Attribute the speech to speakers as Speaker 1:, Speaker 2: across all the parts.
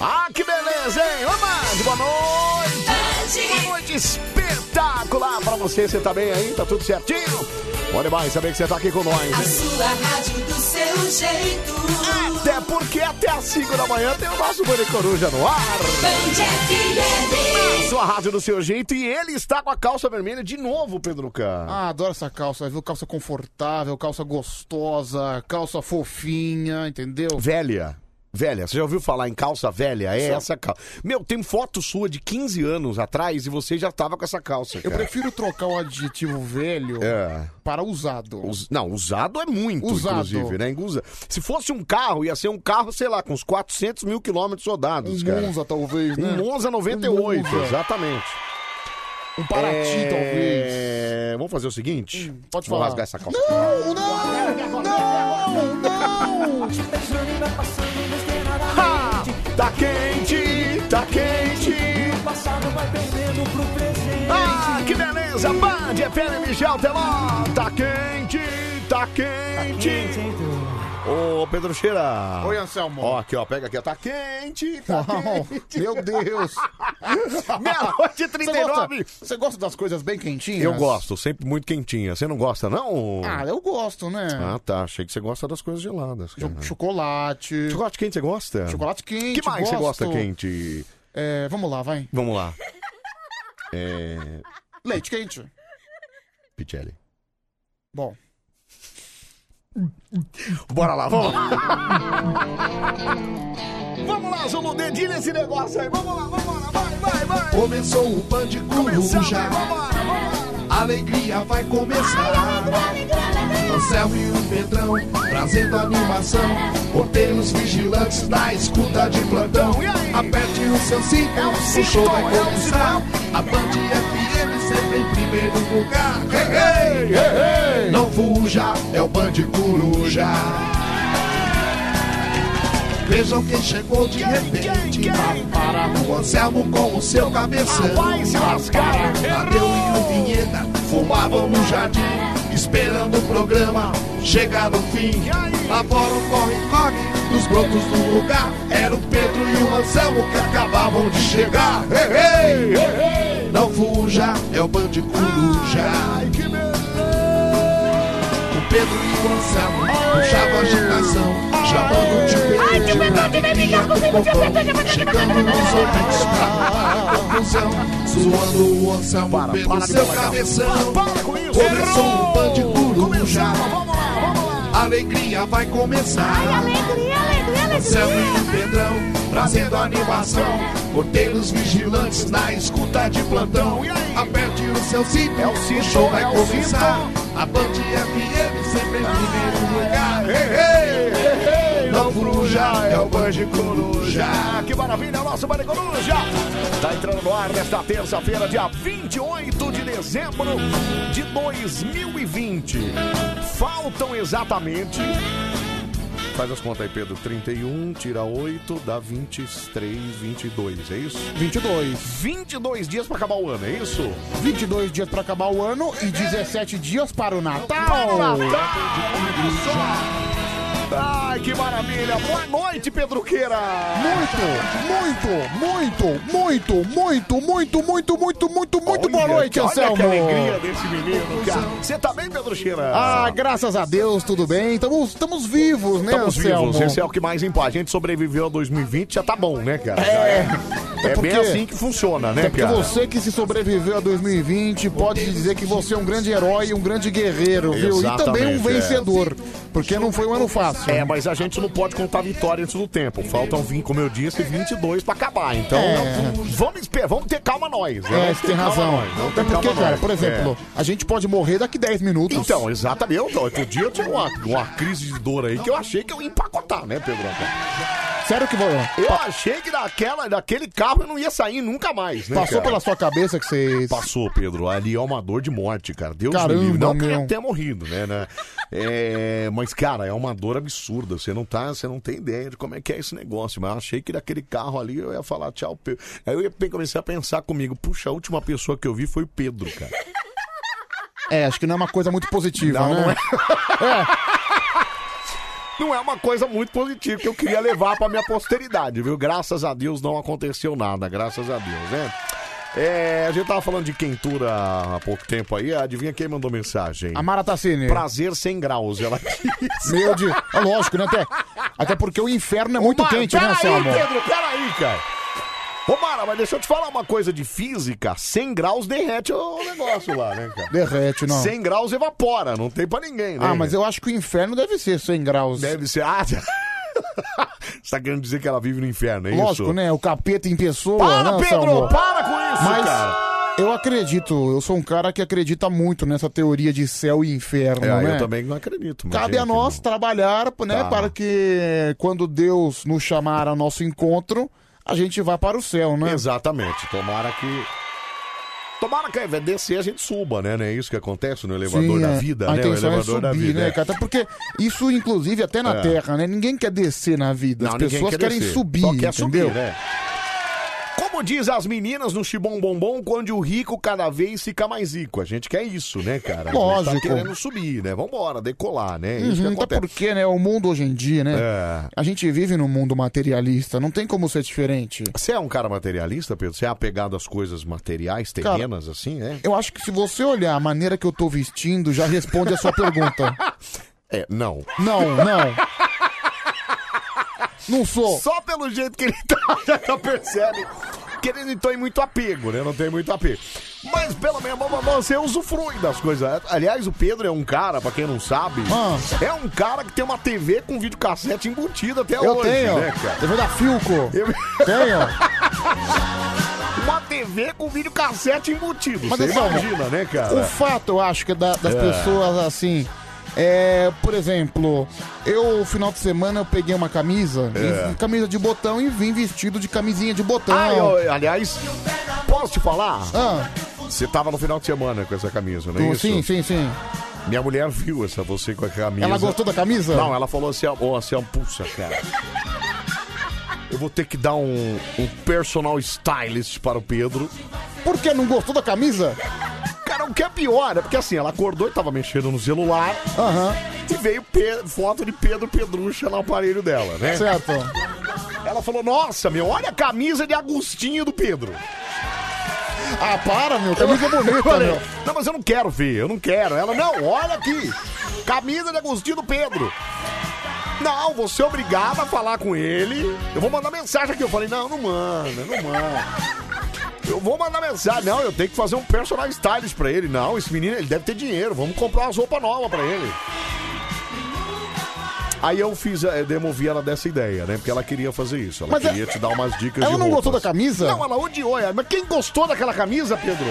Speaker 1: Ah, que beleza, hein? Ô, Mad, boa noite! Boa noite espetacular pra você. Você tá bem aí? Tá tudo certinho? Olha mais, saber que você tá aqui com nós,
Speaker 2: A
Speaker 1: hein?
Speaker 2: sua rádio do seu jeito.
Speaker 1: Até porque até às 5 da manhã tem o nosso Bande Coruja no ar.
Speaker 2: Band FM.
Speaker 1: Sua rádio do seu jeito e ele está com a calça vermelha de novo, Pedro K.
Speaker 3: Ah, adoro essa calça, viu? Calça confortável, calça gostosa, calça fofinha, entendeu?
Speaker 1: Velha. Velha, você já ouviu falar em calça velha? É
Speaker 3: Só-
Speaker 1: essa calça. Meu, tem foto sua de 15 anos atrás e você já tava com essa calça.
Speaker 3: Eu
Speaker 1: cara.
Speaker 3: prefiro trocar o adjetivo velho
Speaker 1: É.
Speaker 3: para usado.
Speaker 1: Us- Não, usado é muito,
Speaker 3: Usado.
Speaker 1: inclusive, né? Usa- Se fosse um carro, ia ser um carro, sei lá, com uns 400 mil quilômetros rodados,
Speaker 3: Um
Speaker 1: cara.
Speaker 3: Monza, talvez, né?
Speaker 1: Um Monza 98,
Speaker 3: Um Monza.
Speaker 1: exatamente.
Speaker 3: Um Paraty,
Speaker 1: É,
Speaker 3: talvez. Hum,
Speaker 1: Vamos fazer o seguinte?
Speaker 3: pode
Speaker 1: Vou
Speaker 3: falar.
Speaker 1: rasgar essa calça.
Speaker 3: Não, não! Não, não!
Speaker 1: Ha! Tá quente, tá quente. Ah, que beleza, Band FM Michel Teló. Tá quente, tá quente. Ô, Pedro Cheira.
Speaker 3: Oi, Anselmo.
Speaker 1: Ó, aqui, ó, pega aqui, ó. Tá quente, tá
Speaker 3: Uau, Meu Deus!
Speaker 1: Meia-noite e
Speaker 3: Você
Speaker 1: 39.
Speaker 3: gosta, você gosta das coisas bem quentinhas?
Speaker 1: Eu gosto, sempre muito quentinha. Você não gosta, não?
Speaker 3: Ah,
Speaker 1: Ah,
Speaker 3: eu gosto, né?
Speaker 1: tá. Achei que você gosta das coisas geladas. cara.
Speaker 3: Chocolate.
Speaker 1: Chocolate quente, você gosta?
Speaker 3: Chocolate quente.
Speaker 1: que mais você
Speaker 3: gosto.
Speaker 1: gosta quente?
Speaker 3: É, vamos lá, vai.
Speaker 1: Vamos lá. É.
Speaker 3: Leite quente.
Speaker 1: Picelli.
Speaker 3: Bom.
Speaker 1: Bora lá, vamos lá. vamos lá, Zulu, dedilha esse negócio aí. Vamos lá, vamos lá, vai, vai, vai.
Speaker 4: Começou o Band
Speaker 1: Começar,
Speaker 4: Coruja,
Speaker 1: vai, vambora, vambora.
Speaker 4: a alegria vai começar. Anselmo e o Pedrão, trazendo animação. Porteiros vigilantes na escuta de plantão.
Speaker 1: E aí?
Speaker 4: Aperte o seu cinto,
Speaker 1: É o
Speaker 4: o show
Speaker 1: cinto,
Speaker 4: vai
Speaker 1: é o
Speaker 4: começar. A Band FM sempre em primeiro lugar. Hey, hey, hey, hey. Não fuja, é o Band Coruja. Vejam quem chegou de repente.
Speaker 1: quem?
Speaker 4: Para o Anselmo com o seu cabeção.
Speaker 1: Vai se lascar.
Speaker 4: Bateu em um vinheta, fumavam no jardim, esperando o programa chegar no fim. Lá fora o corre-corre dos brotos do lugar. Era o Pedro e o Anselmo que acabavam de chegar. Ei, ei, ei, ei. Não fuja, é o Band Coruja.
Speaker 1: Ai, que beleza.
Speaker 4: O Pedro e o Anselmo puxavam a agitação, chamando de beijo. Chegando nos ouvintes pra confusão, zoando o Anselmo
Speaker 1: Para,
Speaker 4: pelo
Speaker 1: para,
Speaker 4: seu
Speaker 1: para, para.
Speaker 4: cabeção.
Speaker 1: Para com isso.
Speaker 4: Começou
Speaker 1: Errou.
Speaker 4: o Band Coruja.
Speaker 1: Começamos, vamos lá, vamos lá.
Speaker 4: A alegria vai começar.
Speaker 2: Alegria, alegria,
Speaker 4: Anselmo e o Pedrão trazendo animação. Porteiros vigilantes na escuta de plantão.
Speaker 1: E aí?
Speaker 4: Aperte o seu cinto,
Speaker 1: É o cinto,
Speaker 4: o show vai
Speaker 1: é o
Speaker 4: começar. A Band FM sempre em primeiro
Speaker 1: Ah.
Speaker 4: lugar. Ei, ei, ei, Não bruja, é o Band Coruja.
Speaker 1: Ah, que maravilha, o nosso Bande Coruja. Tá entrando no ar nesta terça-feira, dia 28 de dezembro de 2020. Faltam exatamente. Faz as contas aí, Pedro. 31, tira 8, dá 23, 22, é isso?
Speaker 3: 22.
Speaker 1: 22 dias pra acabar o ano, é isso?
Speaker 3: 22 dias pra acabar o ano e 17 dias para o
Speaker 1: Para o
Speaker 3: Natal.
Speaker 1: Natal, olha só. Ai, que maravilha! Boa ah, noite, Pedro Queira!
Speaker 3: Muito, muito, muito, muito, muito, muito, muito, muito, muito boa
Speaker 1: Olha,
Speaker 3: noite, Anselmo.
Speaker 1: Olha que alegria né? desse menino, cara. Você tá bem, Pedro Cheira?
Speaker 3: Ah, graças a Deus, tudo bem. Estamos, estamos vivos, né,
Speaker 1: Estamos
Speaker 3: Anselmo?
Speaker 1: vivos, esse é o que mais importa. A gente sobreviveu a 2020, já tá bom, né, cara?
Speaker 3: É.
Speaker 1: É,
Speaker 3: Até
Speaker 1: bem
Speaker 3: porque-
Speaker 1: assim que funciona, né,
Speaker 3: Até porque
Speaker 1: cara?
Speaker 3: você que se sobreviveu a 2020 pode dizer que você é um grande herói e um grande guerreiro, viu?
Speaker 1: Exatamente,
Speaker 3: e também
Speaker 1: é.
Speaker 3: um vencedor, porque não foi um ano fácil.
Speaker 1: É, mas a gente não pode contar vitória antes do tempo. Faltam, 20, como eu disse, 22 pra acabar. Então,
Speaker 3: É.
Speaker 1: não- vamos esperar, vamos ter calma nós. né?
Speaker 3: É,
Speaker 1: Vamos
Speaker 3: você
Speaker 1: ter
Speaker 3: tem
Speaker 1: calma
Speaker 3: razão.
Speaker 1: nós, vamos ter
Speaker 3: Até porque,
Speaker 1: calma
Speaker 3: cara,
Speaker 1: nós. É.
Speaker 3: por exemplo, a gente pode morrer daqui 10 minutos.
Speaker 1: Então, exatamente. Eu, outro dia eu tive uma, uma crise de dor aí que eu achei que eu ia empacotar, né, Pedro?
Speaker 3: Sério que vou.
Speaker 1: Eu achei que daquela, daquele carro eu não ia sair nunca mais, né?
Speaker 3: Passou
Speaker 1: cara?
Speaker 3: pela sua cabeça que vocês.
Speaker 1: Passou, Pedro. Ali é uma dor de morte, cara. Deus
Speaker 3: Caramba,
Speaker 1: me livre. Não
Speaker 3: meu.
Speaker 1: queria ter morrido, né? né? É, mas, cara, é uma dor absurda. Você não tá, você não tem ideia de como é que é esse negócio. Mas eu achei que daquele carro ali eu ia falar tchau, Pedro. Aí eu ia pe- começar a pensar comigo, puxa, a última pessoa que eu vi foi o Pedro, cara.
Speaker 3: né? É, acho que não é uma coisa muito positiva,
Speaker 1: Não,
Speaker 3: né?
Speaker 1: não é. Não é uma coisa muito positiva que eu queria levar pra minha posteridade, viu? Graças a Deus não aconteceu nada, graças a Deus, né? É, a gente tava falando de quentura há pouco tempo aí, adivinha quem mandou mensagem?
Speaker 3: A Mara Tassini.
Speaker 1: Prazer sem graus, ela quis.
Speaker 3: Meu Deus. É lógico, né? Até, até porque o inferno é muito
Speaker 1: Ô, Mara,
Speaker 3: quente, né,
Speaker 1: peraí,
Speaker 3: Selma?
Speaker 1: Pedro, peraí, cara. Ô, Mara, mas deixa eu te falar uma coisa de física. 100 graus derrete o negócio lá, né, cara?
Speaker 3: Derrete, não.
Speaker 1: 100 graus evapora, não tem pra ninguém, né?
Speaker 3: Ah, mas eu acho que o inferno deve ser 100 graus.
Speaker 1: Deve ser. Ah, você tá querendo dizer que ela vive no inferno, é
Speaker 3: Lógico,
Speaker 1: isso?
Speaker 3: né? O capeta em pessoa.
Speaker 1: Para,
Speaker 3: né,
Speaker 1: Pedro!
Speaker 3: Anselmo?
Speaker 1: Para com isso,
Speaker 3: Mas
Speaker 1: cara!
Speaker 3: eu acredito, eu sou um cara que acredita muito nessa teoria de céu e inferno,
Speaker 1: É,
Speaker 3: né?
Speaker 1: Eu também não acredito. mas
Speaker 3: Cabe a
Speaker 1: enfim.
Speaker 3: nós trabalhar, né,
Speaker 1: Tá.
Speaker 3: para que quando Deus nos chamar ao nosso encontro, a gente vá para o céu, né?
Speaker 1: Exatamente. Tomara que. Tomara que ao invés de descer a gente suba, né? Não é isso que acontece no elevador
Speaker 3: Sim,
Speaker 1: da
Speaker 3: é.
Speaker 1: vida,
Speaker 3: a
Speaker 1: né? O
Speaker 3: intenção
Speaker 1: elevador
Speaker 3: é subir,
Speaker 1: da vida.
Speaker 3: né,
Speaker 1: é.
Speaker 3: cara? Até porque isso, inclusive, até na
Speaker 1: É.
Speaker 3: Terra, né? Ninguém quer descer na vida. As
Speaker 1: Não, ninguém
Speaker 3: pessoas
Speaker 1: quer
Speaker 3: querem
Speaker 1: descer.
Speaker 3: subir,
Speaker 1: Só quer
Speaker 3: entendeu?
Speaker 1: subir, né? Como diz as meninas no Chibom Bombom, quando o rico cada vez fica mais rico. A gente quer isso, né, cara? A gente
Speaker 3: Lógico.
Speaker 1: tá querendo subir, né? Vambora, decolar, né? É
Speaker 3: Uhum,
Speaker 1: isso que
Speaker 3: até
Speaker 1: acontece.
Speaker 3: porque, né, o mundo hoje em dia, né?
Speaker 1: É.
Speaker 3: A gente vive num mundo materialista, não tem como ser diferente.
Speaker 1: Você é um cara materialista, Pedro? Você é apegado às coisas materiais,
Speaker 3: Cara,
Speaker 1: terrenas, assim, né?
Speaker 3: Eu acho que se você olhar a maneira que eu tô vestindo, já responde a sua pergunta.
Speaker 1: É, não.
Speaker 3: Não, não. Não sou.
Speaker 1: Só pelo jeito que ele tá, já tá percebe que ele não tem muito apego, né? Não tem muito apego. Mas pelo menos você usufrui das coisas. Aliás, o Pedro é um cara, pra quem não sabe,
Speaker 3: Ah.
Speaker 1: é um cara que tem uma TV com videocassete embutida até
Speaker 3: Eu
Speaker 1: hoje,
Speaker 3: tenho.
Speaker 1: né, cara?
Speaker 3: Eu vou dar Filco.
Speaker 1: Eu-
Speaker 3: Tenho.
Speaker 1: Uma TV com videocassete embutido.
Speaker 3: Mas
Speaker 1: você
Speaker 3: assim, ó,
Speaker 1: imagina, né, cara?
Speaker 3: O fato, eu acho, que é da- das
Speaker 1: É.
Speaker 3: pessoas assim. É, por exemplo, eu no final de semana eu peguei uma camisa,
Speaker 1: É.
Speaker 3: e- camisa de botão e vim vestido de camisinha de botão.
Speaker 1: Ah, eu- aliás, posso te falar?
Speaker 3: Ah,
Speaker 1: Você tava no final de semana com essa camisa, não é
Speaker 3: tu-
Speaker 1: isso?
Speaker 3: sim, sim, sim.
Speaker 1: Minha mulher viu essa você com a camisa.
Speaker 3: Ela gostou da camisa?
Speaker 1: Não, ela falou assim, ó, assim, ó, pulsa, cara. Eu vou ter que dar um, um personal stylist para o Pedro.
Speaker 3: Por que não gostou da camisa?
Speaker 1: Cara, o que é pior é porque assim, ela acordou e tava mexendo no celular
Speaker 3: Aham,
Speaker 1: e veio Pe- foto de Pedro Pedrucha no aparelho dela, né?
Speaker 3: certo.
Speaker 1: Ela falou, nossa, meu, olha a camisa de Agostinho do Pedro.
Speaker 3: Ah, para, meu, camisa
Speaker 1: Eu
Speaker 3: bonita,
Speaker 1: falei,
Speaker 3: meu.
Speaker 1: não, mas eu não quero ver, eu não quero. Ela, não, olha aqui. Camisa de Agostinho do Pedro. Não, você é obrigado a falar com ele. Eu vou mandar mensagem aqui. Eu falei, não, não manda, não manda. Eu vou mandar mensagem. Não, eu tenho que fazer um personal stylist pra ele. Não, esse menino, ele deve ter dinheiro. Vamos comprar umas roupas novas pra ele. Aí eu fiz, eh, demovi ela dessa ideia, né? Porque ela queria fazer isso. Ela
Speaker 3: Mas é,
Speaker 1: queria te dar umas dicas de
Speaker 3: Ela não
Speaker 1: roupas.
Speaker 3: gostou da camisa?
Speaker 1: Não, ela odiou. ela- Mas quem gostou daquela camisa, Pedro?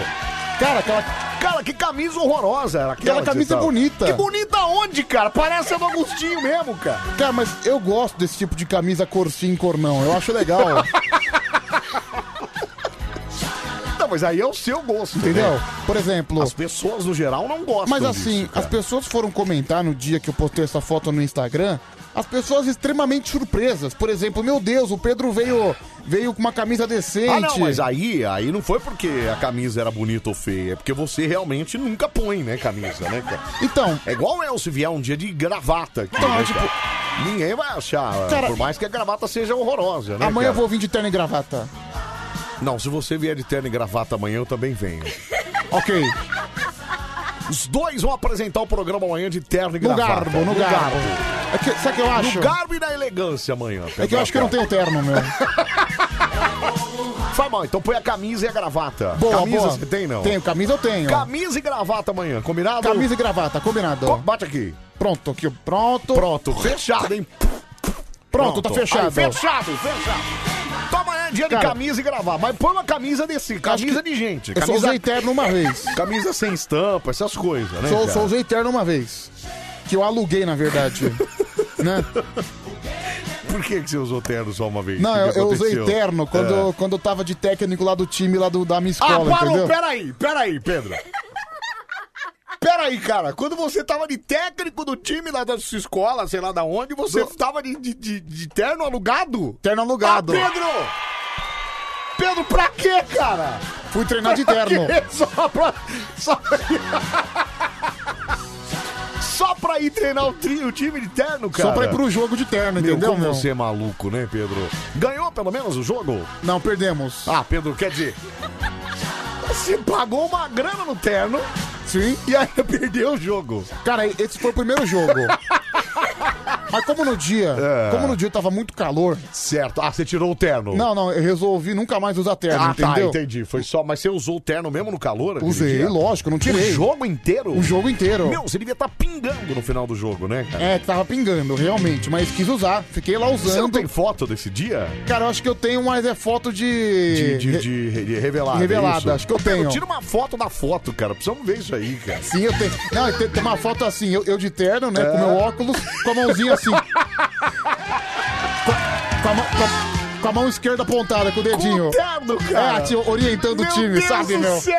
Speaker 3: Cara, aquela.
Speaker 1: Cara, que camisa horrorosa era aquela.
Speaker 3: Aquela
Speaker 1: que
Speaker 3: camisa
Speaker 1: você
Speaker 3: é
Speaker 1: tava.
Speaker 3: bonita.
Speaker 1: Que bonita onde, cara? Parece a do Agostinho mesmo, cara.
Speaker 3: Cara, mas eu gosto desse tipo de camisa cor sim, cor não. Eu acho legal,
Speaker 1: Não, mas aí é o seu gosto,
Speaker 3: entendeu?
Speaker 1: né?
Speaker 3: Por exemplo,
Speaker 1: As pessoas, no geral, não gostam
Speaker 3: Mas assim,
Speaker 1: disso,
Speaker 3: as
Speaker 1: cara.
Speaker 3: pessoas foram comentar no dia que eu postei essa foto no Instagram, as pessoas extremamente surpresas. Por exemplo, meu Deus, o Pedro veio veio com uma camisa decente.
Speaker 1: Ah, não, mas aí, aí não foi porque a camisa era bonita ou feia. É porque você realmente nunca põe, né, camisa, né, cara?
Speaker 3: Então,
Speaker 1: É igual eu se vier um dia de gravata aqui,
Speaker 3: Então,
Speaker 1: né,
Speaker 3: tipo-
Speaker 1: cara? Ninguém vai achar,
Speaker 3: Cara-
Speaker 1: por mais que a gravata seja horrorosa, né,
Speaker 3: amanhã eu
Speaker 1: cara?
Speaker 3: vou vir de terno e gravata.
Speaker 1: Não, se você vier de terno e gravata amanhã, eu também venho.
Speaker 3: Ok.
Speaker 1: Os dois vão apresentar o programa amanhã de terno e
Speaker 3: No
Speaker 1: gravata.
Speaker 3: garbo, no garbo. É que, sabe o que eu acho?
Speaker 1: No garbo e na elegância amanhã.
Speaker 3: É que eu acho que eu não tenho terno, meu.
Speaker 1: Faz mal, então põe a camisa e a gravata.
Speaker 3: Boa,
Speaker 1: camisa
Speaker 3: boa.
Speaker 1: você tem, não?
Speaker 3: Tenho, camisa eu tenho.
Speaker 1: Camisa e gravata amanhã, combinado?
Speaker 3: Camisa e gravata, combinado.
Speaker 1: Co- Bate aqui.
Speaker 3: Pronto, aqui, pronto.
Speaker 1: Pronto, fechado, hein?
Speaker 3: Pronto, tá fechado.
Speaker 1: Aí, fechado, fechado. Então amanhã é dia de
Speaker 3: Cara,
Speaker 1: camisa e gravar. Mas põe uma camisa desse, camisa de gente.
Speaker 3: Eu só
Speaker 1: Camisa,
Speaker 3: usei terno uma vez.
Speaker 1: camisa sem estampa, essas coisas, né?
Speaker 3: Só,
Speaker 1: cara?
Speaker 3: só usei terno uma vez. Que eu aluguei, na verdade. né?
Speaker 1: Por que, que você usou terno só uma vez?
Speaker 3: Não,
Speaker 1: O que
Speaker 3: eu,
Speaker 1: que
Speaker 3: eu usei
Speaker 1: aconteceu?
Speaker 3: terno quando,
Speaker 1: É.
Speaker 3: eu- quando eu tava de técnico lá do time lá do, da minha
Speaker 1: Ah,
Speaker 3: escola,
Speaker 1: parou,
Speaker 3: entendeu?
Speaker 1: peraí, peraí, Pedro. Peraí, cara, quando você tava de técnico do time lá da sua escola, sei lá da onde, você tava de, de, de- de terno alugado?
Speaker 3: Terno alugado.
Speaker 1: Ah, Pedro! Pedro, pra quê, cara?
Speaker 3: Fui treinar de terno.
Speaker 1: Só pra... Só... Só pra ir treinar o, tri- o time de terno, cara.
Speaker 3: Só pra ir pro jogo de terno,
Speaker 1: Meu,
Speaker 3: entendeu,
Speaker 1: como
Speaker 3: meu?
Speaker 1: você é maluco, né, Pedro? Ganhou pelo menos o jogo?
Speaker 3: Não, perdemos.
Speaker 1: Ah, Pedro, quer dizer... Você pagou uma grana no terno. Sim. E aí perdeu o jogo.
Speaker 3: Cara, esse foi o primeiro jogo. Mas como no dia,
Speaker 1: É.
Speaker 3: como no dia tava muito calor.
Speaker 1: Certo. Ah, você tirou o terno.
Speaker 3: Não, não, eu resolvi nunca mais usar terno,
Speaker 1: Ah, tá,
Speaker 3: entendeu?
Speaker 1: entendi. Foi só, mas você usou o terno mesmo no calor? aquele
Speaker 3: Usei,
Speaker 1: dia?
Speaker 3: lógico, não tirei.
Speaker 1: O jogo inteiro?
Speaker 3: O jogo inteiro.
Speaker 1: Meu, você devia estar pingando no final do jogo, né, cara?
Speaker 3: É, que tava pingando, realmente, mas quis usar. Fiquei lá
Speaker 1: Você não
Speaker 3: usando.
Speaker 1: tem foto desse dia?
Speaker 3: Cara, eu acho que eu tenho, mas é foto de.
Speaker 1: De, de, de, de revelada.
Speaker 3: Revelada,
Speaker 1: é isso?
Speaker 3: acho que eu tenho.
Speaker 1: Tira uma foto da foto, cara. Precisamos ver isso aí, cara.
Speaker 3: Sim, eu tenho. Não, tem, tem uma foto assim, eu, eu de terno, né?
Speaker 1: É.
Speaker 3: Com meu óculos, com a mãozinha assim. com, com a, mão- com a- com a mão esquerda apontada, com o dedinho.
Speaker 1: terno,
Speaker 3: É,
Speaker 1: cara.
Speaker 3: assim, orientando o time,
Speaker 1: Deus
Speaker 3: sabe,
Speaker 1: do
Speaker 3: meu?
Speaker 1: céu!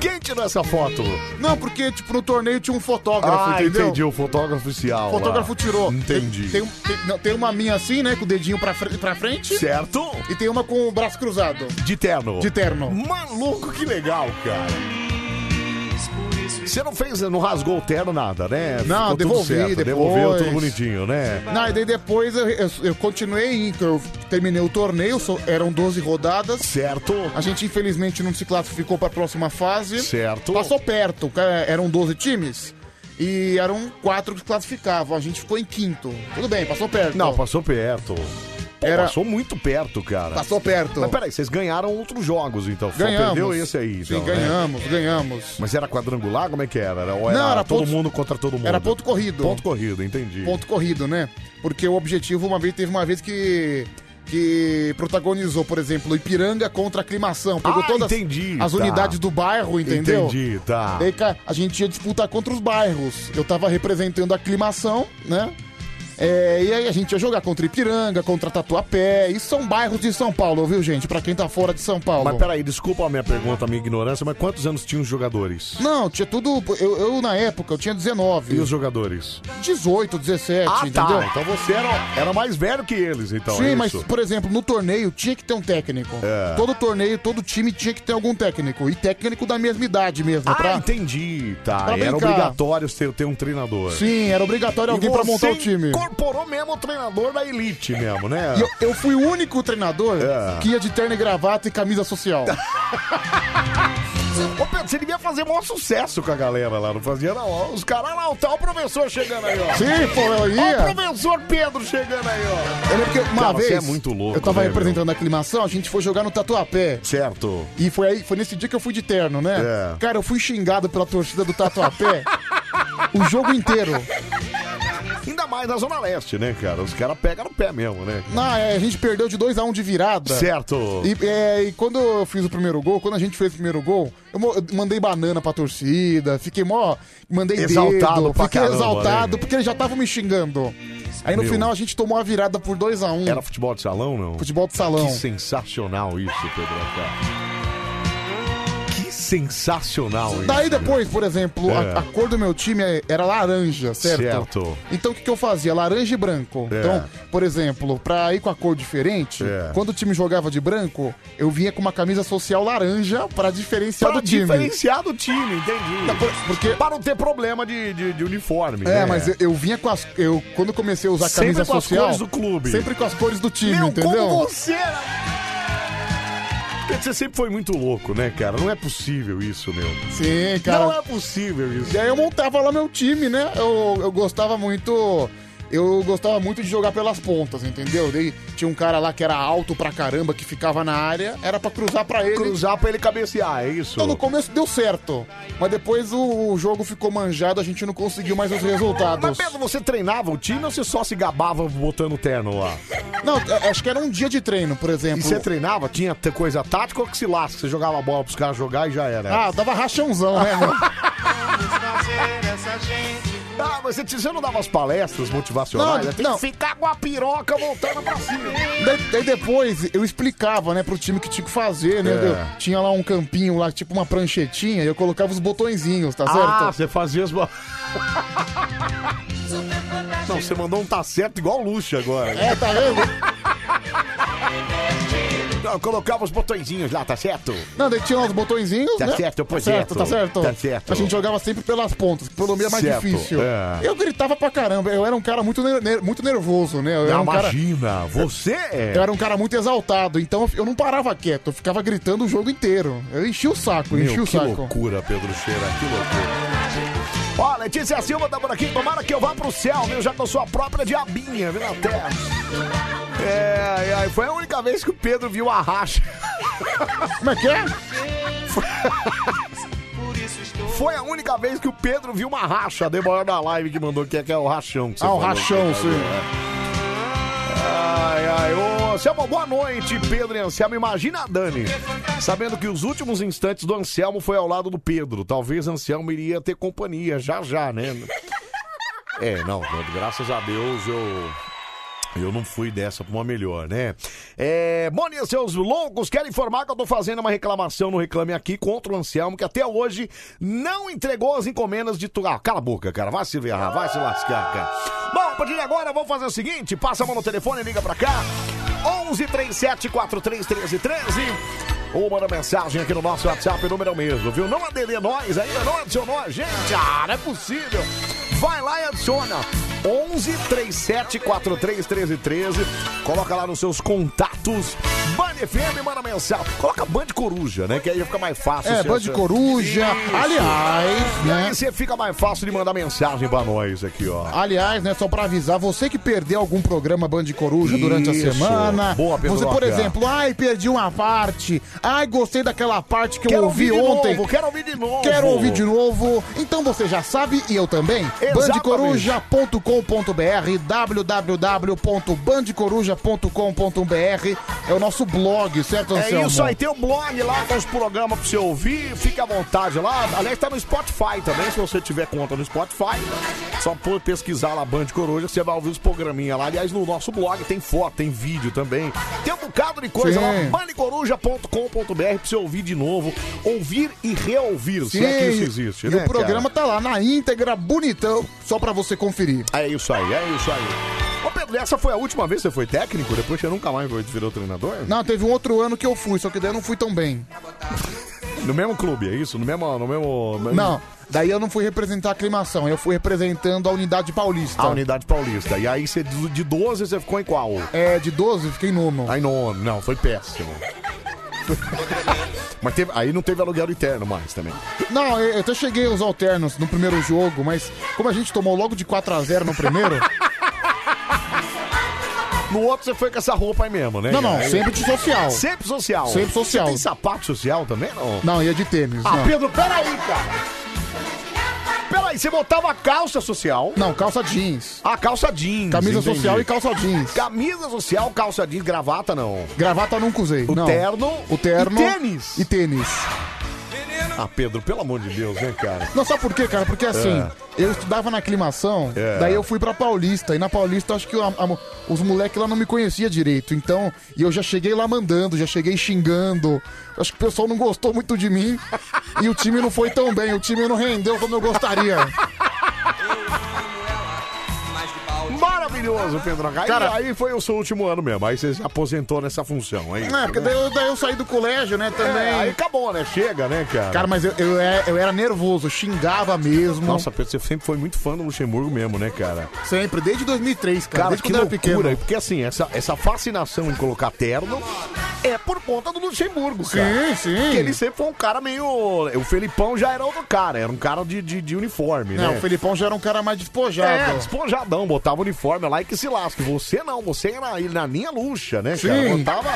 Speaker 1: Quem tirou essa foto?
Speaker 3: Não, porque, tipo, no torneio tinha um fotógrafo,
Speaker 1: ah,
Speaker 3: entendeu?
Speaker 1: entendi. O fotógrafo oficial.
Speaker 3: O fotógrafo
Speaker 1: lá.
Speaker 3: tirou.
Speaker 1: Entendi.
Speaker 3: Tem, um tem- não, tem uma minha assim, né? Com o dedinho pra, fre- pra frente.
Speaker 1: Certo?
Speaker 3: E tem uma com o braço cruzado.
Speaker 1: De terno.
Speaker 3: De terno.
Speaker 1: Maluco, que legal, cara. Você não fez, não rasgou o terno nada, né?
Speaker 3: Não,
Speaker 1: Ficou
Speaker 3: devolvi
Speaker 1: tudo certo, devolveu
Speaker 3: depois.
Speaker 1: tudo bonitinho, né?
Speaker 3: Não, e daí depois eu, eu, eu continuei, eu terminei o torneio, só- eram 12 rodadas.
Speaker 1: Certo,
Speaker 3: A gente infelizmente não se classificou para a próxima fase.
Speaker 1: certo.
Speaker 3: Passou perto, ca- eram 12 times e eram quatro que classificavam. A gente ficou em quinto. Tudo bem, passou perto.
Speaker 1: Não, passou perto. Pô,
Speaker 3: Era-
Speaker 1: Passou muito perto, cara.
Speaker 3: passou perto.
Speaker 1: Mas peraí, vocês ganharam outros jogos, então. Só
Speaker 3: Ganhamos.
Speaker 1: Perdeu esse aí, então,
Speaker 3: Sim,
Speaker 1: né?
Speaker 3: ganhamos, ganhamos.
Speaker 1: Mas era quadrangular? Como é que era? Ou era,
Speaker 3: Não, era
Speaker 1: todo
Speaker 3: ponto-
Speaker 1: mundo contra todo mundo?
Speaker 3: Era ponto corrido.
Speaker 1: Ponto corrido, entendi.
Speaker 3: ponto corrido, né? Porque o objetivo, uma vez, teve uma vez que. Que protagonizou, por exemplo, Ipiranga contra a aclimação. Pegou
Speaker 1: Ah,
Speaker 3: todas
Speaker 1: entendi,
Speaker 3: as
Speaker 1: tá.
Speaker 3: unidades do bairro, entendeu?
Speaker 1: Entendi, tá.
Speaker 3: Daí ca- a gente ia disputar contra os bairros. Eu tava representando a aclimação, né? É, e aí a gente ia jogar contra Ipiranga, contra Tatuapé. Isso são bairros de São Paulo, viu, gente? Pra quem tá fora de São Paulo.
Speaker 1: Mas peraí, desculpa a minha pergunta, a minha ignorância, mas quantos anos tinham os jogadores?
Speaker 3: Não, tinha tudo. Eu, eu, na época, eu tinha
Speaker 1: E
Speaker 3: 19,
Speaker 1: os jogadores?
Speaker 3: 18, 17,
Speaker 1: Ah,
Speaker 3: entendeu?
Speaker 1: tá. Então você era, era mais velho que eles, então.
Speaker 3: Sim,
Speaker 1: é
Speaker 3: mas,
Speaker 1: isso?
Speaker 3: por exemplo, no torneio tinha que ter um técnico.
Speaker 1: É.
Speaker 3: Todo torneio, todo time tinha que ter algum técnico. E técnico da mesma idade mesmo.
Speaker 1: Ah,
Speaker 3: pra-
Speaker 1: entendi. Tá.
Speaker 3: pra
Speaker 1: era
Speaker 3: brincar.
Speaker 1: obrigatório ter, ter um treinador.
Speaker 3: Sim, era obrigatório alguém pra montar o time.
Speaker 1: incorporou mesmo o treinador da elite mesmo, né?
Speaker 3: E eu, eu fui o único treinador
Speaker 1: É.
Speaker 3: que ia de terno e gravata e camisa social.
Speaker 1: Ô, Pedro, você devia fazer maior sucesso com a galera lá, não fazia não. Ó, Os caras lá, ó, tá o professor chegando aí, ó.
Speaker 3: Sim, pô, eu
Speaker 1: Ó, o
Speaker 3: ia.
Speaker 1: professor Pedro chegando aí, ó.
Speaker 3: Eu lembro que uma
Speaker 1: Cara, você
Speaker 3: vez.
Speaker 1: é muito louco,
Speaker 3: Eu tava
Speaker 1: né,
Speaker 3: representando a aclimação, a gente foi jogar no Tatuapé.
Speaker 1: Certo.
Speaker 3: E foi aí, foi nesse dia que eu fui de terno, né?
Speaker 1: É.
Speaker 3: Cara, eu fui xingado pela torcida do Tatuapé o jogo inteiro.
Speaker 1: Ainda mais na Zona Leste, né, cara? Os caras pegam no pé mesmo, né?
Speaker 3: Na, é, a gente perdeu de 2 a 1 um de virada.
Speaker 1: Certo.
Speaker 3: E, é, e quando eu fiz o primeiro gol, quando a gente fez o primeiro gol, eu, mo- eu mandei banana pra torcida, fiquei mó. Mandei
Speaker 1: Exaltado
Speaker 3: dedo,
Speaker 1: pra
Speaker 3: fiquei
Speaker 1: caramba,
Speaker 3: exaltado,
Speaker 1: né?
Speaker 3: porque eles já estavam me xingando. Aí no
Speaker 1: Meu.
Speaker 3: final a gente tomou a um. virada por 2x1.
Speaker 1: Era futebol de salão, não?
Speaker 3: Futebol de salão.
Speaker 1: Que sensacional isso, Pedro. cara. Que sensacional isso. né?
Speaker 3: Daí depois, por exemplo, a-
Speaker 1: É.
Speaker 3: a, cor do meu time é- era laranja, certo?
Speaker 1: Certo.
Speaker 3: Então o que, que eu fazia? Laranja e branco.
Speaker 1: É.
Speaker 3: Então, por exemplo, pra ir com a cor diferente,
Speaker 1: É.
Speaker 3: quando o time jogava de branco, eu vinha com uma camisa social laranja pra diferenciar
Speaker 1: Pra
Speaker 3: do time.
Speaker 1: diferenciar do time, entendi.
Speaker 3: Tá, por- Porque
Speaker 1: Para não ter problema de, de, de uniforme.
Speaker 3: É,
Speaker 1: né?
Speaker 3: mas eu, eu vinha com as. Eu, quando eu comecei a usar
Speaker 1: Sempre
Speaker 3: camisa
Speaker 1: com as
Speaker 3: social.
Speaker 1: cores do clube.
Speaker 3: Sempre com as cores do time,
Speaker 1: Meu,
Speaker 3: entendeu?
Speaker 1: como você era... Pedro, Você sempre foi muito louco, né, cara? Não é possível isso, meu.
Speaker 3: Sim, cara.
Speaker 1: Não é possível isso.
Speaker 3: E aí eu montava lá meu time, né? Eu, eu gostava muito. Eu gostava muito de jogar pelas pontas, entendeu? Daí tinha um cara lá que era alto pra caramba, que ficava na área, era pra cruzar pra ele.
Speaker 1: Cruzar pra ele cabecear, é isso?
Speaker 3: Então no começo deu certo, mas depois o, o jogo ficou manjado, a gente não conseguiu mais os resultados.
Speaker 1: Mas Pedro, você treinava o time ou você só se gabava botando terno lá?
Speaker 3: Não, é- acho que era um dia de treino, por
Speaker 1: né, E
Speaker 3: exemplo.
Speaker 1: você treinava? Tinha t- coisa tática ou que se lasca? Você jogava a bola pros caras jogar e já era.
Speaker 3: Ah, dava rachãozão, né? mano?
Speaker 1: Ah, mas você, t- você não dava as palestras motivacionais? né?
Speaker 3: Não,
Speaker 1: Tem
Speaker 3: não.
Speaker 1: que ficar com a piroca voltando pra cima.
Speaker 3: Daí, daí depois eu explicava, né, pro time que tinha que fazer, né?
Speaker 1: É.
Speaker 3: Eu tinha lá um campinho lá, tipo uma pranchetinha, e eu colocava os botõezinhos, tá
Speaker 1: Ah,
Speaker 3: certo?
Speaker 1: você fazia as... bo- Não, você É,
Speaker 3: tá
Speaker 1: tá mandou um tá certo igual o Luxa agora.
Speaker 3: É, tá vendo?
Speaker 1: Não, Não, eu colocava os botõezinhos lá, tá certo?
Speaker 3: Não, daí tinha lá os botõezinhos,
Speaker 1: Tá
Speaker 3: né?
Speaker 1: certo, pois
Speaker 3: tá certo,
Speaker 1: é,
Speaker 3: tá certo.
Speaker 1: tá certo.
Speaker 3: A gente jogava sempre pelas pontas, que pelo menos é mais
Speaker 1: Certo,
Speaker 3: difícil.
Speaker 1: é.
Speaker 3: Eu gritava pra caramba, eu era um cara muito, ner- ner- muito nervoso, né? Eu era
Speaker 1: Não,
Speaker 3: um cara...
Speaker 1: imagina, você é.
Speaker 3: Eu era um cara muito exaltado, então eu não parava quieto, eu ficava gritando o jogo inteiro. Eu enchi o saco, enchi
Speaker 1: Meu,
Speaker 3: o
Speaker 1: que
Speaker 3: saco.
Speaker 1: loucura, Pedro Cheira, que loucura. Ó, Letícia Silva tá por aqui, tomara que eu vá pro céu, viu? Já que eu sou a própria diabinha, viu, na terra. É, é, foi a única vez que o Pedro viu a racha.
Speaker 3: Como é que é?
Speaker 1: Foi a única vez que o Pedro viu uma racha, demorou na live que mandou, que é, que é o rachão. que é, né? você
Speaker 3: Ah, o
Speaker 1: falou.
Speaker 3: rachão, sim.
Speaker 1: Ai, ai, ô, Anselmo, boa noite, Pedro e Anselmo. Imagina a Dani, sabendo que os últimos instantes do Anselmo foi ao lado do Pedro. Talvez Anselmo iria ter companhia, já já, né? É, não, graças a Deus eu... Eu não fui dessa pra uma melhor, né? É, Mônia, seus loucos, quero informar que eu tô fazendo uma reclamação no Reclame Aqui contra o Anselmo, que até hoje não entregou as encomendas de tu. Ah, cala a boca, cara. Vai se ferrar, vai se lascar, cara. Bom, a partir de agora, vamos fazer o seguinte: passa a mão no telefone, liga pra cá. 11 37 431313 ou manda mensagem aqui no nosso WhatsApp, o número é o mesmo, viu? Não adere nós ainda, não adicionou a gente. Ah, não é possível. Vai lá e adiciona. 11 37 43 13 13. Coloca lá nos seus contatos. Band FM, manda mensagem. Coloca Band Coruja, né? Que aí fica mais fácil.
Speaker 3: É,
Speaker 1: você
Speaker 3: Band
Speaker 1: acha-
Speaker 3: Coruja.
Speaker 1: Isso.
Speaker 3: Aliás,
Speaker 1: E
Speaker 3: né?
Speaker 1: aí você fica mais fácil de mandar mensagem pra nós aqui, ó.
Speaker 3: Aliás, né, só pra avisar, você que perdeu algum programa Band Coruja durante a
Speaker 1: Isso.
Speaker 3: semana,
Speaker 1: Boa, Pedro
Speaker 3: você, por
Speaker 1: Roca.
Speaker 3: exemplo, ai, perdi uma parte, ai, gostei daquela parte que eu
Speaker 1: Quero
Speaker 3: ouvi
Speaker 1: ouvir de
Speaker 3: ontem.
Speaker 1: novo, quero ouvir de novo.
Speaker 3: Quero ouvir de novo. Então você já sabe e eu também.
Speaker 1: Exatamente.
Speaker 3: Bandecoruja.com.br www.bandecoruja.com.br É o nosso blog, certo,
Speaker 1: É
Speaker 3: Anselmo?
Speaker 1: isso aí, tem o blog lá com os programas pra você ouvir, fica à vontade lá. Aliás, tá no Spotify também, se você tiver conta no Spotify. Só por pesquisar lá Band Coruja, você vai ouvir os programinhas lá. Aliás, no nosso blog tem foto, tem vídeo também. Tem um bocado de coisa
Speaker 3: Sim.
Speaker 1: lá, bandecoruja.com.br pra você ouvir de novo, ouvir e reouvir, se é que isso existe.
Speaker 3: e
Speaker 1: né,
Speaker 3: o programa tá
Speaker 1: cara?
Speaker 3: lá na íntegra, bonitão, só pra você conferir.
Speaker 1: É isso aí, é isso aí. Ô Pedro, essa foi a última vez que você foi técnico? Depois você nunca mais virou treinador?
Speaker 3: Não, teve um outro ano que eu fui, só que daí eu não fui tão bem.
Speaker 1: No mesmo clube, é isso? No mesmo. No mesmo mesmo-
Speaker 3: Não, daí eu não fui representar a aclimação, eu fui representando a unidade paulista.
Speaker 1: A unidade paulista. E aí, você, de de 12, você ficou em qual?
Speaker 3: É, de 12, fiquei nono.
Speaker 1: Aí não, não, foi péssimo. Mas teve- aí não teve aluguel interno mais também.
Speaker 3: Não, eu eu até cheguei aos alternos no primeiro jogo, mas como a gente tomou logo de 4x0 no primeiro.
Speaker 1: No outro você foi com essa roupa aí mesmo, né?
Speaker 3: Não, não,
Speaker 1: Aí-
Speaker 3: sempre de social.
Speaker 1: Sempre social.
Speaker 3: Sempre social.
Speaker 1: Você tem sapato social também, não?
Speaker 3: Não, ia de tênis.
Speaker 1: Ah,
Speaker 3: não.
Speaker 1: Pedro, peraí, cara. Peraí, você botava calça social,
Speaker 3: Não, calça jeans.
Speaker 1: a Ah, calça jeans.
Speaker 3: Camisa
Speaker 1: entendi.
Speaker 3: social e calça jeans.
Speaker 1: Camisa social, calça jeans, gravata não.
Speaker 3: Gravata nunca usei.
Speaker 1: O
Speaker 3: não.
Speaker 1: terno.
Speaker 3: O terno.
Speaker 1: E tênis.
Speaker 3: E tênis.
Speaker 1: Ah, Pedro, pelo amor de Deus, né, cara?
Speaker 3: Não, sabe por quê, cara? Porque assim,
Speaker 1: É.
Speaker 3: eu estudava na aclimação,
Speaker 1: É.
Speaker 3: daí eu fui pra Paulista, e na Paulista acho que a- a- os moleques lá não me conhecia direito, então, e eu já cheguei lá mandando, já cheguei xingando, acho que o pessoal não gostou muito de mim, e o time não foi tão bem, o time não rendeu como eu gostaria.
Speaker 1: Maravilhoso, Pedro. Aí,
Speaker 3: Cara-
Speaker 1: aí foi o seu último ano mesmo. Aí você se aposentou nessa função, aí.
Speaker 3: É, porque daí eu, daí eu saí do colégio, né, também.
Speaker 1: aí acabou, né? Chega, né, cara?
Speaker 3: Cara, mas eu, eu, é- eu era nervoso, xingava mesmo,
Speaker 1: Nossa, Pedro, você sempre foi muito fã do Luxemburgo mesmo, né, cara?
Speaker 3: sempre, desde 2003, cara,
Speaker 1: Cara,
Speaker 3: desde
Speaker 1: que
Speaker 3: quando eu era
Speaker 1: loucura.
Speaker 3: pequeno.
Speaker 1: Porque assim, essa, essa fascinação em colocar terno é por conta do Luxemburgo, cara.
Speaker 3: Sim, sim.
Speaker 1: Porque ele sempre foi um cara meio. O Felipão já era outro cara, era um cara de, de, de uniforme,
Speaker 3: Não,
Speaker 1: né?
Speaker 3: o Felipão já era um cara mais
Speaker 1: É,
Speaker 3: despojado.
Speaker 1: despojadão, botava uniforme lá e que se lasque. Você não, você era na, na linha luxa, né, cara?
Speaker 3: Sim.
Speaker 1: Botava,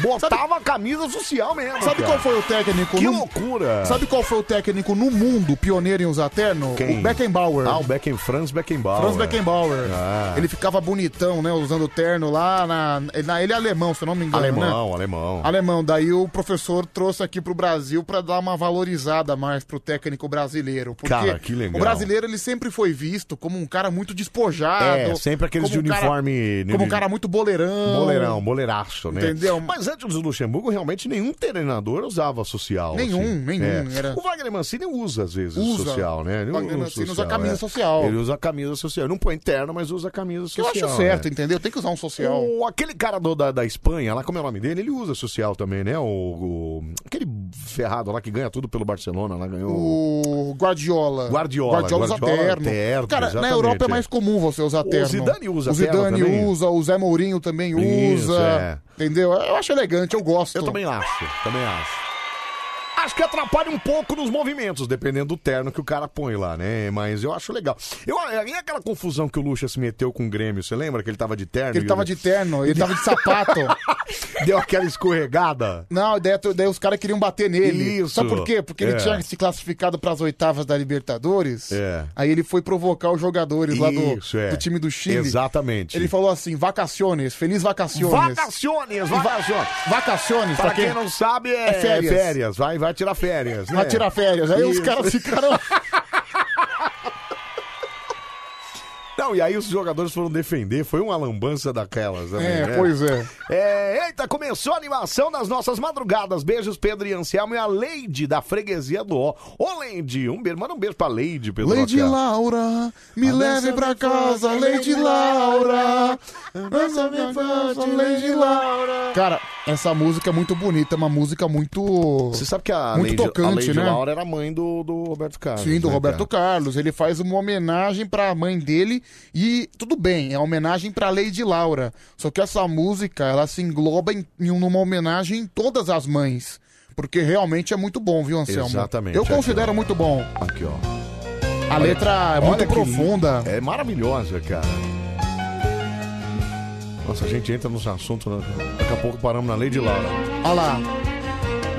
Speaker 1: botava camisa social mesmo.
Speaker 3: Sabe
Speaker 1: cara.
Speaker 3: qual foi o técnico?
Speaker 1: Que
Speaker 3: no-
Speaker 1: loucura!
Speaker 3: Sabe qual foi o técnico no mundo pioneiro em usar terno?
Speaker 1: Quem?
Speaker 3: O Beckenbauer.
Speaker 1: Ah, o Becken, Franz Beckenbauer.
Speaker 3: Franz Beckenbauer.
Speaker 1: Ah.
Speaker 3: Ele ficava bonitão, né? Usando terno lá na, na- Ele é alemão, se eu não me engano, né?
Speaker 1: Alemão, alemão.
Speaker 3: Alemão. Daí o professor trouxe aqui pro Brasil pra dar uma valorizada mais pro técnico brasileiro. Porque
Speaker 1: Cara, que legal.
Speaker 3: o brasileiro ele sempre foi visto como um cara muito despojado.
Speaker 1: É, sempre aqueles
Speaker 3: como
Speaker 1: de
Speaker 3: um cara-
Speaker 1: uniforme-
Speaker 3: como um cara muito boleirão.
Speaker 1: Boleirão, boleiraço, né?
Speaker 3: Entendeu?
Speaker 1: Mas antes do Luxemburgo, realmente nenhum treinador usava social.
Speaker 3: Nenhum,
Speaker 1: assim.
Speaker 3: nenhum,
Speaker 1: É.
Speaker 3: era-
Speaker 1: O Wagner Mancini usa, às vezes,
Speaker 3: Usa.
Speaker 1: social, né? Ele
Speaker 3: O Wagner Mancini usa camisa social.
Speaker 1: Ele usa camisa social. Não põe terno, mas usa camisa
Speaker 3: Que eu
Speaker 1: social.
Speaker 3: acho certo,
Speaker 1: né?
Speaker 3: entendeu? Tem que usar um social.
Speaker 1: O, aquele cara do- da, da Espanha, lá como é o nome dele, ele usa social também, né? O, o- aquele ferrado lá que ganha tudo pelo Barcelona, lá ganhou.
Speaker 3: O Guardiola.
Speaker 1: Guardiola,
Speaker 3: Guardiola usa
Speaker 1: Guardiola,
Speaker 3: terno.
Speaker 1: terno,
Speaker 3: Cara,
Speaker 1: exatamente,
Speaker 3: na Europa
Speaker 1: é.
Speaker 3: é mais comum você usar
Speaker 1: O
Speaker 3: terno.
Speaker 1: Zidane usa
Speaker 3: O Zidane
Speaker 1: terno também.
Speaker 3: usa, o Zé Mourinho também usa.
Speaker 1: Isso, é.
Speaker 3: Entendeu? Eu acho elegante, eu gosto.
Speaker 1: Eu também acho, também acho. Acho que atrapalha um pouco nos movimentos, dependendo do terno que o cara põe lá, né? Mas eu acho legal. Eu, eh, e aquela confusão que o Lucha se meteu com o Grêmio, você lembra que ele tava de terno?
Speaker 3: Porque ele
Speaker 1: e-
Speaker 3: tava de terno, ele tava de sapato.
Speaker 1: Deu aquela escorregada.
Speaker 3: Não, daí, daí os caras queriam bater nele.
Speaker 1: Isso.
Speaker 3: Sabe por quê? Porque
Speaker 1: É.
Speaker 3: ele tinha se classificado pras oitavas da Libertadores.
Speaker 1: É.
Speaker 3: Aí ele foi provocar os jogadores lá do,
Speaker 1: Isso, é.
Speaker 3: do time do Chile.
Speaker 1: Exatamente.
Speaker 3: Ele falou assim: vacaciones, feliz vacaciones.
Speaker 1: Vacaciones, vacaciones.
Speaker 3: Vacaciones,
Speaker 1: Pra quem não sabe, é,
Speaker 3: É férias.
Speaker 1: férias. Vai, vai tirar férias, né?
Speaker 3: Vai tirar férias. Aí os
Speaker 1: Isso.
Speaker 3: caras ficaram.
Speaker 1: Não, e aí os jogadores foram defender, foi uma lambança daquelas. Também,
Speaker 3: É,
Speaker 1: né?
Speaker 3: pois é.
Speaker 1: É, Eita, começou a animação das nossas madrugadas. Beijos, Pedro e Anselmo e a Leide da freguesia do Ó. Ô, Leide, um beijo, manda um beijo pra Leide, Pedro.
Speaker 3: Lady Laura, me leve pra casa, Lady Laura. Essa minha casa, Lady Laura. Cara, essa música é muito bonita, é uma música muito.
Speaker 1: Você sabe que a
Speaker 3: Muito
Speaker 1: Leide, a
Speaker 3: tocante,
Speaker 1: Leide
Speaker 3: né?
Speaker 1: Laura era mãe do, do Roberto Carlos.
Speaker 3: Sim, do
Speaker 1: né,
Speaker 3: Roberto
Speaker 1: cara?
Speaker 3: Carlos. Ele faz uma homenagem pra mãe dele e tudo bem, é uma homenagem pra Lady Laura. Só que essa música, ela se engloba em, em uma homenagem em todas as mães. Porque realmente é muito bom, viu, Anselmo?
Speaker 1: Exatamente,
Speaker 3: Eu
Speaker 1: aqui,
Speaker 3: considero muito bom.
Speaker 1: Aqui, ó.
Speaker 3: A letra é muito
Speaker 1: Olha que
Speaker 3: profunda.
Speaker 1: lindo. É maravilhosa, cara. Nossa, a gente entra nos assuntos. né? Daqui a pouco paramos na Lady Laura.
Speaker 3: Olha lá.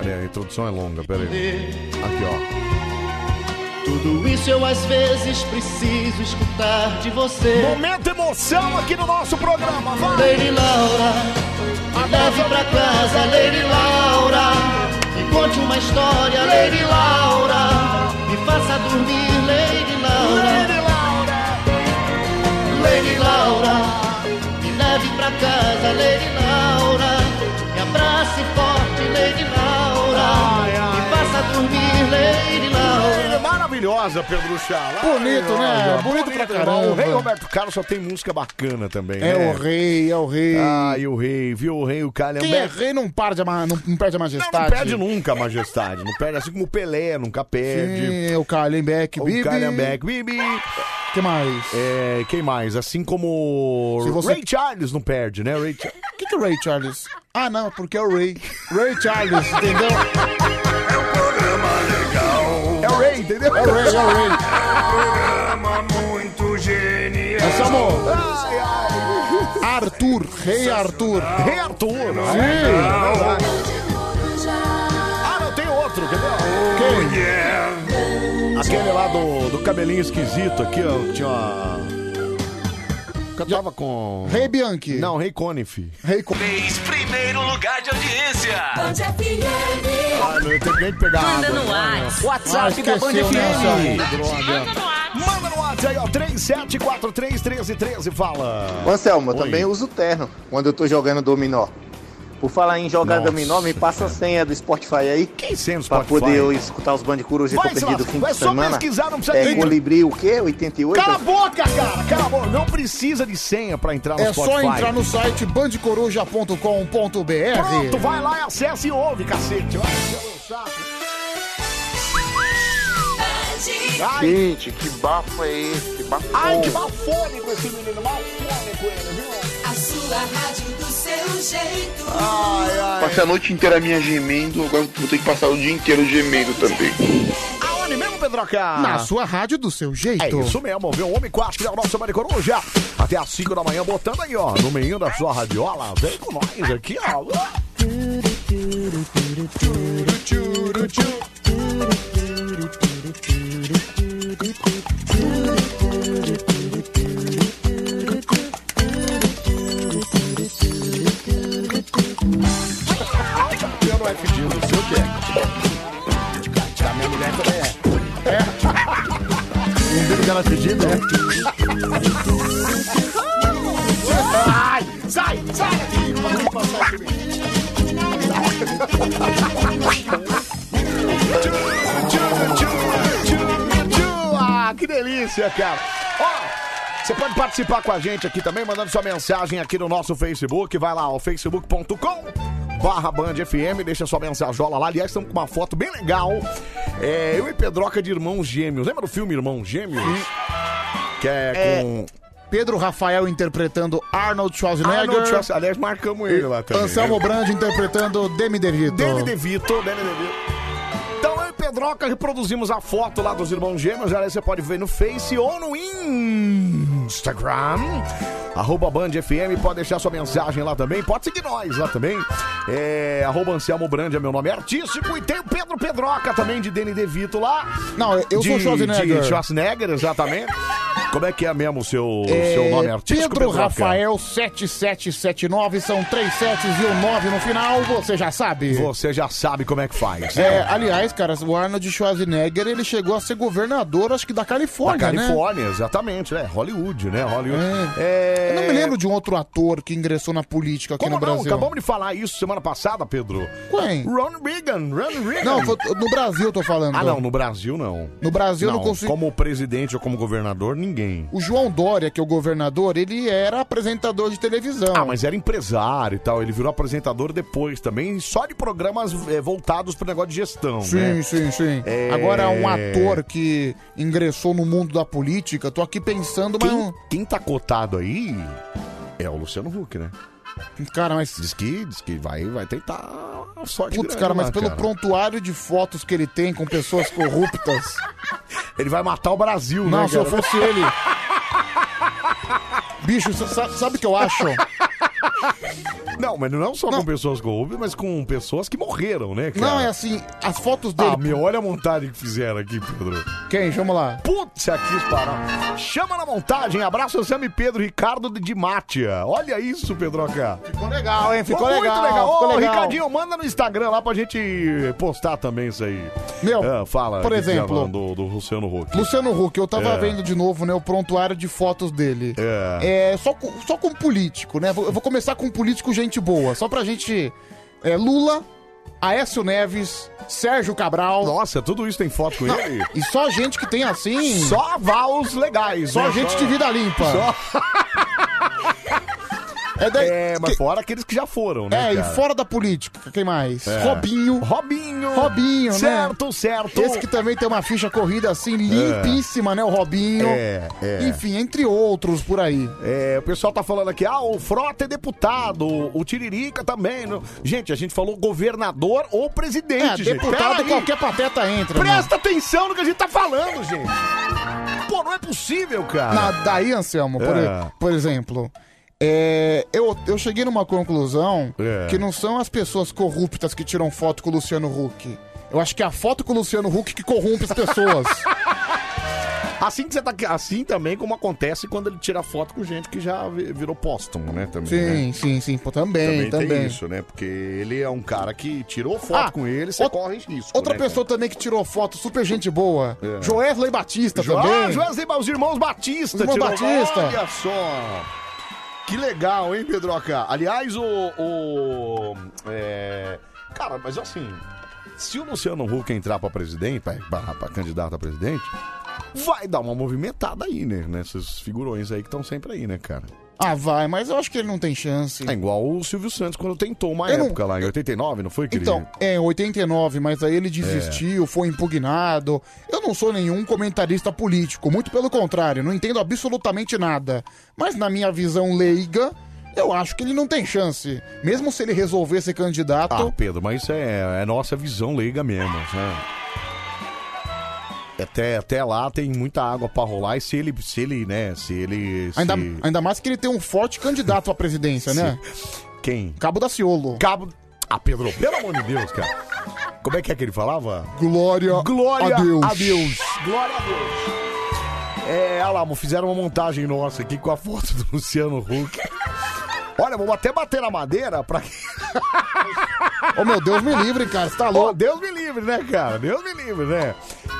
Speaker 1: Peraí, a introdução é longa, peraí. Aqui, ó.
Speaker 5: Tudo isso eu às vezes preciso escutar de você.
Speaker 1: Momento emoção aqui no nosso programa, vai!
Speaker 5: Lady Laura, me leve pra casa, Lady Laura. Me conte uma história, Lady Laura. Me faça dormir, Lady Laura.
Speaker 1: Lady Laura!
Speaker 5: Lady Laura, me leve pra casa, Lady Laura. Me abrace forte, Lady Laura.
Speaker 1: Ai, ai.
Speaker 5: Me faça dormir, Lady Laura.
Speaker 1: Ele é Maravilhosa, Pedro Chá.
Speaker 3: Bonito, né? Bonito pra caramba.
Speaker 1: O rei Roberto Carlos só tem música bacana também,
Speaker 3: É
Speaker 1: né?
Speaker 3: o rei, é o rei.
Speaker 1: Ai, o rei, viu o rei, o calhambeque.
Speaker 3: Quem é rei não, para de ama- não, não perde a
Speaker 1: Não,
Speaker 3: majestade.
Speaker 1: não perde nunca a majestade. Não perde, assim como o Pelé nunca perde.
Speaker 3: Sim, o Kalenbeck,
Speaker 1: O
Speaker 3: Bibi.
Speaker 1: Calhambeque, Bibi.
Speaker 3: que mais?
Speaker 1: É, quem mais? Assim como
Speaker 3: Se você-
Speaker 1: Ray Charles não perde, né? Ray Charles.
Speaker 3: O que, que é o Ray Charles? Ah, não, porque é o Ray. Ray Charles, entendeu?
Speaker 1: É o Ray, entendeu?
Speaker 3: É o Ray, é o Ray.
Speaker 6: muito genial.
Speaker 3: Anselmo,
Speaker 1: Ai, ai.
Speaker 3: Arthur, Rei Arthur.
Speaker 1: Rei Arthur. é?
Speaker 3: Sim,
Speaker 1: Ah, não, tem outro, quer ver?
Speaker 3: quem?
Speaker 1: Aquele lá do, do cabelinho esquisito aqui, ó. que Tinha uma... Cantava com...
Speaker 3: Rei Bianchi.
Speaker 1: Não, Rei Conif.
Speaker 3: Rei Co-
Speaker 6: Fez primeiro lugar de audiência.
Speaker 7: Band FM.
Speaker 1: Ah, não, eu terminei de pegar
Speaker 8: Manda
Speaker 1: água. né?
Speaker 8: no WhatsApp.
Speaker 3: Ah, esqueceu, né, Anselmo?
Speaker 1: Manda no WhatsApp aí, ó. 37431313, fala.
Speaker 9: Ô, Anselmo, eu
Speaker 1: Oi.
Speaker 9: também uso terno quando eu tô jogando dominó. Por falar em jogar
Speaker 1: Nossa,
Speaker 9: dominó, me passa a senha do Spotify aí.
Speaker 1: Quem sendo o
Speaker 9: Pra
Speaker 1: Spotify?
Speaker 9: poder eu escutar os bandicurus que eu
Speaker 1: Vai,
Speaker 9: perdi
Speaker 1: Silas,
Speaker 9: do fim
Speaker 1: vai
Speaker 9: de
Speaker 1: só
Speaker 9: semana.
Speaker 1: pesquisar, não precisa
Speaker 9: é
Speaker 1: nem-
Speaker 9: colibri o quê? 88?
Speaker 1: Cala a boca, cara! Cala a boca. Não precisa de senha pra entrar Tá no
Speaker 3: É
Speaker 1: Spotify.
Speaker 3: só entrar no site
Speaker 1: Pronto,
Speaker 3: bandcoruja.com.br.
Speaker 1: vai lá e acessa e ouve, cacete. Vai, seu chato. Ai,
Speaker 10: Gente, que bafo é esse? Que bafo.
Speaker 3: Oh.
Speaker 1: ai, que malfônico esse menino. Malfônico ele, viu?
Speaker 7: A sua rádio do seu jeito.
Speaker 1: Ai, ai.
Speaker 10: Passei a noite inteira minha gemendo, agora vou ter que passar o dia inteiro gemendo também.
Speaker 1: Aonde mesmo, Pedroca?
Speaker 3: Na sua rádio do seu
Speaker 1: É
Speaker 3: jeito.
Speaker 1: isso mesmo, viu? Homem 4 é o nosso Maricoruja. Até às 5 da manhã, botando aí, ó, no meio da sua radiola. Vem com nós aqui, ó. Eu não é pedido, não sei o que é. A minha mulher também é. Um dedo
Speaker 3: tá
Speaker 1: dela pedindo, né? Sai, sai, sai daqui! Ah, delícia, cara. é Ó, você pode participar com a gente aqui também, mandando sua mensagem aqui no nosso Facebook. Vai lá, ó, facebook.com barra Band FM, deixa sua mensajola lá. Aliás, estamos com uma foto bem legal. É, eu e Pedroca de Irmãos Gêmeos. Lembra do filme Irmãos Gêmeos? Que é com...
Speaker 3: Pedro Rafael interpretando Arnold Schwarzenegger.
Speaker 1: Arnold Schwarzenegger. Aliás, marcamos ele lá também. né?
Speaker 3: Anselmo Brandi interpretando né? Demi DeVito.
Speaker 1: Danny DeVito, Danny DeVito. Então eu e Pedroca reproduzimos a foto lá dos irmãos gêmeos. Aliás, você pode ver no Face ou no Instagram. Arroba Band FM, pode deixar sua mensagem lá também. Pode seguir nós lá também. É, arroba Anselmo Brandi é meu nome artístico. E tem o Pedro Pedroca também, de Danny DeVito lá.
Speaker 3: Não, eu
Speaker 1: de,
Speaker 3: sou Schwarzenegger.
Speaker 1: De Schwarzenegger, exatamente. Como é que é mesmo o seu,
Speaker 3: É,
Speaker 1: seu nome artístico?
Speaker 3: Pedro
Speaker 1: Pedroca?
Speaker 3: Rafael 7779, são três setes e um nove no final, você já sabe.
Speaker 1: Você já sabe como é que faz.
Speaker 3: É, aliás, cara, o Arnold Schwarzenegger, ele chegou a ser governador, acho que da Califórnia,
Speaker 1: da
Speaker 3: né?
Speaker 1: Califórnia, exatamente, né? Hollywood, né? Hollywood. É.
Speaker 3: Eu não me lembro de um outro ator que ingressou na política aqui
Speaker 1: Como
Speaker 3: no
Speaker 1: não?
Speaker 3: Brasil.
Speaker 1: Acabamos de falar isso semana passada, Pedro.
Speaker 3: Quem?
Speaker 1: Ron Reagan, Ron Reagan.
Speaker 3: Não, foi- no Brasil eu tô falando.
Speaker 1: Ah, não, no Brasil não.
Speaker 3: No Brasil eu não consigo-
Speaker 1: Como presidente ou como governador, ninguém.
Speaker 3: O João Dória, que é o governador, ele era apresentador de televisão.
Speaker 1: Ah, mas era empresário e tal, ele virou apresentador depois também, só de programas eh, voltados pro negócio de gestão,
Speaker 3: Sim,
Speaker 1: né?
Speaker 3: sim, sim.
Speaker 1: É.
Speaker 3: Agora, um ator que ingressou no mundo da política, tô aqui pensando, mas.
Speaker 1: Quem,
Speaker 3: não-
Speaker 1: quem tá cotado aí é o Luciano Huck, né?
Speaker 3: Cara, mas.
Speaker 1: Diz que, diz que vai, vai tentar a sorte
Speaker 3: Putz,
Speaker 1: grande
Speaker 3: cara, mas
Speaker 1: lá,
Speaker 3: pelo
Speaker 1: cara.
Speaker 3: prontuário de fotos que ele tem com pessoas corruptas.
Speaker 1: Ele vai matar o Brasil, né?
Speaker 3: Não, se eu
Speaker 1: cara?
Speaker 3: fosse ele. Bicho, sa- sa- sabe o que eu acho?
Speaker 1: Não, mas não só com pessoas corruptas, mas com pessoas que morreram, né, cara?
Speaker 3: Não, é assim, as fotos dele.
Speaker 1: Ah, meu, olha a montagem que fizeram aqui, Pedro.
Speaker 3: Quem? Vamos lá.
Speaker 1: Putz, aqui parar. Chama na montagem. Abraço, Sam e Pedro, Ricardo de Mátia. Olha isso, Pedroca.
Speaker 3: Ficou legal, hein? Ficou
Speaker 1: Muito
Speaker 3: legal.
Speaker 1: legal.
Speaker 3: Ficou
Speaker 1: Ô,
Speaker 3: legal.
Speaker 1: Ricardinho, manda no Instagram lá pra gente postar também isso aí.
Speaker 3: Meu,
Speaker 1: Ah, fala.
Speaker 3: por
Speaker 1: que que você
Speaker 3: exemplo-
Speaker 1: falando do, do Luciano Huck.
Speaker 3: Luciano Huck, eu tava
Speaker 1: É.
Speaker 3: vendo de novo, né, o prontuário de fotos dele. É. só, com, só com político, né? Vou- Eu vou começar com político gente boa, só pra gente... É, Lula, Aécio Neves, Sérgio Cabral...
Speaker 1: Nossa, tudo isso tem foto com
Speaker 3: Não,
Speaker 1: ele?
Speaker 3: E só gente que tem assim...
Speaker 1: Só valos legais.
Speaker 3: Só
Speaker 1: né?
Speaker 3: gente de vida limpa.
Speaker 1: Só...
Speaker 3: É, daí-
Speaker 1: É, mas fora aqueles que já foram, né?
Speaker 3: É, e
Speaker 1: cara?
Speaker 3: fora da política, quem mais?
Speaker 1: É.
Speaker 3: Robinho.
Speaker 1: Robinho.
Speaker 3: Robinho,
Speaker 1: Certo,
Speaker 3: né?
Speaker 1: certo.
Speaker 3: Esse que também tem uma ficha corrida assim, limpíssima, né? O Robinho.
Speaker 1: É, é.
Speaker 3: Enfim, entre outros por aí.
Speaker 1: É, o pessoal tá falando aqui, ah, o Frota é deputado, o Tiririca também. não- Gente, a gente falou governador ou presidente,
Speaker 3: É,
Speaker 1: gente. Pera
Speaker 3: deputado,
Speaker 1: aí.
Speaker 3: qualquer pateta entra. mano.
Speaker 1: Presta atenção no que a gente tá falando, gente. Pô, não é possível, cara.
Speaker 3: Na- daí, Anselmo, por,
Speaker 1: É.
Speaker 3: por exemplo, é, eu, eu cheguei numa conclusão
Speaker 1: É.
Speaker 3: que não são as pessoas corruptas que tiram foto com o Luciano Huck. Eu acho que é a foto com o Luciano Huck que corrompe as pessoas.
Speaker 1: Assim que você tá assim também como acontece quando ele tira foto com gente que já vi- virou póstumo, né, também, né?
Speaker 3: sim, sim, sim. pô, também,
Speaker 1: Também,
Speaker 3: também.
Speaker 1: tem isso, né? Porque ele é um cara que tirou foto
Speaker 3: Ah,
Speaker 1: com ele, você
Speaker 3: ou-
Speaker 1: corre risco.
Speaker 3: Outra
Speaker 1: né, cara?
Speaker 3: pessoa também que tirou foto, super gente boa.
Speaker 1: É.
Speaker 3: Joesley Batista
Speaker 1: Jo- Ah,
Speaker 3: também.
Speaker 1: Joesley, os irmãos Batista.
Speaker 3: Os irmãos
Speaker 1: tirou-
Speaker 3: Batista.
Speaker 1: Olha só. Que legal, hein, Pedroca? Aliás, o... o é, Cara, mas assim... Se o Luciano Huck entrar pra presidente, pra, pra- pra candidato a presidente, vai dar uma movimentada aí, né? Nesses figurões aí que estão sempre aí, né, cara?
Speaker 3: Ah, vai, mas eu acho que ele não tem chance.
Speaker 1: É igual o Silvio Santos quando tentou uma
Speaker 3: Eu não-
Speaker 1: época lá, em 89, não foi, querido?
Speaker 3: Então, é, 89, mas aí ele desistiu, foi impugnado. Eu não sou nenhum comentarista político, muito pelo contrário, não entendo absolutamente nada. Mas na minha visão leiga, eu acho que ele não tem chance. Mesmo se ele resolver ser
Speaker 1: Ah,
Speaker 3: candidato,
Speaker 1: Pedro, mas isso é, é nossa visão leiga mesmo, né? Até, até lá tem muita água pra rolar e se ele, se ele, né, se ele... se-
Speaker 3: ainda, ainda mais que ele tem um forte candidato à presidência, né?
Speaker 1: Quem?
Speaker 3: Cabo da Ciolo.
Speaker 1: Cabo... Ah, Pedro, pelo amor de Deus, cara. Como é que é que ele falava?
Speaker 3: Glória,
Speaker 1: Glória
Speaker 3: a Deus.
Speaker 1: a Deus. Glória a Deus. É, olha lá, amor, fizeram uma montagem nossa aqui com a foto do Luciano Huck. Olha, vamos até bater na madeira pra que...
Speaker 3: Ô meu Deus, me livre, cara, você tá
Speaker 1: Ó,
Speaker 3: louco.
Speaker 1: Deus me livre, né, cara? Deus me livre, né?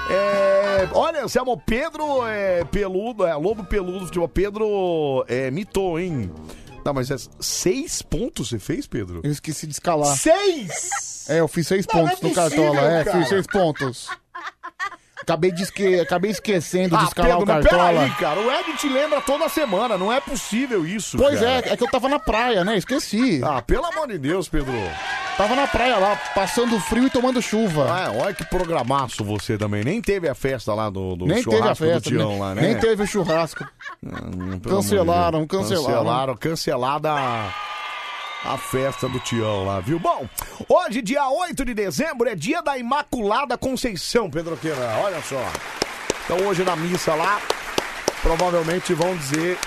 Speaker 1: É, olha, Selmo, Pedro é peludo, é lobo peludo, tipo, Pedro é, mitou, hein? Tá, mas é seis pontos você fez, Pedro?
Speaker 3: Eu esqueci de escalar.
Speaker 1: Seis!
Speaker 3: É, eu fiz seis
Speaker 1: Não, não
Speaker 3: pontos
Speaker 1: é
Speaker 3: no
Speaker 1: possível,
Speaker 3: Cartola. É,
Speaker 1: cara.
Speaker 3: fiz seis pontos. Acabei, de esque... Acabei esquecendo de
Speaker 1: Ah,
Speaker 3: escalar
Speaker 1: Pedro,
Speaker 3: o
Speaker 1: mas
Speaker 3: Cartola.
Speaker 1: peraí, cara. O Ed te lembra toda semana. Não é possível isso,
Speaker 3: Pois
Speaker 1: cara.
Speaker 3: é, é que eu tava na praia, né? Esqueci.
Speaker 1: Ah, pelo amor de Deus, Pedro.
Speaker 3: Tava na praia lá, passando frio e tomando chuva.
Speaker 1: Ah, olha que programaço você também. Nem teve a festa lá do, do
Speaker 3: nem teve a
Speaker 1: churrasco
Speaker 3: festa,
Speaker 1: do Tirão
Speaker 3: nem,
Speaker 1: lá, né?
Speaker 3: nem teve o churrasco.
Speaker 1: Hum, pelo
Speaker 3: Cancelaram,
Speaker 1: amor
Speaker 3: cancelaram.
Speaker 1: de Deus. Cancelaram, cancelada a- a festa do Tião lá, viu? Bom, hoje, dia 8 de dezembro, é dia da Imaculada Conceição, Pedro Queira. Olha só. Então hoje na missa lá, provavelmente vão dizer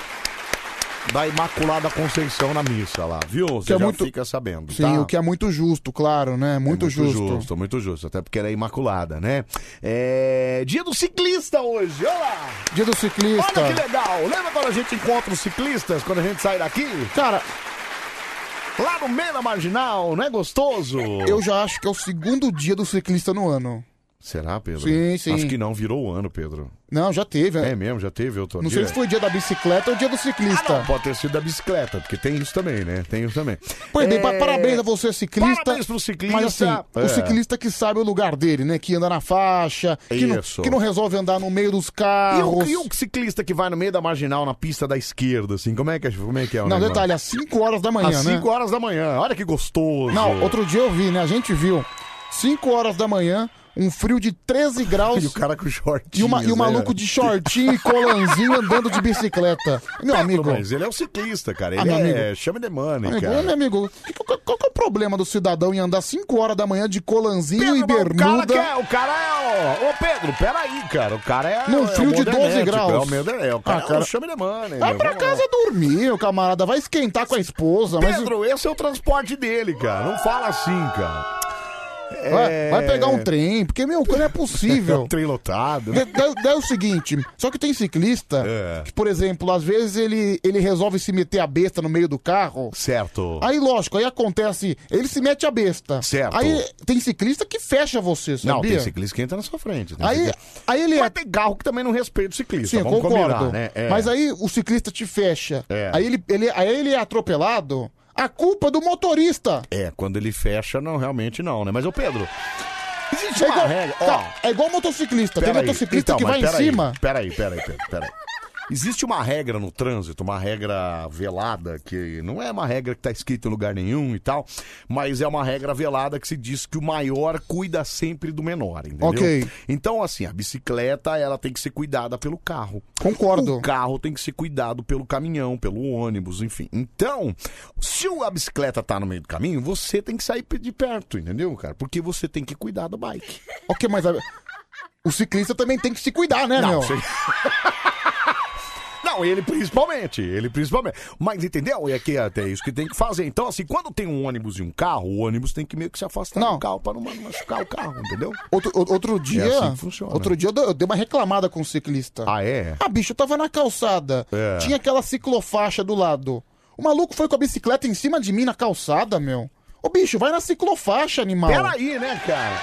Speaker 1: da Imaculada Conceição na missa lá, viu? Você
Speaker 3: Que é
Speaker 1: já
Speaker 3: muito-
Speaker 1: fica sabendo,
Speaker 3: Sim,
Speaker 1: tá? É
Speaker 3: o que é muito justo, claro, né? Muito,
Speaker 1: Muito
Speaker 3: justo.
Speaker 1: justo. muito justo, até porque era imaculada, né? É dia do ciclista hoje, olha lá!
Speaker 3: Dia do ciclista.
Speaker 1: Olha que legal! Lembra quando a gente encontra os ciclistas, quando a gente sai daqui?
Speaker 3: Cara,
Speaker 1: lá no meio da marginal, não é gostoso?
Speaker 3: Eu já acho que é o segundo dia do ciclista no ano.
Speaker 1: Será, Pedro?
Speaker 3: Sim, sim.
Speaker 1: Acho que não, virou o ano, Pedro.
Speaker 3: Não, já teve. né?
Speaker 1: É mesmo, já teve outro
Speaker 3: Não
Speaker 1: dia. Ah,
Speaker 3: sei se foi dia da bicicleta ou dia do ciclista.
Speaker 1: Pode ter sido da bicicleta, porque tem isso também, né? Tem isso também.
Speaker 3: Pois bem,
Speaker 1: É,
Speaker 3: pa- parabéns a você, ciclista.
Speaker 1: Parabéns pro ciclista.
Speaker 3: Mas assim,
Speaker 1: É.
Speaker 3: o ciclista que sabe o lugar dele, né? Que anda na faixa, que não,
Speaker 1: Isso.
Speaker 3: que não é resolve andar no meio dos
Speaker 1: E o,
Speaker 3: carros.
Speaker 1: e o ciclista que vai no meio da marginal, na pista da esquerda, assim, como é que é, como é, que é o
Speaker 3: Não,
Speaker 1: negócio?
Speaker 3: detalhe, às 5 horas da manhã,
Speaker 1: Às
Speaker 3: né?
Speaker 1: 5 horas da manhã, olha que gostoso.
Speaker 3: Não, outro dia eu vi, né? A gente viu. 5 horas da manhã, um frio de 13 graus.
Speaker 1: E o cara com
Speaker 3: E,
Speaker 1: shortinho.
Speaker 3: uma, e o
Speaker 1: né?
Speaker 3: maluco de shortinho e colanzinho andando de bicicleta. Meu amigo.
Speaker 1: Mas ele é um ciclista, cara.
Speaker 3: Ah,
Speaker 1: Ele
Speaker 3: meu
Speaker 1: é.
Speaker 3: amigo.
Speaker 1: Chama de money,
Speaker 3: Amigo,
Speaker 1: cara.
Speaker 3: meu amigo, que- que- qual, que é o problema do cidadão em andar 5 horas da manhã de colanzinho e
Speaker 1: Pedro, mas O cara,
Speaker 3: bermuda?
Speaker 1: quer, o cara é. Ó, ô, Pedro, peraí, cara. O cara é.
Speaker 3: Num frio
Speaker 1: é
Speaker 3: de 12
Speaker 1: modernético,
Speaker 3: graus.
Speaker 1: É o medo, é. O cara,
Speaker 3: Ah, cara.
Speaker 1: é um chame de money.
Speaker 3: Vai
Speaker 1: meu,
Speaker 3: pra
Speaker 1: vamos
Speaker 3: casa dormir, o camarada. Vai esquentar com a esposa.
Speaker 1: lá.
Speaker 3: Mas...
Speaker 1: Pedro, esse é o transporte dele, cara. Não fala assim, cara.
Speaker 3: Vai, vai pegar um trem, porque, meu, não é
Speaker 1: É um
Speaker 3: possível.
Speaker 1: trem lotado.
Speaker 3: Da- da- Daí é o seguinte, só que tem ciclista
Speaker 1: É.
Speaker 3: que, por exemplo, às vezes ele, ele resolve se meter a besta no meio do carro.
Speaker 1: Certo.
Speaker 3: Aí, lógico, aí acontece, ele se mete a besta.
Speaker 1: Certo.
Speaker 3: Aí tem ciclista que fecha você, sabia?
Speaker 1: não, tem ciclista que entra na sua frente. né? tem
Speaker 3: Aí,
Speaker 1: ciclista-
Speaker 3: aí ele é-
Speaker 1: Mas tem carro que também não respeita o ciclista.
Speaker 3: Sim, eu
Speaker 1: vamos
Speaker 3: concordo.
Speaker 1: combinar, né? É.
Speaker 3: Mas aí o ciclista te fecha.
Speaker 1: É.
Speaker 3: Aí, ele, ele, aí ele é atropelado. A culpa é do motorista.
Speaker 1: É, quando ele fecha, não, realmente não, né? Mas, ô Pedro, existe
Speaker 3: É
Speaker 1: uma
Speaker 3: igual,
Speaker 1: regra. Ó,
Speaker 3: Tá, é igual motociclista. Tem
Speaker 1: Peraí,
Speaker 3: motociclista
Speaker 1: então,
Speaker 3: que
Speaker 1: mas
Speaker 3: vai em
Speaker 1: peraí,
Speaker 3: cima.
Speaker 1: Peraí, peraí, peraí, peraí. Existe uma regra no trânsito, uma regra velada, que não é uma regra que tá escrita em lugar nenhum e tal, mas é uma regra velada que se diz que o maior cuida sempre do menor, entendeu?
Speaker 3: Ok.
Speaker 1: Então, assim, a bicicleta, ela tem que ser cuidada pelo carro.
Speaker 3: Concordo.
Speaker 1: O carro tem que ser cuidado pelo caminhão, pelo ônibus, enfim. Então, se a bicicleta tá no meio do caminho, você tem que sair de perto, entendeu, cara? Porque você tem que cuidar da bike.
Speaker 3: Ok, mas a- o ciclista também tem que se cuidar, né, meu?
Speaker 1: Não, você- Não, ele principalmente, ele principalmente. Mas entendeu? E aqui até isso que tem que fazer. Então, assim, quando tem um ônibus e um carro, o ônibus tem que meio que se afastar
Speaker 3: Não.
Speaker 1: do carro pra não ma- machucar o carro, entendeu?
Speaker 3: Outro, o- outro dia.
Speaker 1: assim que funciona.
Speaker 3: Outro dia eu dei- eu dei uma reclamada com o ciclista.
Speaker 1: Ah, é?
Speaker 3: Ah, bicho, eu tava na calçada.
Speaker 1: É.
Speaker 3: Tinha aquela ciclofaixa do lado. O maluco foi com a bicicleta em cima de mim na calçada, meu. Ô, bicho, vai na ciclofaixa, animal.
Speaker 1: Peraí, né, cara?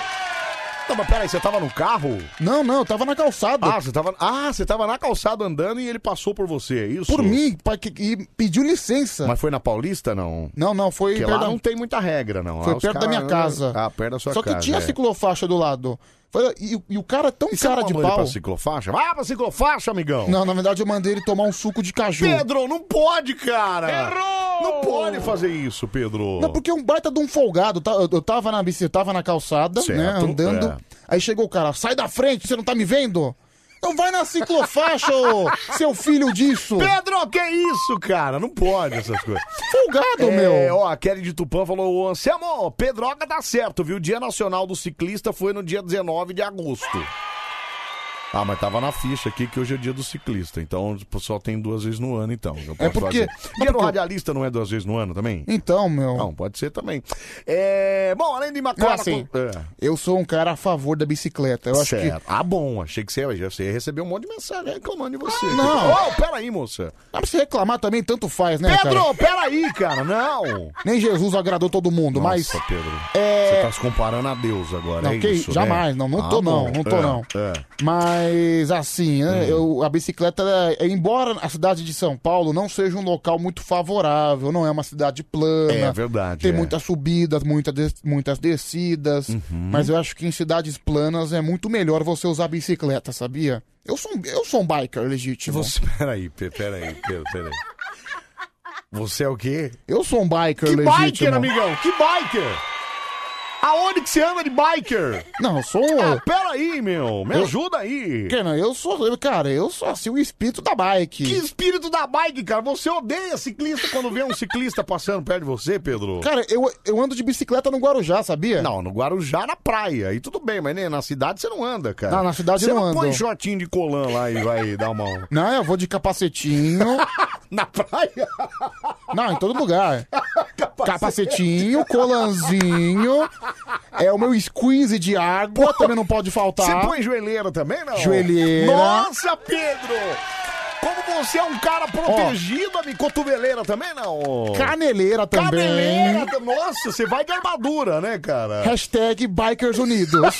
Speaker 1: Não, mas peraí, você tava no carro?
Speaker 3: Não, não, eu tava na calçada.
Speaker 1: Ah, você tava, ah, você tava na calçada andando e ele passou por você, é isso?
Speaker 3: por mim, pra que- e pediu licença.
Speaker 1: Mas foi na Paulista, não?
Speaker 3: Não, não, foi
Speaker 1: Porque
Speaker 3: perto,
Speaker 1: lá
Speaker 3: da-
Speaker 1: não tem muita regra, não. Lá
Speaker 3: foi
Speaker 1: os
Speaker 3: perto da
Speaker 1: caras-
Speaker 3: minha casa.
Speaker 1: Ah, perto da sua
Speaker 3: Só
Speaker 1: casa.
Speaker 3: que tinha
Speaker 1: é.
Speaker 3: ciclofaixa do lado. Foi- E, e o cara é tão
Speaker 1: E você
Speaker 3: cara
Speaker 1: não
Speaker 3: de
Speaker 1: mandou ele
Speaker 3: pau.
Speaker 1: pra ciclofaixa? Vai pra ciclofaixa, amigão!
Speaker 3: Não, na verdade eu mandei ele tomar um suco de caju.
Speaker 1: Pedro, não pode, cara! Errou! Não pode fazer isso, Pedro!
Speaker 3: Não, porque é um baita de um folgado. tá? Eu eu tava na bicicleta, tava na calçada,
Speaker 1: Certo,
Speaker 3: né? Andando.
Speaker 1: é.
Speaker 3: Aí chegou o cara, sai da frente, você não tá me vendo? Então vai na ciclofaixa, ô, seu filho disso!
Speaker 1: Pedro, que isso, cara? Não pode essas coisas.
Speaker 3: Folgado,
Speaker 1: É,
Speaker 3: meu!
Speaker 1: ó, a Kelly de Tupã falou, ô
Speaker 3: é
Speaker 1: Anselmo, Pedroca tá certo, viu? O Dia Nacional do Ciclista foi no dia 19 de agosto. Ah, mas tava na ficha aqui que hoje é dia do ciclista, então só tem duas vezes no ano, então. Eu posso
Speaker 3: porque-
Speaker 1: fazer.
Speaker 3: é
Speaker 1: Dia do
Speaker 3: porque-
Speaker 1: radialista não é duas vezes no ano também?
Speaker 3: Então, meu.
Speaker 1: Não, pode ser também. É, bom, além de
Speaker 3: Não,
Speaker 1: matar...
Speaker 3: assim, eu sou um cara a favor da bicicleta. Eu acho
Speaker 1: Certo. Ah, bom, achei que você, já- você ia receber um monte de mensagem reclamando de você.
Speaker 3: não.
Speaker 1: Oh, peraí, moça.
Speaker 3: que. Dá pra se reclamar também, tanto faz, né, cara?
Speaker 1: Pedro, peraí, cara, não.
Speaker 3: Nem Jesus agradou todo mundo, mas.
Speaker 1: Nossa, Pedro.
Speaker 3: É,
Speaker 1: Você
Speaker 3: é-
Speaker 1: tá se comparando a Deus agora,
Speaker 3: Não,
Speaker 1: é
Speaker 3: que-
Speaker 1: isso, né?
Speaker 3: jamais, não, não tô não,
Speaker 1: bom.
Speaker 3: não tô
Speaker 1: É,
Speaker 3: não.
Speaker 1: é.
Speaker 3: Mas assim, né,
Speaker 1: Uhum.
Speaker 3: eu, a bicicleta, é, embora a cidade de São Paulo não seja um local muito favorável, não é uma cidade plana.
Speaker 1: É verdade,
Speaker 3: Tem
Speaker 1: é.
Speaker 3: muitas subidas, muita des- muitas descidas.
Speaker 1: Uhum.
Speaker 3: Mas eu acho que em cidades planas é muito melhor você usar bicicleta, sabia? Eu sou, um- eu sou um biker legítimo.
Speaker 1: Você, peraí, pe- peraí, peraí, peraí. Você é o quê?
Speaker 3: Eu sou um biker
Speaker 1: Que
Speaker 3: legítimo.
Speaker 1: biker, amigão? Que biker? Aonde que você anda de biker?
Speaker 3: Não, eu sou. um-
Speaker 1: Ah, peraí, meu. Me
Speaker 3: Eu-
Speaker 1: ajuda aí.
Speaker 3: Kenan, eu sou. eu- Cara, eu sou assim o espírito da bike.
Speaker 1: Que espírito da bike, cara. Você odeia ciclista quando vê um ciclista passando perto de você, Pedro?
Speaker 3: Cara, eu, eu ando de bicicleta no Guarujá, sabia?
Speaker 1: Não, no Guarujá na praia. E tudo bem, mas né, na cidade você não anda, cara.
Speaker 3: Não, na cidade
Speaker 1: você
Speaker 3: eu não
Speaker 1: não
Speaker 3: ando.
Speaker 1: põe shortinho de colã lá e vai dar uma.
Speaker 3: Não, eu vou de capacetinho.
Speaker 1: Na praia?
Speaker 3: Não, em todo lugar. Capacetinho, colanzinho. É o meu squeeze de água, também não pode faltar.
Speaker 1: Você põe joelheira também, não?
Speaker 3: Joelheira.
Speaker 1: Nossa, Pedro! Como você é um cara protegido, amigo. Cotoveleira também, não?
Speaker 3: Caneleira também.
Speaker 1: Caneleira. Nossa, você vai de armadura, né, cara?
Speaker 3: Hashtag Bikers Unidos.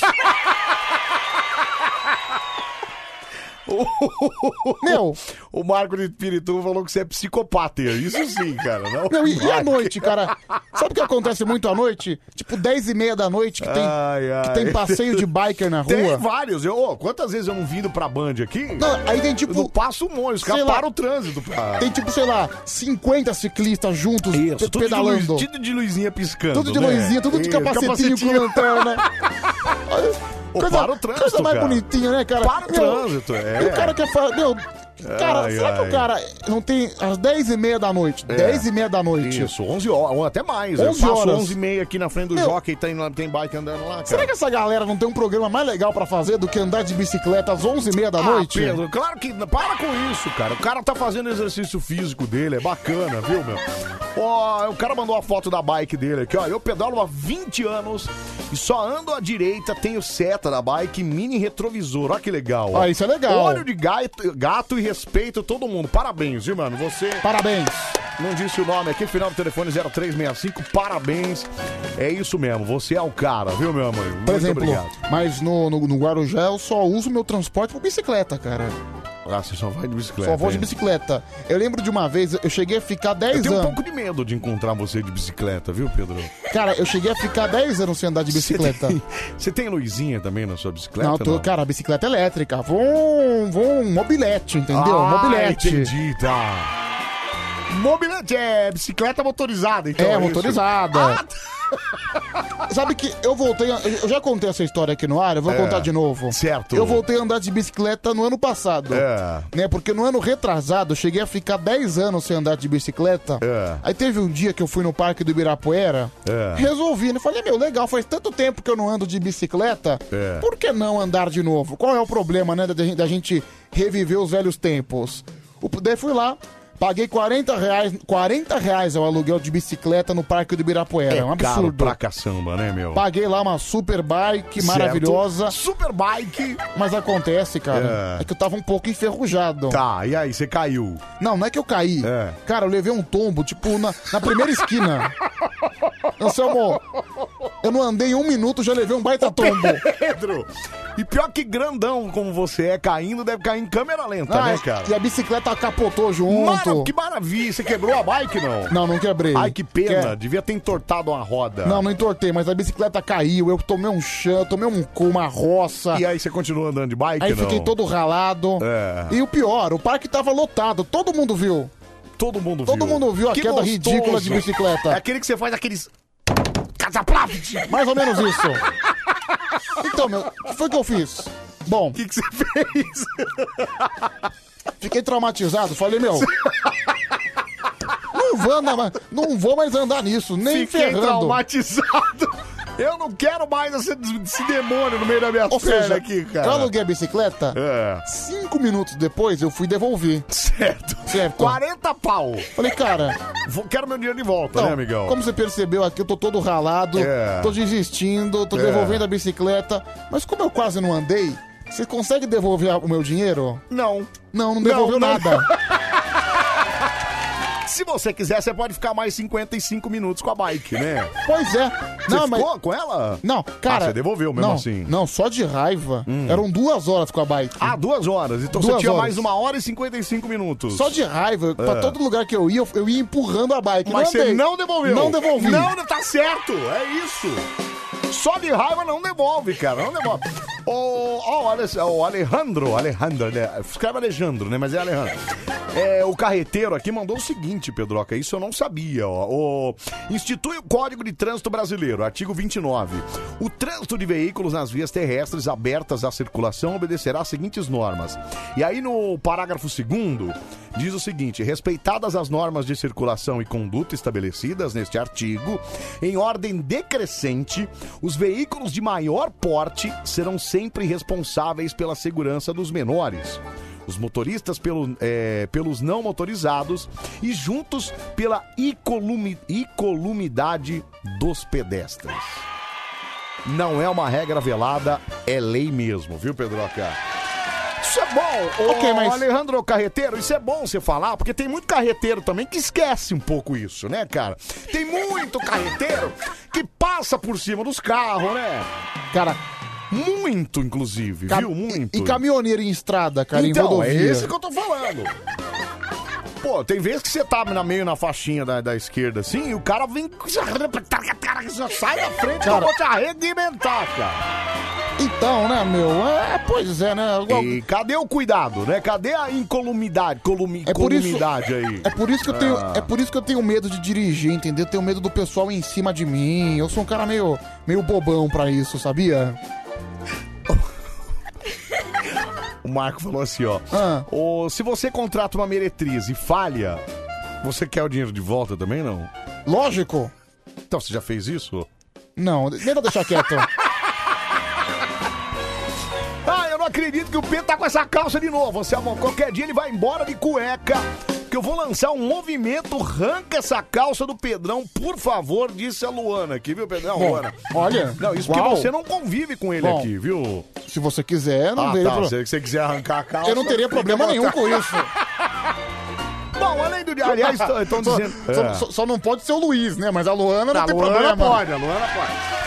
Speaker 3: Meu,
Speaker 1: O Marco de Piritu falou que você é psicopata. Isso sim, cara. Não,
Speaker 3: meu, e, e à
Speaker 1: vai.
Speaker 3: noite, cara? Sabe o que acontece muito à noite? Tipo, 10 e meia da noite que tem,
Speaker 1: Ai, ai.
Speaker 3: que tem passeio de biker na
Speaker 1: Tem
Speaker 3: rua.
Speaker 1: vários. Eu, ô, quantas vezes eu não vindo pra Band aqui?
Speaker 3: Não, aí tem
Speaker 1: Eu não
Speaker 3: tipo.
Speaker 1: passo um monte, os
Speaker 3: Sei
Speaker 1: caras
Speaker 3: lá.
Speaker 1: param o trânsito. Pra...
Speaker 3: Tem tipo, sei lá, 50 ciclistas juntos pe-
Speaker 1: tudo de, luz,
Speaker 3: pedalando.
Speaker 1: tudo de luzinha piscando.
Speaker 3: Tudo de
Speaker 1: né?
Speaker 3: luzinha, tudo de
Speaker 1: Isso,
Speaker 3: capacetinho com lanterna.
Speaker 1: Ô, para o trânsito,
Speaker 3: coisa mais
Speaker 1: cara.
Speaker 3: bonitinha, né, cara?
Speaker 1: Para o trânsito, é.
Speaker 3: e O cara quer falar. Meu, cara,
Speaker 1: Ai,
Speaker 3: será que
Speaker 1: ai.
Speaker 3: o cara é não tem às 10 e meia da noite?
Speaker 1: É.
Speaker 3: 10 e meia da noite.
Speaker 1: Isso, 11 horas, ou até mais.
Speaker 3: 11
Speaker 1: eu passo
Speaker 3: horas.
Speaker 1: 11 e meia aqui na frente do
Speaker 3: Meu.
Speaker 1: jockey, tem, lá- tem bike andando lá, cara.
Speaker 3: Será que essa galera não tem um programa mais legal pra fazer do que andar de bicicleta às 11 e meia da
Speaker 1: ah,
Speaker 3: noite?
Speaker 1: Pedro, claro que. Para com isso, cara. O cara tá fazendo exercício físico dele, é bacana, viu, meu? Ó, o cara mandou a foto da bike dele aqui, ó. Eu pedalo há 20 anos e só ando à direita, tenho seta da bike e mini retrovisor. Olha que legal. ó.
Speaker 3: Ah, isso é legal.
Speaker 1: Olho de gato, gato e respeito a todo mundo. Parabéns, viu, mano? Você.
Speaker 3: Parabéns.
Speaker 1: Não disse o nome aqui, final do telefone 0365, parabéns. É isso mesmo, você é o cara, viu, meu amor? Muito
Speaker 3: Por exemplo,
Speaker 1: obrigado.
Speaker 3: mas no, no, no Guarujá eu só uso meu transporte por bicicleta, cara.
Speaker 1: Ah, você só vai de bicicleta.
Speaker 3: Só vou de
Speaker 1: hein?
Speaker 3: bicicleta. Eu lembro de uma vez, eu cheguei a ficar
Speaker 1: Eu
Speaker 3: 10
Speaker 1: tenho um
Speaker 3: anos.
Speaker 1: pouco de medo de encontrar você de bicicleta, viu, Pedro?
Speaker 3: Cara, eu cheguei a ficar 10 anos sem andar Tá de bicicleta.
Speaker 1: Você tem, você tem luzinha também na sua bicicleta?
Speaker 3: Não, eu tô, cara, bicicleta elétrica. Vou um, vou um mobilete, entendeu?
Speaker 1: Ah,
Speaker 3: mobilete.
Speaker 1: entendi, tá. Mobilete é bicicleta motorizada, então.
Speaker 3: É,
Speaker 1: isso?
Speaker 3: motorizada.
Speaker 1: Ah,
Speaker 3: Sabe que eu voltei. a- Eu já contei essa história aqui no ar, eu vou
Speaker 1: É,
Speaker 3: contar de novo.
Speaker 1: certo.
Speaker 3: Eu voltei a andar de bicicleta no ano passado.
Speaker 1: É.
Speaker 3: Né, porque no ano retrasado eu cheguei a ficar 10 anos sem andar de bicicleta.
Speaker 1: É.
Speaker 3: Aí teve um dia que eu fui no parque do Ibirapuera.
Speaker 1: É.
Speaker 3: Resolvi, né? Falei, meu, legal, faz tanto tempo que eu não ando de bicicleta.
Speaker 1: É.
Speaker 3: Por que não andar de novo? Qual é o problema, né, da, gen- da gente reviver os velhos tempos? O, daí fui lá. Paguei 40 reais, 40 reais ao aluguel de bicicleta no Parque do Ibirapuera. É, um
Speaker 1: Caro
Speaker 3: absurdo.
Speaker 1: pra caçamba, né, meu?
Speaker 3: Paguei lá uma super bike
Speaker 1: Certo.
Speaker 3: maravilhosa,
Speaker 1: Super bike.
Speaker 3: mas acontece, cara,
Speaker 1: É.
Speaker 3: é. que eu tava um pouco enferrujado.
Speaker 1: Tá, e aí, você caiu.
Speaker 3: Não, não é que eu caí.
Speaker 1: É.
Speaker 3: Cara, eu levei um tombo, tipo, na, na primeira esquina. Anselmo, eu não andei um minuto, já levei um baita tombo.
Speaker 1: Pedro! E pior que grandão como você é, caindo, deve cair em câmera lenta,
Speaker 3: Ah,
Speaker 1: né, cara?
Speaker 3: e a bicicleta capotou junto.
Speaker 1: Mara, que maravilha! Você quebrou a bike, não?
Speaker 3: Não, não quebrei.
Speaker 1: Ai, que pena.
Speaker 3: Quer-
Speaker 1: Devia ter entortado uma roda.
Speaker 3: Não, não entortei, mas a bicicleta caiu, eu tomei um chão, tomei um cu, uma roça.
Speaker 1: E aí você continua andando de bike,
Speaker 3: Aí
Speaker 1: não?
Speaker 3: fiquei todo ralado.
Speaker 1: É.
Speaker 3: E o pior, o parque tava lotado, todo mundo viu.
Speaker 1: Todo mundo
Speaker 3: Todo
Speaker 1: viu.
Speaker 3: mundo viu a
Speaker 1: Que
Speaker 3: queda
Speaker 1: gostoso.
Speaker 3: ridícula de
Speaker 1: É
Speaker 3: bicicleta.
Speaker 1: aquele que você faz aqueles... Cazaplaft! O
Speaker 3: Mais ou menos isso. Então, meu, o que foi que eu fiz? Bom,
Speaker 1: que, que você fez?
Speaker 3: fiquei traumatizado, falei, meu. Não vou, andar, mais- não vou mais andar nisso, nem
Speaker 1: Fiquei
Speaker 3: ferrando.
Speaker 1: traumatizado. Eu não quero mais esse, esse demônio no meio da minha
Speaker 3: Ou
Speaker 1: perna
Speaker 3: seja,
Speaker 1: aqui,
Speaker 3: eu
Speaker 1: cara.
Speaker 3: aluguei a bicicleta,
Speaker 1: É.
Speaker 3: cinco minutos depois eu fui devolver.
Speaker 1: Certo.
Speaker 3: Certo.
Speaker 1: 40 pau.
Speaker 3: Falei, cara,
Speaker 1: Vou- quero meu dinheiro de volta,
Speaker 3: Então,
Speaker 1: né, amigão?
Speaker 3: Como você percebeu aqui, eu tô todo ralado,
Speaker 1: É.
Speaker 3: tô desistindo, tô
Speaker 1: É.
Speaker 3: devolvendo a bicicleta. Mas como eu quase não andei, você consegue devolver o meu dinheiro?
Speaker 1: Não.
Speaker 3: Não, não devolveu
Speaker 1: não.
Speaker 3: nada.
Speaker 1: Se você quiser, você pode ficar mais 55 minutos com a bike, né?
Speaker 3: Pois é.
Speaker 1: Você
Speaker 3: Não, mas-
Speaker 1: ficou com ela?
Speaker 3: Não, cara.
Speaker 1: Ah, você devolveu mesmo
Speaker 3: não,
Speaker 1: assim. Hum.
Speaker 3: Não, só de raiva. Eram duas horas com a bike.
Speaker 1: Ah, duas horas. Então você
Speaker 3: Duas
Speaker 1: tinha
Speaker 3: horas.
Speaker 1: mais uma hora e 55 minutos.
Speaker 3: Só de raiva. Pra
Speaker 1: É.
Speaker 3: todo lugar que eu ia, eu, eu ia empurrando a bike.
Speaker 1: Mas você
Speaker 3: andei.
Speaker 1: não devolveu.
Speaker 3: Não devolvi.
Speaker 1: Não, tá certo. É isso. Só de raiva não devolve, cara. Não devolve. O, ó, o Ale- o Alejandro, Alejandro, Ale- escreve Alejandro, né? Mas é Alejandro. É, o carreteiro aqui mandou o seguinte, Pedroca, isso eu não sabia, ó. O, institui o Código de Trânsito Brasileiro, artigo 29. O trânsito de veículos nas vias terrestres abertas à circulação obedecerá às seguintes normas. E aí no parágrafo 2 Diz o seguinte: respeitadas as normas de circulação e conduta estabelecidas neste artigo, em ordem decrescente, os veículos de maior porte serão sempre responsáveis pela segurança dos menores. Os motoristas pelo- eh, pelos não motorizados e juntos pela incolumi- incolumidade dos pedestres. Não é uma regra velada, é lei mesmo, viu, Pedroca? Isso é bom, ô
Speaker 3: Ok, mas-
Speaker 1: Alejandro Carreteiro, isso é bom você falar, porque tem muito carreteiro também que esquece um pouco isso, né, cara? Tem muito carreteiro que passa por cima dos carros, né?
Speaker 3: Cara,
Speaker 1: muito, inclusive,
Speaker 3: Ca-
Speaker 1: viu? Muito.
Speaker 3: E caminhoneiro em estrada, cara, em
Speaker 1: então, é
Speaker 3: rodovia.
Speaker 1: isso que eu tô falando. Pô, tem vezes que você tá na meio na faixinha da, da esquerda assim, e o cara vem. Sai da frente, que eu
Speaker 3: Cara-
Speaker 1: vou te arregimentar, cara.
Speaker 3: Então, né, meu? É, pois é, né? Igual-
Speaker 1: E cadê o cuidado, né? Cadê a incolumidade, columi,
Speaker 3: É por isso-
Speaker 1: columidade aí?
Speaker 3: É por isso que eu tenho,
Speaker 1: Ah.
Speaker 3: é por isso que eu tenho medo de dirigir, entendeu? Eu tenho medo do pessoal em cima de mim. Eu sou um cara meio, meio bobão pra isso, sabia?
Speaker 1: O Marco falou assim, ó.
Speaker 3: Ah.
Speaker 1: "Ô, se você contrata uma meretriz e falha, você quer o dinheiro de volta também, não?
Speaker 3: Lógico.
Speaker 1: Então, você já fez isso?
Speaker 3: Não, tenta deixar quieto.
Speaker 1: Ah, eu não acredito que o Pedro tá com essa calça de novo, você amor. Qualquer dia ele vai embora de cueca. Que eu vou lançar um movimento, arranca essa calça do Pedrão, por favor, disse a Luana aqui, viu, Pedrão?
Speaker 3: Bom,
Speaker 1: Luana.
Speaker 3: olha,
Speaker 1: Não, isso
Speaker 3: uau.
Speaker 1: porque você não convive com ele
Speaker 3: Bom,
Speaker 1: aqui, viu?
Speaker 3: Se você quiser, não
Speaker 1: Ah,
Speaker 3: vejo
Speaker 1: tá.
Speaker 3: pro-
Speaker 1: Se você quiser arrancar a calça.
Speaker 3: Eu não teria problema nenhum com isso.
Speaker 1: Bom, além do. Aliás, estão
Speaker 3: Só,
Speaker 1: dizendo.
Speaker 3: só-
Speaker 1: É.
Speaker 3: só- só não pode ser o Luiz, né? Mas a Luana não
Speaker 1: a
Speaker 3: tem
Speaker 1: Tá, Luana
Speaker 3: problema.
Speaker 1: pode, a Luana pode.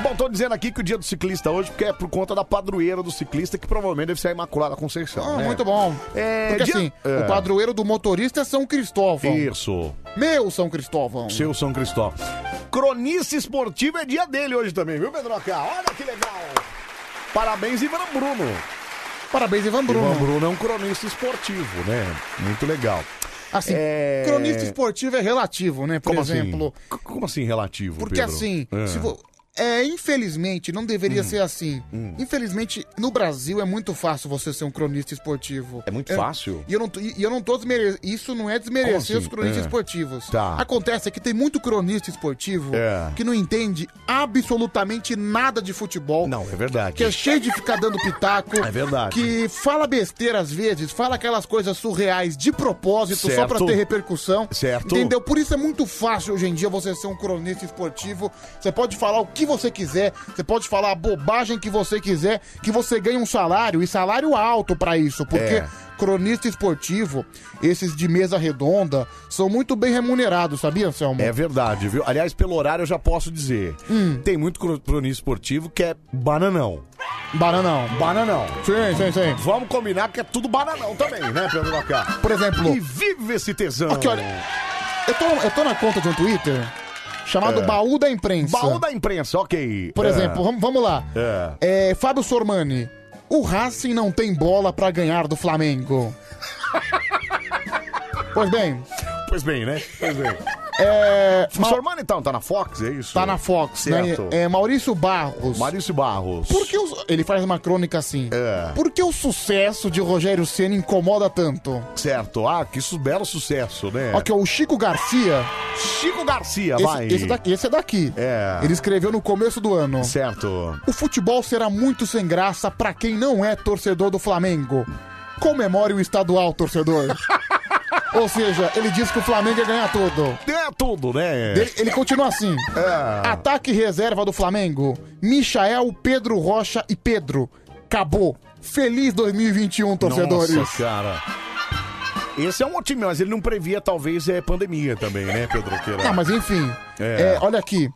Speaker 1: Bom, tô dizendo aqui que o dia do ciclista hoje, porque é por conta da padroeira do ciclista, que provavelmente deve ser a Imaculada Conceição.
Speaker 3: Ah,
Speaker 1: né?
Speaker 3: Muito bom.
Speaker 1: É,
Speaker 3: Porque
Speaker 1: dia-
Speaker 3: assim,
Speaker 1: é.
Speaker 3: o padroeiro do motorista é São Cristóvão.
Speaker 1: Isso,
Speaker 3: Meu São Cristóvão.
Speaker 1: seu São Cristóvão. Cronista esportivo é dia dele hoje também, viu, Pedroca? Olha que legal! Parabéns, Ivan Bruno.
Speaker 3: Parabéns, Ivan Bruno.
Speaker 1: Ivan Bruno é um cronista esportivo, né? Muito legal.
Speaker 3: Assim,
Speaker 1: É.
Speaker 3: cronista esportivo é relativo, né? Por
Speaker 1: Como
Speaker 3: exemplo.
Speaker 1: assim? C- Como assim relativo,
Speaker 3: Porque
Speaker 1: Pedro?
Speaker 3: assim,
Speaker 1: É. Hum.
Speaker 3: se vo- é, infelizmente, não deveria ser assim. Infelizmente, no Brasil é muito fácil você ser um cronista esportivo.
Speaker 1: É muito
Speaker 3: Eu-
Speaker 1: fácil?
Speaker 3: E eu não, tô- e eu não tô desmerecendo. Isso não é desmerecer
Speaker 1: Como assim?
Speaker 3: os cronistas
Speaker 1: É.
Speaker 3: esportivos.
Speaker 1: Tá.
Speaker 3: Acontece é que tem muito cronista esportivo
Speaker 1: É.
Speaker 3: que não entende absolutamente nada de futebol.
Speaker 1: Não, é verdade.
Speaker 3: Que é cheio de ficar dando pitaco.
Speaker 1: É verdade.
Speaker 3: Que fala besteira às vezes, fala aquelas coisas surreais de propósito, só pra
Speaker 1: Certo.
Speaker 3: ter repercussão.
Speaker 1: Certo.
Speaker 3: Entendeu? Por isso é muito fácil hoje em dia você ser um cronista esportivo. Você pode falar o que você quiser, você pode falar a bobagem que você quiser, que você ganha um salário e salário alto pra isso, porque
Speaker 1: É.
Speaker 3: cronista esportivo, esses de mesa redonda, são muito bem remunerados, sabia, Anselmo?
Speaker 1: É verdade, viu? Aliás, pelo horário eu já posso dizer.
Speaker 3: Hum.
Speaker 1: Tem muito cro- cronista esportivo que é bananão.
Speaker 3: Bananão.
Speaker 1: Bananão.
Speaker 3: Sim, sim, sim.
Speaker 1: Vamos combinar que é tudo bananão também, né, Pedro Lacá?
Speaker 3: Por exemplo,
Speaker 1: E vive esse tesão.
Speaker 3: Aqui, olha. Eu tô, eu tô na conta de um Twitter chamado
Speaker 1: É.
Speaker 3: Baú da Imprensa.
Speaker 1: Baú da imprensa, ok.
Speaker 3: Por
Speaker 1: É.
Speaker 3: exemplo, vamos, vamos lá.
Speaker 1: É.
Speaker 3: É, Fábio Sormani. O Racing não tem bola pra ganhar do Flamengo. pois bem,
Speaker 1: Pois bem, né? Pois bem.
Speaker 3: é,
Speaker 1: O
Speaker 3: Ma-
Speaker 1: Sormani então tá na Fox, é isso?
Speaker 3: tá na Fox,
Speaker 1: Certo.
Speaker 3: né? É Maurício Barros.
Speaker 1: Maurício Barros.
Speaker 3: Por que os- Ele faz uma crônica assim.
Speaker 1: É.
Speaker 3: Por que o sucesso de Rogério Senna incomoda tanto?
Speaker 1: Certo. Ah, que su belo sucesso, né?
Speaker 3: Aqui, ó, é o Chico Garcia.
Speaker 1: Chico Garcia, vai.
Speaker 3: Esse, esse daqui, esse é daqui.
Speaker 1: É.
Speaker 3: Ele escreveu no começo do ano.
Speaker 1: Certo.
Speaker 3: O futebol será muito sem graça pra quem não é torcedor do Flamengo. Comemore o estadual, torcedor. Ou seja, ele diz que o Flamengo ia ganhar tudo.
Speaker 1: É tudo, né?
Speaker 3: Ele, ele continua assim:
Speaker 1: É.
Speaker 3: ataque e reserva do Flamengo. Michael, Pedro Rocha e Pedro. Acabou. Feliz 2021, torcedores.
Speaker 1: Nossa, cara. Esse é um otimismo, mas ele não previa, talvez, é pandemia também, né, Pedro Queira?
Speaker 3: Não, Ah, mas enfim.
Speaker 1: É.
Speaker 3: É, olha aqui.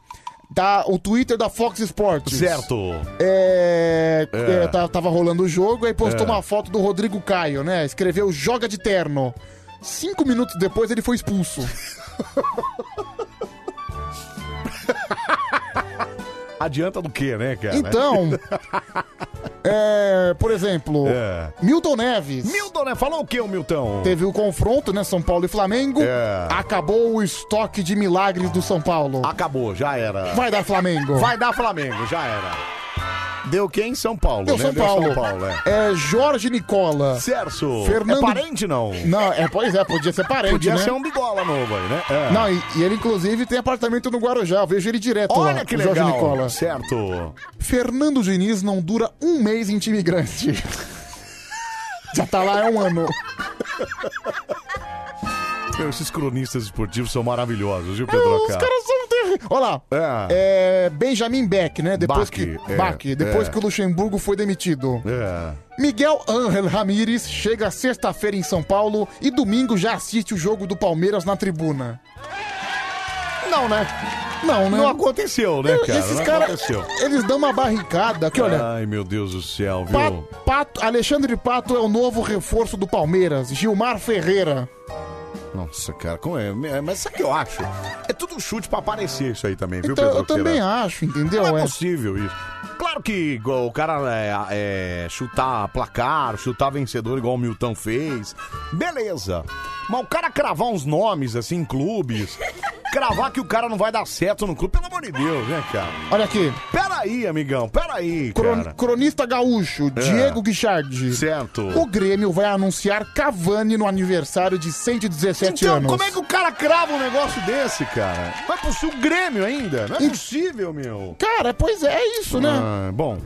Speaker 3: Tá o Twitter da Fox Sports.
Speaker 1: Certo.
Speaker 3: É,
Speaker 1: É.
Speaker 3: é, tá- tava rolando o jogo, aí postou
Speaker 1: É.
Speaker 3: uma foto do Rodrigo Caio, né? Escreveu joga de terno. Cinco minutos depois ele foi expulso.
Speaker 1: Adianta do quê, né, cara?
Speaker 3: Então, é, por exemplo,
Speaker 1: É.
Speaker 3: Milton Neves.
Speaker 1: Milton, né? Falou o quê, o Milton?
Speaker 3: Teve o confronto, né? São Paulo e Flamengo.
Speaker 1: É.
Speaker 3: Acabou o estoque de milagres do São Paulo.
Speaker 1: Acabou, já era.
Speaker 3: Vai dar Flamengo.
Speaker 1: Vai dar Flamengo, já era. Deu quem? São Paulo,
Speaker 3: Deu
Speaker 1: né?
Speaker 3: São Paulo.
Speaker 1: Deu São Paulo, é.
Speaker 3: É Jorge Nicola.
Speaker 1: Certo.
Speaker 3: Fernando-
Speaker 1: É parente, não?
Speaker 3: Não, é, pois é, podia ser parente,
Speaker 1: Podia
Speaker 3: né?
Speaker 1: ser um bigola novo aí, né? É.
Speaker 3: Não, e, e ele inclusive tem apartamento no Guarujá, eu vejo ele direto lá,
Speaker 1: Olha que
Speaker 3: o Jorge
Speaker 1: legal.
Speaker 3: Nicola.
Speaker 1: Certo.
Speaker 3: Fernando Diniz não dura um mês em time grande. Já tá lá há um ano.
Speaker 1: Meu, esses cronistas esportivos são maravilhosos, viu, Pedro?
Speaker 3: É, Os caras são... terri- Olha lá, é Benjamin Beck, né? Depois
Speaker 1: Bach,
Speaker 3: que
Speaker 1: é,
Speaker 3: Bach, depois
Speaker 1: é.
Speaker 3: que o Luxemburgo foi demitido. Miguel Ángel Ramírez chega sexta-feira em São Paulo e domingo já assiste o jogo do Palmeiras na tribuna. Não, né? Não, né?
Speaker 1: Não aconteceu, né,
Speaker 3: Eu-
Speaker 1: cara?
Speaker 3: Esses
Speaker 1: Não
Speaker 3: caras,
Speaker 1: aconteceu.
Speaker 3: eles dão uma barricada aqui, olha.
Speaker 1: Ai, meu Deus do céu, Ah, viu?
Speaker 3: Pa- Pato, Alexandre Pato é o novo reforço do Palmeiras. Gilmar Ferreira.
Speaker 1: Nossa, cara, como é? É, Mas sabe o que eu acho? É tudo chute pra aparecer isso aí também, viu,
Speaker 3: Então,
Speaker 1: Pedro?
Speaker 3: eu também
Speaker 1: Queira?
Speaker 3: acho, entendeu?
Speaker 1: Não é
Speaker 3: É.
Speaker 1: possível isso. Claro que igual, o cara é, é, chutar placar, chutar vencedor igual o Milton fez. Beleza. Mas o cara cravar uns nomes assim em clubes, cravar que o cara não vai dar certo no clube, pelo amor de Deus, né, cara?
Speaker 3: Olha aqui.
Speaker 1: Peraí, amigão, peraí,
Speaker 3: Cron-
Speaker 1: cara.
Speaker 3: Cronista
Speaker 1: É.
Speaker 3: gaúcho, Diego Guichardi.
Speaker 1: Certo.
Speaker 3: O Grêmio vai anunciar Cavani no aniversário de 117
Speaker 1: Então,
Speaker 3: anos.
Speaker 1: como é que o cara crava um negócio desse, cara? Não é possível o Grêmio ainda? Não é possível, meu.
Speaker 3: né? Cara, pois é é isso, né?
Speaker 1: Ah, bom,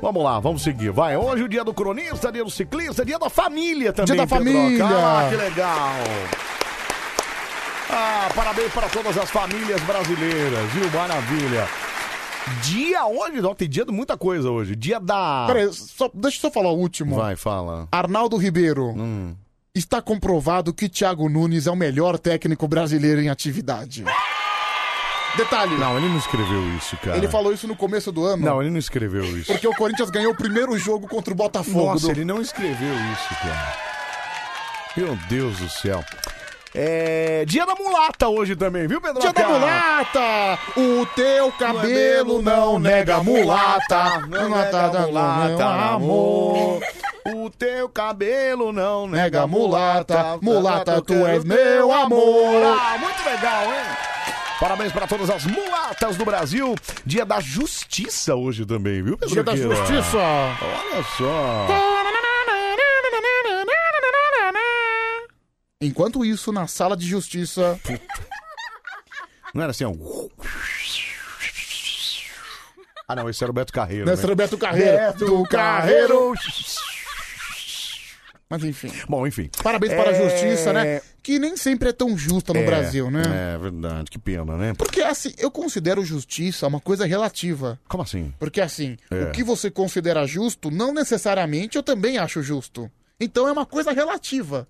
Speaker 1: vamos lá, vamos seguir. Vai, hoje é o dia do cronista, dia do ciclista, dia da família também.
Speaker 3: Dia da
Speaker 1: Pedroca.
Speaker 3: família.
Speaker 1: Ah, que legal. Ah, parabéns para todas as famílias brasileiras, viu? Maravilha. Dia hoje, ó, tem dia de muita coisa hoje. Dia da.
Speaker 3: Peraí, só- deixa eu só falar o último.
Speaker 1: Vai, fala.
Speaker 3: Arnaldo Ribeiro. Está comprovado que Thiago Nunes é o melhor técnico brasileiro em atividade. Detalhe,
Speaker 1: Não, ele não escreveu isso, cara.
Speaker 3: ele falou isso no começo do ano.
Speaker 1: Não, ele não escreveu isso.
Speaker 3: Porque o Corinthians ganhou o primeiro jogo contra o Botafogo.
Speaker 1: Nossa,
Speaker 3: do-
Speaker 1: ele não escreveu isso, cara. Meu Deus do céu. É. Dia da mulata hoje também, viu, Pedro? é
Speaker 3: Dia da mulata! O teu cabelo não nega mulata. é
Speaker 1: Não é nega
Speaker 3: um
Speaker 1: mulata, amor. O teu cabelo não nega mulata.
Speaker 3: Mulata, tu és
Speaker 1: meu
Speaker 3: meu
Speaker 1: um amor. Ah,
Speaker 3: amor.
Speaker 1: muito legal, hein? Parabéns para todas as mulatas do Brasil. Dia da justiça hoje também, viu, Pedro?
Speaker 3: Dia da
Speaker 1: Queira?
Speaker 3: justiça.
Speaker 1: Olha só.
Speaker 3: Enquanto isso, na sala de justiça.
Speaker 1: Não era assim, ó. Ah, não, esse era o Beto Carreiro.
Speaker 3: Nesse
Speaker 1: né?
Speaker 3: era o Beto Carreiro.
Speaker 1: Beto Carreiro.
Speaker 3: Mas enfim.
Speaker 1: Bom, enfim.
Speaker 3: Parabéns para
Speaker 1: É.
Speaker 3: a justiça, né? Que nem sempre é tão justa no
Speaker 1: É,
Speaker 3: Brasil, né?
Speaker 1: É verdade, que pena, né?
Speaker 3: Porque assim, eu considero justiça uma coisa relativa.
Speaker 1: Como assim?
Speaker 3: Porque assim,
Speaker 1: É.
Speaker 3: o que você considera justo, não necessariamente eu também acho justo. Então é uma coisa relativa.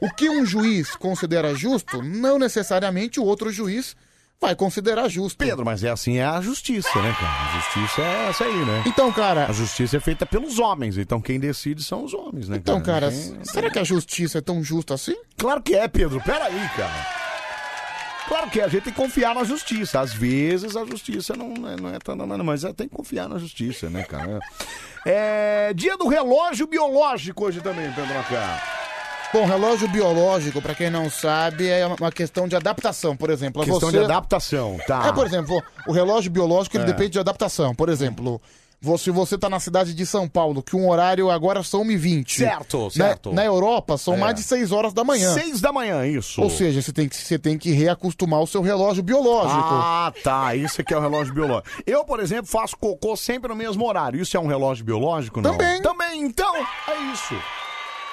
Speaker 3: O que um juiz considera justo, não necessariamente o outro juiz vai considerar justo.
Speaker 1: Pedro, mas é assim, é a justiça, né, cara? A justiça é essa aí, né?
Speaker 3: Então, cara,
Speaker 1: A justiça é feita pelos homens, então quem decide são os homens, né,
Speaker 3: então, cara,
Speaker 1: cara?
Speaker 3: s- será que a justiça é tão justa assim?
Speaker 1: Claro que é, Pedro. Peraí, cara. Claro que é, a gente tem que confiar na justiça. Às vezes a justiça não, é- não é tão. não, não, Mas é, tem que confiar na justiça, né, cara? É, dia do relógio biológico hoje também, Pedro Acá.
Speaker 3: Bom, relógio biológico, pra quem não sabe, é uma questão de adaptação, por exemplo. É
Speaker 1: Questão
Speaker 3: você-
Speaker 1: de adaptação, tá?
Speaker 3: É, por exemplo, o relógio biológico ele
Speaker 1: É.
Speaker 3: depende de adaptação. Por exemplo, vo- se você tá na cidade de São Paulo, que um horário agora são 1h20.
Speaker 1: Certo,
Speaker 3: Na-
Speaker 1: certo.
Speaker 3: Na, Europa são
Speaker 1: É.
Speaker 3: mais de 6 horas da manhã.
Speaker 1: Seis da manhã, isso.
Speaker 3: Ou seja, você tem, que, você tem que reacostumar o seu relógio biológico.
Speaker 1: Ah, tá. Isso aqui é o relógio biológico. Eu, por exemplo, faço cocô sempre no mesmo horário. Isso é um relógio biológico, não?
Speaker 3: Também.
Speaker 1: Também, então, é isso.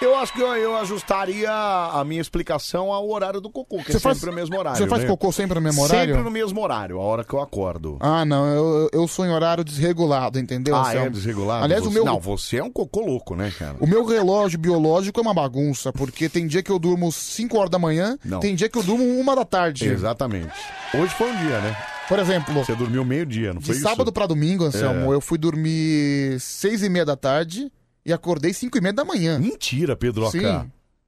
Speaker 1: Eu acho que eu, eu ajustaria a minha explicação ao horário do cocô, que é
Speaker 3: Você
Speaker 1: sempre
Speaker 3: faz-
Speaker 1: o mesmo horário.
Speaker 3: você faz
Speaker 1: né?
Speaker 3: cocô sempre no mesmo horário?
Speaker 1: Sempre no mesmo horário, a hora que eu acordo.
Speaker 3: Ah, não, eu, eu sou em horário desregulado, entendeu?
Speaker 1: ah,
Speaker 3: Anselmo?
Speaker 1: é desregulado?
Speaker 3: Aliás, o
Speaker 1: Você-
Speaker 3: meu,
Speaker 1: Não, você é um cocô louco, né, cara?
Speaker 3: o meu relógio biológico é uma bagunça, porque tem dia que eu durmo 5 horas da manhã,
Speaker 1: Não.
Speaker 3: tem dia que eu durmo 1 da tarde.
Speaker 1: Exatamente. Hoje foi um dia, né?
Speaker 3: Por exemplo...
Speaker 1: Você dormiu meio-dia, não
Speaker 3: De
Speaker 1: foi isso?
Speaker 3: sábado pra domingo, Anselmo,
Speaker 1: É.
Speaker 3: eu fui dormir 6 e meia da tarde e acordei 5 e meia da manhã.
Speaker 1: Mentira, Pedro
Speaker 3: Sim.
Speaker 1: Acá.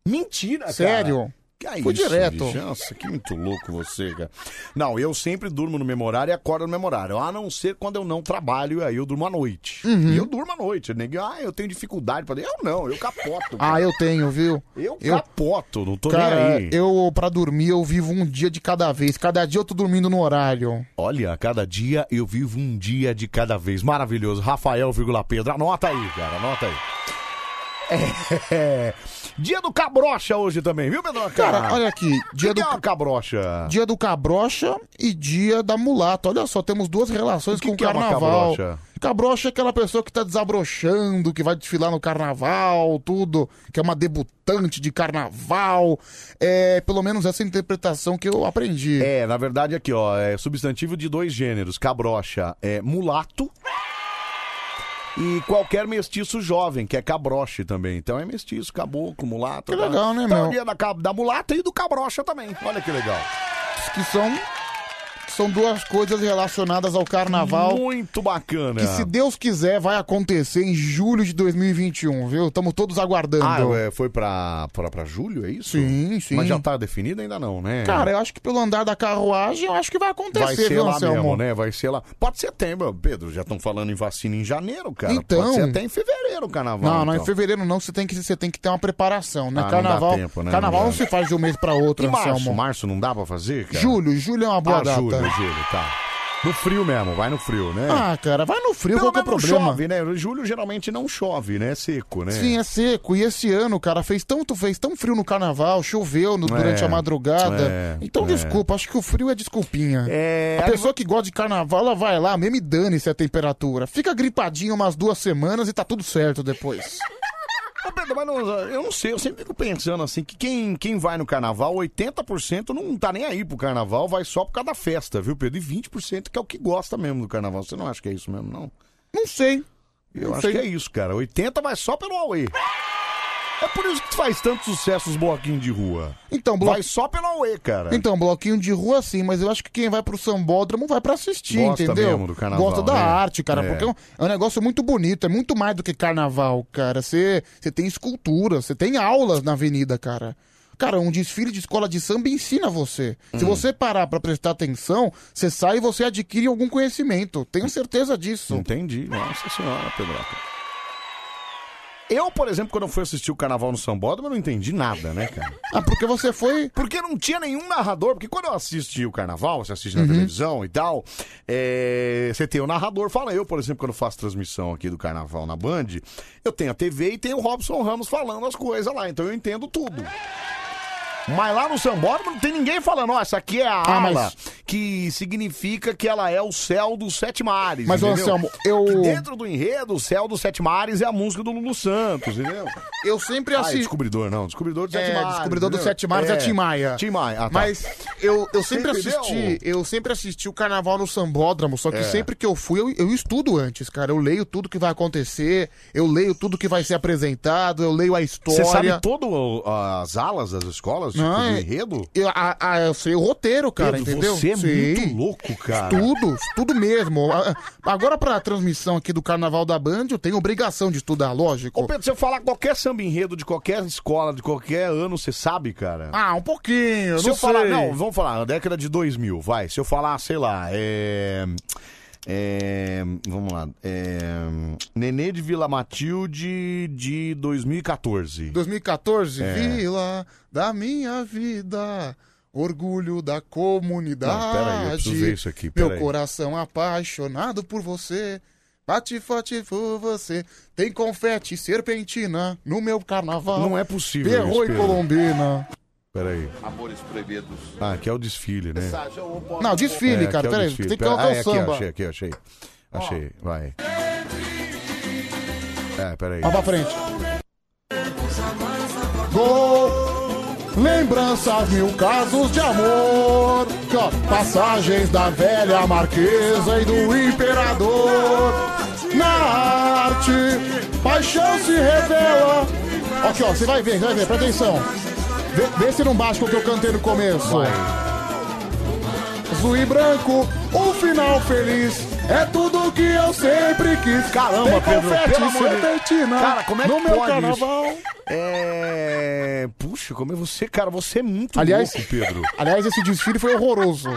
Speaker 1: Mentira, Ah, cara.
Speaker 3: Sério?
Speaker 1: Que é
Speaker 3: Fui
Speaker 1: isso,
Speaker 3: direto.
Speaker 1: bicho? Nossa, que muito louco você, cara. Não, eu sempre durmo no mesmo horário e acordo no mesmo horário. A não ser quando eu não trabalho, e aí eu durmo à noite.
Speaker 3: Uhum.
Speaker 1: E eu durmo à noite. Ninguém, ah, eu tenho dificuldade pra... Eu não, eu capoto.
Speaker 3: Ah, eu tenho, viu?
Speaker 1: Eu capoto, não tô
Speaker 3: Cara,
Speaker 1: nem aí.
Speaker 3: eu pra dormir eu vivo um dia de cada vez. Cada dia eu tô dormindo no horário.
Speaker 1: Olha, cada dia eu vivo um dia de cada vez. Maravilhoso. Rafael, vírgula Pedro. Anota aí, cara, anota aí. É. Dia do cabrocha hoje também, viu, Pedro?
Speaker 3: Cara, olha aqui,
Speaker 1: Dia do cabrocha.
Speaker 3: Dia do cabrocha e dia da mulata. Olha só, temos duas relações
Speaker 1: O que
Speaker 3: com o
Speaker 1: que é uma
Speaker 3: carnaval.
Speaker 1: cabrocha?
Speaker 3: cabrocha é aquela pessoa que tá desabrochando, que vai desfilar no carnaval, tudo, que é uma debutante de carnaval. É, pelo menos essa é a interpretação que eu aprendi.
Speaker 1: É, na verdade aqui, ó, é substantivo de dois gêneros. Cabrocha é mulato e qualquer mestiço jovem, que é cabroche também. Então é mestiço, caboclo, mulato.
Speaker 3: Que
Speaker 1: tá?
Speaker 3: legal, né,
Speaker 1: então,
Speaker 3: meu?
Speaker 1: dia da, cab- da mulata e do cabrocha também. Olha que legal.
Speaker 3: Que são são duas coisas relacionadas ao carnaval.
Speaker 1: Muito bacana.
Speaker 3: Que se Deus quiser vai acontecer em julho de 2021, viu? Estamos todos aguardando.
Speaker 1: Ah, é, foi pra, pra, pra julho, é isso?
Speaker 3: Sim, sim.
Speaker 1: Mas já tá definido ainda não, né?
Speaker 3: Cara, eu acho que pelo andar da carruagem, eu acho que vai acontecer,
Speaker 1: Vai ser
Speaker 3: viu,
Speaker 1: lá
Speaker 3: Anselmo?
Speaker 1: mesmo, né? Vai ser lá. Pode ser setembro, Pedro. Já estão falando em vacina em janeiro, cara. Pode
Speaker 3: Então.
Speaker 1: ser até em fevereiro o carnaval.
Speaker 3: Não, não,
Speaker 1: então.
Speaker 3: em fevereiro não, você tem que, você tem que ter uma preparação, né?
Speaker 1: Ah, não dá
Speaker 3: carnaval
Speaker 1: tempo, né?
Speaker 3: carnaval
Speaker 1: Não
Speaker 3: não,
Speaker 1: dá.
Speaker 3: se faz de um mês pra outro,
Speaker 1: E março?
Speaker 3: Anselmo.
Speaker 1: Março não dá pra fazer, cara?
Speaker 3: Julho, julho é uma boa
Speaker 1: ah,
Speaker 3: data.
Speaker 1: julho, julho, tá. No frio mesmo, vai no frio, né?
Speaker 3: Ah, cara, vai no frio,
Speaker 1: Pelo
Speaker 3: qual que é o
Speaker 1: menos
Speaker 3: problema?
Speaker 1: chove, né? Julho geralmente não chove, né? É seco, né?
Speaker 3: Sim, é seco. E esse ano, cara, fez tanto, fez tão frio no carnaval, choveu no- durante
Speaker 1: É,
Speaker 3: a madrugada.
Speaker 1: é,
Speaker 3: então,
Speaker 1: é.
Speaker 3: desculpa, acho que o frio é desculpinha.
Speaker 1: É,
Speaker 3: A pessoa que gosta de carnaval, ela vai lá, mesmo e dane-se a temperatura. Fica gripadinha umas duas semanas e tá tudo certo depois.
Speaker 1: Ô, Pedro, mas não- eu não sei, eu sempre fico pensando assim, que quem, quem vai no carnaval, 80% não tá nem aí pro carnaval, vai só por causa da festa, viu, Pedro? E 20% que é o que gosta mesmo do carnaval. Você não acha que é isso mesmo, não?
Speaker 3: Não sei.
Speaker 1: Eu
Speaker 3: Não
Speaker 1: acho
Speaker 3: sei.
Speaker 1: que é isso, cara. 80% vai só pelo Aue. É por isso que faz tanto sucesso os bloquinhos de rua.
Speaker 3: Então,
Speaker 1: Vai só pelo Aue, cara.
Speaker 3: Então, bloquinho de rua sim, mas eu acho que quem vai pro sambódromo vai pra assistir,
Speaker 1: Gosta
Speaker 3: entendeu?
Speaker 1: mesmo do carnaval,
Speaker 3: Gosta da
Speaker 1: né?
Speaker 3: arte, cara,
Speaker 1: É.
Speaker 3: porque é um, é um negócio muito bonito, é muito mais do que carnaval, cara. Você você tem escultura, você tem aulas na avenida, cara. Cara, um desfile de escola de samba ensina você.
Speaker 1: Uhum.
Speaker 3: Se você parar pra prestar atenção, você sai e você adquire algum conhecimento. Tenho certeza disso.
Speaker 1: Entendi. Nossa senhora, Pedro. Eu, por exemplo, quando eu fui assistir o carnaval no Sambódromo, eu não entendi nada, né, cara?
Speaker 3: Ah, porque você foi.
Speaker 1: Porque não tinha nenhum narrador, porque quando eu assisti o carnaval, você
Speaker 3: Uhum.
Speaker 1: assiste na televisão e tal, é, você tem o narrador, fala eu, por exemplo, quando faço transmissão aqui do carnaval na Band, eu tenho a TV e tenho o Robson Ramos falando as coisas lá, então eu entendo tudo. Mas lá no Sambódromo não tem ninguém falando, ó, essa aqui é a
Speaker 3: Ah, mas-
Speaker 1: ala, que significa que ela é o céu dos sete mares,
Speaker 3: Mas, ô,
Speaker 1: entendeu?
Speaker 3: Anselmo, eu-
Speaker 1: Que dentro do enredo, o céu dos sete mares é a música do Lulu Santos, entendeu?
Speaker 3: Eu sempre
Speaker 1: Ah, é
Speaker 3: assisti.
Speaker 1: descobridor, não. Descobridor dos
Speaker 3: É,
Speaker 1: Sete Mares.
Speaker 3: Descobridor dos
Speaker 1: entendeu?
Speaker 3: Sete Mares é Tim Maia.
Speaker 1: Tim Maia, ah, tá.
Speaker 3: Mas eu, eu sempre
Speaker 1: Entendeu?
Speaker 3: assisti, eu sempre assisti o carnaval no sambódromo, só que
Speaker 1: É.
Speaker 3: sempre que eu fui, eu, eu estudo antes, cara. Eu leio tudo que vai acontecer, eu leio tudo que vai ser apresentado, eu leio a
Speaker 1: Você sabe
Speaker 3: história.
Speaker 1: todas as alas das escolas? Tipo,
Speaker 3: Não,
Speaker 1: do
Speaker 3: é-
Speaker 1: enredo?
Speaker 3: Eu, a- a- eu sei o roteiro, cara,
Speaker 1: Pedro,
Speaker 3: entendeu?
Speaker 1: Você é
Speaker 3: Sei.
Speaker 1: muito louco, cara.
Speaker 3: Tudo, tudo mesmo. A- a- Agora, pra transmissão aqui do Carnaval da Band, eu tenho obrigação de estudar,
Speaker 1: Ô,
Speaker 3: lógico.
Speaker 1: Pedro, se eu falar qualquer samba enredo de qualquer escola, de qualquer ano, você sabe, cara?
Speaker 3: Ah, um pouquinho,
Speaker 1: se
Speaker 3: não
Speaker 1: eu falar,
Speaker 3: sei.
Speaker 1: não, vamos falar, na década de 2000, vai. Se eu falar, sei lá, é. é, vamos lá. É, Nenê de Vila Matilde de 2014.
Speaker 3: 2014,
Speaker 1: É.
Speaker 3: Vila da minha vida, orgulho da comunidade.
Speaker 1: Não, peraí, eu preciso ver isso aqui,
Speaker 3: Meu
Speaker 1: peraí.
Speaker 3: coração apaixonado por você. Bate forte por você. Tem confete e serpentina no meu carnaval.
Speaker 1: Não é possível.
Speaker 3: Berro
Speaker 1: isso,
Speaker 3: e
Speaker 1: Pedro.
Speaker 3: Colombina.
Speaker 1: Peraí.
Speaker 11: Amores proibidos.
Speaker 1: Ah, aqui é o desfile, né?
Speaker 11: um
Speaker 3: Não, desfile,
Speaker 1: É,
Speaker 3: cara.
Speaker 1: aqui é o
Speaker 3: Peraí,
Speaker 1: desfile.
Speaker 3: tem que
Speaker 1: Pera-
Speaker 3: colocar
Speaker 1: ah,
Speaker 3: o
Speaker 1: é,
Speaker 3: samba.
Speaker 1: Aqui, achei, aqui, achei. Achei, vai. É, peraí.
Speaker 3: Ó pra frente. Gol. Lembranças, mil casos de amor. Ca- Passagens da velha marquesa e do imperador. Na arte, paixão se revela. Aqui, ó, você vai ver, vai ver, presta atenção. Vê, vê se não baixa o que eu cantei no começo. Azul e branco, um final feliz. É tudo que eu sempre quis. Tem
Speaker 1: Caramba, Pedro,
Speaker 3: confete,
Speaker 1: pelo amor de-
Speaker 3: serpentina
Speaker 1: Cara, como é que
Speaker 3: Tá, no meu
Speaker 1: pode
Speaker 3: carnaval.
Speaker 1: isso? É... Puxa, como é você, cara? Você é muito
Speaker 3: Aliás,
Speaker 1: louco, Pedro.
Speaker 3: aliás, esse desfile foi horroroso.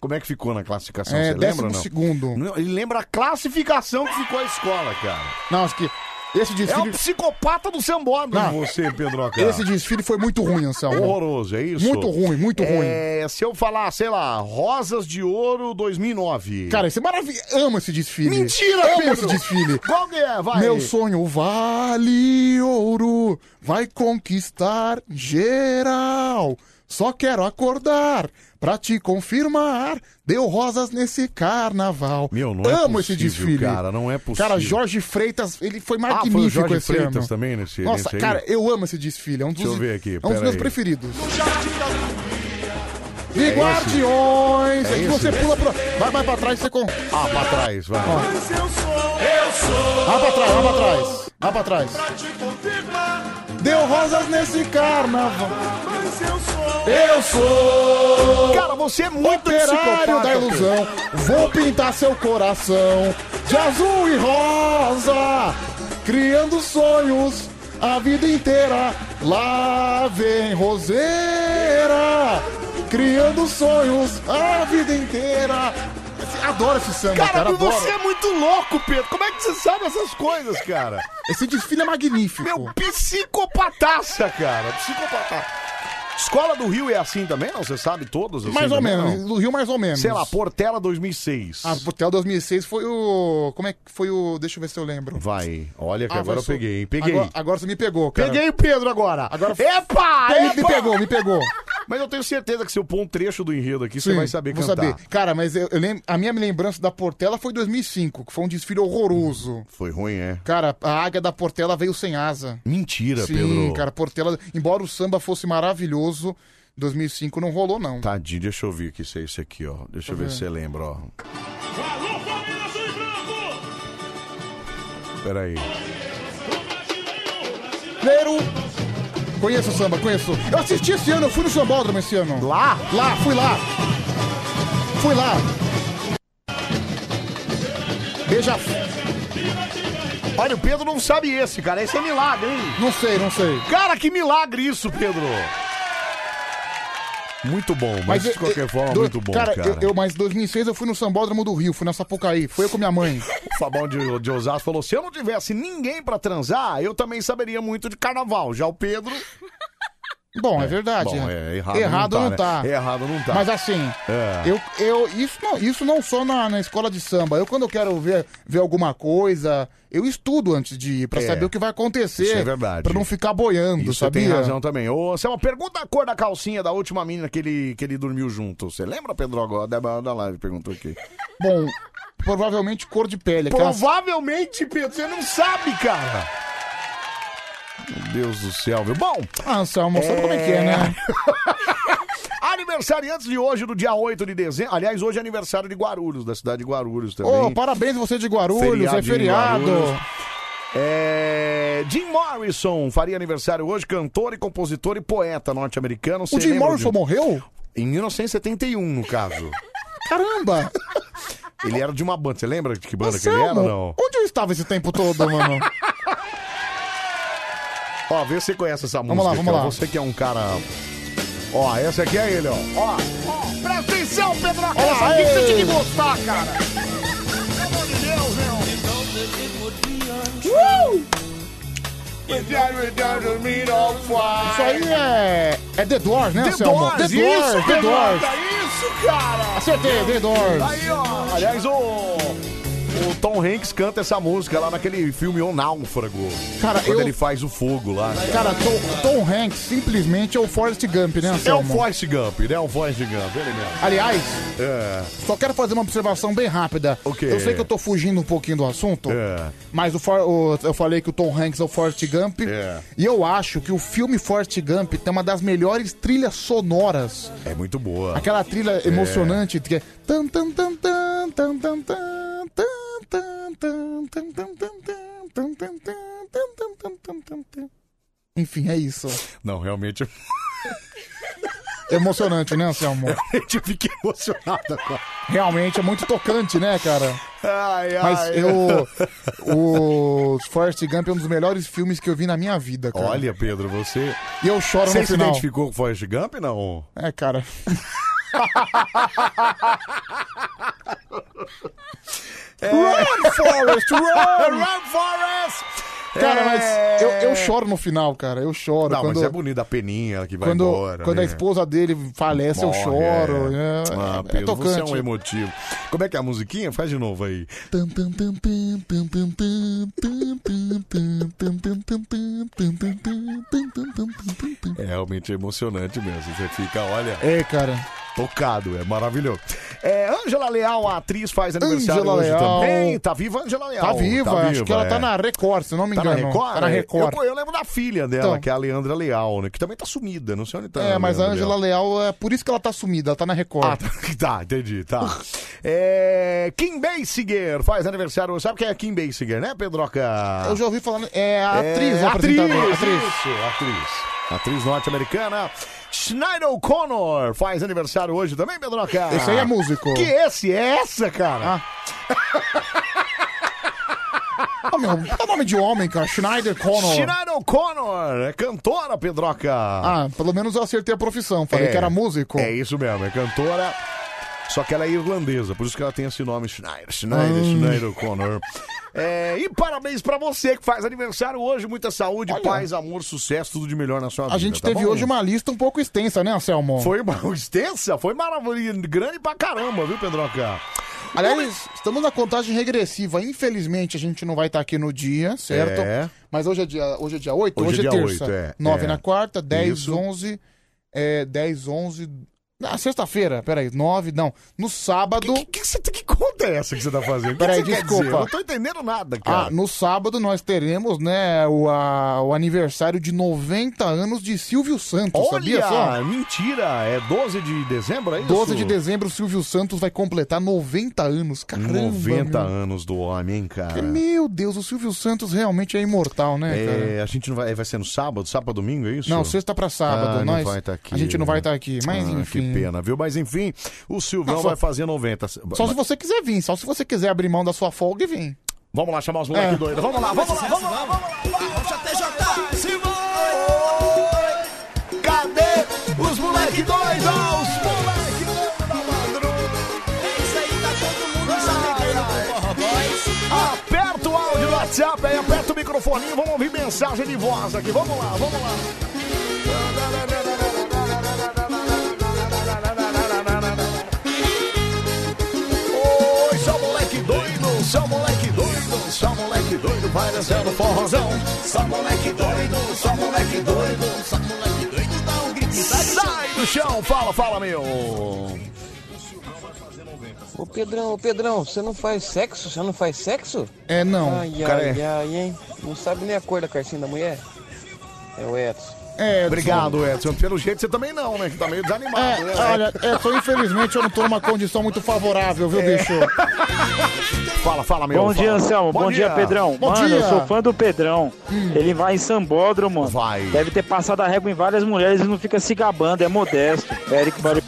Speaker 1: Como é que ficou na classificação?
Speaker 3: É,
Speaker 1: você lembra
Speaker 3: décimo
Speaker 1: ou não?
Speaker 3: segundo.
Speaker 1: Não, Ele lembra a classificação que ficou a escola, cara.
Speaker 3: Não, acho que esse
Speaker 1: É o
Speaker 3: desfile,
Speaker 1: psicopata do sambódromo,
Speaker 3: Não.
Speaker 1: você, Pedro.
Speaker 3: esse desfile foi muito ruim, Anselmo.
Speaker 1: Horroroso, é isso?
Speaker 3: Muito ruim, muito
Speaker 1: É, se eu falar, sei lá, Rosas de Ouro 2009.
Speaker 3: Cara, esse maravilha. Amo esse desfile.
Speaker 1: Mentira,
Speaker 3: Amo
Speaker 1: Pedro!
Speaker 3: esse desfile.
Speaker 1: Qual que é? Vai.
Speaker 3: Meu sonho vale ouro, vai conquistar geral. Só quero acordar pra te confirmar. Deu rosas nesse carnaval.
Speaker 1: Meu, não é
Speaker 3: Amo
Speaker 1: possível,
Speaker 3: esse desfile.
Speaker 1: cara, não é possível.
Speaker 3: Cara, Jorge Freitas, ele foi
Speaker 1: Ah,
Speaker 3: magnífico
Speaker 1: foi o Jorge
Speaker 3: esse
Speaker 1: Freitas
Speaker 3: ano.
Speaker 1: também nesse
Speaker 3: Nossa,
Speaker 1: nesse aí?
Speaker 3: cara, eu amo esse desfile. É um dos,
Speaker 1: Deixa eu ver aqui,
Speaker 3: é um dos
Speaker 1: pera
Speaker 3: meus
Speaker 1: aí.
Speaker 3: preferidos. E guardiões!
Speaker 1: É
Speaker 3: É que
Speaker 1: esse?
Speaker 3: você pula pro. Vai mais pra trás e você. con-
Speaker 1: Ah, pra trás, vai.
Speaker 3: Vá Ah, pra trás, vá pra trás. Vá pra trás. Deu rosas nesse carnaval. eu sou.
Speaker 1: Cara, você é muito
Speaker 3: Operário
Speaker 1: psicopata.
Speaker 3: da ilusão. Vou pintar seu coração de azul e rosa. Criando sonhos a vida inteira. Lá vem roseira. Criando sonhos a vida inteira. Adoro esse samba,
Speaker 1: Cara,
Speaker 3: cara.
Speaker 1: Cara,
Speaker 3: adoro.
Speaker 1: você é muito louco, Pedro. Como é que você sabe essas coisas, cara?
Speaker 3: Esse desfile é magnífico.
Speaker 1: Meu psicopataça, cara. Psicopata. Escola do Rio é assim também, não? Você sabe todas? assim
Speaker 3: mais ou
Speaker 1: também,
Speaker 3: menos.
Speaker 1: não?
Speaker 3: Do Rio, mais ou menos.
Speaker 1: Sei lá, Portela 2006.
Speaker 3: Ah, o Hotel 2006 foi o. Como é que foi o. Deixa eu ver se eu lembro.
Speaker 1: Vai. Olha É que
Speaker 3: Ah,
Speaker 1: agora eu
Speaker 3: você-
Speaker 1: peguei, hein? Peguei.
Speaker 3: Agora, agora você me pegou, cara.
Speaker 1: Peguei o Pedro agora.
Speaker 3: Agora-
Speaker 1: Epa!
Speaker 3: Pega-
Speaker 1: epa!
Speaker 3: me pegou, me pegou.
Speaker 1: Mas eu tenho certeza que se eu pôr um trecho do enredo aqui, você vai saber
Speaker 3: vou
Speaker 1: cantar.
Speaker 3: saber. Cara, mas eu, eu lem- a minha lembrança da Portela foi 2005, que foi um desfile horroroso.
Speaker 1: Foi ruim, é?
Speaker 3: Cara, a águia da Portela veio sem asa.
Speaker 1: Mentira,
Speaker 3: Sim,
Speaker 1: Pedro.
Speaker 3: cara, Portela, embora o samba fosse maravilhoso, 2005 não rolou não.
Speaker 1: Tadinho, deixa eu ver o que isso é esse aqui, ó. Deixa eu ver se você lembra, ó. Peraí.
Speaker 3: Brasileiro. Conheço o samba, conheço. Eu assisti esse ano, eu fui no Sambódromo esse ano.
Speaker 1: Lá?
Speaker 3: Lá, fui lá. Fui lá. Beija.
Speaker 1: Olha, o Pedro não sabe esse, cara. Esse é milagre, hein?
Speaker 3: Não sei, não sei.
Speaker 1: Cara, que milagre isso, Pedro! Muito bom, mas, de
Speaker 3: eu-
Speaker 1: qualquer
Speaker 3: eu-
Speaker 1: forma,
Speaker 3: do-
Speaker 1: muito bom, cara.
Speaker 3: Eu, eu, mas em 2006 eu fui no Sambódromo do Rio, fui na Sapucaí. Fui eu com minha mãe.
Speaker 1: O Fabão de, de Osasco falou: se eu não tivesse ninguém pra transar, eu também saberia muito de carnaval. Já o Pedro.
Speaker 3: Bom, é, verdade.
Speaker 1: Bom,
Speaker 3: né?
Speaker 1: é, errado, não tá. né? Errado não tá.
Speaker 3: Mas assim,
Speaker 1: É.
Speaker 3: eu, eu, isso, não, isso não só na, na escola de samba. Eu, quando eu quero ver, ver alguma coisa, eu estudo antes de ir, pra
Speaker 1: É.
Speaker 3: saber o que vai acontecer.
Speaker 1: Isso é verdade.
Speaker 3: Pra não ficar boiando,
Speaker 1: Isso você
Speaker 3: sabia?
Speaker 1: tem razão também. Ô, Selma, pergunta a cor da calcinha da última menina que ele, que ele dormiu junto. Você lembra, Pedro? Agora, Débora da live perguntou aqui.
Speaker 3: Bom, provavelmente cor de pele. é aquela-
Speaker 1: Provavelmente, Pedro, você não sabe, cara. Meu Deus do céu, viu? Bom,
Speaker 3: Ah, Anselmo, sabe como é que é, né?
Speaker 1: Aniversariantes de hoje, do dia 8 de dezembro. Aliás, hoje é aniversário de Guarulhos, da cidade de Guarulhos também.
Speaker 3: Ô, parabéns você de Guarulhos, é
Speaker 1: Feriado em
Speaker 3: feriado.
Speaker 1: Guarulhos. É... Jim Morrison faria aniversário hoje, cantor e compositor e poeta norte-americano. Cê
Speaker 3: O Jim
Speaker 1: lembra
Speaker 3: Morrison
Speaker 1: de-
Speaker 3: morreu?
Speaker 1: Em 1971, no caso.
Speaker 3: Caramba!
Speaker 1: Ele era de uma banda. Você lembra de que banda que ele era?
Speaker 3: Anselmo,
Speaker 1: Não.
Speaker 3: onde eu estava esse tempo todo, mano?
Speaker 1: Ó, vê se você conhece essa
Speaker 3: Vamos
Speaker 1: música.
Speaker 3: lá, vamos
Speaker 1: cara.
Speaker 3: lá.
Speaker 1: Você que é um cara. Ó, essa aqui é ele, ó. Ó, ó presta atenção, Pedro. Essa aqui você tinha que gostar, cara. Pelo amor de Deus, meu. Uh!
Speaker 3: Isso aí é. É The Doors, né,
Speaker 1: The
Speaker 3: Anselmo?
Speaker 1: Doors,
Speaker 3: The Doors,
Speaker 1: isso,
Speaker 3: The Doors.
Speaker 1: Pedro, é isso, cara.
Speaker 3: Acertei, The Doors.
Speaker 1: Aí, ó. Aliás, o, o Tom Tom Hanks canta essa música lá naquele filme O Náufrago.
Speaker 3: Cara,
Speaker 1: quando
Speaker 3: eu-
Speaker 1: ele faz o fogo lá. né?
Speaker 3: Cara, Tom, Tom Hanks simplesmente é o Forrest Gump, né,
Speaker 1: é o
Speaker 3: Anselmo?
Speaker 1: Forrest Gump, né? O Forrest Gump, ele mesmo.
Speaker 3: Aliás,
Speaker 1: É.
Speaker 3: só quero fazer uma observação bem rápida.
Speaker 1: quê?
Speaker 3: Eu sei que eu tô fugindo um pouquinho do assunto,
Speaker 1: É.
Speaker 3: mas o For- o- eu falei que o Tom Hanks é o Forrest Gump.
Speaker 1: É.
Speaker 3: E eu acho que o filme Forrest Gump tem uma das melhores trilhas sonoras.
Speaker 1: É muito boa.
Speaker 3: Aquela trilha
Speaker 1: É.
Speaker 3: emocionante que é. tan, tan, tan, tan, tan, tan, tan, tan, tan, tan, tan, tan, tan, tan, tan, tan, tan, tan, tan, tan, tan, tan. Enfim, é isso.
Speaker 1: Não, realmente.
Speaker 3: Emocionante, né, Anselmo?
Speaker 1: Realmente eu fiquei emocionado agora.
Speaker 3: Realmente é muito tocante, né, cara?
Speaker 1: Ai, ai.
Speaker 3: Mas eu. O Forrest Gump é um dos melhores filmes que eu vi na minha vida, cara.
Speaker 1: Olha, Pedro, você.
Speaker 3: E eu choro
Speaker 1: Você
Speaker 3: no
Speaker 1: se
Speaker 3: final.
Speaker 1: identificou com o Forrest Gump, não?
Speaker 3: É, cara. Run, Forrest, run!
Speaker 1: Run, Forrest!
Speaker 3: Cara,
Speaker 1: É.
Speaker 3: mas eu, eu choro no final, cara. Eu choro.
Speaker 1: Não,
Speaker 3: quando
Speaker 1: mas é bonita a peninha que vai
Speaker 3: quando,
Speaker 1: embora.
Speaker 3: quando a
Speaker 1: né?
Speaker 3: esposa dele falece,
Speaker 1: Morre,
Speaker 3: eu choro.
Speaker 1: é.
Speaker 3: É,
Speaker 1: ah,
Speaker 3: é
Speaker 1: Pedro, você é
Speaker 3: tocante.
Speaker 1: um emotivo. Como é que é a musiquinha? Faz de novo aí.
Speaker 3: Tan, tan, tan, tan, tan, tan, tan, tan, tan, tan, tan, tan, tan, tan, tan, tan, tan, tan, tan, tan, tan, tan.
Speaker 1: É realmente emocionante mesmo. Você fica, olha,
Speaker 3: É, cara.
Speaker 1: tocado, é maravilhoso. É, Angela Leal, a atriz, faz é aniversário
Speaker 3: Angela
Speaker 1: hoje
Speaker 3: Leal.
Speaker 1: também. Tá viva Angela Leal.
Speaker 3: Tá viva, acho que ela
Speaker 1: é.
Speaker 3: tá na Record, se não me
Speaker 1: Tá na
Speaker 3: engano.
Speaker 1: Record?
Speaker 3: Tá na
Speaker 1: É.
Speaker 3: Record.
Speaker 1: Eu, eu lembro da filha dela,
Speaker 3: Então.
Speaker 1: que é a Leandra Leal, né? Que também tá sumida, não sei onde tá.
Speaker 3: É, mas a
Speaker 1: Leandra
Speaker 3: Angela Leal, é por isso que ela tá sumida, ela tá na
Speaker 1: Ah,
Speaker 3: Record.
Speaker 1: tá, tá, entendi, tá. É, Kim Basinger faz aniversário. Sabe quem é Kim Basinger, né, Pedroca?
Speaker 3: Eu já ouvi falar. É a atriz,
Speaker 1: é,
Speaker 3: a apresentadora.
Speaker 1: atriz,
Speaker 3: Atriz.
Speaker 1: isso, atriz. Atriz norte-americana. Schneider O'Connor faz aniversário hoje também, Pedroca.
Speaker 3: Esse aí é músico.
Speaker 1: Que esse? É essa, cara?
Speaker 3: Ah, meu, é nome de homem, cara. Schneider Connor.
Speaker 1: Schneider O'Connor. É cantora, Pedroca.
Speaker 3: Ah, pelo menos eu acertei a profissão. Falei
Speaker 1: É.
Speaker 3: que era músico.
Speaker 1: É isso mesmo, é cantora. Só que ela é irlandesa, por isso que ela tem esse nome, Schneider. Schneider,
Speaker 3: Hum.
Speaker 1: Schneider O'Connor. É, e parabéns pra você que faz aniversário hoje. Muita saúde,
Speaker 3: Olha.
Speaker 1: paz, amor, sucesso, tudo de melhor na sua vida.
Speaker 3: A gente
Speaker 1: tá
Speaker 3: teve
Speaker 1: bom?
Speaker 3: hoje uma lista um pouco extensa, né, Anselmo?
Speaker 1: Foi uma extensa, foi maravilhosa, grande pra caramba, viu, Pedroca?
Speaker 3: Aliás, estamos na contagem regressiva. Infelizmente, a gente não vai estar aqui no dia, certo?
Speaker 1: É.
Speaker 3: Mas hoje é dia, hoje é dia 8,
Speaker 1: Hoje
Speaker 3: hoje,
Speaker 1: é
Speaker 3: é,
Speaker 1: dia
Speaker 3: terça.
Speaker 1: 8, é,
Speaker 3: 9
Speaker 1: é.
Speaker 3: na quarta, 10,
Speaker 1: Isso.
Speaker 3: 11. É, 10, 11. Na sexta-feira, peraí, 9, não. No sábado.
Speaker 1: O que, que, você- que conta é essa que você tá fazendo? O que
Speaker 3: Peraí,
Speaker 1: que você quer
Speaker 3: desculpa.
Speaker 1: dizer? Eu não tô entendendo nada, cara.
Speaker 3: Ah, no sábado nós teremos, né, o, a- o aniversário de 90 anos de Silvio Santos, sabia só?
Speaker 1: Olha, mentira, é 12 de dezembro, é isso?
Speaker 3: 12 de dezembro, o Silvio Santos vai completar 90 anos. Caramba,
Speaker 1: 90
Speaker 3: meu.
Speaker 1: anos do homem, hein, cara?
Speaker 3: Meu Deus, o Silvio Santos realmente é imortal, né, cara?
Speaker 1: É, a gente não vai. Vai ser no sábado, sábado pra domingo, é isso?
Speaker 3: Não, sexta pra
Speaker 1: Ah,
Speaker 3: sábado.
Speaker 1: não
Speaker 3: nós,
Speaker 1: vai tá aqui,
Speaker 3: a gente não
Speaker 1: né?
Speaker 3: vai estar aqui, mas
Speaker 1: Ah,
Speaker 3: enfim.
Speaker 1: Que pena, viu? Mas enfim, o Silvão
Speaker 3: Não, só-
Speaker 1: vai fazer 90.
Speaker 3: Só se você quiser vir, só se você quiser abrir mão da sua folga e vir.
Speaker 1: Vamos lá chamar os moleques
Speaker 3: É.
Speaker 1: doidos. Vamos lá, vamos lá, vamos lá, vamos lá.
Speaker 7: TJ,
Speaker 1: Cadê os moleques doidos? Os moleques doidos da
Speaker 7: é isso aí, tá todo mundo já ligando pro Forró Boys.
Speaker 1: Aperta o áudio do WhatsApp aí, aperta o microfoninho, vamos ouvir mensagem de voz aqui. Vamos lá, vamos lá. Oi, só moleque doido, só moleque doido, só moleque doido, vai dançando forrozão. Só moleque doido, só moleque doido, só moleque doido, dá um grito. Sai
Speaker 3: É.
Speaker 1: do chão, fala, fala, meu.
Speaker 8: Ô Pedrão, ô Pedrão, você não faz sexo? Você não faz sexo?
Speaker 3: É, não.
Speaker 8: ai,
Speaker 1: cara
Speaker 8: ai,
Speaker 1: é-
Speaker 8: ai, hein? Não sabe nem a cor da carcinha da mulher? É o Edson.
Speaker 3: É,
Speaker 1: Obrigado, Edson. Pelo jeito você também não, né? Que tá meio desanimado,
Speaker 3: É,
Speaker 1: né?
Speaker 3: olha, é, só infelizmente eu não tô numa condição muito favorável, viu,
Speaker 1: É.
Speaker 3: bicho?
Speaker 1: Fala, fala, meu.
Speaker 12: Bom
Speaker 1: fala. um
Speaker 12: dia, Anselmo. Bom, dia. Pedrão.
Speaker 3: Bom
Speaker 12: Mano,
Speaker 3: dia.
Speaker 12: eu sou fã do Pedrão. Ele vai em Sambódromo, mano.
Speaker 1: Vai.
Speaker 12: Deve ter passado a régua em várias mulheres e não fica se gabando, é modesto. Eric Barulho.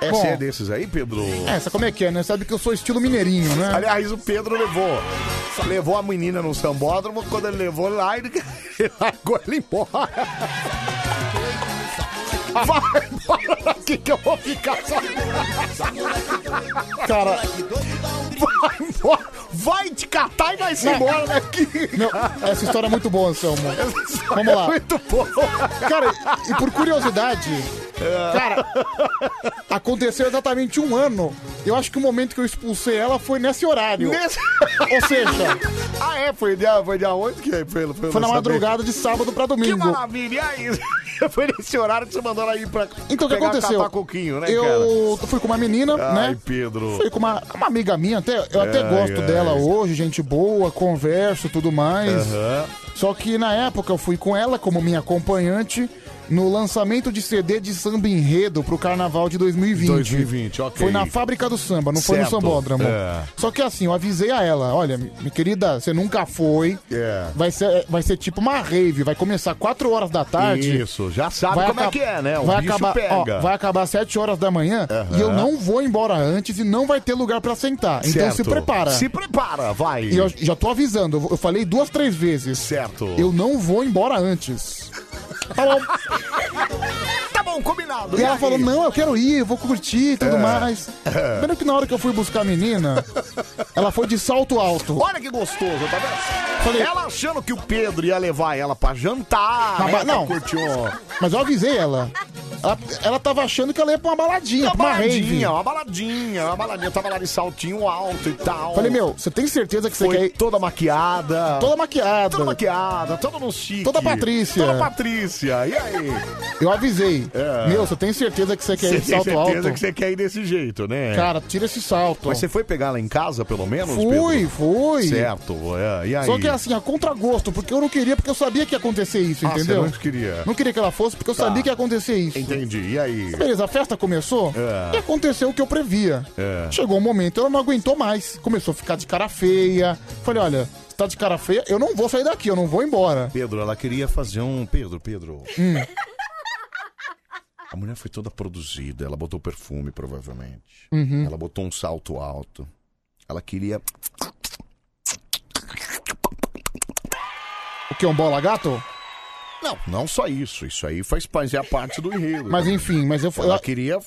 Speaker 1: É,
Speaker 3: Bom.
Speaker 1: você é desses aí, Pedro?
Speaker 3: É, sabe como é que é, né? Sabe que eu sou estilo mineirinho, né?
Speaker 1: Aliás, o Pedro levou. Levou a menina no sambódromo, quando ele levou lá, ele, ele largou ele embora. Vai embora daqui que eu vou ficar sozinho.
Speaker 3: Cara,
Speaker 1: Vai embora. Vai te catar e vai se embora daqui.
Speaker 3: meu, essa história é muito boa, Anselmo. Vamos lá.
Speaker 1: Muito bom.
Speaker 3: Cara, e por curiosidade,
Speaker 1: É.
Speaker 3: Cara, aconteceu exatamente um ano. Eu acho que o momento que eu expulsei ela foi nesse horário.
Speaker 1: Nesse-
Speaker 3: Ou seja,
Speaker 1: Ah, é? Foi dia, foi dia 8 que foi? Foi,
Speaker 3: Foi na
Speaker 1: lançamento?
Speaker 3: madrugada de sábado pra domingo.
Speaker 1: Que maravilha, e aí? Foi nesse horário que você mandou ela ir pra
Speaker 3: Então o que
Speaker 1: pegar
Speaker 3: aconteceu?
Speaker 1: catar coquinho, né,
Speaker 3: eu fui com uma menina,
Speaker 1: cara? Ai,
Speaker 3: né?
Speaker 1: Pedro.
Speaker 3: Fui com uma, uma amiga minha, até, eu até
Speaker 1: Ai,
Speaker 3: gosto
Speaker 1: ai.
Speaker 3: dela hoje, gente boa, converso tudo mais.
Speaker 1: Aham.
Speaker 3: Só que na época eu fui com ela como minha acompanhante no lançamento de CD de samba enredo pro carnaval de 2020.
Speaker 1: 2020, ok.
Speaker 3: Foi na Fábrica do Samba, não
Speaker 1: Certo.
Speaker 3: foi no Sambódromo.
Speaker 1: É.
Speaker 3: Só que assim, eu avisei a ela, olha, minha querida, você nunca foi.
Speaker 1: É.
Speaker 3: Vai ser, vai ser tipo uma rave, vai começar 4 horas da tarde.
Speaker 1: Isso, já sabe como é
Speaker 3: acab-
Speaker 1: que é, né? O
Speaker 3: vai
Speaker 1: bicho
Speaker 3: acabar, ó,
Speaker 1: pega.
Speaker 3: vai acabar às 7 horas da manhã
Speaker 1: Aham.
Speaker 3: e eu não vou embora antes e não vai ter lugar pra sentar. Então
Speaker 1: Certo.
Speaker 3: se prepara.
Speaker 1: Se prepara, vai.
Speaker 3: E eu já tô avisando, eu- eu falei duas, três vezes.
Speaker 1: Certo.
Speaker 3: Eu não vou embora antes. Tá bom.
Speaker 1: Tá bom, combinado.
Speaker 3: E ela
Speaker 1: aí?
Speaker 3: falou, não, eu quero ir, eu vou curtir e tudo
Speaker 1: É.
Speaker 3: mais.
Speaker 1: É.
Speaker 3: Pena que na hora que eu fui buscar a menina, ela foi de salto alto.
Speaker 1: Olha que gostoso, tá vendo?
Speaker 3: Falei-
Speaker 1: ela achando que o Pedro ia levar ela pra jantar,
Speaker 3: Na
Speaker 1: né,
Speaker 3: ba-
Speaker 1: pra
Speaker 3: não.
Speaker 1: curtir um-
Speaker 3: Mas eu avisei ela. Ela, ela tava achando que ela ia pra uma baladinha,
Speaker 1: uma
Speaker 3: pra uma rave.
Speaker 1: baladinha, uma baladinha, uma baladinha. Tava lá de saltinho alto e tal.
Speaker 3: Falei, meu, você tem certeza que você
Speaker 1: Foi
Speaker 3: quer ir?
Speaker 1: toda maquiada.
Speaker 3: Toda maquiada.
Speaker 1: Toda maquiada, toda no chique.
Speaker 3: Toda Patrícia.
Speaker 1: Toda Patrícia. E aí?
Speaker 3: Eu avisei.
Speaker 1: É.
Speaker 3: Meu, você tem certeza que você quer ir de
Speaker 1: tem
Speaker 3: salto
Speaker 1: certeza
Speaker 3: alto?
Speaker 1: que você quer ir desse jeito, né?
Speaker 3: Cara, tira esse salto.
Speaker 1: Mas você foi pegar ela em casa, pelo menos,
Speaker 3: Fui,
Speaker 1: Pedro?
Speaker 3: fui.
Speaker 1: Certo. é, E aí?
Speaker 3: Só que assim, a contragosto, porque eu não queria, porque eu sabia que ia acontecer isso,
Speaker 1: Ah,
Speaker 3: entendeu?
Speaker 1: você não queria.
Speaker 3: Não queria que ela fosse, porque eu
Speaker 1: Tá.
Speaker 3: sabia que ia acontecer isso.
Speaker 1: Entendi. E aí?
Speaker 3: Beleza, a festa começou
Speaker 1: É.
Speaker 3: e aconteceu o que eu previa.
Speaker 1: É.
Speaker 3: Chegou um momento, ela não aguentou mais. Começou a ficar de cara feia. Falei, olha, você tá de cara feia, eu não vou sair daqui, eu não vou embora.
Speaker 1: Pedro, ela queria fazer um. Pedro, Pedro.
Speaker 3: Hum.
Speaker 1: A mulher foi toda produzida, ela botou perfume, provavelmente.
Speaker 3: Uhum.
Speaker 1: Ela botou um salto alto. Ela queria.
Speaker 3: O que, um bola gato?
Speaker 1: Não, não só isso. Isso aí faz parte, é a parte do enredo.
Speaker 3: Mas enfim, mas eu,
Speaker 1: Ela
Speaker 3: eu-
Speaker 1: queria.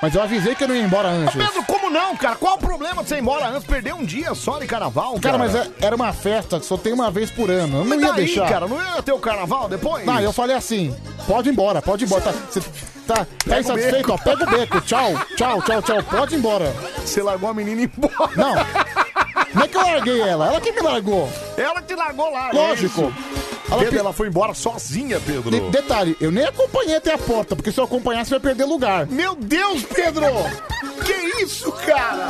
Speaker 3: mas eu avisei que eu não ia embora antes.
Speaker 1: Pedro, como não, cara? Qual o problema de você ir embora antes? Perder um dia só de carnaval,
Speaker 3: Cara,
Speaker 1: cara?
Speaker 3: mas é- era uma festa que só tem uma vez por ano. Eu não
Speaker 1: Mas
Speaker 3: ia
Speaker 1: daí,
Speaker 3: deixar.
Speaker 1: cara, não é ia ter o carnaval depois?
Speaker 3: Não, eu falei assim, pode ir embora, pode ir embora. Tá, cê tá, tá insatisfeito, ó, pega o beco, tchau, tchau, tchau, tchau, pode ir embora.
Speaker 1: Você largou a menina e embora.
Speaker 3: Não, não é que eu larguei ela, ela que me largou,
Speaker 1: Ela te largou lá. é
Speaker 3: lógico.
Speaker 1: isso.
Speaker 3: Ela
Speaker 1: Pedro,
Speaker 3: pe-
Speaker 1: ela foi embora sozinha, Pedro.
Speaker 3: De- detalhe, eu nem acompanhei até a porta, porque se eu acompanhar, você vai perder lugar.
Speaker 1: Meu Deus, Pedro! Que isso, cara?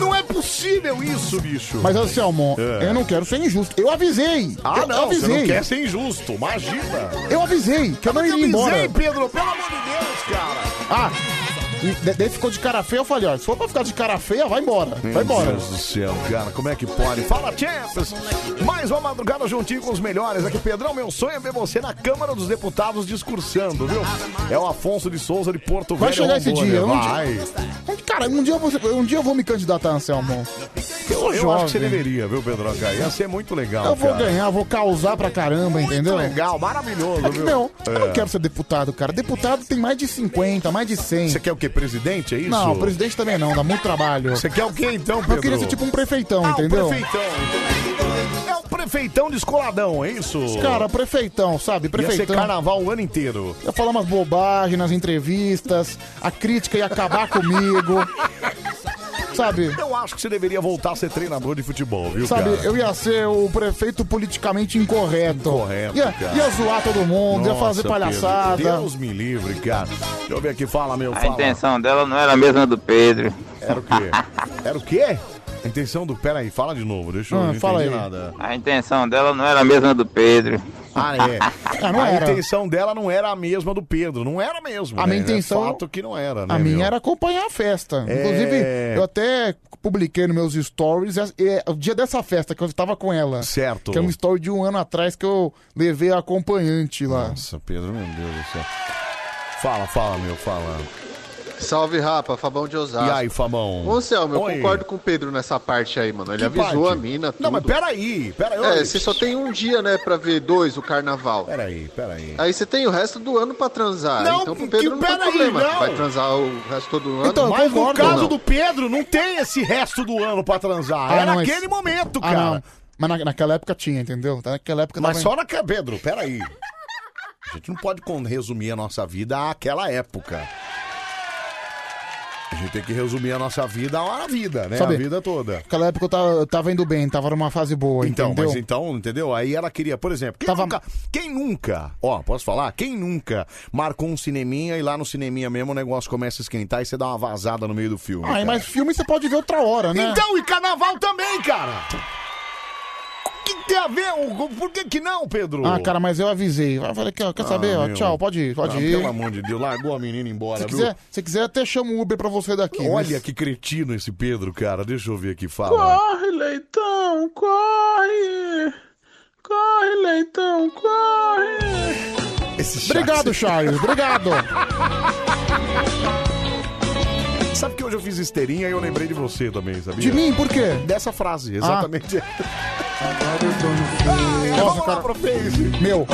Speaker 1: Não é possível isso, bicho.
Speaker 3: Mas assim, Almon,
Speaker 1: É.
Speaker 3: eu não quero ser injusto. Eu avisei.
Speaker 1: Ah,
Speaker 3: eu, eu
Speaker 1: não, você
Speaker 3: avisei.
Speaker 1: não quer ser injusto, imagina.
Speaker 3: Eu avisei que eu não
Speaker 1: Eu
Speaker 3: iria embora.
Speaker 1: avisei, Pedro, pelo amor de Deus, cara.
Speaker 3: Ah, e da- daí ficou de cara feia, eu falei, ó, se for pra ficar de cara feia, vai embora, vai embora.
Speaker 1: Meu Deus do céu, cara, como é que pode? Fala, Champions! Mais uma madrugada juntinho com os melhores aqui. Pedrão, meu sonho é ver você na Câmara dos Deputados discursando, viu? É o Afonso de Souza de Porto
Speaker 3: Vai
Speaker 1: Velho.
Speaker 3: chegar esse
Speaker 1: Rondônia.
Speaker 3: dia, um dia-
Speaker 1: Vai.
Speaker 3: Cara, um dia, eu vou- um dia eu vou me candidatar, Anselmo. Eu sou
Speaker 1: Eu
Speaker 3: jovem.
Speaker 1: acho que você deveria, viu, Pedro? Ia ser muito legal,
Speaker 3: Eu vou
Speaker 1: cara.
Speaker 3: ganhar, vou causar pra caramba, entendeu?
Speaker 1: Muito legal, maravilhoso,
Speaker 3: É que,
Speaker 1: viu?
Speaker 3: meu, eu
Speaker 1: É.
Speaker 3: não quero ser deputado, cara. Deputado tem mais de 50, mais de 100.
Speaker 1: Você quer o quê? Presidente, é isso?
Speaker 3: Não, presidente também não, dá muito trabalho.
Speaker 1: Você quer o quê, então, Pedro?
Speaker 3: Eu queria ser tipo um prefeitão,
Speaker 1: Ah, o
Speaker 3: entendeu?
Speaker 1: prefeitão. É o
Speaker 3: um
Speaker 1: prefeitão descoladão, é isso?
Speaker 3: Cara, prefeitão, sabe?
Speaker 1: Ia ser
Speaker 3: Prefeitão.
Speaker 1: carnaval o ano inteiro.
Speaker 3: Ia falar umas bobagens nas entrevistas, a crítica ia acabar comigo. Sabe?
Speaker 1: Eu acho que você deveria voltar a ser treinador de futebol, viu,
Speaker 3: Sabe,
Speaker 1: cara?
Speaker 3: eu ia ser o prefeito politicamente incorreto.
Speaker 1: Incorreto,
Speaker 3: ia,
Speaker 1: cara.
Speaker 3: ia zoar todo mundo, ia
Speaker 1: Nossa,
Speaker 3: fazer
Speaker 1: Pedro,
Speaker 3: palhaçada.
Speaker 1: Deus me livre, cara. Deixa eu ver aqui, fala, meu,
Speaker 13: A
Speaker 1: fala.
Speaker 13: intenção dela não era a mesma do Pedro.
Speaker 1: Era o quê? Era o quê? A intenção do... Pera aí, fala de novo, deixa eu...
Speaker 3: Ah,
Speaker 1: não entendi
Speaker 3: fala aí.
Speaker 1: nada.
Speaker 13: A intenção dela não era a mesma do Pedro.
Speaker 1: Ah, é.
Speaker 3: Ah, não
Speaker 1: a
Speaker 3: era.
Speaker 1: intenção dela não era a mesma do Pedro, não era mesmo.
Speaker 3: A
Speaker 1: né?
Speaker 3: minha intenção-
Speaker 1: É fato que não era, né?
Speaker 3: A minha
Speaker 1: meu?
Speaker 3: era acompanhar a festa.
Speaker 1: É.
Speaker 3: Inclusive, eu até publiquei nos meus stories é, é, o dia dessa festa que eu estava com ela.
Speaker 1: Certo.
Speaker 3: Que é um story de um ano atrás que eu levei a acompanhante lá.
Speaker 1: Nossa, Pedro, meu Deus do céu. Fala, fala, meu, fala.
Speaker 14: Salve, rapa, Fabão de Osasco.
Speaker 1: E aí, Fabão?
Speaker 14: Ô, Selma, eu
Speaker 1: Oi.
Speaker 14: concordo com o Pedro nessa parte aí, mano. Ele
Speaker 1: Que
Speaker 14: avisou
Speaker 1: parte?
Speaker 14: a mina, tudo.
Speaker 1: Não, mas peraí, peraí.
Speaker 14: É,
Speaker 1: olha.
Speaker 14: você só tem um dia, né, pra ver dois, o carnaval.
Speaker 1: Peraí, peraí.
Speaker 14: Aí você tem o resto do ano pra transar.
Speaker 1: Não,
Speaker 14: então pro
Speaker 1: que-
Speaker 14: Pedro não tem
Speaker 1: peraí,
Speaker 14: problema.
Speaker 1: não.
Speaker 14: Vai transar o resto todo ano.
Speaker 3: Então, eu
Speaker 14: mas
Speaker 1: Mas no
Speaker 3: concordo.
Speaker 1: caso
Speaker 14: Não.
Speaker 1: do Pedro, não tem esse resto do ano pra transar. é
Speaker 3: Ah, não, mas-
Speaker 1: naquele momento,
Speaker 3: Ah,
Speaker 1: cara.
Speaker 3: não. Mas na- Tá, naquela época tinha, entendeu? Naquela época
Speaker 1: Mas
Speaker 3: tava-
Speaker 1: só na... ca- Pedro, peraí. A gente não pode con- resumir a nossa vida àquela época. A gente tem que resumir a nossa vida à vida, né?
Speaker 3: Sabe-
Speaker 1: A vida toda.
Speaker 3: Naquela época eu tava, eu tava indo bem, tava numa fase boa,
Speaker 1: Então,
Speaker 3: entendeu?
Speaker 1: mas então, entendeu? Aí ela queria, por exemplo, quem, nunca, quem nunca, ó, posso falar? Quem nunca marcou um cineminha e lá no cineminha mesmo o negócio começa a esquentar e você dá uma vazada no meio do filme.
Speaker 3: Ai,
Speaker 1: cara.
Speaker 3: mas filme você pode ver outra hora, né?
Speaker 1: Então, e carnaval também, cara! O que tem a ver? O- um Por que que não, Pedro?
Speaker 3: Ah, cara, mas eu avisei. Eu falei aqui, ó, quer saber?
Speaker 1: Ah,
Speaker 3: ó,
Speaker 1: meu.
Speaker 3: tchau, pode ir, pode
Speaker 1: Ah,
Speaker 3: ir.
Speaker 1: Pelo amor de Deus, largou a menina embora,
Speaker 3: Se
Speaker 1: viu?
Speaker 3: quiser, se quiser, até chamo o Uber pra você daqui.
Speaker 1: Olha
Speaker 3: mas-
Speaker 1: que cretino esse Pedro, cara. Deixa eu ver aqui, fala.
Speaker 15: Corre, leitão, corre! Corre, leitão, corre!
Speaker 3: Obrigado, Charles, obrigado.
Speaker 1: Sabe que hoje eu fiz esteirinha e eu lembrei de você também, sabia?
Speaker 3: De mim, por quê? Ah.
Speaker 1: Dessa frase, exatamente. Ai, ai,
Speaker 3: Nossa,
Speaker 1: vamos
Speaker 3: cara.
Speaker 1: lá pro Face.
Speaker 3: Meu,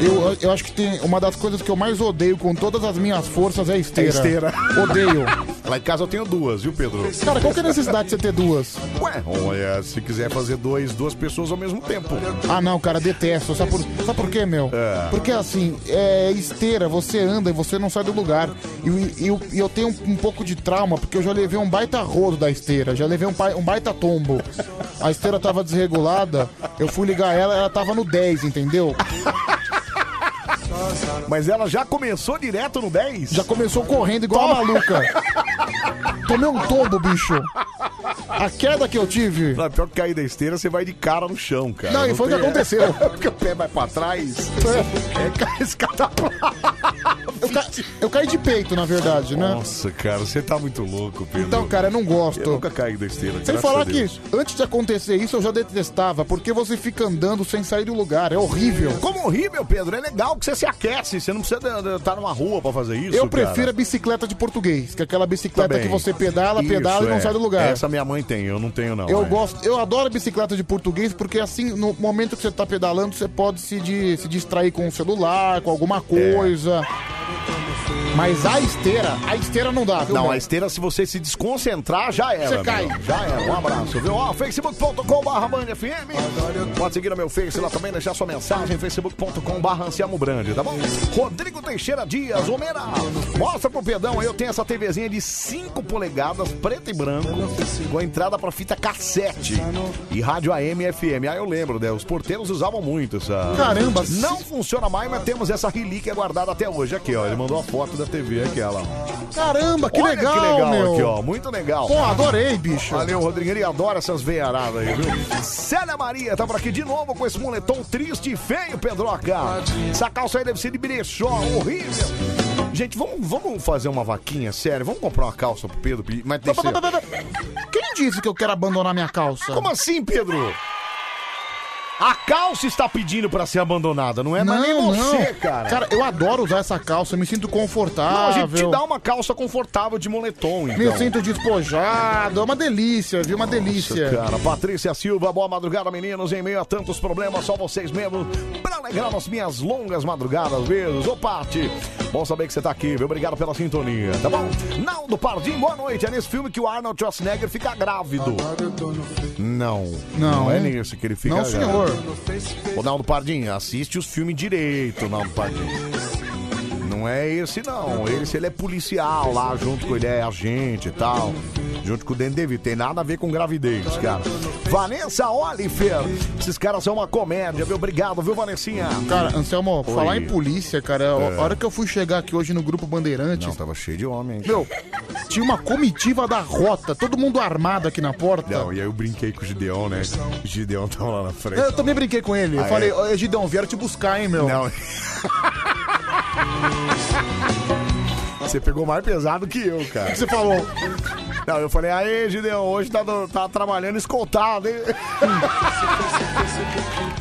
Speaker 3: eu, eu acho que tem uma das coisas que eu mais odeio com todas as minhas forças é
Speaker 1: É
Speaker 3: esteira.
Speaker 1: esteira.
Speaker 3: Odeio.
Speaker 1: Lá em casa eu tenho duas, viu, Pedro?
Speaker 3: Cara, qual que é a necessidade de você ter duas?
Speaker 1: Ué, olha, se quiser fazer dois, duas pessoas ao mesmo tempo.
Speaker 3: Ah, não, cara, detesto. Sabe por, sabe por quê, meu? Porque assim, é esteira, você anda e você não sai do lugar. E eu, e eu, e eu tenho um, um pouco de trauma, porque eu já levei um baita rodo da esteira, já levei um, pai- um baita tombo. A esteira tava desregulada, eu fui ligar ela, ela tava no 10, entendeu?
Speaker 1: Mas ela já começou direto no 10?
Speaker 3: Já começou correndo igual uma maluca. Tomei um tombo, bicho. A queda que eu tive.
Speaker 1: Não, pior que cair da esteira, você vai de cara no chão, cara.
Speaker 3: Não, e foi o que
Speaker 1: tem-
Speaker 3: aconteceu.
Speaker 1: Porque o pé vai pra trás. É, ca- escada pra-
Speaker 3: tá Eu, ca- eu caí de peito, na verdade, né?
Speaker 1: Nossa, cara, você tá muito louco, Pedro.
Speaker 3: Então, cara, eu não gosto.
Speaker 1: Eu nunca caí da esteira,
Speaker 3: Sem
Speaker 1: graças a
Speaker 3: falar que
Speaker 1: Deus.
Speaker 3: antes de acontecer isso eu já detestava, porque você fica andando sem sair do lugar, é horrível.
Speaker 1: Como horrível, Pedro. É legal que você se aquece. Você não precisa estar numa rua pra fazer isso.
Speaker 3: eu prefiro
Speaker 1: cara.
Speaker 3: a bicicleta de português, que é aquela bicicleta
Speaker 1: Também.
Speaker 3: que você pedala, pedala
Speaker 1: Isso,
Speaker 3: e não
Speaker 1: é.
Speaker 3: sai do lugar.
Speaker 1: Essa minha mãe tem, eu não tenho, não.
Speaker 3: eu
Speaker 1: é.
Speaker 3: gosto, eu adoro a bicicleta de português porque assim, no momento que você tá pedalando, você pode se, di- se distrair com o celular, com
Speaker 1: É.
Speaker 3: alguma coisa. Mas a esteira, a esteira não dá, viu?
Speaker 1: Não,
Speaker 3: meu?
Speaker 1: a esteira, se você se desconcentrar, já era.
Speaker 3: Você
Speaker 1: meu.
Speaker 3: cai.
Speaker 1: Já era. Um abraço, viu? Ó, facebook.com.br bandfm. Pode seguir no meu Face lá também, deixar sua mensagem, facebook.com.br Anselmo Brande, tá bom? Rodrigo Teixeira Dias, Homera, mostra pro Pedão aí, eu tenho essa TVzinha de 5 polegadas, preto e branco, com a entrada pra fita cassete e rádio AM e FM. Ah, eu lembro, né? Os porteiros usavam muito essa...
Speaker 3: Caramba,
Speaker 1: Não funciona mais, mas temos essa relíquia guardada até hoje. Aqui, ó, ele mandou a foto da TV, aquela, ó.
Speaker 3: Caramba, que
Speaker 1: Olha
Speaker 3: legal,
Speaker 1: que legal
Speaker 3: meu.
Speaker 1: aqui, ó. Muito legal.
Speaker 3: Pô, adorei, bicho.
Speaker 1: Valeu, Rodrigo. Ele adora essas veiaradas aí, viu? Célia Maria tá por aqui de novo com esse moletom triste e feio, Pedroca. Essa calça aí deve ser de brechó, horrível. Gente, vamos, vamos fazer uma vaquinha, sério. Vamos comprar uma calça pro Pedro. pedir- Mas tem que ser...
Speaker 3: Quem disse que eu quero abandonar minha calça?
Speaker 1: Como assim, Pedro? A calça está pedindo pra ser abandonada, não é? Mas nem você, cara.
Speaker 3: Cara, eu adoro usar essa calça, eu me sinto confortável.
Speaker 1: Não, a gente te dá uma calça confortável de moletom, então.
Speaker 3: Me sinto despojado, é uma delícia, viu? Uma delícia.
Speaker 1: Cara, Patrícia Silva, boa madrugada, meninos. Em meio a tantos problemas, só vocês mesmos pra alegrar as minhas longas madrugadas. Beijos, ô Pati. Bom saber que você tá aqui, viu? Obrigado pela sintonia, tá bom? Naldo Pardim, boa noite. É nesse filme que o Arnold Schwarzenegger fica grávido. Não, não, é nesse que ele fica
Speaker 3: Não, senhor.
Speaker 1: Ô, Naldo Pardim, assiste os filmes direito, Naldo Pardim. Não é esse, não. Esse ele é policial lá, junto com ele é agente e tal. Junto com o Dendevi. Tem nada a ver com gravidez, cara. Vanessa Oliver. Esses caras são uma comédia, viu? Obrigado, viu, Vanessinha?
Speaker 3: Cara, Anselmo,
Speaker 1: Oi.
Speaker 3: falar em polícia, cara,
Speaker 1: É.
Speaker 3: a hora que eu fui chegar aqui hoje no Grupo Bandeirantes,
Speaker 1: Não, tava cheio de homem, hein?
Speaker 3: meu, tinha uma comitiva da rota, todo mundo armado aqui na porta.
Speaker 1: Não, e aí eu brinquei com o Gideon, né? O Gideon tava lá na frente.
Speaker 3: Eu também brinquei com ele. Eu
Speaker 1: Ah,
Speaker 3: falei,
Speaker 1: é?
Speaker 3: ô Gidão, vieram te buscar, hein, meu?
Speaker 1: Não. Você pegou mais pesado que eu, cara. O
Speaker 3: que você falou?
Speaker 1: Não, eu falei, aê, Gideon, hoje tá, do- tá trabalhando escoltado, hein?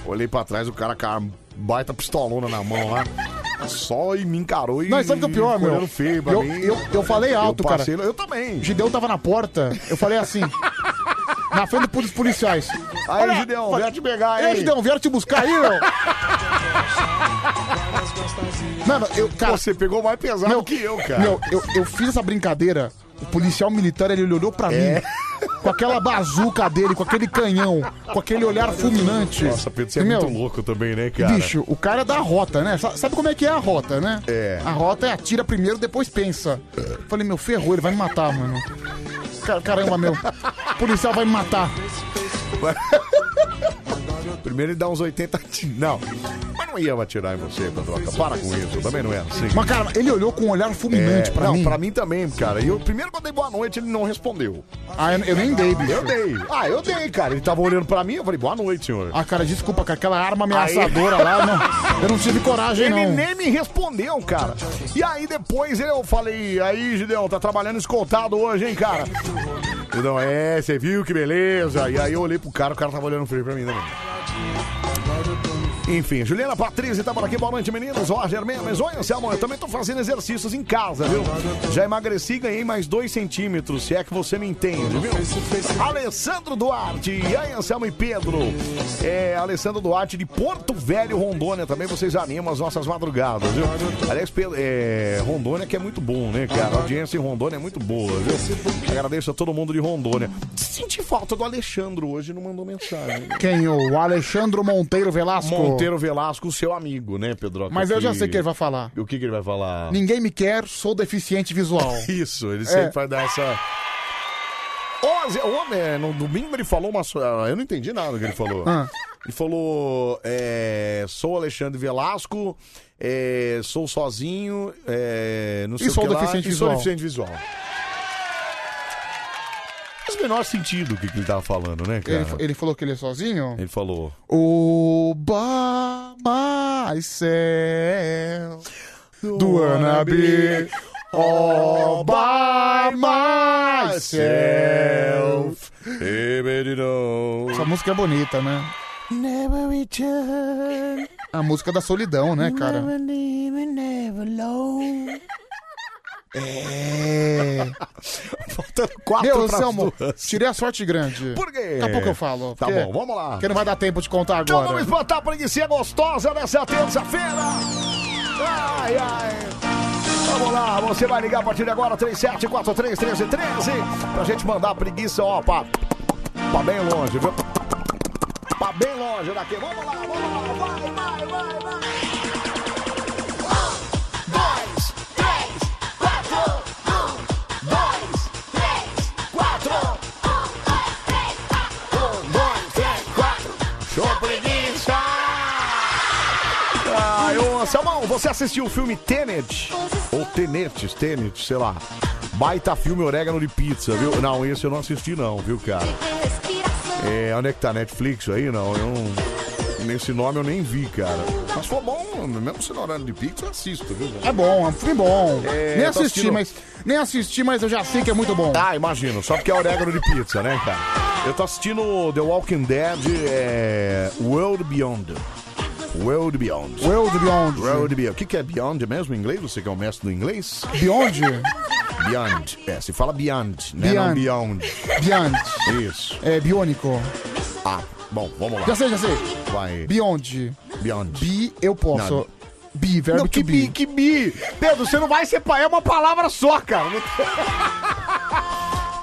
Speaker 1: Olhei pra trás, o cara com a baita pistolona na mão lá. Só e me encarou e.
Speaker 3: Não, e sabe o que é o pior,
Speaker 1: ficou
Speaker 3: meu?
Speaker 1: olhando Feio pra
Speaker 3: eu,
Speaker 1: mim.
Speaker 3: eu, eu falei alto,
Speaker 1: Eu passei-
Speaker 3: cara.
Speaker 1: Eu também.
Speaker 3: Gideão tava na porta, eu falei assim. na frente dos policiais.
Speaker 1: Aí, Gideão,
Speaker 3: falei-
Speaker 1: vieram te pegar,
Speaker 3: Ei,
Speaker 1: hein?
Speaker 3: Gideão, vieram te buscar aí, meu. Mano, eu, cara.
Speaker 1: Você pegou mais pesado
Speaker 3: meu,
Speaker 1: que eu, cara. É.
Speaker 3: Meu, eu, eu fiz essa brincadeira, o policial militar, ele olhou pra mim. com aquela bazuca dele, com aquele canhão, com aquele olhar fulminante.
Speaker 1: Nossa, Pedro, você é
Speaker 3: E, meu,
Speaker 1: muito louco também, né, cara?
Speaker 3: Bicho, o cara da rota, né? Sa- Sabe como é que é a rota, né? É. A rota é atira primeiro, depois pensa. Falei, meu, ferrou, ele vai me matar, mano. Car- Caramba, meu. O policial vai me matar.
Speaker 1: Primeiro ele dá uns 80 ti- Não. Mas não ia atirar em você, Pedroca. Para com isso. Também não é assim.
Speaker 3: Mas, cara, ele olhou com um olhar fulminante pra
Speaker 1: É, não,
Speaker 3: mim.
Speaker 1: pra mim também, cara. E eu, primeiro que eu dei boa noite, ele não respondeu.
Speaker 3: Ah, eu, nem dei, bicho.
Speaker 1: Eu dei. Ah, eu dei, cara. Ele tava olhando pra mim, eu falei, boa noite, senhor.
Speaker 3: Ah, cara, desculpa, cara, aquela arma ameaçadora lá, não- eu não tive coragem,
Speaker 1: ele
Speaker 3: não.
Speaker 1: nem me respondeu, cara. E aí depois eu falei, aí, Gideão, tá trabalhando escoltado hoje, hein, cara? Gideão, é, você viu que beleza. E aí eu olhei pro cara, o cara tava olhando feio pra mim também. Enfim, Juliana Patrícia tá por aqui, boa noite, meninos. Roger Memes, oi, Anselmo, eu também tô fazendo exercícios em casa, viu? Já emagreci e ganhei mais dois centímetros, se é que você me entende, viu? Alessandro Duarte, e aí, Anselmo e Pedro? É, Alessandro Duarte de Porto Velho, Rondônia, também vocês animam as nossas madrugadas, viu? Aliás, Pedro, é, Rondônia que é muito bom, né, cara? A audiência em Rondônia é muito boa, viu? Agradeço a todo mundo de Rondônia. Senti falta do Alexandro hoje, não mandou mensagem.
Speaker 3: Quem? O Alexandre Monteiro Velasco?
Speaker 1: Monteiro Velasco, seu amigo, né, Pedro?
Speaker 3: Mas eu já sei o que ele vai falar.
Speaker 1: O que, que ele vai falar?
Speaker 3: Ninguém me quer, sou deficiente visual.
Speaker 1: Isso, ele
Speaker 3: É.
Speaker 1: sempre vai dar essa. Ô, Zé, ô, né, no domingo ele falou uma. so- ah, Eu não entendi nada do que ele falou.
Speaker 3: Ah.
Speaker 1: Ele falou: é, sou Alexandre Velasco, é, sou sozinho, é, não sei
Speaker 3: E
Speaker 1: o
Speaker 3: sou
Speaker 1: que lá,
Speaker 3: deficiente
Speaker 1: e sou
Speaker 3: visual.
Speaker 1: deficiente visual. Faz o menor sentido o que, que ele tava falando, né, cara?
Speaker 3: Ele, fa- ele falou que ele é sozinho?
Speaker 1: Ele falou.
Speaker 3: Oba, myself, do Anabi. All by myself. Essa música é bonita, né?
Speaker 7: Never return.
Speaker 3: A música da solidão, né, cara?
Speaker 7: Never leave and never alone.
Speaker 3: É.
Speaker 1: Faltando quatro
Speaker 3: Meu,
Speaker 7: é
Speaker 1: pras
Speaker 7: um
Speaker 3: Anselmo,
Speaker 1: duas.
Speaker 3: tirei a sorte grande.
Speaker 1: Por quê?
Speaker 3: Daqui a pouco eu falo.
Speaker 1: Tá
Speaker 3: porque-
Speaker 1: bom, vamos lá.
Speaker 3: Porque não vai dar tempo de contar
Speaker 1: Então
Speaker 3: agora.
Speaker 1: vamos espantar a preguiça gostosa nessa terça-feira. Ai, ai. Vamos lá, você vai ligar a partir de agora, 37431313, pra gente mandar a preguiça, ó, pra, pra bem longe, viu? Pra bem longe daqui. Vamos lá, vamos lá, vai, vai, vai, vai. Um, dois, três, quatro. Um, dois, três, quatro. Um, dois, três, quatro. Show preguiça! Ai, ô Anselmão, Ah, você assistiu o filme Tenet? Ou Tenetes, Tenet, sei lá. Baita filme orégano de pizza, viu? Não, esse eu não assisti não, viu, cara? É, onde é que tá Netflix aí? Não, eu não... Nesse nome eu nem vi, cara. Mas foi bom, mesmo sendo horário de pizza, eu assisto, viu?
Speaker 3: É bom, é um filme bom.
Speaker 1: É,
Speaker 3: nem
Speaker 1: eu tô
Speaker 3: assisti,
Speaker 1: assistindo-
Speaker 3: mas. Nem assisti, mas eu já sei que é muito bom.
Speaker 1: Ah, imagino. Só porque é orégano de pizza, né, cara? Eu tô assistindo The Walking Dead é... World Beyond. World Beyond.
Speaker 3: World Beyond.
Speaker 1: World Beyond. O que, que é Beyond mesmo em inglês? Você que é o mestre do inglês?
Speaker 3: Beyond?
Speaker 1: Beyond. É, se fala Beyond, né? Não Beyond.
Speaker 3: Beyond.
Speaker 1: Isso.
Speaker 3: É biônico.
Speaker 1: Ah, bom, vamos lá.
Speaker 3: Já sei, já sei.
Speaker 1: Vai.
Speaker 3: Beyond.
Speaker 1: Beyond.
Speaker 3: Bi, eu posso.
Speaker 1: Não.
Speaker 3: Bi, verbo
Speaker 1: Não, que bi, que bi. Pedro, você não vai separar. É uma palavra só, cara.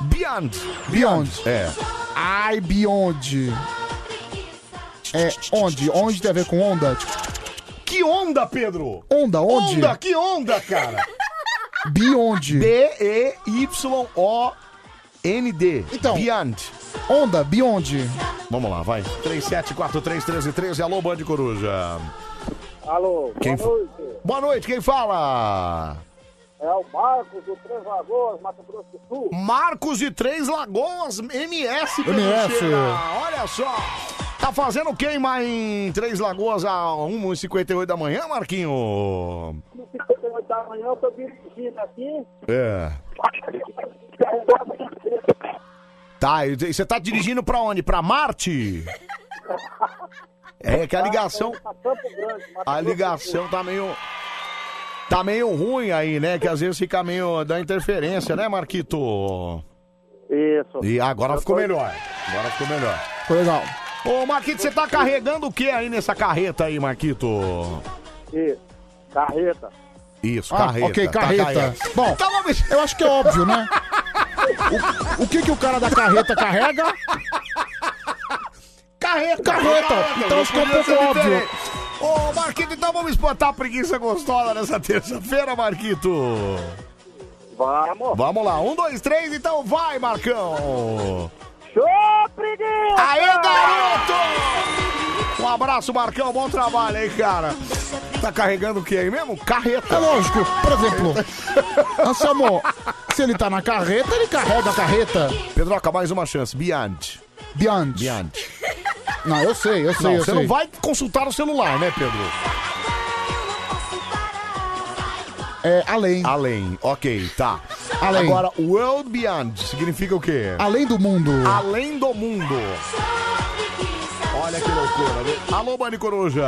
Speaker 1: Beyond.
Speaker 3: Beyond.
Speaker 1: É.
Speaker 3: Ai, Beyond. É onde? Onde tem a ver com onda?
Speaker 1: Que onda, Pedro?
Speaker 3: Onda, onde?
Speaker 1: Onda, que onda, cara.
Speaker 3: Beyond.
Speaker 1: B-E-Y-O-N-D.
Speaker 3: Então.
Speaker 1: Beyond.
Speaker 3: Onda, Beyond.
Speaker 1: Vamos lá, vai. 37431313, alô, Band Coruja.
Speaker 16: Alô,
Speaker 1: Quem fa-
Speaker 16: boa noite.
Speaker 1: Boa noite, quem fala?
Speaker 16: É o Marcos do Três Lagoas, Mato Grosso do Sul.
Speaker 1: Marcos de Três Lagoas, MS. Pedro
Speaker 16: MS.
Speaker 1: Cheira. Olha só. Tá fazendo queima em Três Lagoas a 1h58 da manhã, Marquinho?
Speaker 16: No 58 da manhã eu tô dirigindo aqui.
Speaker 1: É. Tá, e você tá dirigindo pra onde? Pra Marte? É que a ligação.
Speaker 16: Pra Campo Grande, Mato
Speaker 1: A
Speaker 16: Grosso do
Speaker 1: ligação tá meio. Tá meio ruim aí, né? Que às vezes fica meio. dá interferência, né, Marquito?
Speaker 16: Isso.
Speaker 1: E agora ficou melhor. Agora ficou melhor.
Speaker 3: Foi legal.
Speaker 1: Ô, Marquito, você tá carregando o que aí nessa carreta aí, Marquito?
Speaker 16: Sul. Isso. Carreta.
Speaker 1: Isso,
Speaker 3: Ah,
Speaker 1: carreta.
Speaker 3: ok,
Speaker 1: tá
Speaker 3: carreta. Bom, eu acho que é óbvio, né? é O, o que, que o cara da carreta carrega?
Speaker 1: Carreta!
Speaker 3: Carreta. Então ficou um pouco óbvio.
Speaker 1: Ô, Marquito, então vamos botar a preguiça gostosa nessa terça-feira, Marquito. Vamos. Vamos lá. Um, dois, três, então vai, Marcão.
Speaker 16: Show, preguiça!
Speaker 1: Aê, garoto! Um abraço, Marcão. Bom trabalho aí, cara. Tá carregando o que aí mesmo? Carreta.
Speaker 3: É lógico. Por exemplo, Anselmo, se ele tá na carreta, ele carrega a carreta.
Speaker 1: Pedroca, mais uma chance. Biante.
Speaker 3: Biante.
Speaker 1: Biante.
Speaker 3: Não, eu sei, eu sei,
Speaker 1: Não,
Speaker 3: eu
Speaker 1: você
Speaker 3: sei.
Speaker 1: não vai consultar o celular, né, Pedro?
Speaker 3: É, além.
Speaker 1: Além, ok, tá.
Speaker 3: Além.
Speaker 1: Agora, World Beyond significa o quê?
Speaker 3: Além do mundo.
Speaker 1: Além do mundo. Olha que loucura. né? Alô, Bani Coruja.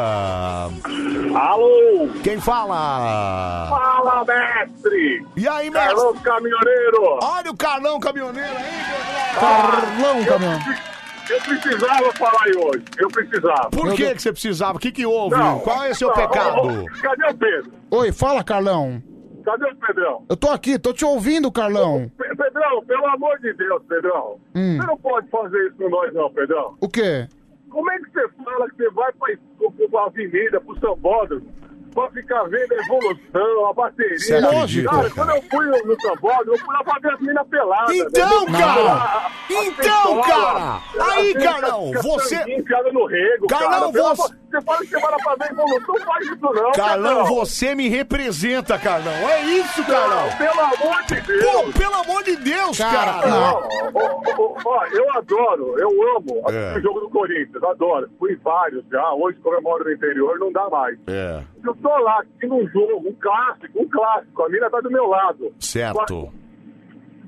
Speaker 16: Alô.
Speaker 1: Quem fala?
Speaker 16: Fala, mestre!
Speaker 1: E aí, mestre?
Speaker 16: Carlos Caminhoneiro!
Speaker 1: Olha o Carlão Caminhoneiro aí,
Speaker 3: Carlão Caminhoneiro.
Speaker 16: Eu precisava falar aí hoje, eu precisava.
Speaker 1: Por que, que você precisava? O que, que houve?
Speaker 16: Não.
Speaker 1: Qual é o seu
Speaker 16: Não,
Speaker 1: pecado?
Speaker 16: Cadê o Pedro?
Speaker 3: Oi, fala, Carlão.
Speaker 16: Cadê o Pedrão?
Speaker 3: Eu tô aqui, tô te ouvindo, Carlão.
Speaker 16: Pe- Pedrão, pelo amor de Deus, Pedrão.
Speaker 3: Hum.
Speaker 16: Você não pode fazer isso com nós, não, Pedrão.
Speaker 3: O quê?
Speaker 16: Como é que você fala que você vai pra, es- pra avenida, pro Sambódromo, pra ficar vendo a evolução, a bateria?
Speaker 1: Você acredita,
Speaker 16: Cara,
Speaker 1: cara?
Speaker 16: quando eu fui no- no Sambódromo, eu fui lá pra ver as minas peladas.
Speaker 1: Então,
Speaker 16: né?
Speaker 1: cara!
Speaker 16: A- a- a
Speaker 1: Então,
Speaker 16: pistola,
Speaker 1: cara!
Speaker 16: a-
Speaker 1: Aí,
Speaker 16: a-
Speaker 1: Carlão,
Speaker 16: a- a-
Speaker 1: você-
Speaker 16: sanguinho enfiado no rego,
Speaker 1: Carlão,
Speaker 16: cara. Pelo
Speaker 1: você-
Speaker 16: amor- Você fala que você vai lá pra ver a evolução, não faz isso não,
Speaker 1: Carlão, você me representa, Carlão. É isso, Carlão.
Speaker 16: pelo amor de Deus.
Speaker 1: Pô, pelo amor de Deus, cara.
Speaker 16: Não, ó, ó, ó, eu adoro, eu amo
Speaker 1: É.
Speaker 16: o jogo do Corinthians, adoro. Fui vários já, hoje comemoro no interior, não dá mais.
Speaker 1: É.
Speaker 16: Eu tô lá assistindo um jogo, um clássico, um clássico, a mina tá do meu lado.
Speaker 1: Certo.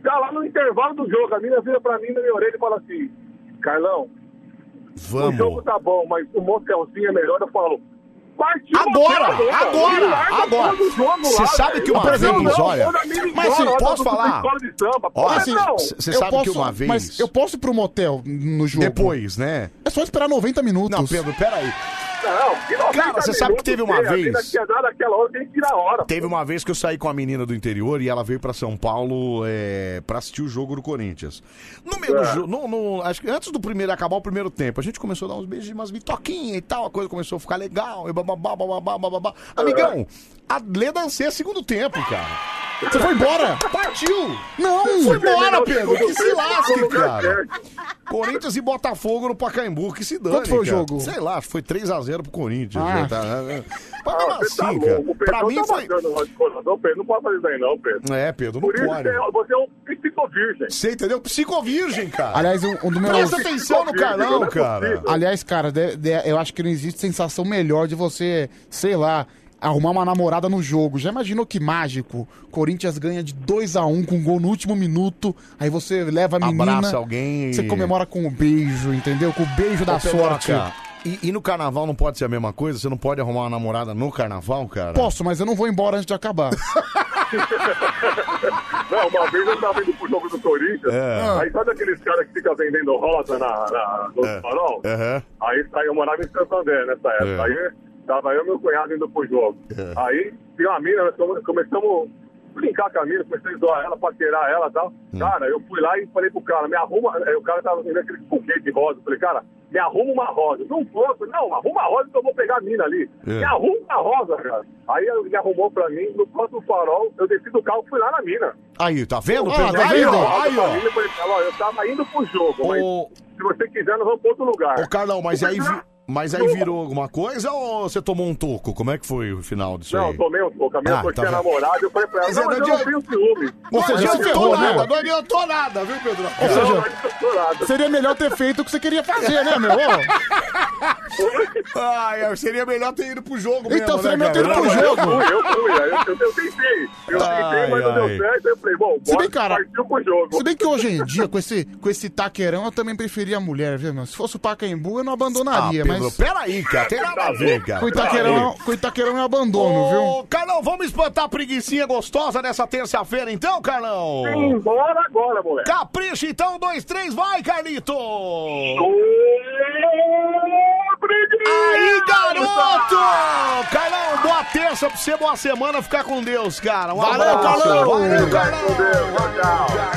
Speaker 16: Tá lá no intervalo do jogo, a mina vira pra mim na minha orelha e fala assim, Carlão, o jogo
Speaker 1: Vamos.
Speaker 16: tá bom, mas o motelzinho é melhor, eu falo... Partiu
Speaker 1: Agora,
Speaker 16: motel, cara.
Speaker 1: agora,
Speaker 16: Me larga
Speaker 1: agora.
Speaker 16: todo jogo
Speaker 1: Você
Speaker 16: lá,
Speaker 1: sabe
Speaker 16: velho.
Speaker 1: que uma
Speaker 16: Não,
Speaker 1: vez,
Speaker 16: não,
Speaker 1: olha,
Speaker 16: manda a mina
Speaker 1: mas
Speaker 16: embora,
Speaker 1: assim,
Speaker 16: olha,
Speaker 1: posso
Speaker 16: eu tô com
Speaker 1: falar?
Speaker 16: escola de samba.
Speaker 1: Ó,
Speaker 16: Porra,
Speaker 1: assim,
Speaker 16: não.
Speaker 1: c- Você
Speaker 3: Eu
Speaker 1: sabe que
Speaker 3: posso-
Speaker 1: uma vez-
Speaker 3: Mas eu posso ir pro motel no jogo.
Speaker 1: Depois, né?
Speaker 3: É só esperar 90 minutos.
Speaker 1: Não, Pedro, peraí.
Speaker 16: Não, que 90
Speaker 1: Cara, você sabe que teve uma
Speaker 16: minutos, a vida
Speaker 1: vez-
Speaker 16: que é dada aquela hora, tem que tirar a hora.
Speaker 1: Teve uma vez que eu saí com a menina do interior e ela veio pra São Paulo é, pra assistir o jogo do Corinthians. No meio
Speaker 16: É.
Speaker 1: do jogo, no- no- acho que antes do primeiro acabar o primeiro tempo, a gente começou a dar uns beijos, umas bitoquinhas e tal, a coisa começou a ficar legal, e bababá, bababá, bababá.
Speaker 16: É.
Speaker 1: Amigão, a Lê dancei segundo tempo, cara.
Speaker 3: Você foi embora?
Speaker 1: Partiu!
Speaker 3: Não!
Speaker 1: Foi embora, Pedro!
Speaker 16: Segundo
Speaker 1: Que se
Speaker 16: tempo,
Speaker 1: lasque,
Speaker 16: no lugar
Speaker 1: cara! Corinthians e Botafogo no Pacaembu, que se dane,
Speaker 3: Quanto foi o
Speaker 1: cara.
Speaker 3: jogo?
Speaker 1: Sei lá, acho que foi 3x0 pro Corinthians.
Speaker 3: Ah.
Speaker 1: né, tá? Mas mesmo assim,
Speaker 16: Tá
Speaker 1: cara,
Speaker 16: louco, o Pedro
Speaker 1: pra mim
Speaker 16: tá
Speaker 1: foi...
Speaker 16: marcando o Não, Pedro, não pode fazer isso aí não, Pedro.
Speaker 1: É, Pedro, não
Speaker 16: Por isso
Speaker 1: pode.
Speaker 16: que é- você é um psicovirgem.
Speaker 1: Você entendeu? Psicovirgem, cara.
Speaker 3: Aliás, um, um do meu...
Speaker 1: Presta
Speaker 16: é
Speaker 1: atenção no Carlão, cara.
Speaker 3: Aliás, cara, de- de- eu acho que não existe sensação melhor de você, sei lá, arrumar uma namorada no jogo. Já imaginou que mágico? Corinthians ganha de 2 a 1 com um gol no último minuto, aí você leva a menina...
Speaker 1: Abraça alguém e-
Speaker 3: Você comemora com o beijo, entendeu? Com o beijo da
Speaker 1: Ô, Pedroca,
Speaker 3: sorte.
Speaker 1: E, e no carnaval não pode ser a mesma coisa? Você não pode arrumar uma namorada no carnaval, cara?
Speaker 3: Posso, mas eu não vou embora antes de acabar.
Speaker 16: Não, uma vez eu tava indo pro jogo do Corinthians,
Speaker 1: É.
Speaker 16: aí sabe aqueles caras que ficam vendendo rosa na, na- no farol?
Speaker 1: Aham.
Speaker 16: Aí saiu, eu morava em Santo André nessa época.
Speaker 1: É.
Speaker 16: Aí tava eu e meu cunhado indo pro jogo.
Speaker 1: É.
Speaker 16: Aí tinha uma mina, nós come- começamos a brincar com a mina, comecei a zoar ela, paquerar ela e tal.
Speaker 1: Hum.
Speaker 16: Cara, eu fui lá e falei pro cara, me arruma. Aí o cara tava vendendo aquele buquê de rosa. Eu falei, cara, me arruma uma rosa. Não posso, não, arruma a rosa que eu vou pegar a mina ali.
Speaker 1: É.
Speaker 16: Me arruma uma rosa, cara. Aí ele arrumou pra mim, no próximo farol, eu desci do carro e fui lá na mina.
Speaker 1: Aí, tá vendo,
Speaker 16: Ah,
Speaker 1: Pedro?
Speaker 16: tá
Speaker 1: aí,
Speaker 16: vendo?
Speaker 1: ó, aí, ó.
Speaker 16: Eu falei pra ela, ó, eu tava indo pro jogo,
Speaker 1: Ô-
Speaker 16: mas se você quiser, nós vamos pra outro lugar.
Speaker 1: Ô, Carlão, mas aí, vi- mas aí virou alguma coisa ou você tomou um toco? Como é que foi o final disso
Speaker 16: Não,
Speaker 1: aí?
Speaker 16: tomei um pouco. A minha
Speaker 1: Ah,
Speaker 16: ah,
Speaker 1: tá
Speaker 16: tinha
Speaker 1: vendo?
Speaker 16: namorada, eu falei pra ela,
Speaker 1: Mas é,
Speaker 16: não, mas
Speaker 1: não
Speaker 16: eu não
Speaker 1: adianta-
Speaker 16: tenho ciúme.
Speaker 1: Ou seja,
Speaker 3: já
Speaker 1: não
Speaker 3: se ferrou,
Speaker 1: adiantou nada,
Speaker 3: né?
Speaker 1: não adiantou nada, viu, Pedro?
Speaker 3: Ou
Speaker 16: Não,
Speaker 3: seja,
Speaker 16: mas eu tô nada.
Speaker 3: seria melhor ter feito o que você queria fazer, né, meu? Ô,
Speaker 1: Ai, eu- seria melhor ter ido pro jogo mesmo,
Speaker 3: Então, seria
Speaker 1: né,
Speaker 3: melhor ter ido
Speaker 1: cara?
Speaker 3: pro
Speaker 1: Não,
Speaker 3: jogo.
Speaker 16: Eu fui, eu fui. aí Eu, eu, eu tentei. Eu
Speaker 1: Ai,
Speaker 16: tentei, mas não
Speaker 1: ai.
Speaker 16: deu certo. Eu falei, bom,
Speaker 3: Se
Speaker 16: bora,
Speaker 3: bem, cara-
Speaker 16: partiu pro jogo.
Speaker 3: Se bem que hoje em dia, com esse, com esse taqueirão, eu também preferia a mulher, viu, meu? Se fosse o Pacaembu, eu não
Speaker 1: Ah,
Speaker 3: abandonaria,
Speaker 1: Pedro,
Speaker 3: mas...
Speaker 1: peraí, cara, tem nada a ver, cara.
Speaker 3: Com o Itaquerão,
Speaker 1: Peraí.
Speaker 3: com o Itaquerão eu abandono, viu?
Speaker 1: Ô, Carlão, vamos espantar a preguiçinha gostosa nessa terça-feira, então, Carlão?
Speaker 16: Vem embora agora, moleque.
Speaker 1: Capricha, então, um, dois, três, vai, Carlito!
Speaker 16: Sobre-
Speaker 1: Aí, garoto! Carlão, boa terça! Força pra você, boa semana, ficar com Deus, cara. Um
Speaker 3: Valeu,
Speaker 1: abraço.
Speaker 3: Carlão.
Speaker 1: Valeu, Carlão.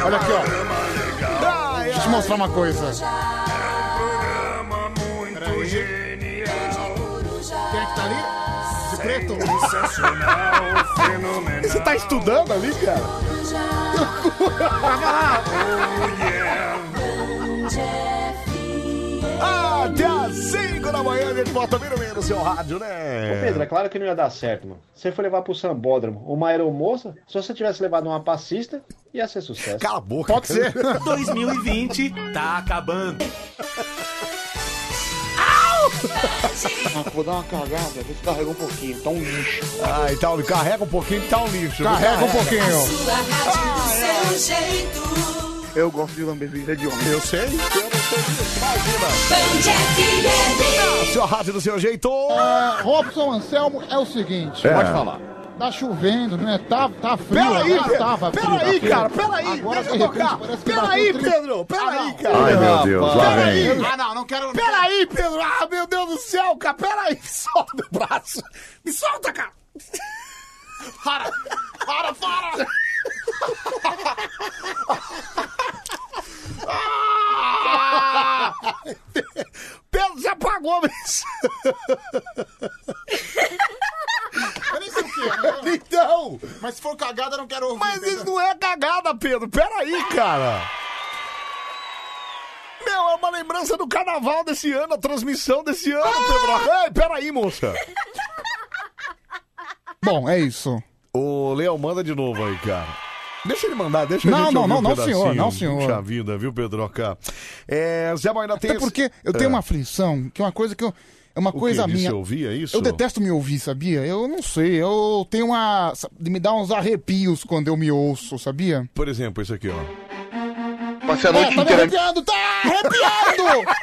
Speaker 3: Olha aqui, ó. Deixa eu te mostrar uma coisa.
Speaker 7: Quem
Speaker 3: é que tá ali? De preto?
Speaker 1: Você tá estudando ali, cara? Até às 5 da manhã a gente bota bem no meio do seu rádio, né?
Speaker 17: Ô Pedro, é claro que não ia dar certo, mano. Você foi levar pro Sambódromo uma aeromoça, um se você tivesse levado uma passista, ia ser sucesso. Cala
Speaker 1: a boca. Pode
Speaker 17: ser.
Speaker 4: 2020 tá acabando.
Speaker 8: Vou dar uma cargada, vou carregar um pouquinho, tá um lixo.
Speaker 1: Ah, então carrega um pouquinho que tá um lixo. viu?
Speaker 8: Carrega um pouquinho.
Speaker 7: Sua
Speaker 1: Ah, é.
Speaker 7: rádio do seu jeito.
Speaker 9: Eu gosto de lamber vida de homem.
Speaker 1: Eu sei.
Speaker 7: Band FM.
Speaker 1: Ah, Seu rádio do seu jeito.
Speaker 3: Ah, Robson Anselmo é o seguinte.
Speaker 1: É.
Speaker 3: Pode falar. Tá chovendo, né? Tá, tá frio.
Speaker 1: Peraí,
Speaker 3: já
Speaker 1: Pedro,
Speaker 3: tava frio,
Speaker 1: peraí,
Speaker 3: tá
Speaker 1: cara,
Speaker 3: frio.
Speaker 1: peraí,
Speaker 3: Agora,
Speaker 1: deixa
Speaker 3: de
Speaker 1: eu
Speaker 3: repente,
Speaker 1: tocar.
Speaker 3: parece que
Speaker 1: Peraí,
Speaker 3: bateu Ah, 30.
Speaker 1: Pedro, peraí, cara.
Speaker 3: Ai, meu Deus, lá
Speaker 1: Peraí.
Speaker 3: vem.
Speaker 1: Ah, não, não quero. Peraí, Pedro. Ah, meu Deus do céu, cara. Peraí, me solta meu braço. Me solta, cara. Para, para, para. Ah! Pedro, você apagou, mas.
Speaker 3: Eu nem sei o que é.
Speaker 1: Então.
Speaker 3: Mas se for cagada, eu não quero ouvir.
Speaker 1: Mas isso não é cagada, Pedro. Peraí, cara. Meu, é uma lembrança do carnaval desse ano, a transmissão desse ano,
Speaker 3: Ah!
Speaker 1: Pedro. Ei, peraí, moça.
Speaker 3: Bom, é isso.
Speaker 1: Ô, Léo, manda de novo aí, cara. Deixa ele mandar, deixa
Speaker 3: Não,
Speaker 1: a gente
Speaker 3: não,
Speaker 1: ouvir
Speaker 3: não,
Speaker 1: um
Speaker 3: não,
Speaker 1: pedacinho.
Speaker 3: senhor, não, senhor.
Speaker 1: Puxa vida, viu, Pedroca? É, Zé Mauro, ainda tem...
Speaker 3: Até porque eu
Speaker 1: É.
Speaker 3: tenho uma aflição, que é uma coisa que eu. É uma
Speaker 1: O
Speaker 3: coisa
Speaker 1: quê? De
Speaker 3: minha.
Speaker 1: se ouvir, é isso?
Speaker 3: Eu detesto me ouvir, sabia? Eu não sei. Eu tenho uma. Me dá uns arrepios quando eu me ouço, sabia?
Speaker 1: Por exemplo, esse aqui, ó.
Speaker 10: Passei a
Speaker 3: É,
Speaker 10: noite
Speaker 3: tá me
Speaker 10: inteira.
Speaker 3: arrepiando, tá arrepiando!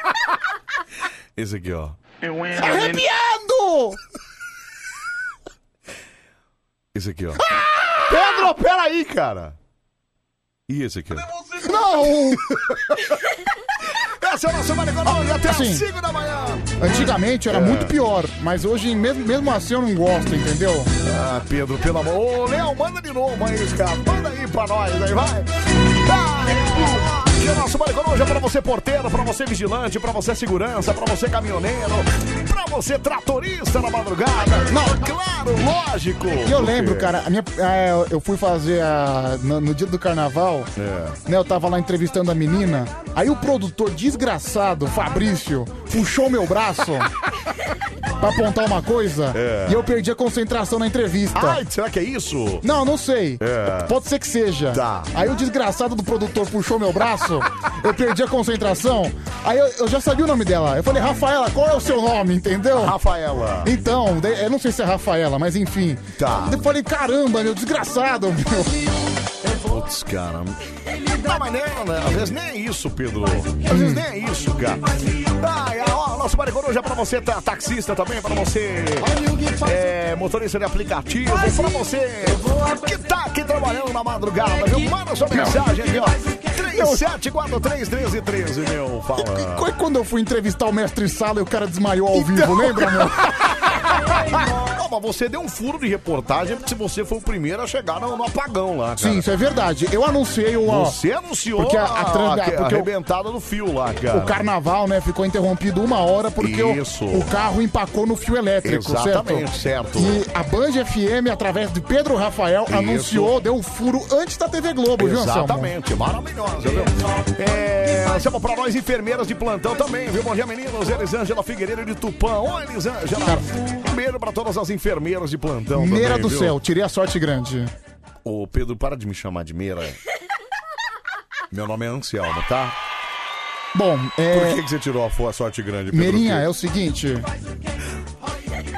Speaker 1: Esse aqui, ó.
Speaker 3: Tá arrepiando!
Speaker 1: Esse aqui, ó.
Speaker 3: Ah!
Speaker 1: Pedro, peraí, cara. E esse aqui, ó.
Speaker 3: Não!
Speaker 1: Essa é a nossa Maricoronga até
Speaker 3: Assim.
Speaker 1: as 5 da manhã.
Speaker 3: Antigamente era
Speaker 1: É.
Speaker 3: muito pior, mas hoje, mesmo, mesmo assim, eu não gosto, entendeu?
Speaker 1: Ah, Pedro, pelo amor. Ô, Léo, manda de novo aí, cara. Manda aí pra nós, aí vai. Que é o nosso Maricoruja pra você porteiro, pra você vigilante, pra você segurança, pra você caminhoneiro, pra você tratorista na madrugada. Não, claro, lógico.
Speaker 3: E eu lembro, cara, a minha, a- eu fui fazer a- no, no dia do carnaval, né? Eu tava lá entrevistando a menina, aí o produtor desgraçado, Fabrício, puxou meu braço pra apontar uma coisa
Speaker 1: É.
Speaker 3: e eu perdi a concentração na entrevista.
Speaker 1: Ai, será que é isso?
Speaker 3: Não, não sei.
Speaker 1: É.
Speaker 3: Pode ser que seja.
Speaker 1: Tá.
Speaker 3: Aí o desgraçado do produtor puxou meu braço, eu perdi a concentração. Aí eu, eu já sabia o nome dela. Eu falei, Rafaela, qual é o seu nome, entendeu?
Speaker 1: Rafaela.
Speaker 3: Então, de- eu não sei se é Rafaela, mas enfim.
Speaker 1: Tá.
Speaker 3: Eu falei, caramba, meu, desgraçado, meu.
Speaker 1: Putz, cara. Não, mas nem, né? Às vezes nem é isso, Pedro. Às vezes nem é isso, cara. Ai, ah, ó, nosso Maricorô já é pra você, tá, taxista também, pra você, é, motorista de aplicativo, pra você que tá aqui trabalhando na madrugada, viu? Manda sua mensagem aqui, ó. 37431313, meu, fala.
Speaker 3: Foi quando eu fui entrevistar o mestre Sala e o cara desmaiou
Speaker 1: Então.
Speaker 3: ao vivo, lembra, meu?
Speaker 1: Não, mas você deu um furo de reportagem se você foi o primeiro a chegar no, no apagão lá, cara.
Speaker 3: Sim, isso é verdade. Eu anunciei o. ó,
Speaker 1: Você anunciou
Speaker 3: porque a, a, tran-
Speaker 1: a-
Speaker 3: porque o-
Speaker 1: arrebentada do fio lá, cara.
Speaker 3: O carnaval, né, ficou interrompido uma hora porque o,
Speaker 1: Isso.
Speaker 3: o carro empacou no fio elétrico,
Speaker 1: Exatamente,
Speaker 3: certo?
Speaker 1: certo.
Speaker 3: E a Band FM, através de Pedro Rafael,
Speaker 1: Isso.
Speaker 3: anunciou, deu um furo antes da TV Globo, viu, Anselmo?
Speaker 1: Exatamente, maravilhosa, viu? É, chama pra nós enfermeiras de plantão também, viu? Bom dia, meninos. Elisângela Figueiredo de Tupã. Ô, Elisângela. Um beijo pra todas as enfermeiras de plantão
Speaker 3: Meira
Speaker 1: Então, também,
Speaker 3: do
Speaker 1: viu?
Speaker 3: céu, tirei a sorte grande.
Speaker 1: Ô, Pedro, para de me chamar de Meira. Meu nome é Anselmo, tá?
Speaker 3: Bom,
Speaker 1: Por
Speaker 3: é...
Speaker 1: que, que você tirou a fo- a sorte grande, Pedro?
Speaker 3: Meirinha,
Speaker 1: Que-
Speaker 3: é o seguinte...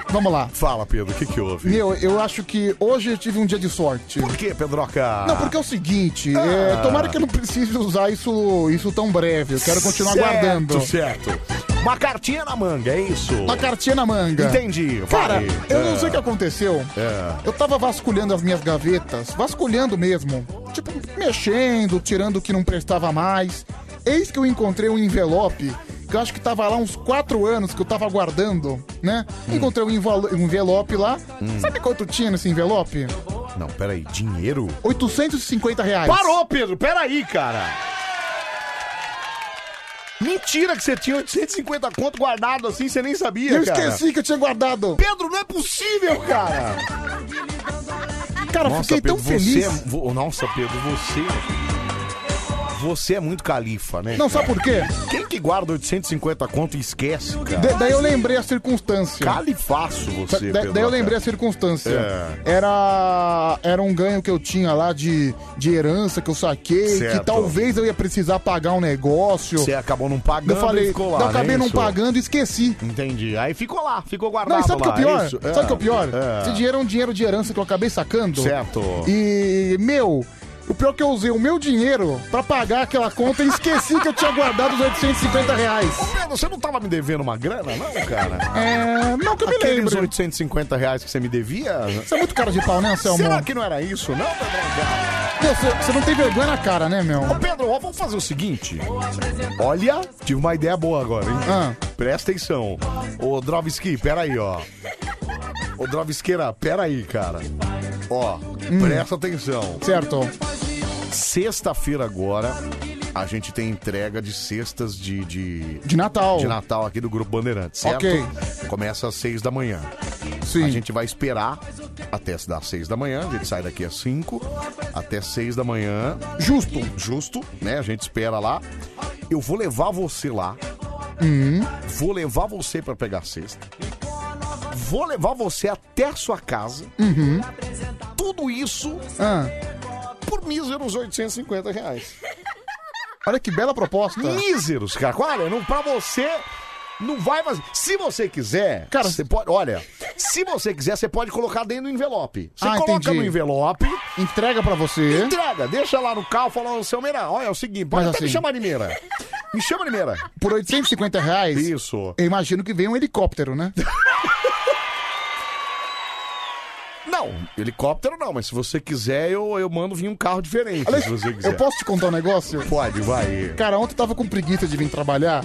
Speaker 3: Vamos lá.
Speaker 1: Fala, Pedro, o que que houve?
Speaker 3: Meu, eu acho que hoje eu tive um dia de sorte.
Speaker 1: Por que, Pedroca?
Speaker 3: Não, porque é o seguinte,
Speaker 1: Ah.
Speaker 3: é, tomara que eu não precise usar isso, isso tão breve. Eu quero continuar guardando.
Speaker 1: Certo, certo. Uma cartinha na manga, é isso?
Speaker 3: Uma cartinha na manga.
Speaker 1: Entendi, vai.
Speaker 3: Cara, eu
Speaker 1: É.
Speaker 3: não sei o que aconteceu.
Speaker 1: É.
Speaker 3: Eu tava vasculhando as minhas gavetas, vasculhando mesmo. Tipo, mexendo, tirando o que não prestava mais. Eis que eu encontrei um envelope que eu acho que tava lá uns quatro anos que eu tava guardando, né?
Speaker 1: Hum.
Speaker 3: Encontrei um envol- um envelope lá. Sabe quanto tinha nesse envelope?
Speaker 1: Não, peraí, dinheiro?
Speaker 3: 850 reais.
Speaker 1: Parou, Pedro, peraí, cara. Mentira que você tinha 850 conto guardado assim, você nem sabia,
Speaker 3: Eu
Speaker 1: cara.
Speaker 3: esqueci que eu tinha guardado.
Speaker 1: Pedro, não é possível, cara.
Speaker 3: Cara,
Speaker 1: Nossa,
Speaker 3: fiquei tão
Speaker 1: Pedro,
Speaker 3: feliz.
Speaker 1: Você é... vo- Nossa, Pedro, você... Você é muito califa, né?
Speaker 3: Não, sabe
Speaker 1: cara?
Speaker 3: por quê?
Speaker 1: Quem que guarda 850 conto e esquece, cara?
Speaker 3: Da- daí eu lembrei a circunstância.
Speaker 1: Califaço
Speaker 3: Da-
Speaker 1: você,
Speaker 3: da-
Speaker 1: Pedro.
Speaker 3: daí eu lembrei a
Speaker 1: cara.
Speaker 3: circunstância.
Speaker 1: É.
Speaker 3: Era era um ganho que eu tinha lá de, de herança que eu saquei,
Speaker 1: Certo.
Speaker 3: que talvez eu ia precisar pagar um negócio.
Speaker 1: Você acabou não pagando
Speaker 3: Eu falei,
Speaker 1: e ficou lá,
Speaker 3: eu acabei
Speaker 1: né,
Speaker 3: não
Speaker 1: isso?
Speaker 3: pagando e esqueci.
Speaker 1: Entendi. Aí ficou lá, ficou guardado
Speaker 3: Não, e sabe o que é
Speaker 1: lá,
Speaker 3: o pior?
Speaker 1: isso?
Speaker 3: Sabe o que é o pior?
Speaker 1: É.
Speaker 3: Esse dinheiro é um dinheiro de herança que eu acabei sacando.
Speaker 1: Certo.
Speaker 3: E, meu, o pior é que eu usei o meu dinheiro pra pagar aquela conta e esqueci que eu tinha guardado os 850 reais.
Speaker 1: Ô, Pedro, você não tava me devendo uma grana, não, cara?
Speaker 3: É, não que eu me
Speaker 1: Aqueles
Speaker 3: lembro.
Speaker 1: 850 reais que você me devia?
Speaker 3: Você é muito cara de pau, né, Anselmo?
Speaker 1: Será que não era isso, não,
Speaker 3: Meu, você- você não tem vergonha na cara, né, meu?
Speaker 1: Ô, Pedro, ó, vamos fazer o seguinte. Olha, tive uma ideia boa agora, hein?
Speaker 3: Ah.
Speaker 1: Presta atenção. Ô, Drovski, peraí, ó. Ô, Drovsqueira, peraí, cara. Ó, presta atenção.
Speaker 3: Hum. Certo.
Speaker 1: Sexta-feira agora, a gente tem entrega de cestas de... De,
Speaker 3: De Natal.
Speaker 1: De Natal aqui do Grupo Bandeirantes, certo?
Speaker 3: Ok.
Speaker 1: Começa às seis da manhã.
Speaker 3: Sim.
Speaker 1: A gente vai esperar até se dar seis da manhã. A gente sai daqui às cinco. Até seis da manhã.
Speaker 3: Justo.
Speaker 1: Justo, né? A gente espera lá. Eu vou levar você lá.
Speaker 3: Hum.
Speaker 1: Vou levar você pra pegar a cesta. Vou levar você até a sua casa.
Speaker 3: Uhum.
Speaker 1: Tudo isso
Speaker 3: Ah.
Speaker 1: por míseros 850 reais.
Speaker 3: Olha que bela proposta.
Speaker 1: Míseros, cara. Olha, não, pra você. Não vai mais. Se você quiser, cara, você pode. Olha, se você quiser, você pode colocar dentro do envelope. Você
Speaker 3: Ah,
Speaker 1: coloca
Speaker 3: entendi.
Speaker 1: no envelope.
Speaker 3: Entrega pra você.
Speaker 1: Entrega, deixa lá no carro falando, seu Meira, olha, é o seguinte, pode
Speaker 3: Mas
Speaker 1: até me
Speaker 3: assim-
Speaker 1: chamar de Meira. Me chama de Meira.
Speaker 3: Por 850 reais.
Speaker 1: Isso.
Speaker 3: Eu imagino que vem um helicóptero, né?
Speaker 1: Não, helicóptero não, mas se você quiser, eu, eu mando vir um carro diferente.
Speaker 3: Aliás,
Speaker 1: se você quiser.
Speaker 3: eu posso te contar um negócio?
Speaker 1: é. Pode, vai. É.
Speaker 3: Cara, ontem eu tava com preguiça de vir trabalhar.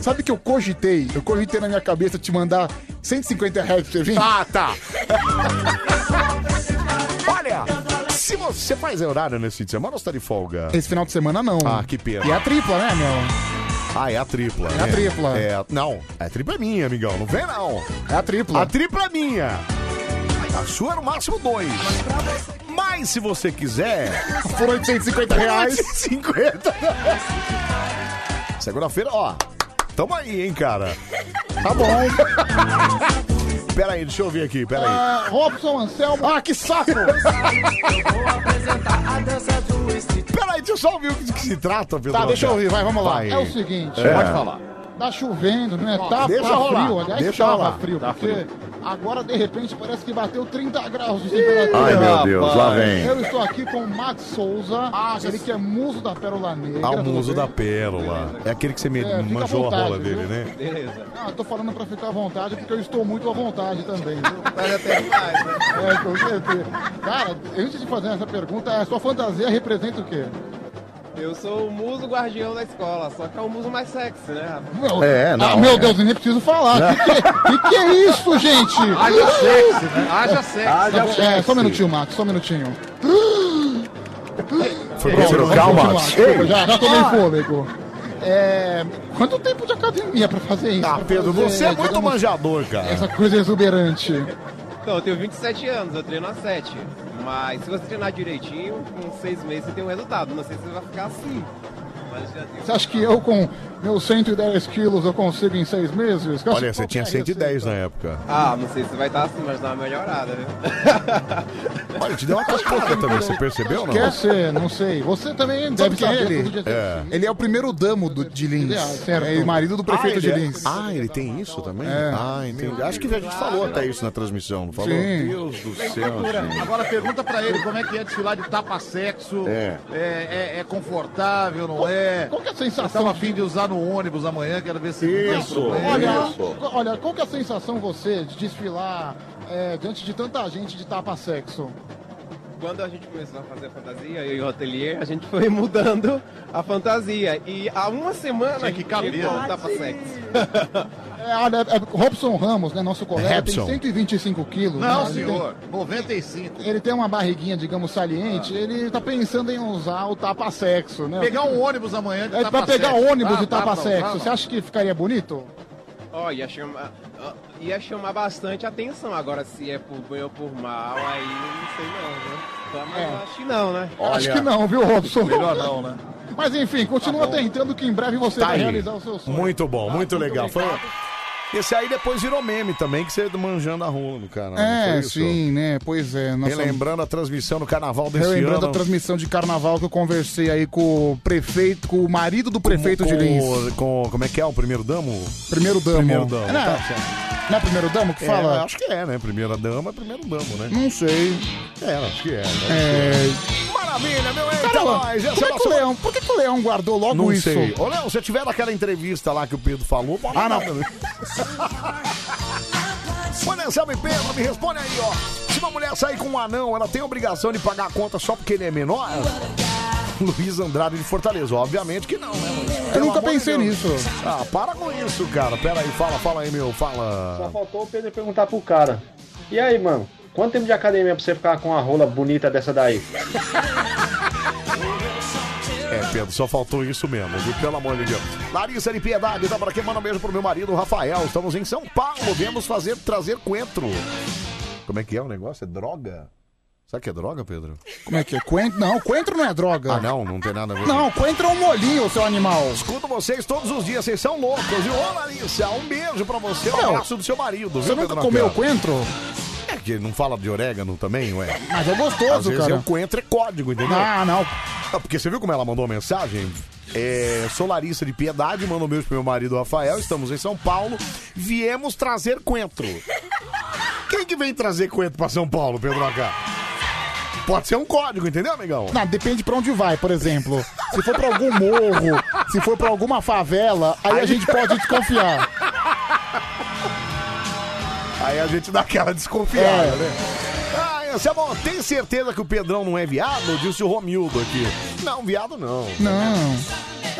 Speaker 3: Sabe que eu cogitei? Eu cogitei na minha cabeça te mandar 150 reais pra você vir?
Speaker 1: Ah, tá. Olha, se você faz horário nesse fim de semana ou você tá de folga?
Speaker 3: Esse final de semana não.
Speaker 1: Ah, que pena.
Speaker 3: E é a tripla, né, meu?
Speaker 1: Ah, é a tripla.
Speaker 3: É a
Speaker 1: né?
Speaker 3: tripla.
Speaker 1: É, não, a tripla é minha, amigão. Não vem, não.
Speaker 3: É a tripla.
Speaker 1: A tripla é minha. A sua é no máximo dois. Mas se você quiser.
Speaker 3: Por 850 reais.
Speaker 1: 850. Segunda-feira, ó. Tamo aí, hein, cara.
Speaker 3: Tá
Speaker 1: bom. Pera aí, deixa eu ver aqui, pera aí.
Speaker 3: Ah, Robson Anselmo. Ah, que saco!
Speaker 1: Peraí, deixa eu só ouvir o que, que se trata, Pedro.
Speaker 3: Tá, deixa eu ouvir, vai, vamos lá.
Speaker 1: Vai.
Speaker 3: É o seguinte,
Speaker 1: É.
Speaker 3: pode falar. Tá chovendo, né? Tá,
Speaker 1: Deixa
Speaker 3: tá
Speaker 1: rolar,
Speaker 3: frio, aliás,
Speaker 1: deixa
Speaker 3: tava
Speaker 1: rolar.
Speaker 3: frio,
Speaker 1: Tá
Speaker 3: porque
Speaker 1: frio.
Speaker 3: agora de repente parece que bateu 30 graus de temperatura.
Speaker 1: Ai, meu Deus, lá vem.
Speaker 3: Eu estou aqui com o Max Souza, ele que é muso da Pérola Negra.
Speaker 1: Ah, o
Speaker 3: tudo
Speaker 1: muso
Speaker 3: bem?
Speaker 1: da pérola. É aquele que você me
Speaker 3: né? É, fica à
Speaker 1: manjou a
Speaker 3: vontade,
Speaker 1: rola
Speaker 3: viu?
Speaker 1: dele, né?
Speaker 3: Ah, tô falando pra ficar à vontade, porque eu estou muito à vontade também.
Speaker 1: Tá,
Speaker 3: Mas até mais, né? É, com certeza. Cara, antes de fazer essa pergunta, a sua fantasia representa o quê?
Speaker 18: Eu sou o muso guardião da escola, só que é o muso mais sexy, né, rapaz?
Speaker 3: Meu-
Speaker 1: É, não,
Speaker 3: Ah, meu
Speaker 1: é.
Speaker 3: Deus, eu nem preciso falar. Que que, que que é isso, gente?
Speaker 18: Haja sexo, né? Haja sexo. Haja
Speaker 3: É,
Speaker 18: sexo.
Speaker 3: só um minutinho, Max, só um minutinho.
Speaker 1: Foi
Speaker 3: Pronto,
Speaker 1: Pedro,
Speaker 3: vamos
Speaker 1: calma.
Speaker 3: continuar, desculpa, Já, já tomei fôlego. É, quanto tempo de academia pra fazer isso?
Speaker 1: Ah,
Speaker 3: Pra
Speaker 1: Pedro,
Speaker 3: fazer,
Speaker 1: você é muito
Speaker 3: digamos,
Speaker 1: manjador,
Speaker 3: Essa
Speaker 1: cara.
Speaker 3: coisa é exuberante.
Speaker 18: Então, eu tenho 27 anos, eu treino há 7. Mas se você treinar direitinho, com 6 meses você tem um resultado. Não sei se você vai ficar assim. Mas já tem. um
Speaker 3: Você acha que eu com meus 110 quilos eu consigo em seis meses?
Speaker 1: Olha, você
Speaker 3: é assim,
Speaker 1: tinha
Speaker 3: né?
Speaker 1: 110 na época.
Speaker 18: Ah, não sei se vai estar assim, mas dá uma melhorada, viu?
Speaker 1: Olha, te deu uma cascuda também, você percebeu ou não?
Speaker 3: Quer ser, não sei. Você também deve
Speaker 1: Sabe quem é
Speaker 3: saber.
Speaker 1: ele?
Speaker 3: todo dia tem-
Speaker 1: É.
Speaker 3: Ele é o primeiro damo do- de Lins.
Speaker 1: Certo.
Speaker 3: É marido do prefeito
Speaker 1: Ah,
Speaker 3: de
Speaker 1: ele é-
Speaker 3: Lins.
Speaker 1: Ah, ele tem isso também?
Speaker 3: É.
Speaker 1: Ah, entendi. Acho que a gente falou até isso na transmissão, não falou?
Speaker 3: Sim.
Speaker 1: Deus do
Speaker 19: Tem
Speaker 1: céu,
Speaker 19: cultura.
Speaker 1: gente.
Speaker 19: Agora pergunta pra ele como é que é desfilar de tapa-sexo.
Speaker 1: É.
Speaker 19: É, é- é confortável, não é?
Speaker 3: Qual que é a sensação?
Speaker 19: Eu tava afim de usar no ônibus amanhã, quero ver se. não tem
Speaker 3: Isso,
Speaker 19: problema.
Speaker 3: Olha, olha, qual que é a sensação você de desfilar é, diante de tanta gente de tapa-sexo?
Speaker 18: quando a gente começou a fazer a fantasia, eu e o hotelier, a gente foi mudando a fantasia. E há uma semana
Speaker 19: Tinha que caber,
Speaker 18: igual
Speaker 19: né?
Speaker 18: o tapa sexo.
Speaker 3: É, olha, é, Robson Ramos, né, nosso colega,
Speaker 19: Robson.
Speaker 3: tem 125 quilos.
Speaker 19: Não,
Speaker 3: né, ele
Speaker 19: senhor. 95.
Speaker 3: tem- ele tem uma barriguinha, digamos, saliente. Ele tá pensando em usar o tapa-sexo, né?
Speaker 19: Ah. Pegar um ônibus amanhã de
Speaker 3: É, pra
Speaker 19: tapa
Speaker 3: pegar
Speaker 19: sexo.
Speaker 3: ônibus
Speaker 19: Tá,
Speaker 3: de
Speaker 19: tá,
Speaker 3: tapa-sexo.
Speaker 19: tá, tá.
Speaker 3: Você acha que ficaria bonito?
Speaker 18: Ó, ia chamar. ó, Ia chamar bastante atenção. Agora, se é por bem ou por mal, aí não sei não, né? Então, Mas eu acho que não, né?
Speaker 3: É. Acho que não, viu, Robson?
Speaker 18: melhor
Speaker 3: não, né? Mas enfim, continua tentando que em breve você
Speaker 1: Tá
Speaker 3: vai
Speaker 1: aí.
Speaker 3: realizar o seu sonho. Ah,
Speaker 1: Muito bom, muito legal. Foi... Esse aí depois virou meme também, que você manjando a rola do cara. não foi
Speaker 3: É,
Speaker 1: isso?
Speaker 3: sim, né? Pois é. nós somos-
Speaker 1: Relembrando a transmissão do carnaval desse
Speaker 3: Relembrando
Speaker 1: ano.
Speaker 3: a transmissão de carnaval que eu conversei aí com o prefeito, com o marido do prefeito de Lins.
Speaker 1: com, com- Como é que é o primeiro damo?
Speaker 3: Primeiro damo.
Speaker 1: Primeiro damo.
Speaker 3: É, né?
Speaker 1: tá certo.
Speaker 3: Não é primeiro damo que fala?
Speaker 1: É, acho que é, né? Primeira dama é primeiro damo, né?
Speaker 3: Não sei.
Speaker 1: É, acho que é.
Speaker 3: É.
Speaker 1: Maravilha, meu eita,
Speaker 3: Caramba,
Speaker 1: nós, essa
Speaker 3: como
Speaker 1: é
Speaker 3: é
Speaker 1: a
Speaker 3: que o
Speaker 1: nossa-
Speaker 3: Leão, por que, que o Leão guardou logo
Speaker 1: Não
Speaker 3: isso?
Speaker 1: sei. Ô, Léo, se tiver naquela entrevista lá que o Pedro falou, né? pode
Speaker 3: Ah, não.
Speaker 1: Põe nessa, me Pedro, me responde aí, ó. Se uma mulher sair com um anão, ela tem a obrigação de pagar a conta só porque ele é menor? Luiz Andrade de Fortaleza, obviamente que não, né? Luiz? Pelo
Speaker 3: nunca
Speaker 1: amor de
Speaker 3: pensei
Speaker 1: Deus.
Speaker 3: nisso.
Speaker 1: Ah, para com isso, cara. Pera aí, fala, fala aí, meu,
Speaker 17: Só
Speaker 1: fala.
Speaker 17: faltou o Pedro perguntar pro cara. E aí, mano? Quanto tempo de academia pra você ficar com uma rola bonita dessa daí?
Speaker 1: É, Pedro, só faltou isso mesmo, viu? Pelo amor de Deus. Larissa de Piedade, tá por aqui, manda um beijo pro meu marido, Rafael. Estamos em São Paulo, viemos fazer, trazer coentro. Como é que é o negócio? É droga? Sabe que é droga, Pedro?
Speaker 3: Como é que é? Coentro? Não, coentro não é droga.
Speaker 1: Ah, não, não tem nada a ver.
Speaker 3: Não, coentro é um molinho, seu animal.
Speaker 1: Escuto vocês todos os dias, vocês são loucos, viu? Ô, Larissa, um beijo pra você, um
Speaker 3: Meu,
Speaker 1: abraço do seu marido, viu,
Speaker 3: Você nunca
Speaker 1: Pedro
Speaker 3: comeu
Speaker 1: Napiano?
Speaker 3: coentro?
Speaker 1: É que não fala de orégano também, ué?
Speaker 3: Mas é
Speaker 1: Às
Speaker 3: gostoso,
Speaker 1: vezes
Speaker 3: cara.
Speaker 1: é o coentro é código, entendeu?
Speaker 3: Ah, não.
Speaker 1: porque você viu como ela mandou a mensagem? É, sou Larissa de Piedade, mando um beijo pro meu marido Rafael, estamos em São Paulo, viemos trazer coentro. Quem que vem trazer coentro pra São Paulo, Pedro H? Pode ser um código, entendeu, amigão?
Speaker 3: Não, depende pra onde vai, por exemplo. Se for pra algum morro, se for pra alguma favela, aí a gente pode desconfiar.
Speaker 1: Aí a gente dá aquela desconfiada,
Speaker 3: É.
Speaker 1: né? Ah, esse é bom. Tem certeza que o Pedrão não é viado? Disse o Romildo aqui. Não, viado não.
Speaker 3: Não.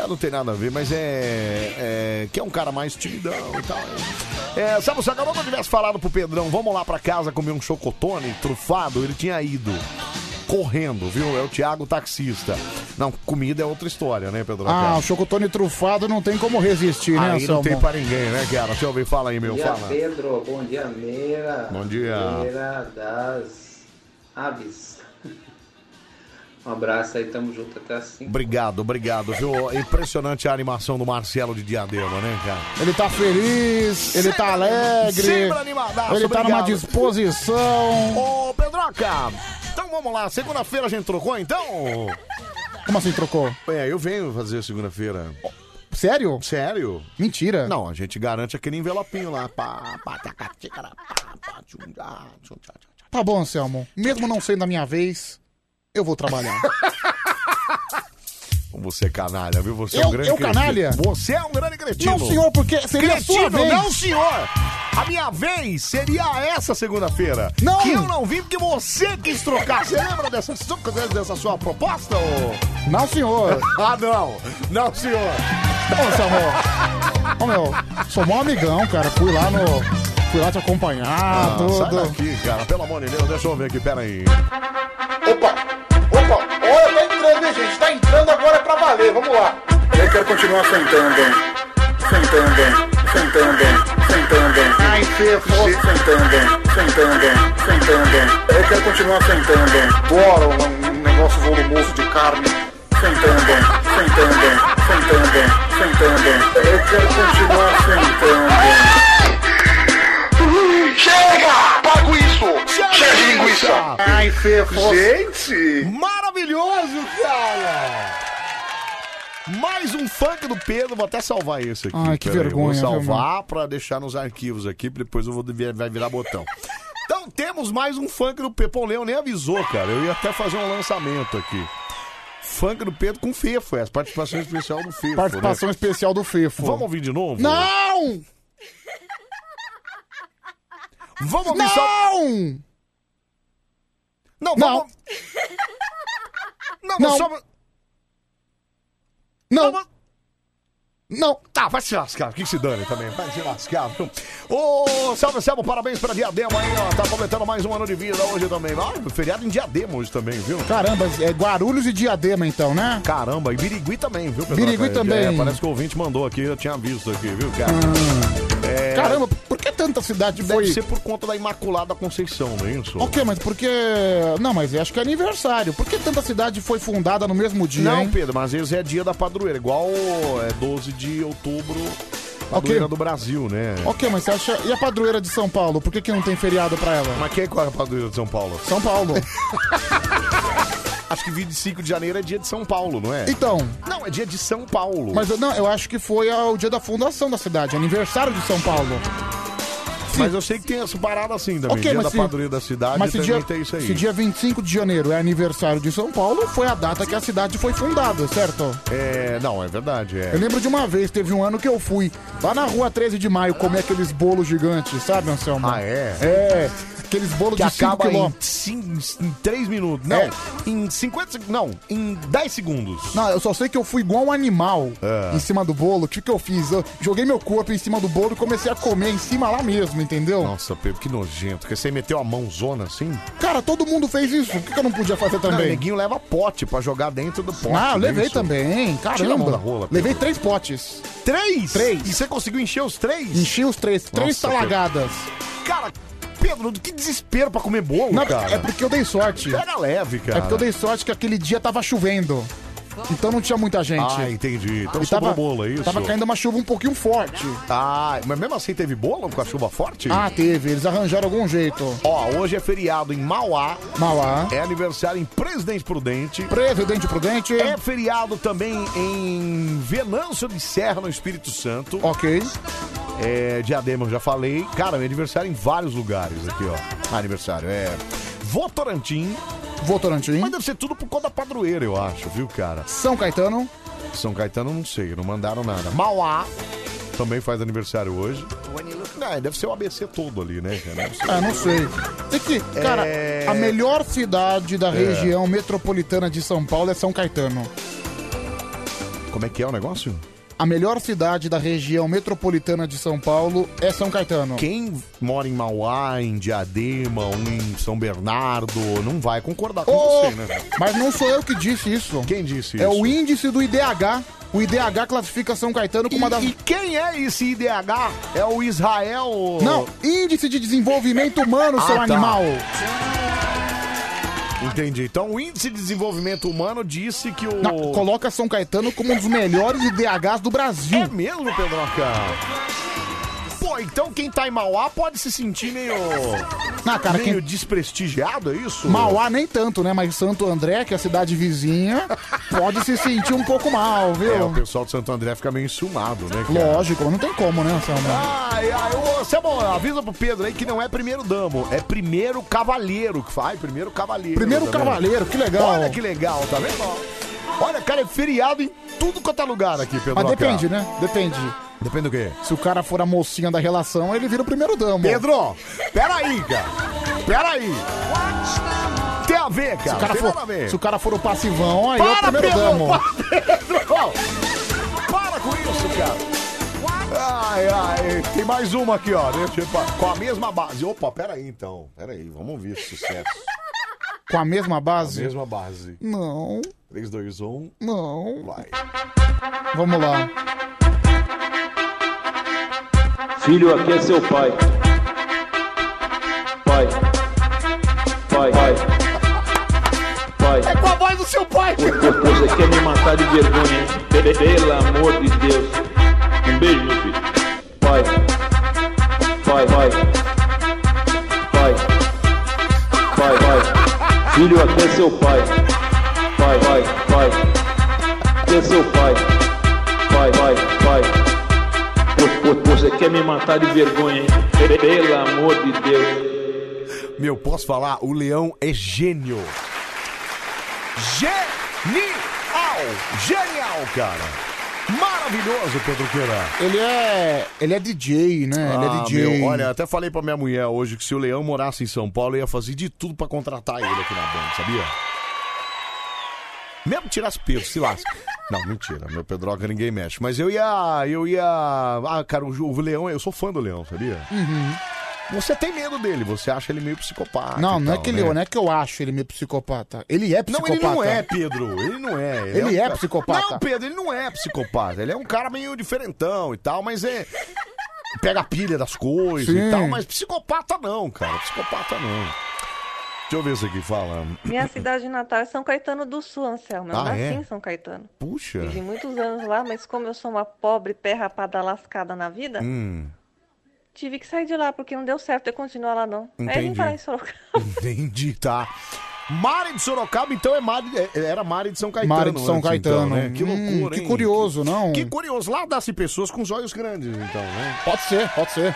Speaker 1: É, não tem nada a ver, mas é. é que é um cara mais timidão e tal. É, sabe, se a garota tivesse falado pro Pedrão, vamos lá pra casa comer um chocotone trufado, ele tinha ido. Correndo, viu? É o Thiago taxista. Não, comida é outra história, né, Pedro?
Speaker 3: Ah, o chocotone trufado não tem como resistir, né,
Speaker 1: Aí não
Speaker 3: Anselmo?
Speaker 1: tem pra ninguém, né, cara? Deixa eu ouvir, fala aí, meu,
Speaker 20: Bom dia,
Speaker 1: fala.
Speaker 20: Pedro. Bom dia, Meira.
Speaker 1: Bom dia.
Speaker 20: Meira das Aves. Um abraço aí, tamo junto até assim.
Speaker 1: Obrigado, obrigado, viu? Impressionante a animação do Marcelo de Diadema, né, cara?
Speaker 3: Ele tá feliz, ele tá alegre.
Speaker 1: sempre animadaço,
Speaker 3: ele tá numa
Speaker 1: obrigado.
Speaker 3: disposição.
Speaker 1: Ô, Pedroca, então vamos lá. Segunda-feira a gente trocou, então?
Speaker 3: Como assim trocou?
Speaker 1: É, eu venho fazer segunda-feira.
Speaker 3: Sério?
Speaker 1: Sério?
Speaker 3: Mentira.
Speaker 1: Não, a gente garante aquele envelopinho lá. Pá, pá, tacá, tchicará, pá, pá, tchum, tchá, tchum, tchá, tchá.
Speaker 3: Tá bom, Anselmo. Mesmo não sendo a minha vez, eu vou trabalhar.
Speaker 1: Como Você é canalha, viu? Você é
Speaker 3: Eu-
Speaker 1: um grande
Speaker 3: eu
Speaker 1: cretino.
Speaker 3: canalha?
Speaker 1: Você é um grande cretino.
Speaker 3: Não, senhor, porque É, seria a
Speaker 1: cretino,
Speaker 3: sua vez.
Speaker 1: não, senhor. A minha vez seria essa segunda-feira.
Speaker 3: Não.
Speaker 1: Que eu não vim porque você quis trocar. Você lembra dessa, dessa sua proposta, ô?
Speaker 3: não, senhor.
Speaker 1: Ah, não. Não, senhor.
Speaker 3: Ô, Anselmo. Ô, meu, sou mó amigão, cara. Fui lá no... Fui lá te acompanhar,
Speaker 1: Ah, sai
Speaker 3: tudo.
Speaker 1: daqui, cara. Pelo amor de Deus, deixa eu ver aqui, peraí.
Speaker 21: Olha, tá entrando, hein, gente? Tá entrando agora pra valer, vamos lá. Eu quero continuar sentando, hein? Sentando, hein? Sentando, hein? Sentando, hein? Ai, se fosse... Sentando, hein? Sentando, hein? Sentando, hein? Eu quero continuar sentando, hein? Bora, um, um negócio volumoso de carne. Sentando, hein? Sentando, hein? Sentando, hein? Sentando, hein? Eu quero continuar então. sentando, hein? Chega! Pago isso! Chega de linguiça! Ai, se
Speaker 1: Gente! Maravilhoso, cara! Mais um funk do Pedro, vou até salvar esse aqui.
Speaker 3: Ai, que
Speaker 1: peraí,
Speaker 3: vergonha,
Speaker 1: Vou
Speaker 3: viu,
Speaker 1: salvar pra deixar nos arquivos aqui, depois eu vou vir- vai virar botão. Então temos mais um funk do Pedro. Pô, o Leão nem avisou, cara. Eu ia até fazer um lançamento aqui. Funk do Pedro com Fefo, é a participação especial do Fefo. né?
Speaker 3: Participação especial do Fefo.
Speaker 1: Vamos ouvir de novo?
Speaker 3: Não!
Speaker 1: Vamos ouvir
Speaker 3: Não!
Speaker 1: só. Não, vamos... Não, não. Só...
Speaker 3: Não.
Speaker 1: Não. Tá, vai se lascar. Que se dane também. Vai se lascar. viu? Ô, salve, salve. Parabéns pra Diadema aí, ó. Tá completando mais um ano de vida hoje também. Ah, feriado em Diadema hoje também, viu?
Speaker 3: Caramba, é Guarulhos e Diadema então, né?
Speaker 1: Caramba, e Birigui também, viu? pessoal?
Speaker 3: Birigui
Speaker 1: É,
Speaker 3: também.
Speaker 1: é, parece que o ouvinte mandou aqui. Eu tinha visto aqui, viu, cara? É,
Speaker 3: Ah. Caramba, por que tanta cidade
Speaker 1: Deve
Speaker 3: foi...
Speaker 1: ser por conta da Imaculada Conceição, não é isso?
Speaker 3: Ok, mas porque... Não, mas eu acho que é aniversário. Por que tanta cidade foi fundada no mesmo dia,
Speaker 1: Não,
Speaker 3: hein?
Speaker 1: Pedro, mas às vezes é dia da padroeira, igual é 12 de outubro, padroeira do Brasil, né?
Speaker 3: Ok, mas você acha... E a padroeira de São Paulo? Por que, que não tem feriado pra ela?
Speaker 1: Mas quem é a padroeira de São Paulo?
Speaker 3: São Paulo.
Speaker 1: Acho que 25 de janeiro é dia de São Paulo, não é?
Speaker 3: Então.
Speaker 1: Não, é dia de São Paulo.
Speaker 3: Mas eu- não, eu acho que foi a- o dia da fundação da cidade, aniversário de São Paulo.
Speaker 1: Mas eu sei que tem essa parada assim também.
Speaker 3: Ok,
Speaker 1: dia
Speaker 3: mas
Speaker 1: da
Speaker 3: se-
Speaker 1: padroeira da cidade
Speaker 3: Mas se
Speaker 1: também
Speaker 3: dia,
Speaker 1: tem isso aí.
Speaker 3: se dia 25 de janeiro é aniversário de São Paulo, foi a data que a cidade foi fundada, certo?
Speaker 1: É, não, é verdade, é.
Speaker 3: Eu lembro de uma vez, teve um ano que eu fui lá na rua 13 de maio comer aqueles bolos gigantes, sabe, Anselmo? Ah,
Speaker 1: é?
Speaker 3: É, aqueles bolos
Speaker 1: que
Speaker 3: de 5
Speaker 1: acaba em,
Speaker 3: quilômetros.
Speaker 1: cin- em 3 minutos. Não,
Speaker 3: É.
Speaker 1: em 50 seg- Não, em 10 segundos.
Speaker 3: Não, eu só sei que eu fui igual um animal
Speaker 1: É.
Speaker 3: em cima do bolo. O que, que eu fiz? Eu joguei meu corpo em cima do bolo e comecei a comer em cima lá mesmo, entendeu?
Speaker 1: Nossa, Pedro, que nojento. Porque você meteu a mãozona assim?
Speaker 3: Cara, todo mundo fez isso. Por que, que eu não podia fazer
Speaker 1: Não, o
Speaker 3: também?
Speaker 1: neguinho leva pote pra jogar dentro do pote.
Speaker 3: ah, eu
Speaker 1: não é
Speaker 3: levei
Speaker 1: isso?
Speaker 3: também,
Speaker 1: Tira a mão da
Speaker 3: caramba.
Speaker 1: rola, Pedro.
Speaker 3: levei três potes.
Speaker 1: Três? Três. E você conseguiu encher os três?
Speaker 3: Enchi os três. três
Speaker 1: Nossa, Pedro.
Speaker 3: talagadas.
Speaker 1: Cara, Pedro, que desespero pra comer bolo,
Speaker 3: Não,
Speaker 1: cara.
Speaker 3: é porque eu dei sorte.
Speaker 1: Pega leve, cara.
Speaker 3: É porque eu dei sorte que aquele dia tava chovendo. Então não tinha muita gente.
Speaker 1: Ah, entendi. Então
Speaker 3: E
Speaker 1: sobrou bolo, é isso?
Speaker 3: Tava caindo uma chuva um pouquinho forte.
Speaker 1: Ah, mas mesmo assim teve bolo com a chuva forte?
Speaker 3: Ah, teve. Eles arranjaram algum jeito.
Speaker 1: Ó, hoje é feriado em Mauá.
Speaker 3: Mauá.
Speaker 1: É aniversário em Presidente Prudente.
Speaker 3: Presidente Prudente.
Speaker 1: É feriado também em Venâncio de Serra, no Espírito Santo.
Speaker 3: Ok.
Speaker 1: É, Diadema, eu já falei. Cara, meu aniversário é em vários lugares aqui, ó. Aniversário, é. Votorantim.
Speaker 3: Votorantim.
Speaker 1: Mas deve ser tudo por conta da padroeira, eu acho, viu, cara?
Speaker 3: São Caetano.
Speaker 1: São Caetano, não sei, não mandaram nada. Mauá. Também faz aniversário hoje. Não, deve ser o ABC todo ali, né, cara?
Speaker 3: Ah, não sei. Tem que, cara,
Speaker 1: É.
Speaker 3: a melhor cidade da
Speaker 1: É.
Speaker 3: região metropolitana de São Paulo é São Caetano.
Speaker 1: Como é que é o negócio?
Speaker 3: A melhor cidade da região metropolitana de São Paulo é São Caetano.
Speaker 1: Quem mora em Mauá, em Diadema, ou em São Bernardo, não vai concordar com
Speaker 3: Ô,
Speaker 1: você, né?
Speaker 3: Mas não sou eu que disse isso.
Speaker 1: Quem disse
Speaker 3: É
Speaker 1: isso?
Speaker 3: o índice do IDH. O IDH classifica São Caetano como uma das.
Speaker 1: E quem é esse IDH? É o Israel?
Speaker 3: Não, índice de desenvolvimento humano, seu
Speaker 1: Ah, tá.
Speaker 3: animal.
Speaker 1: Entendi. Então o índice de desenvolvimento humano disse que o.
Speaker 3: Não, coloca São Caetano como um dos melhores IDHs do Brasil.
Speaker 1: É mesmo, Pedroca? Pô, então quem tá em Mauá pode se sentir meio.
Speaker 3: Ah, cara,
Speaker 1: meio
Speaker 3: quem-
Speaker 1: desprestigiado, é isso?
Speaker 3: Mauá nem tanto, né? Mas Santo André, que é a cidade vizinha, pode se sentir um pouco mal,
Speaker 1: É,
Speaker 3: viu?
Speaker 1: o pessoal de Santo André fica meio enciumado, né? cara?
Speaker 3: Lógico, não tem como, né, Anselmo?
Speaker 1: Ai, ai, ô, Samuel, avisa pro Pedro aí que não é primeiro damo, é primeiro cavalheiro que faz, primeiro cavalheiro. tá
Speaker 3: Primeiro
Speaker 1: vendo?
Speaker 3: cavalheiro, que legal.
Speaker 1: Olha que legal, tá vendo? ó? Olha, cara, é feriado em tudo quanto é lugar aqui, Pedro.
Speaker 3: Mas depende, né? Depende.
Speaker 1: Depende do quê?
Speaker 3: Se o cara for a mocinha da relação, ele vira o primeiro damo.
Speaker 1: Pedro, peraí, cara. Peraí. Tem a ver, cara.
Speaker 3: se o cara,
Speaker 1: tem
Speaker 3: for,
Speaker 1: nada a ver.
Speaker 3: se o cara for o passivão, aí é o
Speaker 1: Para,
Speaker 3: primeiro
Speaker 1: Pedro,
Speaker 3: damo.
Speaker 1: Pedro, para com isso, cara. Ai, ai, tem mais uma aqui, ó. Deixa eu... pa- Com a mesma base. Opa, peraí então. Peraí, vamos ouvir esse sucesso.
Speaker 3: Com a mesma
Speaker 1: A
Speaker 3: base?
Speaker 1: mesma base. um.
Speaker 3: Não,
Speaker 1: 3, 2, 1.
Speaker 3: não.
Speaker 1: Vai.
Speaker 3: Vamos lá.
Speaker 22: Filho, aqui é seu pai. Pai. Pai. Pai. Pai.
Speaker 1: É com a voz do seu pai.
Speaker 22: Você quer me matar de vergonha, hein? Pe- Pelo amor de Deus. Um beijo, meu filho. Pai. Pai, pai. Pai. Pai, pai. Filho, aqui é seu pai. Pai, pai, pai. Aqui é seu pai. Pai, pai, pai. Pô, pô, Você quer me matar de vergonha, hein? Pe- Pelo amor de Deus.
Speaker 1: Meu, posso falar? O leão é gênio. Genial! Genial, cara. Maravilhoso, Pedro Queira.
Speaker 3: Ele é, ele é DJ, né? ele é
Speaker 1: Ah,
Speaker 3: DJ.
Speaker 1: meu, olha, até falei pra minha mulher hoje que se o Leão morasse em São Paulo, eu ia fazer de tudo pra contratar ele aqui na Band, sabia? Mesmo tirasse peso, se lasca. Não, mentira, meu Pedroca ninguém mexe. Mas eu ia. Eu ia. Ah, cara, o, Ju- o Leão, eu sou fã do Leão, sabia? Uhum. Você tem medo dele, você acha ele meio psicopata.
Speaker 3: Não,
Speaker 1: e
Speaker 3: não é
Speaker 1: tal,
Speaker 3: que ele,
Speaker 1: né?
Speaker 3: não é que eu acho ele meio psicopata. Ele é
Speaker 1: Não,
Speaker 3: psicopata.
Speaker 1: ele não é, Pedro. Ele não é.
Speaker 3: Ele é
Speaker 1: ca-
Speaker 3: psicopata.
Speaker 1: Não, Pedro, ele não é psicopata. Ele é um cara meio diferentão e tal, mas é. Pega a pilha das coisas
Speaker 5: Sim.
Speaker 1: e tal, mas psicopata não, cara. Psicopata não. Deixa eu ver isso aqui fala.
Speaker 23: Minha cidade natal é São Caetano do Sul, Anselmo. Eu
Speaker 1: Ah,
Speaker 23: nasci
Speaker 1: é?
Speaker 23: em São Caetano.
Speaker 1: Puxa.
Speaker 23: Vivi muitos anos lá, mas como eu sou uma pobre perrapada lascada na vida,
Speaker 1: Hum,
Speaker 23: tive que sair de lá porque não deu certo eu continuar lá não. Aí vim
Speaker 1: Entendi.
Speaker 23: parar em Sorocaba.
Speaker 1: entendi, tá. Mari de Sorocaba, então é Mari, é- era Mari de São Caetano.
Speaker 3: Mari de São
Speaker 1: antes, então,
Speaker 3: Caetano.
Speaker 1: né? Que
Speaker 3: Hum,
Speaker 1: loucura,
Speaker 3: que
Speaker 1: hein?
Speaker 3: curioso, não?
Speaker 1: Que curioso. Lá dá-se pessoas com os olhos grandes, então, né?
Speaker 3: Pode ser, pode ser.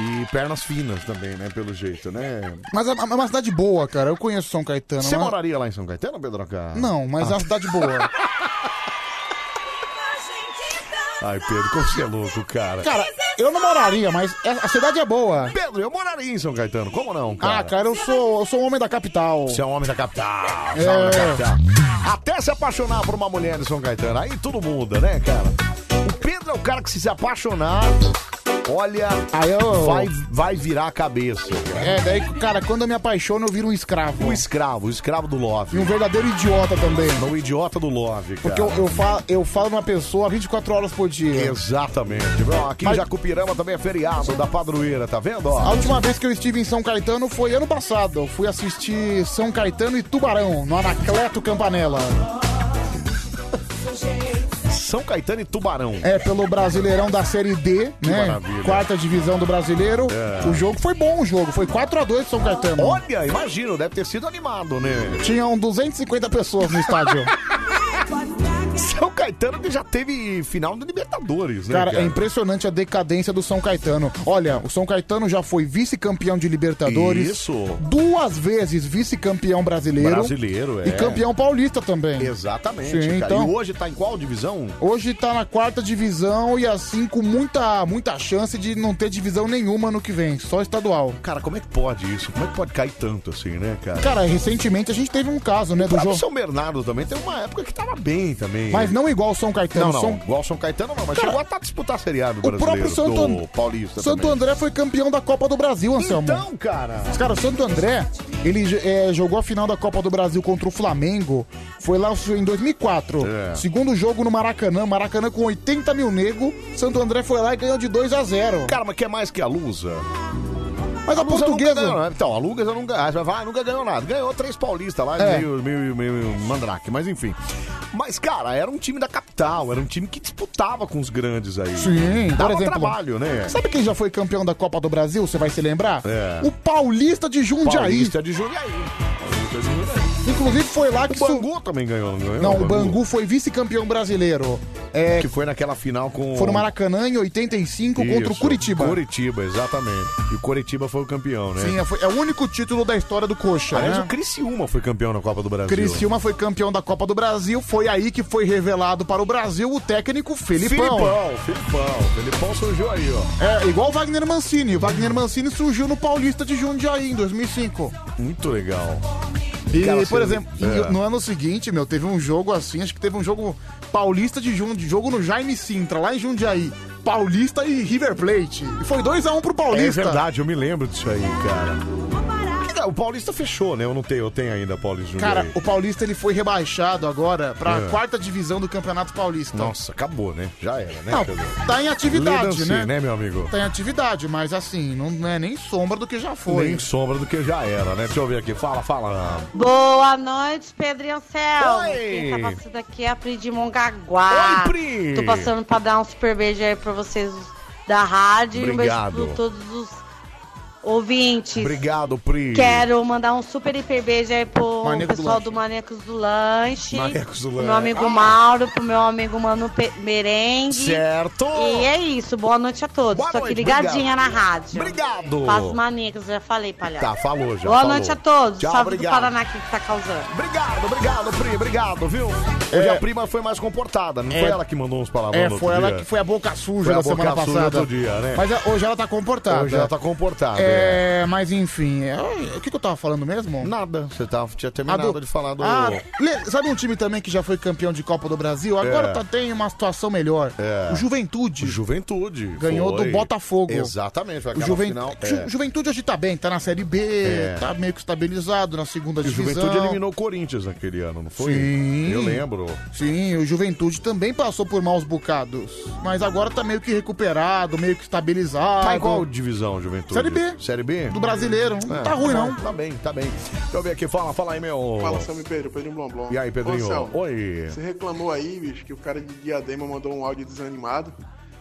Speaker 1: E pernas finas também, né? Pelo jeito, né?
Speaker 3: Mas é é uma cidade boa, cara. Eu conheço São Caetano.
Speaker 1: Você
Speaker 3: mas-
Speaker 1: moraria lá em São Caetano, Ah. Pedroca?
Speaker 3: Não, mas é uma cidade boa.
Speaker 1: Ai, Pedro, como você é louco, cara.
Speaker 3: Cara, eu não moraria, mas é- a cidade é boa.
Speaker 1: Pedro, eu moraria em São Caetano, como não, cara?
Speaker 3: Ah, cara, eu sou, eu sou um homem da capital.
Speaker 1: Você é um homem da capital.
Speaker 3: É.
Speaker 1: você é um homem da capital. Até se apaixonar por uma mulher de São Caetano, aí tudo muda, né, cara? O Pedro é o cara que se se apaixonar, olha, vai, vai virar a cabeça. cara.
Speaker 3: É, daí, cara, quando eu me apaixono, eu viro um escravo.
Speaker 1: Um escravo, o escravo do love.
Speaker 3: E um verdadeiro idiota também.
Speaker 1: O idiota do love, cara.
Speaker 3: Porque eu, eu, falo, eu falo uma pessoa 24 horas por dia.
Speaker 1: Exatamente. Ó, aqui em Jacupirama também é feriado da padroeira, tá vendo? Ó,
Speaker 3: A última vez que eu estive em São Caetano foi ano passado. Eu fui assistir São Caetano e Tubarão, no Anacleto Campanella.
Speaker 1: São Caetano e Tubarão.
Speaker 3: É, pelo Brasileirão da Série D,
Speaker 1: Que
Speaker 3: né?
Speaker 1: maravilha.
Speaker 3: Quarta divisão do brasileiro.
Speaker 1: É.
Speaker 3: O jogo foi bom, o jogo. Foi 4x2 São Caetano.
Speaker 1: Olha, imagino, deve ter sido animado, né?
Speaker 3: Tinham 250 pessoas no estádio.
Speaker 1: São Caetano que já teve final do Libertadores, né?
Speaker 3: Cara, é impressionante a decadência do São Caetano. Olha, o São Caetano já foi vice-campeão de Libertadores.
Speaker 1: Isso.
Speaker 3: Duas vezes vice-campeão brasileiro.
Speaker 1: Brasileiro, é.
Speaker 3: E campeão paulista também.
Speaker 1: Exatamente,
Speaker 3: Sim,
Speaker 1: cara.
Speaker 3: então-
Speaker 1: E hoje tá em qual divisão?
Speaker 3: Hoje tá na quarta divisão e assim com muita, muita chance de não ter divisão nenhuma ano que vem, só estadual.
Speaker 1: Cara, como é que pode isso? Como é que pode cair tanto assim, né, cara?
Speaker 3: Cara, recentemente a gente teve um caso, né, do
Speaker 1: o
Speaker 3: jogo.
Speaker 1: São Bernardo também teve uma época que tava bem também.
Speaker 3: Mas não igual o São Caetano.
Speaker 1: Não, não,
Speaker 3: São...
Speaker 1: igual São Caetano não, mas
Speaker 3: Cara,
Speaker 1: chegou até a tá disputar seriado
Speaker 3: O
Speaker 1: brasileiro
Speaker 3: próprio Santo,
Speaker 1: do Paulista
Speaker 3: Santo
Speaker 1: também.
Speaker 3: André foi campeão da Copa do Brasil, Anselmo.
Speaker 1: Então, cara.
Speaker 3: Mas, Cara, o Santo André, ele eh, jogou a final da Copa do Brasil contra o Flamengo. Foi lá em 2004.
Speaker 1: É.
Speaker 3: Segundo jogo no Maracanã. Maracanã com 80 mil nego. Santo André foi lá e ganhou de 2 a 0
Speaker 1: Cara, mas quer mais que a Lusa?
Speaker 3: Mas a
Speaker 1: Lusa nunca
Speaker 3: portuguesa-
Speaker 1: ganhou nada. então, a Lusa não ganhou. Vai, vai, nunca ganhou nada. Ganhou três paulistas lá,
Speaker 3: É.
Speaker 1: meio, meio, meio mandrake, mas enfim. Mas, cara, era um time da capital, era um time que disputava com os grandes aí.
Speaker 3: Sim,
Speaker 1: Dava
Speaker 3: por exemplo.
Speaker 1: trabalho, né?
Speaker 3: Sabe quem já foi campeão da Copa do Brasil? Você vai se lembrar?
Speaker 1: É.
Speaker 3: O Paulista de Jundiaí.
Speaker 1: Paulista de Jundiaí. Paulista de Jundiaí.
Speaker 3: Inclusive foi lá que.
Speaker 1: O Bangu também ganhou, não ganhou?
Speaker 3: Não, o Bangu foi vice-campeão brasileiro. É,
Speaker 1: Que foi naquela final com...
Speaker 3: foi no Maracanã em 85 contra o
Speaker 1: Isso,
Speaker 3: Curitiba.
Speaker 1: Curitiba, exatamente. E o Curitiba foi o campeão, né?
Speaker 3: Sim, é, foi- é o único título da história do Coxa,
Speaker 1: Aliás,
Speaker 3: né?
Speaker 1: o Criciúma foi campeão na Copa do Brasil.
Speaker 3: Criciúma foi campeão da Copa do Brasil, foi aí que foi revelado para o Brasil o técnico Felipão.
Speaker 1: Filipão, Filipão. Filipão surgiu aí, ó.
Speaker 3: É, igual o Wagner Mancini. O Wagner Mancini surgiu no Paulista de Jundiaí em 2005.
Speaker 1: Muito legal.
Speaker 3: E,
Speaker 1: Cara,
Speaker 3: por
Speaker 1: você-
Speaker 3: exemplo,
Speaker 1: É.
Speaker 3: e no ano seguinte, meu, teve um jogo assim, acho que teve um jogo paulista de Jundiaí, jogo no Jaime Sintra, lá em Jundiaí. Paulista e River Plate. E foi 2x1 pro Paulista.
Speaker 1: É verdade, eu me lembro disso aí, cara. Cara, É, O Paulista fechou, né? Eu não tenho, eu tenho ainda Paulista Júnior.
Speaker 3: Cara, o Paulista ele foi rebaixado agora pra
Speaker 1: É.
Speaker 3: quarta divisão do Campeonato Paulista.
Speaker 1: Nossa, acabou, né? Já era, né?
Speaker 3: Não,
Speaker 1: Quer dizer,
Speaker 3: tá em atividade,
Speaker 1: Lembram-se,
Speaker 3: né?
Speaker 1: né, meu amigo?
Speaker 3: Tá em atividade, mas assim, não é nem sombra do que já foi.
Speaker 1: Nem sombra do que já era, né? Deixa eu ver aqui. Fala, fala.
Speaker 24: Boa noite, Pedro e Anselmo.
Speaker 1: Oi.
Speaker 24: Quem tá passando aqui é a Pri de Mongaguá.
Speaker 1: Oi, Pri.
Speaker 24: Ah, Tô passando pra dar um super beijo aí pra vocês da rádio. e Um
Speaker 1: Obrigado.
Speaker 24: beijo pra todos os ouvintes.
Speaker 1: Obrigado, Pri.
Speaker 24: Quero mandar um super hiper beijo aí pro
Speaker 1: Maníaco do
Speaker 24: pessoal
Speaker 1: Lanche.
Speaker 24: do Manecos do Lanche.
Speaker 1: Manecos do
Speaker 24: pro
Speaker 1: Lanche.
Speaker 24: meu amigo
Speaker 1: Ah.
Speaker 24: Mauro, pro meu amigo Mano Pe- Merengue.
Speaker 1: Certo.
Speaker 24: E é isso, boa noite a todos. Tô aqui
Speaker 1: noite,
Speaker 24: ligadinha
Speaker 1: obrigado.
Speaker 24: na rádio.
Speaker 1: Obrigado.
Speaker 24: Faz maníacos, já falei, palhaço.
Speaker 1: Tá, falou já.
Speaker 24: Boa
Speaker 1: falou.
Speaker 24: noite a todos.
Speaker 1: Tchau,
Speaker 24: Salve
Speaker 1: obrigado.
Speaker 24: do Paraná aqui que tá causando.
Speaker 1: Obrigado, obrigado, Pri, obrigado, viu? Hoje a prima foi mais comportada, né? não
Speaker 3: É.
Speaker 1: foi ela que mandou uns palavrões
Speaker 3: É,
Speaker 1: no
Speaker 3: foi
Speaker 1: outro
Speaker 3: ela
Speaker 1: dia?
Speaker 3: que foi a boca suja
Speaker 1: Foi a
Speaker 3: da
Speaker 1: boca
Speaker 3: semana
Speaker 1: suja
Speaker 3: passada.
Speaker 1: outro dia, né?
Speaker 3: Mas é, hoje ela tá comportada.
Speaker 1: Hoje ela tá comportada,
Speaker 3: É, mas enfim, é, o que, que eu tava falando mesmo?
Speaker 1: Nada. Você tava, tinha terminado de falar do-
Speaker 3: sabe um time também que já foi campeão de Copa do Brasil? Agora
Speaker 1: É.
Speaker 3: tá, tem uma situação melhor.
Speaker 1: É.
Speaker 3: O Juventude.
Speaker 1: Juventude.
Speaker 3: Ganhou
Speaker 1: foi.
Speaker 3: do Botafogo.
Speaker 1: Exatamente, foi
Speaker 3: O
Speaker 1: aquela
Speaker 3: Juven-
Speaker 1: final.
Speaker 3: Ju-
Speaker 1: é.
Speaker 3: Juventude hoje tá bem, tá na Série B,
Speaker 1: É.
Speaker 3: tá meio que estabilizado na segunda
Speaker 1: E o
Speaker 3: divisão.
Speaker 1: Juventude eliminou o Corinthians naquele ano, não foi?
Speaker 3: Sim. Tá
Speaker 1: Eu lembro.
Speaker 3: Sim, o Juventude também passou por maus bocados. Mas agora tá meio que recuperado, meio que estabilizado.
Speaker 1: Tá em qual divisão, Juventude?
Speaker 3: Série B.
Speaker 1: Série B?
Speaker 3: Do brasileiro. Não tá ruim, não.
Speaker 1: Tá bem, tá bem. Deixa eu ver aqui. Fala, fala aí, meu.
Speaker 11: Fala, Sam e Pedro, Pedrinho Blomblom.
Speaker 1: E aí, Pedrinho?
Speaker 11: Ô, Selma,
Speaker 1: Oi.
Speaker 11: Você reclamou aí, bicho, que o cara de Diadema mandou um áudio desanimado.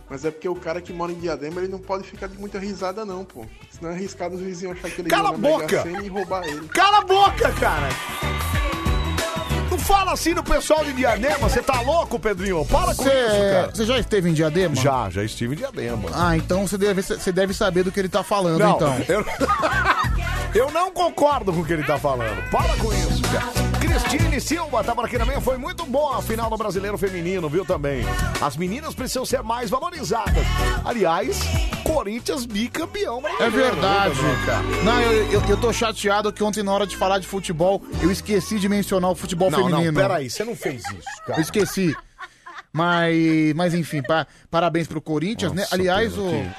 Speaker 11: Mas é porque o cara que mora em Diadema, ele não pode ficar de muita risada, não, pô. Senão é arriscado os vizinhos achar que ele
Speaker 1: Cala
Speaker 11: ganhou
Speaker 1: a
Speaker 11: na Mega
Speaker 1: boca!
Speaker 11: Sena e roubar ele.
Speaker 1: Cala a boca, cara! Não fala assim do pessoal de Diadema, você tá louco, Pedrinho? Para com
Speaker 3: Cê-
Speaker 1: isso, cara.
Speaker 3: Você já esteve em Diadema?
Speaker 1: Já, já estive em Diadema.
Speaker 3: Ah, então você deve, você deve saber do que ele tá falando,
Speaker 1: Não,
Speaker 3: então.
Speaker 1: eu... eu não concordo com o que ele tá falando. Para com isso, cara. Cristine Silva tava aqui na minha, foi muito boa a final do Brasileiro Feminino, viu também. As meninas precisam ser mais valorizadas. Aliás, Corinthians bicampeão
Speaker 3: É
Speaker 1: brasileiro,
Speaker 3: verdade.
Speaker 1: viu, Pedroca?
Speaker 3: Não, eu, eu, eu tô chateado que ontem, na hora de falar de futebol, eu esqueci de mencionar o futebol
Speaker 1: Não,
Speaker 3: feminino.
Speaker 1: não, peraí, você não fez isso, cara.
Speaker 3: Eu esqueci. Mas, mas enfim, pa- parabéns pro Corinthians, né?
Speaker 1: Nossa,
Speaker 3: Aliás,
Speaker 1: Pedro,
Speaker 3: o,
Speaker 1: que-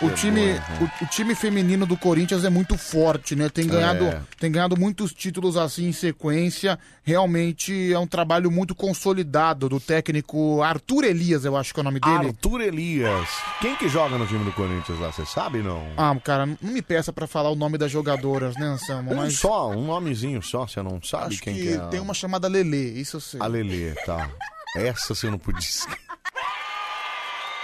Speaker 3: o,
Speaker 1: que
Speaker 3: time,
Speaker 1: vergonha. né?
Speaker 3: o, o time feminino do Corinthians é muito forte, né? Tem ganhado,
Speaker 1: É.
Speaker 3: tem ganhado muitos títulos assim em sequência. Realmente é um trabalho muito consolidado do técnico Arthur Elias, eu acho que é o nome dele.
Speaker 1: Arthur Elias. Quem que joga no time do Corinthians lá, você sabe não?
Speaker 3: Ah, cara, não me peça pra falar o nome das jogadoras, né, Anselmo?
Speaker 1: Um
Speaker 3: Mas
Speaker 1: só, um nomezinho só, você não sabe
Speaker 3: acho
Speaker 1: quem
Speaker 3: que
Speaker 1: que é.
Speaker 3: tem uma chamada Lele, isso eu sei.
Speaker 1: A Lelê, tá. Essa você não podia esquecer.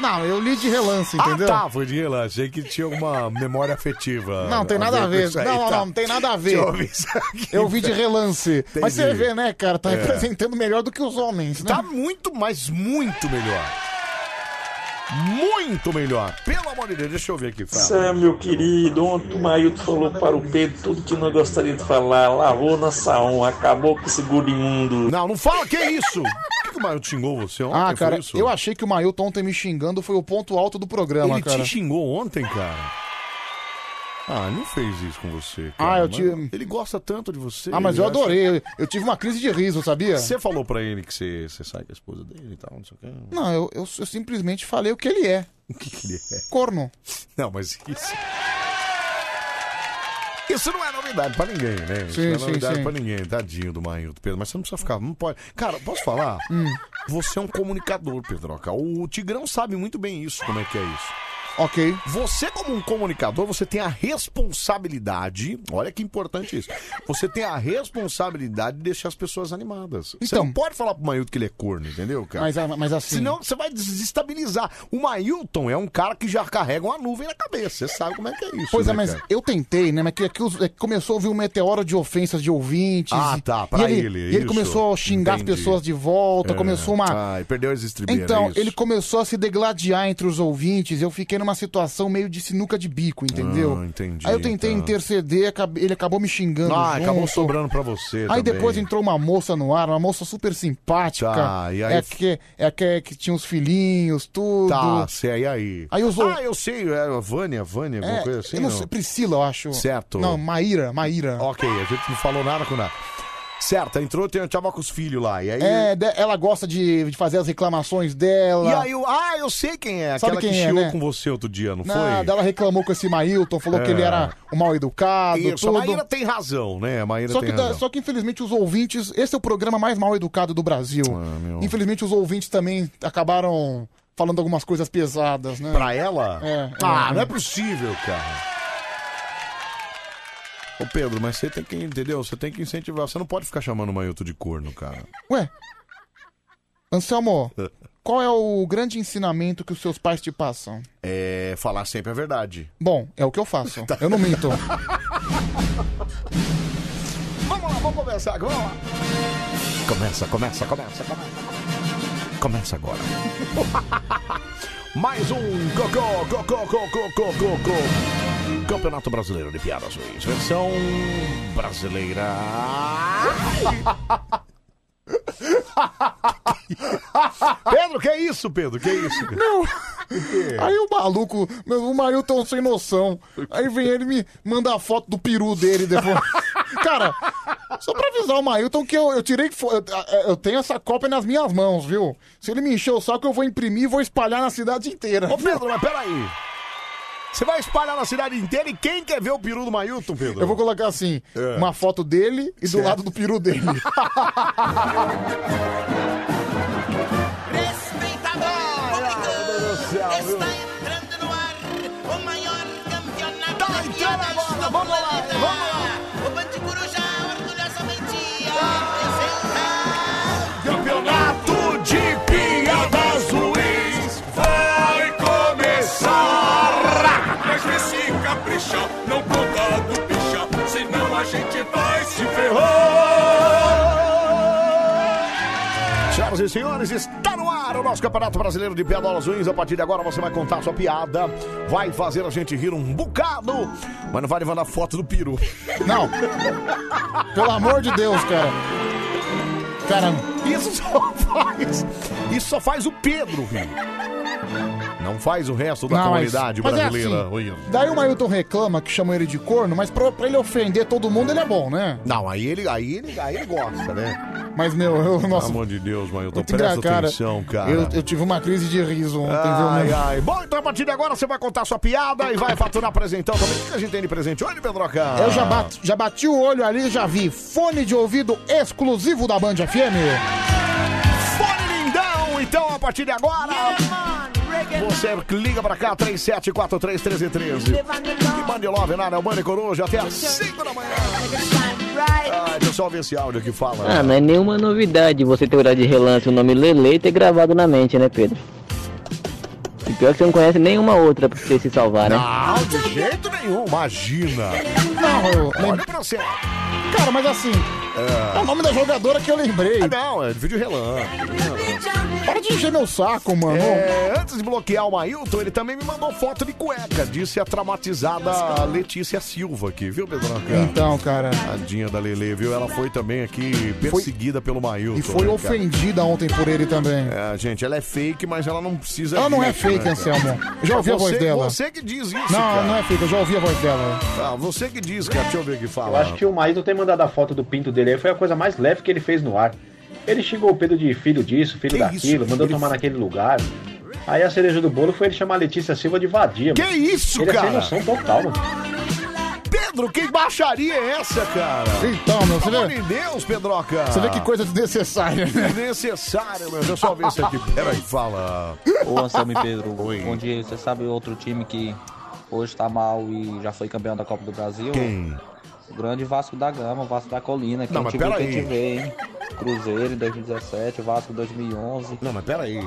Speaker 3: Não, eu li de relance, entendeu?
Speaker 1: Ah, tá, foi de relance. Achei que tinha alguma memória afetiva.
Speaker 3: Não, tem nada a
Speaker 1: com
Speaker 3: ver.
Speaker 1: isso aí,
Speaker 3: não, não,
Speaker 1: tá.
Speaker 3: não, tem nada a ver.
Speaker 1: Deixa eu ouvir isso aqui,
Speaker 3: Eu vi de
Speaker 1: velho.
Speaker 3: relance. Mas você
Speaker 1: Entendi.
Speaker 3: vê, né, cara? Tá
Speaker 1: É.
Speaker 3: representando melhor do que os homens, né?
Speaker 1: Tá muito, mas muito melhor. Muito melhor. Pelo amor de Deus, deixa eu ver aqui. Fala.
Speaker 5: Sam, meu querido, ontem o Mailton falou para o Pedro tudo que não gostaria de falar. Lavou na saão, acabou com esse gurimundo.
Speaker 1: Não, não fala, que é isso? Por que, que o Maio xingou você ontem?
Speaker 3: Ah,
Speaker 1: Foi
Speaker 3: cara,
Speaker 1: isso?
Speaker 3: eu achei que o Mailton ontem me xingando foi o ponto alto do programa,
Speaker 1: Ele
Speaker 3: cara.
Speaker 1: te xingou ontem, cara. Ah, ele não fez isso com você.
Speaker 3: Ah,
Speaker 1: Cara.
Speaker 3: eu
Speaker 1: Mas
Speaker 3: te-
Speaker 1: Ele gosta tanto de você.
Speaker 3: Ah, mas
Speaker 1: ele
Speaker 3: eu
Speaker 1: acha-
Speaker 3: adorei. Eu, eu tive uma crise de riso, sabia?
Speaker 1: Você falou pra ele que você, você sai com a esposa dele e tal, não sei o que.
Speaker 3: Não, eu, eu- eu simplesmente falei o que ele é.
Speaker 1: O que, que ele é?
Speaker 3: Corno.
Speaker 1: Não, mas isso. Isso não é novidade pra ninguém, né? isso
Speaker 3: Sim,
Speaker 1: não é
Speaker 3: sim,
Speaker 1: novidade
Speaker 3: sim.
Speaker 1: pra ninguém. Tadinho do Mailton, Pedro. Mas você não precisa ficar. Não pode. Cara, posso falar?
Speaker 3: Hum.
Speaker 1: Você é um comunicador, Pedroca. O Tigrão sabe muito bem isso, como é que é isso.
Speaker 3: Ok.
Speaker 1: Você, como um comunicador, você tem a responsabilidade. Olha que importante isso. Você tem a responsabilidade de deixar as pessoas animadas. você
Speaker 3: Então.
Speaker 1: não pode falar pro Mailton que ele é corno, entendeu, cara?
Speaker 3: Mas, ah, mas assim.
Speaker 1: Senão você vai desestabilizar. O Mailton é um cara que já carrega uma nuvem na cabeça. Você sabe como é que é isso.
Speaker 3: Pois é,
Speaker 1: né,
Speaker 3: mas
Speaker 1: cara?
Speaker 3: eu tentei, né? Mas que, que os- é que começou a vir um meteoro de ofensas de ouvintes.
Speaker 1: Ah,
Speaker 3: e-
Speaker 1: tá, pra
Speaker 3: e
Speaker 1: ele,
Speaker 3: E ele
Speaker 1: isso.
Speaker 3: começou a xingar
Speaker 1: Entendi.
Speaker 3: as pessoas de volta,
Speaker 1: É.
Speaker 3: começou uma.
Speaker 1: Ah, e perdeu as estribeiras.
Speaker 3: Então,
Speaker 1: é isso.
Speaker 3: ele começou a se degladiar entre os ouvintes, eu fiquei numa situação meio de sinuca de bico, entendeu?
Speaker 1: Ah, entendi,
Speaker 3: Aí eu tentei
Speaker 1: tá.
Speaker 3: interceder, acabe- ele acabou me xingando.
Speaker 1: Ah,
Speaker 3: junto.
Speaker 1: acabou sobrando pra você.
Speaker 3: Aí
Speaker 1: também.
Speaker 3: depois então, entrou uma moça no ar, uma moça super simpática.
Speaker 1: Tá, e aí-
Speaker 3: É que, é que, que tinha os filhinhos, tudo.
Speaker 1: Tá, sei, e aí?
Speaker 3: Aí os ou-
Speaker 1: Ah, eu sei, é a Vânia, Vânia, alguma
Speaker 3: É,
Speaker 1: coisa assim.
Speaker 3: eu não sei, Priscila, eu acho.
Speaker 1: Certo.
Speaker 3: Não, Maíra, Maíra.
Speaker 1: Ok, a gente não falou nada com nada. Certo, entrou, tem- tava com os filhos lá. E aí.
Speaker 3: É, de- ela gosta de, de fazer as reclamações dela.
Speaker 1: E aí, eu, ah, eu sei quem é,
Speaker 3: Sabe
Speaker 1: aquela
Speaker 3: quem
Speaker 1: que
Speaker 3: é,
Speaker 1: chiou
Speaker 3: né?
Speaker 1: com você outro dia, não
Speaker 3: Nada,
Speaker 1: foi?
Speaker 3: ela reclamou com esse Mailton, falou que
Speaker 1: É.
Speaker 3: ele era um mal educado,
Speaker 1: Isso, a
Speaker 3: tudo.
Speaker 1: Maíra tem razão, né? A Maíra
Speaker 3: Só
Speaker 1: tem
Speaker 3: que, da-
Speaker 1: razão.
Speaker 3: só que infelizmente os ouvintes. Esse é o programa mais mal educado do Brasil.
Speaker 1: Ah,
Speaker 3: Infelizmente os ouvintes também acabaram falando algumas coisas pesadas, né?
Speaker 1: Pra ela?
Speaker 3: É,
Speaker 1: ah,
Speaker 3: é.
Speaker 1: não é possível, cara. Ô Pedro, mas você tem que, entendeu? Você tem que incentivar. Você não pode ficar chamando o Mailton de corno, cara.
Speaker 3: Ué? Anselmo, Qual é o grande ensinamento que os seus pais te passam?
Speaker 1: É, falar sempre a verdade.
Speaker 3: Bom, é o que eu faço.
Speaker 1: Tá.
Speaker 3: Eu não minto.
Speaker 1: Vamos lá, vamos começar agora. Começa, começa, começa, começa. Começa agora. Mais um cocô, cocô, cocô, cocô, cocô. Campeonato Brasileiro de Piadas Ruins. Versão brasileira. Pedro, que é isso, Pedro? Que é isso? Pedro?
Speaker 3: Não. Aí o maluco, meu, o Marilton sem noção. Aí vem ele me mandar a foto do peru dele depois. Cara, só pra avisar o Mailton que eu, eu tirei. fo- Eu, é, eu tenho essa cópia nas minhas mãos, viu? Se ele me encher o saco, eu vou imprimir e vou espalhar na cidade inteira.
Speaker 1: Ô, Pedro, mas peraí. Você vai espalhar na cidade inteira e quem quer ver o peru do Mailton, Pedro?
Speaker 3: Eu vou colocar assim:
Speaker 1: É.
Speaker 3: uma foto dele e do
Speaker 1: Certo.
Speaker 3: lado do peru dele.
Speaker 4: Ah, Tá entrando agora, vamos lá, vamos lá. O Bande Coruja orgulhosamente apresenta. Ah. Campeonato de piadas ruins vai começar. Mas vê se caprichar, não conta do pichar, senão a gente vai se ferrar.
Speaker 1: Senhoras e senhores, está no ar o nosso Campeonato Brasileiro de Piadas Ruins. A partir de agora você vai contar sua piada, vai fazer a gente rir um bocado, mas não vai mandar foto do peru.
Speaker 3: Não. Pelo amor de Deus, cara. Cara,
Speaker 1: isso só faz. Isso só faz o Pedro rir. Não faz o resto da
Speaker 3: Não, mas-
Speaker 1: comunidade
Speaker 3: mas é
Speaker 1: brasileira.
Speaker 3: assim.
Speaker 1: rir.
Speaker 3: Daí o Mailton reclama que chamam ele de corno, mas pra, pra ele ofender todo mundo, ele é bom, né?
Speaker 1: Não, aí ele, aí ele, aí ele gosta, né?
Speaker 3: Mas, meu, eu, nossa,
Speaker 1: Pelo amor de Deus, Mailton,
Speaker 3: muito
Speaker 1: presta
Speaker 3: engra- cara,
Speaker 1: atenção, cara.
Speaker 3: Eu, eu tive uma crise de riso ontem, viu,
Speaker 1: Ai,
Speaker 3: meu?
Speaker 1: ai. Bom, então a partir de agora você vai contar sua piada e vai faturar presentão também. O que a gente tem de presente hoje, Pedroca?
Speaker 3: Eu já, bat- já bati o olho ali, já vi fone de ouvido exclusivo da Band FM.
Speaker 1: Fone lindão, então a partir de agora. Você liga pra cá, 37431313. E Bande Love, nada, é o Bande Coruja, até às 5 da manhã. Ai, deixa eu só ver esse áudio que fala.
Speaker 3: né?
Speaker 24: Ah, não é nenhuma novidade você ter olhado de relance o nome Lele e ter gravado na mente, né, Pedro? E pior que você não conhece nenhuma outra pra você se salvar, né?
Speaker 1: Não, de jeito nenhum, imagina.
Speaker 3: Não, eu
Speaker 1: Olha pra você.
Speaker 3: Cara, mas assim, é o nome da jogadora que eu lembrei.
Speaker 1: Não, é vídeo relâmpago.
Speaker 3: Para de encher meu saco, mano.
Speaker 1: É, antes de bloquear o Mailton, ele também me mandou foto de cueca. Disse é a traumatizada Letícia Silva aqui, viu, Pedroca?
Speaker 3: Então, cara.
Speaker 1: Tadinha da Lele, viu? Ela foi também aqui perseguida pelo Mailton.
Speaker 3: E foi
Speaker 1: né, cara?
Speaker 3: ofendida ontem por ele também.
Speaker 1: É, gente, ela é fake, mas ela não precisa.
Speaker 3: Ela não é
Speaker 1: disso,
Speaker 3: fake,
Speaker 1: cara?
Speaker 3: Anselmo. Eu já ouvi a
Speaker 1: Você-
Speaker 3: voz dela.
Speaker 1: Você que diz isso.
Speaker 3: Não,
Speaker 1: cara.
Speaker 3: não é fake, eu já ouvi a voz dela.
Speaker 1: Ah, você que diz, cara. Deixa eu ver o que fala.
Speaker 17: Eu acho que o marido ter mandado a foto do pinto dele aí foi a coisa mais leve que ele fez no ar. Ele xingou o Pedro de filho disso, filho daquilo, mandou tomar naquele lugar. Aí a cereja do bolo foi ele chamar a Letícia Silva de vadia.
Speaker 1: Que
Speaker 17: mano.
Speaker 1: isso,
Speaker 17: ele
Speaker 1: cara?
Speaker 17: Ele é sem noção total, mano.
Speaker 1: Pedro, que baixaria é essa, cara?
Speaker 3: Então, meu, você
Speaker 1: Pelo amor
Speaker 3: vê-
Speaker 1: de Deus, Pedroca.
Speaker 3: Você vê que coisa desnecessária, né?
Speaker 1: Desnecessária, meu. Deixa eu só ver isso aqui. Peraí, fala.
Speaker 9: Ô Anselmo e Pedro, bom dia. Você sabe outro time que hoje tá mal e já foi campeão da Copa do Brasil?
Speaker 1: Quem?
Speaker 9: O grande Vasco da Gama, Vasco da Colina. é um Quem
Speaker 1: Não, mas
Speaker 9: te viu,
Speaker 1: peraí.
Speaker 9: quem te vê, hein? Cruzeiro em 2017, Vasco em 2011.
Speaker 1: Não, mas peraí.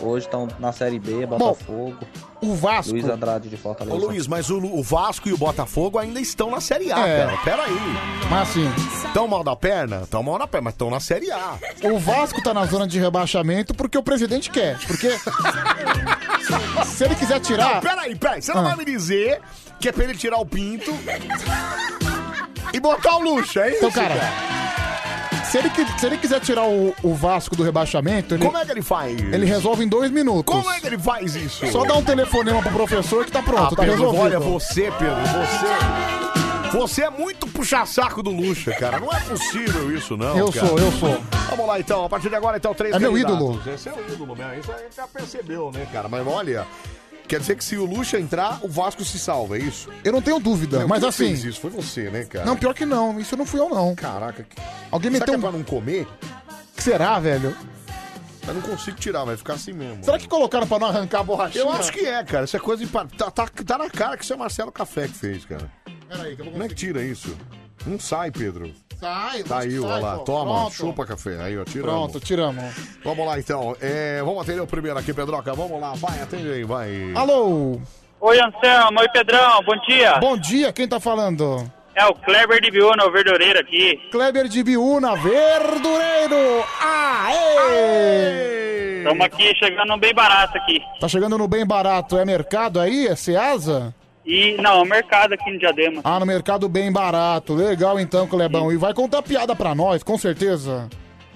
Speaker 9: Hoje estão na Série B, Botafogo.
Speaker 3: o Vasco...
Speaker 9: Luiz Andrade de
Speaker 1: Ô,
Speaker 9: Fortaleza.
Speaker 1: Luiz, mas o, Lu- o Vasco e o Botafogo ainda estão na Série A,
Speaker 9: É.
Speaker 1: cara. Peraí.
Speaker 3: Mas assim...
Speaker 1: Tão mal da perna? Tão mal na perna, mas estão na Série A.
Speaker 3: O Vasco tá na zona de rebaixamento porque o presidente quer. Porque. Se ele quiser tirar.
Speaker 1: Não, peraí, peraí. Você não
Speaker 3: Ah.
Speaker 1: vai me dizer que é pra ele tirar o pinto e botar o luxo, é isso?
Speaker 3: Então, cara, Se ele, qui- se ele quiser tirar o, o Vasco do rebaixamento, ele,
Speaker 1: Como é que ele faz?
Speaker 3: ele resolve em dois minutos.
Speaker 1: Como é que ele faz isso?
Speaker 3: Só dá um telefonema pro professor que tá pronto,
Speaker 1: Ah,
Speaker 3: tá
Speaker 1: Pedro,
Speaker 3: resolvido.
Speaker 1: Olha, você, Pedro, você. Você é muito puxa-saco do Luxa, cara. Não é possível isso, não.
Speaker 3: Eu
Speaker 1: cara.
Speaker 3: sou, eu sou.
Speaker 1: Vamos lá, então. A partir de agora, então, três
Speaker 3: É meu
Speaker 1: candidatos.
Speaker 3: ídolo.
Speaker 1: Esse é o ídolo mesmo. Isso aí já percebeu, né, cara? Mas olha. Quer dizer que se o Luxa entrar, o Vasco se salva, é isso?
Speaker 3: Eu não tenho dúvida,
Speaker 1: Meu,
Speaker 3: mas
Speaker 1: quem
Speaker 3: assim.
Speaker 1: fez isso? Foi você, né, cara?
Speaker 3: Não, pior que não. Isso não fui eu, não.
Speaker 1: Caraca.
Speaker 3: Alguém meteu
Speaker 1: Será que é
Speaker 3: um.
Speaker 1: pra não comer?
Speaker 3: que será, velho?
Speaker 1: Eu não consigo tirar, vai ficar assim mesmo.
Speaker 3: Será que colocaram pra não arrancar a borrachinha?
Speaker 1: Eu acho que é, cara. Isso é coisa de. pa- Tá, tá, tá na cara que isso é Marcelo Café que fez, cara.
Speaker 3: Peraí, que eu vou
Speaker 1: Como é que tira isso? Não sai, Pedro.
Speaker 3: Sai,
Speaker 1: Saiu, olha lá. Toma, chupa café. Aí, ó, tiramos.
Speaker 3: Pronto, tiramos.
Speaker 1: Vamos lá, então. É, vamos atender o primeiro aqui, Pedroca. Vamos lá, vai, atende aí, vai.
Speaker 3: Alô?
Speaker 13: Oi, Anselmo. Oi, Pedrão. Bom dia.
Speaker 3: Bom dia, quem tá falando?
Speaker 13: É o Kleber de Biúna, o verdureiro aqui.
Speaker 3: Kleber de Biúna, verdureiro! Aê!
Speaker 13: Estamos aqui chegando bem barato aqui.
Speaker 3: Tá chegando no bem barato, é mercado aí? É Ceasa?
Speaker 13: E não, é o mercado aqui no Diadema.
Speaker 3: Ah, no mercado bem barato. Legal então, Clebão. E vai contar piada pra nós, com certeza.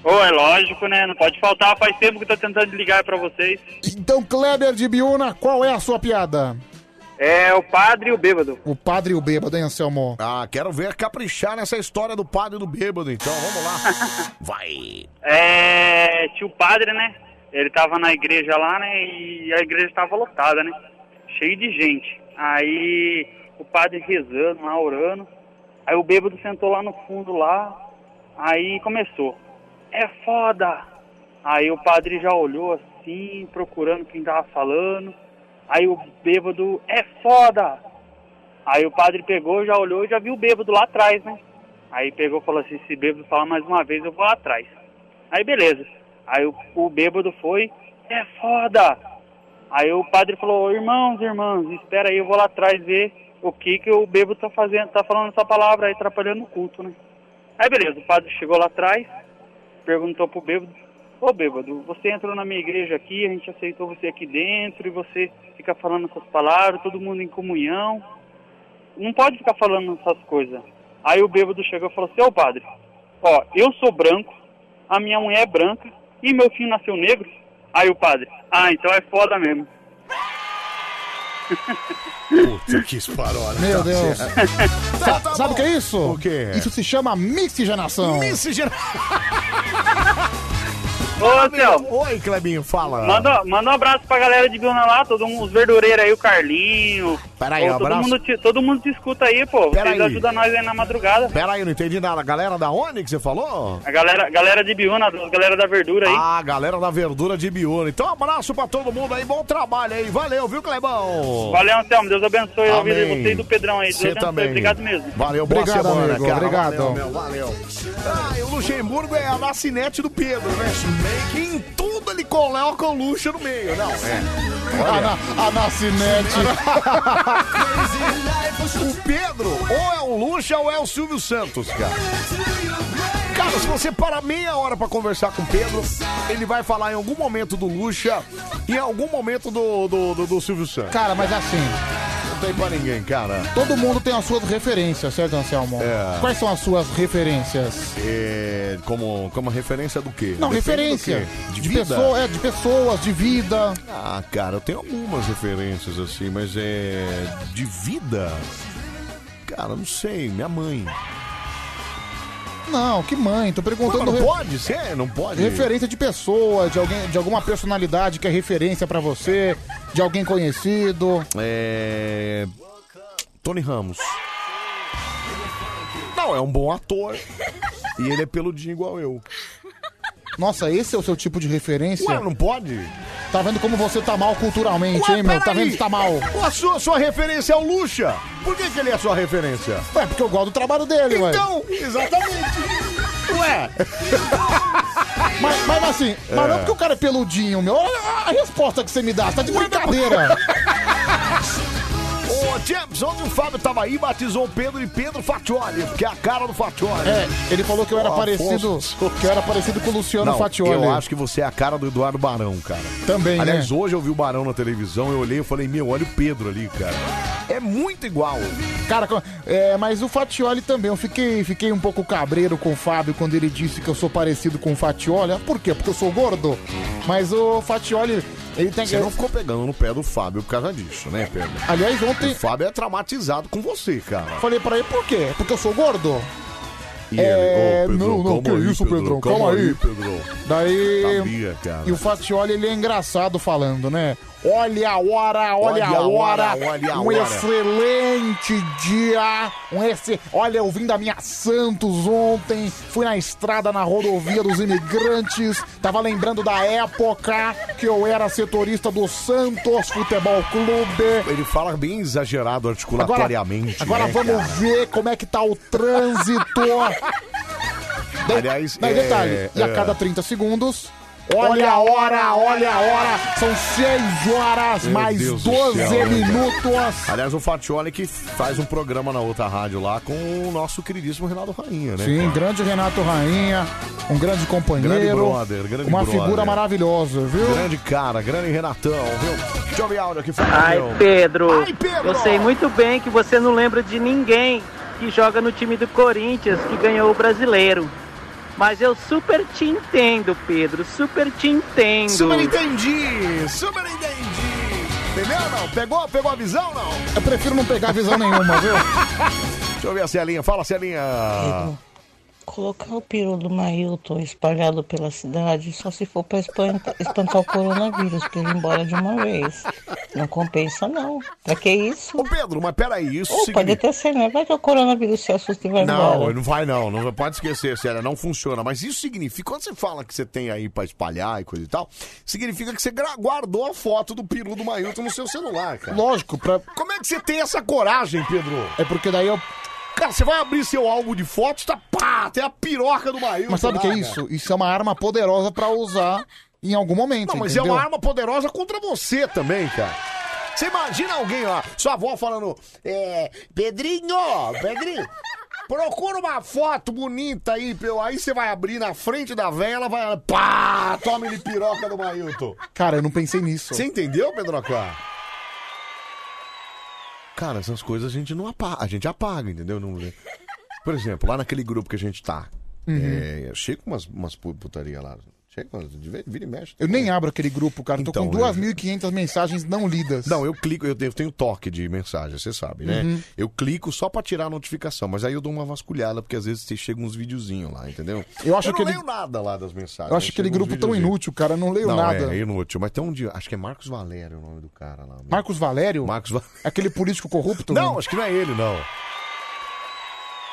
Speaker 13: Oh, é lógico, né? Não pode faltar. Faz tempo que eu tô tentando ligar pra vocês.
Speaker 3: Então, Kleber de Biúna, qual é a sua piada?
Speaker 13: É o padre e o bêbado.
Speaker 3: O padre e o bêbado, hein, Anselmo?
Speaker 1: Ah, quero ver caprichar nessa história do padre e do bêbado, então. Vamos lá. Vai.
Speaker 13: É, tinha o padre, né? Ele tava na igreja lá, né? E a igreja tava lotada, né? Cheio de gente. Aí o padre rezando lá, orando. Aí o bêbado sentou lá no fundo lá. Aí começou. É foda! Aí o padre já olhou assim, procurando quem tava falando. Aí o bêbado, é foda! Aí o padre pegou, já olhou e já viu o bêbado lá atrás, né? Aí pegou e falou assim, se bêbado falar mais uma vez, eu vou lá atrás. Aí beleza. Aí o, o bêbado foi, é foda! Aí o padre falou, irmãos, irmãs, espera aí, eu vou lá atrás ver o que que o bêbado tá fazendo, tá falando essa palavra aí, atrapalhando o culto, né? Aí beleza, o padre chegou lá atrás, perguntou pro bêbado, ô bêbado, você entrou na minha igreja aqui, a gente aceitou você aqui dentro e você fica falando essas palavras, todo mundo em comunhão. Não pode ficar falando essas coisas. Aí o bêbado chegou e falou assim, ô padre, ó, eu sou branco, a minha mulher é branca e meu filho nasceu negro. Aí o padre, ah, então é foda mesmo.
Speaker 1: Puta que esparola.
Speaker 3: Meu
Speaker 1: Tá
Speaker 3: Deus.
Speaker 1: certo. Tá
Speaker 3: Sa- Sabe o que é isso? O
Speaker 1: quê?
Speaker 3: Isso se chama mixigenação.
Speaker 1: Mixigenação.
Speaker 13: Ô, Céu,
Speaker 1: Oi, Clebinho, fala.
Speaker 13: manda, manda um abraço pra galera de Biona lá, todo mundo, os verdureiros aí, o Carlinho.
Speaker 1: Peraí,
Speaker 13: Ô,
Speaker 1: um
Speaker 13: todo
Speaker 1: abraço.
Speaker 13: Mundo te, todo mundo te escuta aí, pô. Vocês
Speaker 1: Peraí.
Speaker 13: ajudam nós aí na madrugada.
Speaker 1: Pera aí, eu não entendi nada. Galera da onde que você falou?
Speaker 13: A galera, galera de Biúna, a galera da verdura aí.
Speaker 1: Ah, galera da verdura de Biona. Então, abraço pra todo mundo aí. Bom trabalho aí. Valeu, viu, Clebão?
Speaker 13: Valeu, Anselmo. Deus abençoe a vida de
Speaker 1: Amém.
Speaker 13: você e do Pedrão aí. Deus
Speaker 1: Você
Speaker 13: abençoe.
Speaker 1: também.
Speaker 13: Obrigado mesmo.
Speaker 1: Valeu, boa
Speaker 3: Obrigado,
Speaker 1: semana,
Speaker 3: amigo.
Speaker 1: cara.
Speaker 3: Obrigado.
Speaker 1: Valeu, meu, valeu. Ah, e o Luxemburgo é a macinete do Pedro, né? Que em tudo ele coloca o luxo no meio. Não, é.
Speaker 3: A, na, a Nascinete.
Speaker 1: O Pedro ou é o Luxa ou é o Silvio Santos, cara. Cara, se você parar meia hora pra conversar com o Pedro, ele vai falar em algum momento do Luxa e em algum momento do, do, do- do Silvio Santos.
Speaker 3: Cara, mas assim,
Speaker 1: Não tem pra ninguém, cara.
Speaker 3: todo mundo tem as suas referências, certo, Anselmo?
Speaker 1: É.
Speaker 3: Quais são as suas referências?
Speaker 1: É, como, como referência do quê?
Speaker 3: Não,
Speaker 1: Depende do
Speaker 3: referência.
Speaker 1: quê?
Speaker 3: De,
Speaker 1: vida?
Speaker 3: pessoa, é, de pessoas, de vida.
Speaker 1: Ah, cara, eu tenho algumas referências assim, mas é. De vida? Cara, não sei, minha mãe.
Speaker 3: Não, que mãe, tô perguntando.
Speaker 1: Mas não
Speaker 3: re-
Speaker 1: pode ser? Não pode?
Speaker 3: Referência de pessoa, de alguém, de alguma personalidade que é referência pra você, de alguém conhecido.
Speaker 1: É. Tony Ramos. Não, é um bom ator. E ele é peludinho igual eu.
Speaker 3: Nossa, esse é o seu tipo de referência?
Speaker 1: Ué, não pode?
Speaker 3: Tá vendo como você tá mal culturalmente, hein, meu? Tá
Speaker 1: peraí.
Speaker 3: vendo que tá mal?
Speaker 1: A sua, sua referência é o Lucha. Por que, que ele é a sua referência?
Speaker 3: Ué, porque eu gosto do trabalho dele, ué.
Speaker 1: Então, exatamente. Ué.
Speaker 3: Mas, mas assim, mas não
Speaker 1: É.
Speaker 3: porque o cara é peludinho, meu. Olha a resposta que você me dá, você tá de brincadeira.
Speaker 1: Ô, James, onde o Fábio tava aí, batizou o Pedro e Pedro Fatioli, porque é a cara do Fatioli.
Speaker 3: É, ele falou que eu era
Speaker 1: Afonso.
Speaker 3: parecido. Que eu era parecido com o Luciano
Speaker 1: Não,
Speaker 3: Fatioli.
Speaker 1: Eu acho que você é a cara do Eduardo Barão, cara.
Speaker 3: Também, né?
Speaker 1: Aliás, hoje eu vi o Barão na televisão, eu olhei e falei, meu, olha o Pedro ali, cara. É muito igual.
Speaker 3: Cara, co- é, mas o Fatioli também, eu fiquei, fiquei um pouco cabreiro com o Fábio quando ele disse que eu sou parecido com o Fatioli. Ah, Por quê? Porque eu sou gordo. Mas o Fatioli, ele tem
Speaker 1: Você não ficou pegando no pé do Fábio por causa disso, né, Pedro?
Speaker 3: Aliás, ontem.
Speaker 1: O Fábio é traumatizado com você, cara.
Speaker 3: Falei pra ele, por quê? Porque eu sou gordo?
Speaker 1: E
Speaker 3: É,
Speaker 1: ele, ô, Pedrão,
Speaker 3: não, não,
Speaker 1: calma
Speaker 3: que
Speaker 1: aí,
Speaker 3: isso, Pedrão, calma aí.
Speaker 1: Pedrão.
Speaker 3: Daí.
Speaker 1: Sabia, cara.
Speaker 3: E o Fatioli, ele é engraçado falando, né? Olha a hora, olha, a hora,
Speaker 1: olha a
Speaker 3: um
Speaker 1: hora.
Speaker 3: excelente dia, um esse... Olha, eu vim da minha Santos ontem, fui na estrada na rodovia dos imigrantes, tava lembrando da época que eu era setorista do Santos Futebol Clube.
Speaker 1: Ele fala bem exagerado articulatoriamente,
Speaker 3: Agora
Speaker 1: né,
Speaker 3: vamos
Speaker 1: cara?
Speaker 3: ver como é que tá o trânsito.
Speaker 1: Aliás,
Speaker 3: Não, e
Speaker 1: é,
Speaker 3: detalhe, e a
Speaker 1: é.
Speaker 3: cada 30 segundos. Olha a hora, olha a hora. São 6 horas
Speaker 1: Meu
Speaker 3: mais
Speaker 1: Deus do
Speaker 3: 12
Speaker 1: céu, né,
Speaker 3: minutos.
Speaker 1: Aliás, o Fatioli que faz um programa na outra rádio lá com o nosso queridíssimo Renato Rainha, né?
Speaker 3: Sim, grande Renato Rainha, um grande companheiro.
Speaker 1: Grande brother, grande
Speaker 3: uma
Speaker 1: brother.
Speaker 3: figura maravilhosa, viu?
Speaker 1: Grande cara, grande Renatão, viu? Deixa eu ver áudio aqui. fala,
Speaker 14: Ai
Speaker 1: meu.
Speaker 14: Pedro,
Speaker 1: Ai, Pedro!
Speaker 14: eu sei muito bem que você não lembra de ninguém que joga no time do Corinthians que ganhou o brasileiro. Mas eu super te entendo, Pedro, super te entendo.
Speaker 1: Super entendi, super entendi. Entendeu não? Pegou, pegou a visão não?
Speaker 3: Eu prefiro não pegar visão nenhuma, viu?
Speaker 1: Deixa eu ver a Celinha, fala Celinha.
Speaker 15: Colocar o peru do Mailton espalhado pela cidade só se for para espancar, espancar o coronavírus, para ele ir embora de uma vez. Não compensa, não. Pra que isso? Ô,
Speaker 1: Pedro, mas peraí, isso
Speaker 15: Ou pode
Speaker 1: significa-
Speaker 15: até ser, né? Vai que o coronavírus se assusta e vai
Speaker 1: Não,
Speaker 15: embora.
Speaker 1: não vai não, não pode esquecer, Célia, não funciona. Mas isso significa, quando você fala que você tem aí pra espalhar e coisa e tal, significa que você gra- guardou a foto do peru do Mailton no seu celular, cara.
Speaker 3: Lógico, pra...
Speaker 1: Como é que você tem essa coragem, Pedro?
Speaker 3: É porque daí eu...
Speaker 1: Cara, você vai abrir seu álbum de fotos, tá pá, tem a piroca do Mailton.
Speaker 3: Mas sabe o que
Speaker 1: lá,
Speaker 3: é
Speaker 1: cara.
Speaker 3: isso? Isso é uma arma poderosa pra usar em algum momento.
Speaker 1: Não, mas
Speaker 3: entendeu?
Speaker 1: é uma arma poderosa contra você também, cara. Você imagina alguém lá, sua avó falando, é, Pedrinho, Pedrinho, procura uma foto bonita aí, pô. aí você vai abrir na frente da véia, ela vai,
Speaker 3: Ah,
Speaker 1: pá, toma ele piroca do Mailton.
Speaker 3: Cara, eu não pensei nisso.
Speaker 1: Você entendeu, Pedroca? Cara, essas coisas a gente não apaga, a gente apaga, entendeu? Não- Por exemplo, lá naquele grupo que a gente tá,
Speaker 3: Uhum.
Speaker 1: é, chega umas, umas pu- putaria lá, chega, umas- de vez- vira e mexe.
Speaker 3: Eu nem abro aquele grupo, cara. Tô
Speaker 1: Então,
Speaker 3: com 2.500 mensagens não lidas.
Speaker 1: Não, eu clico, eu tenho, eu tenho toque de mensagem, você sabe, né?
Speaker 3: Uhum.
Speaker 1: Eu clico só pra tirar a notificação, mas aí eu dou uma vasculhada, porque às vezes você chega uns videozinhos lá, entendeu?
Speaker 3: Eu acho
Speaker 1: eu não
Speaker 3: aquele-
Speaker 1: leio nada lá das mensagens. né?
Speaker 3: Eu acho aquele
Speaker 1: chega uns
Speaker 3: grupo tão
Speaker 1: videozinhos.
Speaker 3: inútil, cara. Eu não leio
Speaker 1: não,
Speaker 3: nada.
Speaker 1: É, é inútil, mas tem um dia, acho que é Marcos Valério o nome do cara lá.
Speaker 3: Marcos Valério?
Speaker 1: Marcos Valério.
Speaker 3: Aquele político corrupto?
Speaker 1: Não, acho que não é ele, não.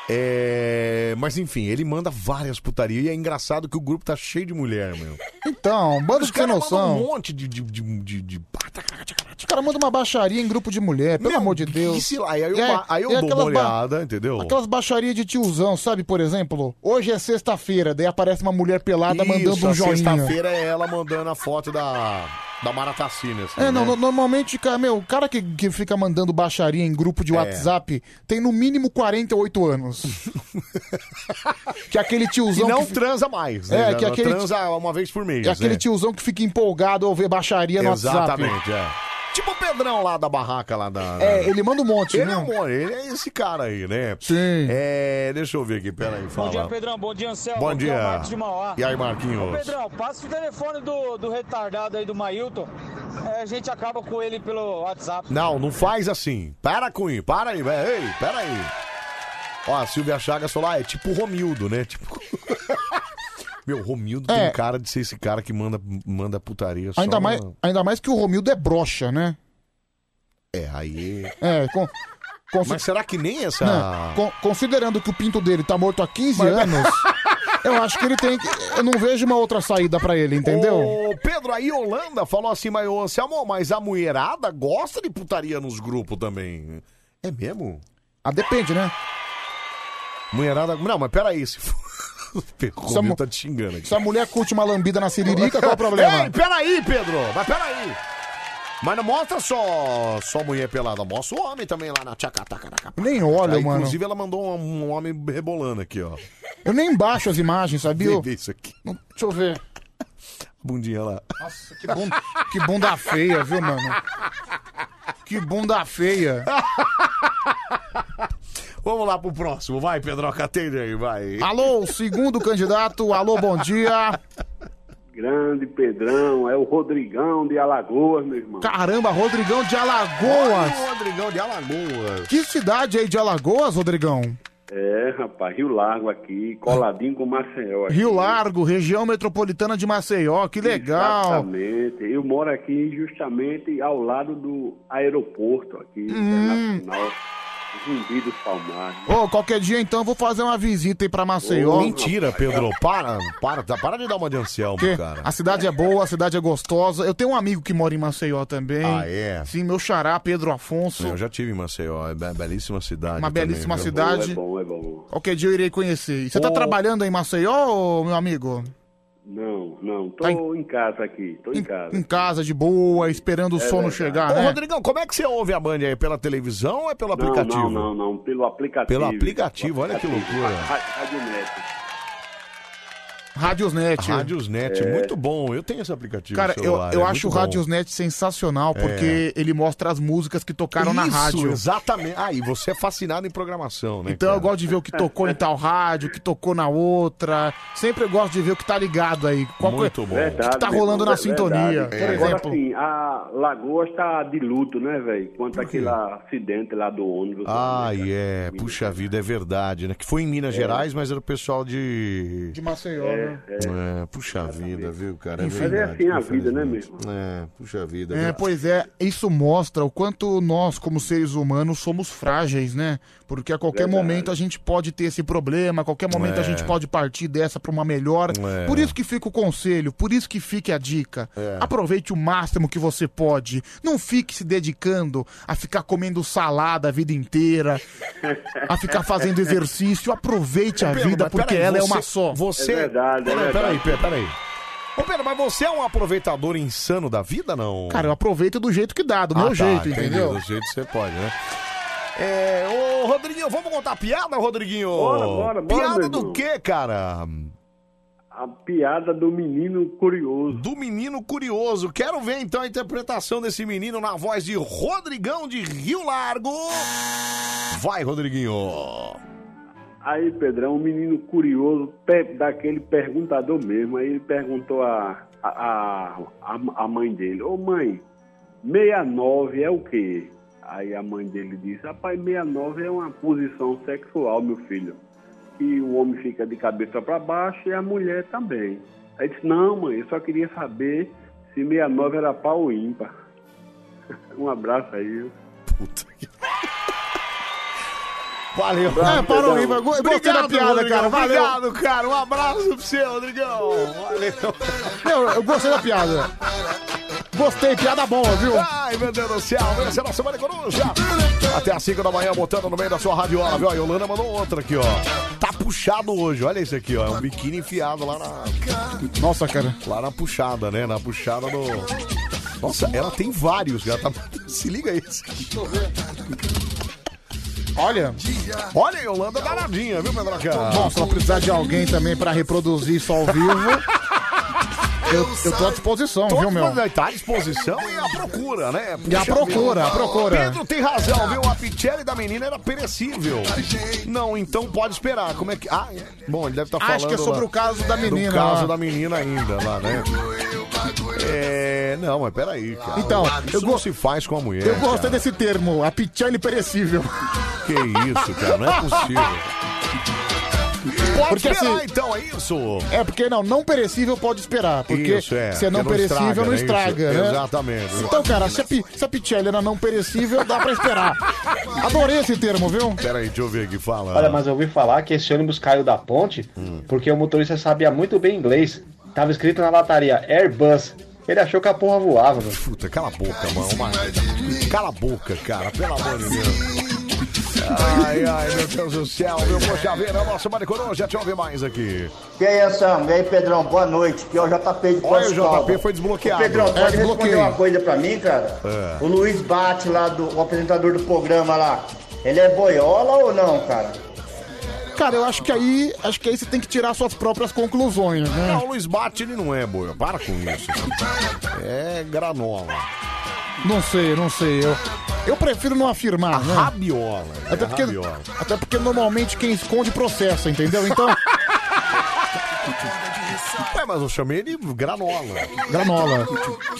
Speaker 1: É... Mas enfim, ele manda várias putarias e é engraçado que o grupo tá cheio de mulher, meu.
Speaker 3: Então, bando
Speaker 1: Os
Speaker 3: de sem
Speaker 1: caras mandam
Speaker 3: noção.
Speaker 1: um monte de, de, de, de, de
Speaker 3: Os caras mandam uma baixaria em grupo de mulher, pelo amor de Deus.
Speaker 1: que se lá, aí eu,
Speaker 3: E é-
Speaker 1: aí eu
Speaker 3: e é
Speaker 1: dou uma
Speaker 3: aquelas ba-
Speaker 1: olhada, entendeu?
Speaker 3: Aquelas baixarias de tiozão, sabe, por exemplo? Hoje é sexta-feira, daí aparece uma mulher pelada mandando
Speaker 1: Isso,
Speaker 3: um
Speaker 1: a
Speaker 3: joinha.
Speaker 1: sexta-feira é ela mandando a foto da, da Maratacina. assim,
Speaker 3: É, não,
Speaker 1: né?
Speaker 3: no- normalmente, cara, meu, o cara que, que fica mandando baixaria em grupo de
Speaker 1: É.
Speaker 3: WhatsApp tem no mínimo 48 anos. que é aquele tiozão.
Speaker 1: E não
Speaker 3: que fi-
Speaker 1: transa mais, né?
Speaker 3: É, que
Speaker 1: Ela
Speaker 3: aquele.
Speaker 1: transa uma vez por mês.
Speaker 3: É aquele
Speaker 1: né?
Speaker 3: tiozão que fica empolgado ao ver baixaria no WhatsApp.
Speaker 1: Exatamente, é. Tipo o Pedrão lá da barraca lá da.
Speaker 3: É, ele manda um monte,
Speaker 1: Ele
Speaker 3: né?
Speaker 1: é um monte, ele é esse cara aí, né?
Speaker 3: Sim.
Speaker 1: É, deixa eu ver aqui, peraí, fala.
Speaker 16: Bom dia, Pedrão. Bom dia, Anselmo.
Speaker 1: Bom
Speaker 16: Aqui é o
Speaker 1: dia.
Speaker 16: Marcos de Mauá.
Speaker 1: E aí, Marquinhos?
Speaker 16: Ô, Pedrão, passa o telefone do, do retardado aí do Mailton. É, a gente acaba com ele pelo WhatsApp.
Speaker 1: Não, não faz assim. Para com isso, para aí, velho. Ei, pera aí. Ó, a Silvia Chagas falou, ah, é tipo o Romildo, né? Tipo... Meu, Romildo tem cara de ser esse cara que manda, manda putaria
Speaker 3: É.
Speaker 1: só um.
Speaker 3: Ainda
Speaker 1: na-
Speaker 3: mais, ainda mais que o Romildo é broxa, né?
Speaker 1: É, aí...
Speaker 3: É, com. com-
Speaker 1: Mas será que nem essa...
Speaker 3: Não, con- considerando que o pinto dele tá morto há 15 anos, eu acho que ele tem que. Eu não vejo uma outra saída pra ele, entendeu?
Speaker 1: Ô, Pedro, aí Holanda falou assim, mas ô Anselmo, mas a mulherada gosta de putaria nos grupos também. É mesmo?
Speaker 3: Ah, depende, né?
Speaker 1: Mulherada... Não, mas peraí, se for... O Romildo tá te xingando aqui.
Speaker 3: Se a mulher curte uma lambida na siririca, qual é o problema?
Speaker 1: Ei, peraí, Pedro! Mas peraí! Mas não mostra só, só mulher pelada, mostra o homem também lá na tchacaca.
Speaker 3: Nem olho,
Speaker 1: Aí,
Speaker 3: mano.
Speaker 1: Tá, Inclusive, ela mandou um, um homem rebolando aqui, ó.
Speaker 3: Eu nem baixo as imagens, sabia?
Speaker 1: Vê isso aqui.
Speaker 3: Não- Deixa eu ver.
Speaker 1: Bundinha lá.
Speaker 3: Nossa, que bunda, que bunda feia, viu, mano? Que bunda feia.
Speaker 1: Vamos lá pro próximo, vai, Pedro, atende aí, vai.
Speaker 3: Alô, segundo candidato, alô, bom dia.
Speaker 25: Grande Pedrão, é o Rodrigão de Alagoas, meu irmão.
Speaker 3: Caramba, Rodrigão de
Speaker 25: Olha
Speaker 3: Alagoas.
Speaker 25: o
Speaker 1: Rodrigão de Alagoas.
Speaker 3: Que cidade aí de Alagoas, Rodrigão?
Speaker 25: É, rapaz, Rio Largo aqui, coladinho com Maceió. aqui.
Speaker 3: Rio Largo, região metropolitana de Maceió, que legal.
Speaker 25: Exatamente. Eu moro aqui justamente ao lado do aeroporto aqui,
Speaker 3: Hum.
Speaker 25: internacional. Zumbi dos Palmares.
Speaker 3: Ô, qualquer dia então eu vou fazer uma visita aí pra Maceió.
Speaker 1: Mentira, Pedro. Para, para, tá- para de dar uma de Anselmo,
Speaker 3: Porque
Speaker 1: cara.
Speaker 3: a cidade é boa, a cidade é gostosa. Eu tenho um amigo que mora em Maceió também.
Speaker 1: Ah, é?
Speaker 3: Sim, meu xará, Pedro Afonso.
Speaker 1: Eu já tive em Maceió, é be- belíssima cidade.
Speaker 3: Uma
Speaker 1: também,
Speaker 3: belíssima
Speaker 1: viu?
Speaker 3: cidade. É
Speaker 25: bom, é bom.
Speaker 3: Qualquer dia eu irei conhecer. E Você tá
Speaker 25: Ô.
Speaker 3: trabalhando aí em Maceió, ô, meu amigo?
Speaker 25: Não, não, tô em casa aqui, tô em casa.
Speaker 3: Em casa, de boa, esperando o
Speaker 25: É
Speaker 3: sono
Speaker 25: verdade.
Speaker 3: chegar,
Speaker 1: Ô,
Speaker 3: né?
Speaker 1: Rodrigão, como é que você ouve a Band aí? Pela televisão ou é pelo
Speaker 25: Não,
Speaker 1: aplicativo?
Speaker 25: Não, não, não, pelo aplicativo.
Speaker 1: Pelo aplicativo, olha que loucura.
Speaker 25: Ra- Rádio Neto.
Speaker 3: Radiosnet.
Speaker 1: Radiosnet,
Speaker 3: É.
Speaker 1: muito bom. Eu tenho esse aplicativo.
Speaker 3: Cara,
Speaker 1: no
Speaker 3: eu,
Speaker 1: celular,
Speaker 3: eu
Speaker 1: é
Speaker 3: acho o
Speaker 1: muito bom.
Speaker 3: Radiosnet sensacional,
Speaker 1: É.
Speaker 3: porque ele mostra as músicas que tocaram na
Speaker 1: Isso,
Speaker 3: rádio.
Speaker 1: Exatamente. Ah, e você é fascinado em programação, né?
Speaker 3: Então eu gosto de ver o que tocou em tal rádio, o que tocou na outra. Sempre eu gosto de ver o que tá ligado aí. Qual co-
Speaker 1: Muito bom.
Speaker 3: O que tá rolando na
Speaker 25: é
Speaker 3: sintonia.
Speaker 25: verdade.
Speaker 3: Por
Speaker 25: Agora
Speaker 3: exemplo.
Speaker 25: sim, a Lagoa está de luto, né, velho? Quanto aquele acidente lá do ônibus.
Speaker 1: Ah, é. Puxa vida, é verdade, né? Que foi em Minas
Speaker 25: É.
Speaker 1: Gerais, mas era o pessoal de.
Speaker 3: De Maceió,
Speaker 25: É,
Speaker 3: né?
Speaker 1: É, puxa vida, viu, cara?
Speaker 25: Mas é
Speaker 1: verdade,
Speaker 25: assim a vida, né,
Speaker 1: infelizmente. É, puxa vida.
Speaker 3: É,
Speaker 1: viu?
Speaker 3: pois é, isso mostra o quanto nós, como seres humanos, somos frágeis, né? Porque a qualquer
Speaker 1: Verdade.
Speaker 3: momento a gente pode ter esse problema, a qualquer momento a
Speaker 1: É.
Speaker 3: gente pode partir dessa pra uma melhor.
Speaker 1: É.
Speaker 3: Por isso que fica o conselho, por isso que fica a dica. Aproveite o máximo que você pode. Não fique se dedicando a ficar comendo salada a vida inteira, a ficar fazendo exercício. Aproveite a
Speaker 1: Pedro,
Speaker 3: vida
Speaker 1: mas
Speaker 3: porque
Speaker 1: peraí,
Speaker 3: ela é
Speaker 1: você-
Speaker 3: uma só.
Speaker 1: Você...
Speaker 25: é
Speaker 1: Peraí, peraí, peraí, peraí. Ô, Pedro, mas você é um aproveitador insano da vida, não?
Speaker 3: Cara, eu aproveito do jeito que dá, do meu
Speaker 1: Ah, tá,
Speaker 3: jeito,
Speaker 1: entendi,
Speaker 3: entendeu?
Speaker 1: Do jeito que você pode, né? É, ô Rodriguinho, vamos contar piada, Rodriguinho?
Speaker 25: Bora, bora, bora,
Speaker 1: Piada
Speaker 25: meu
Speaker 1: do
Speaker 3: né,
Speaker 25: irmão.
Speaker 1: quê, cara?
Speaker 25: A piada do menino curioso.
Speaker 1: Do menino curioso. Quero ver então a interpretação desse menino na voz de Rodrigão de Rio Largo. Vai, Rodriguinho.
Speaker 25: Aí, Pedrão, um menino curioso, pe- daquele perguntador mesmo. Aí ele perguntou a, a, a, a mãe dele: Ô mãe, 69 é o quê? Aí a mãe dele disse: Rapaz, 69 é uma posição sexual, meu filho. Que o homem fica de cabeça para baixo e a mulher também. Aí disse: Não, mãe, eu só queria saber se 69 era pau ou ímpar. um abraço aí.
Speaker 1: Puta que. Valeu.
Speaker 25: Abraço,
Speaker 3: É, parou aí,
Speaker 25: Pedrão.
Speaker 3: vai- eu gostei da piada,
Speaker 1: Rodrigão.
Speaker 3: cara. Valeu.
Speaker 1: Obrigado, cara. Um abraço pra você, Rodrigão. Valeu.
Speaker 3: Não, eu gostei da piada. Gostei, piada boa, viu?
Speaker 1: Ai, meu Deus do céu, essa é a nossa Maria Coruja. Até às 5 da manhã, botando no meio da sua radiola, viu? A Yolanda mandou outra aqui, ó. Tá puxado hoje, olha isso aqui, ó. É um biquíni enfiado lá na.
Speaker 3: Nossa, cara.
Speaker 1: Lá na puxada, né? Na puxada do. Nossa, ela tem vários, ela tá... Se liga isso.
Speaker 3: Olha.
Speaker 1: Olha, a Yolanda danadinha, viu, Pedroca?
Speaker 3: Bom, se ela precisar de alguém também pra reproduzir isso ao vivo, eu, eu tô à disposição, viu, meu?
Speaker 1: Mas Tá à disposição e à procura, né?
Speaker 3: E à
Speaker 1: Puxa
Speaker 3: procura,
Speaker 1: vida.
Speaker 3: à procura.
Speaker 1: Pedro tem razão, viu? A pichele da menina era perecível. Não, então pode esperar. Como é que. Ah, é. bom, ele deve estar falando.
Speaker 3: Acho que é sobre
Speaker 1: lá
Speaker 3: o caso da menina
Speaker 1: Do caso
Speaker 3: lá.
Speaker 1: da menina ainda lá, né? É. Não, mas peraí, cara.
Speaker 3: Então,
Speaker 1: Isso
Speaker 3: eu
Speaker 1: não se faz com a mulher.
Speaker 3: eu gostei
Speaker 1: cara.
Speaker 3: desse termo, a pichane perecível.
Speaker 1: Que isso, cara? Não é possível. Pode
Speaker 3: Porque
Speaker 1: esperar,
Speaker 3: assim-
Speaker 1: então, é isso.
Speaker 3: É porque não, não perecível pode esperar, porque
Speaker 1: Isso, é,
Speaker 3: se é não
Speaker 1: porque não
Speaker 3: perecível, não
Speaker 1: estraga,
Speaker 3: estraga,
Speaker 1: né, isso?
Speaker 3: né?
Speaker 1: Exatamente.
Speaker 3: Então, cara, se a, pi- se a pichelle era não perecível, dá pra esperar. Adorei esse termo, viu?
Speaker 1: Peraí, deixa eu ver aqui, fala. Hum.
Speaker 17: Olha, mas eu ouvi falar que esse ônibus caiu da ponte porque o motorista sabia muito bem inglês. Tava escrito na lataria Airbus. Ele achou que a porra voava, mano.
Speaker 1: Puta, cala a boca, mano. Uma- Cala a boca, cara, pelo amor de Deus. Ai, ai, meu Deus do céu, meu poxa vida, é a nossa Maricoruja, deixa eu ouvir mais aqui.
Speaker 8: E aí, Anselmo? E aí, é, Pedrão? Boa noite. Aqui é o JP de
Speaker 1: Olha, o
Speaker 8: Pascoal.
Speaker 1: JP foi desbloqueado.
Speaker 8: Ô, Pedrão,
Speaker 1: É,
Speaker 8: pode responder
Speaker 1: desbloqueio. É.
Speaker 8: uma coisa pra mim, cara? O Luiz Bate lá, do, o apresentador do programa lá, ele é boiola ou não, cara?
Speaker 3: Cara, eu acho que aí, acho que aí você tem que tirar suas próprias conclusões, né?
Speaker 1: Não, o Luiz Bate, ele não é boia, para com isso. É granola.
Speaker 3: Não sei, não sei. Eu, eu prefiro não afirmar, né?
Speaker 1: Rabiola.
Speaker 3: Até
Speaker 1: é
Speaker 3: porque,
Speaker 1: rabiola.
Speaker 3: até porque normalmente quem esconde processa, entendeu? Então,
Speaker 1: Ué, mas eu chamei ele granola.
Speaker 3: granola.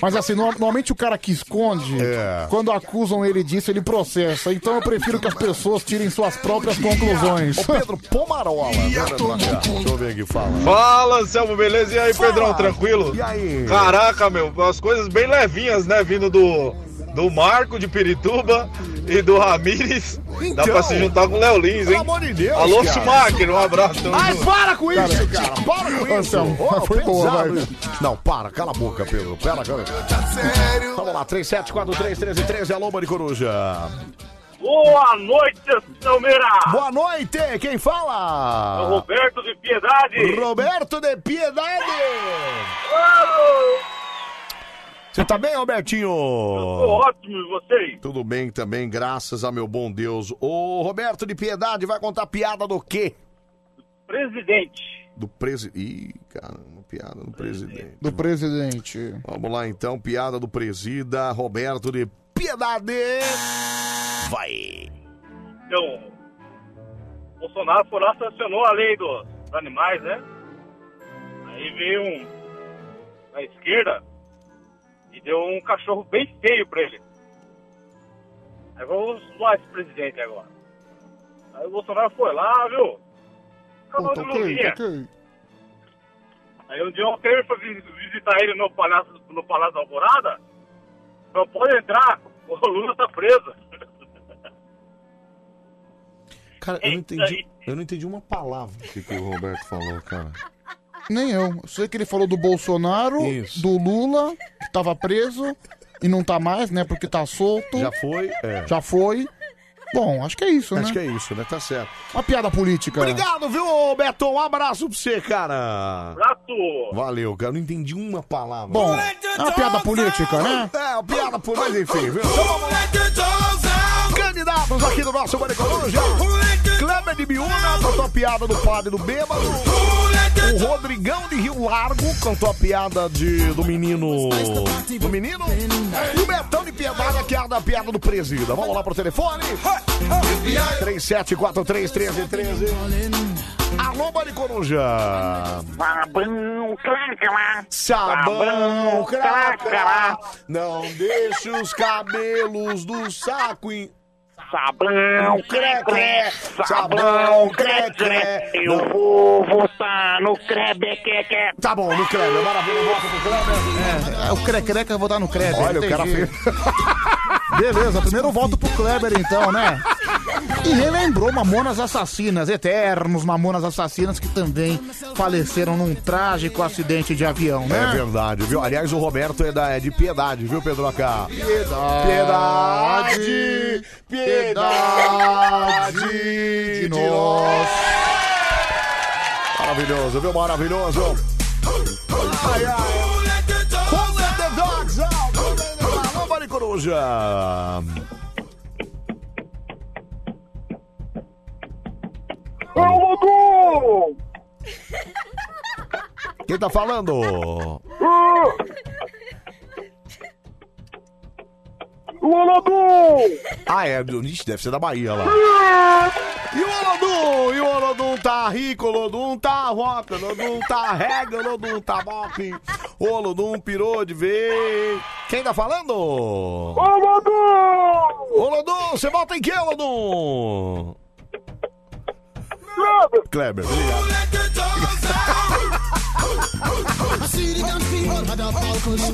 Speaker 3: Mas assim, no- normalmente o cara que esconde,
Speaker 1: É.
Speaker 3: quando acusam ele disso, ele processa. Então eu prefiro que as pessoas tirem suas próprias conclusões.
Speaker 1: Ô, Pedro, Pomarola. né, pra cá. Deixa eu ver aqui, fala.
Speaker 9: Fala, Anselmo, beleza? E aí, Pedrão, tranquilo?
Speaker 1: E aí?
Speaker 9: Caraca, meu, umas coisas bem levinhas, né? Vindo do, do Marco de Pirituba e do Ramires. Dá pra se juntar com o Léo Lins, hein?
Speaker 1: Então, Pelo amor de Deus,
Speaker 9: Alô,
Speaker 1: cara.
Speaker 9: Schumacher, um abraço. tamo
Speaker 1: Ai,
Speaker 9: junto.
Speaker 1: para com
Speaker 9: Cara,
Speaker 1: isso, cara. Então, Para com isso.
Speaker 3: Anselmo,
Speaker 1: Ô,
Speaker 3: foi boa, vai,
Speaker 1: pesado isso. Não, para. Cala a boca, Pedro. Pera, cara. Vamos lá. 37431313. Alô, Mari Coruja.
Speaker 10: Boa noite, Salmeira!
Speaker 1: Boa noite. Quem fala?
Speaker 10: Ah. É Roberto de Piedade!
Speaker 1: Roberto de Piedade.
Speaker 10: Ô,
Speaker 1: Você tá bem, Robertinho?
Speaker 10: Tô ótimo, e vocês?
Speaker 1: Tudo bem também, graças a meu bom Deus. Ô, Roberto de Piedade, vai contar piada do quê?
Speaker 10: Presidente!
Speaker 1: Do presidente. Ih, caramba, piada do presidente.
Speaker 3: Do presidente.
Speaker 1: Vamos lá então, piada do presida, Roberto de Piedade. Vai.
Speaker 10: Então, Bolsonaro foi lá, sancionou a lei do- dos animais, né? Aí veio um da esquerda e deu um cachorro bem feio pra ele. Aí vamos zoar esse presidente agora. Aí o Bolsonaro foi lá, viu? Cavalo de luvinha. Aí um dia o Temer foi vi- visitar ele no Palácio, no Palácio da Alvorada. Não pode entrar, o Lula tá preso.
Speaker 1: Cara, eu não entendi, eu não entendi uma palavra.
Speaker 3: O que, o Roberto falou, cara? Nem eu. Eu Sei que ele falou do Bolsonaro, do Lula, que tava preso e não tá mais, né? Porque tá solto.
Speaker 1: Já foi, é.
Speaker 3: Já foi. Bom, acho que é isso, né?
Speaker 1: Acho que é isso, né? Tá certo.
Speaker 3: Uma piada política.
Speaker 1: Obrigado, viu, Beto? Um abraço pra você, cara.
Speaker 10: Prato!
Speaker 1: Valeu, cara. Eu Não entendi uma palavra.
Speaker 3: Bom, é uma piada política, né?
Speaker 1: É, uma piada política, mas enfim, viu? Então vamos lá. Candidatos aqui do nosso Bande Coruja. Kleber de Biúna cantou a piada do padre do bêbado. O Rodrigão de Rio Largo cantou a piada de, do menino. Do menino? E o Betão de Piedade, a piada, a piada do presida. Vamos lá pro telefone. 37431313. Alô, Bande Coruja.
Speaker 4: Sabão, craca lá.
Speaker 1: Sabão, craca lá.
Speaker 4: Não
Speaker 1: Deixa os cabelos do saco em.
Speaker 4: Sabão, crecré, sabão, crecré, eu vou votar no crebequeque.
Speaker 1: Tá bom, no Kleber, maravilha, volta pro Kleber.
Speaker 3: É, o Crecreca eu vou dar no Kleber.
Speaker 1: Olha, o cara
Speaker 3: entendi. Beleza, primeiro eu volto pro Kleber então, né? E relembrou Mamonas Assassinas, eternos Mamonas Assassinas que também faleceram num trágico acidente de avião, né?
Speaker 1: É verdade, viu? Aliás, o Roberto é, da, é de piedade, viu, Pedroca?
Speaker 3: Piedade,
Speaker 1: piedade de nós. Maravilhoso, viu? Maravilhoso. Ai, ai. Who let é the dogs out? Alô, Mari Coruja.
Speaker 4: Alô, Dudu!
Speaker 1: Quem tá falando?
Speaker 4: O Olodum!
Speaker 1: Ah, é, do- ixi, deve ser da Bahia lá.
Speaker 4: E
Speaker 1: o Olodum? E o Olodum tá rico, Olodum tá roca, Olodum tá rega, Olodum tá boque. Olodum pirou de vez. Quem tá falando?
Speaker 4: Olodum!
Speaker 1: Olodum, você volta em que, Olodum? Kleber, obrigado.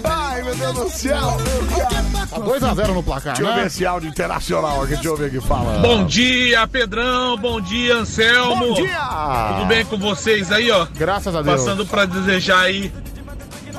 Speaker 4: Ai, meu Deus do céu!
Speaker 3: Tá 2x0 no placar,
Speaker 1: Deixa eu
Speaker 3: né?
Speaker 1: ver esse áudio internacional aqui, deixa eu ver o que fala.
Speaker 19: Bom dia, Pedrão. Bom dia, Anselmo.
Speaker 1: Bom dia.
Speaker 19: Tudo bem com vocês aí, ó?
Speaker 3: Graças a
Speaker 1: Deus.
Speaker 19: Passando pra desejar aí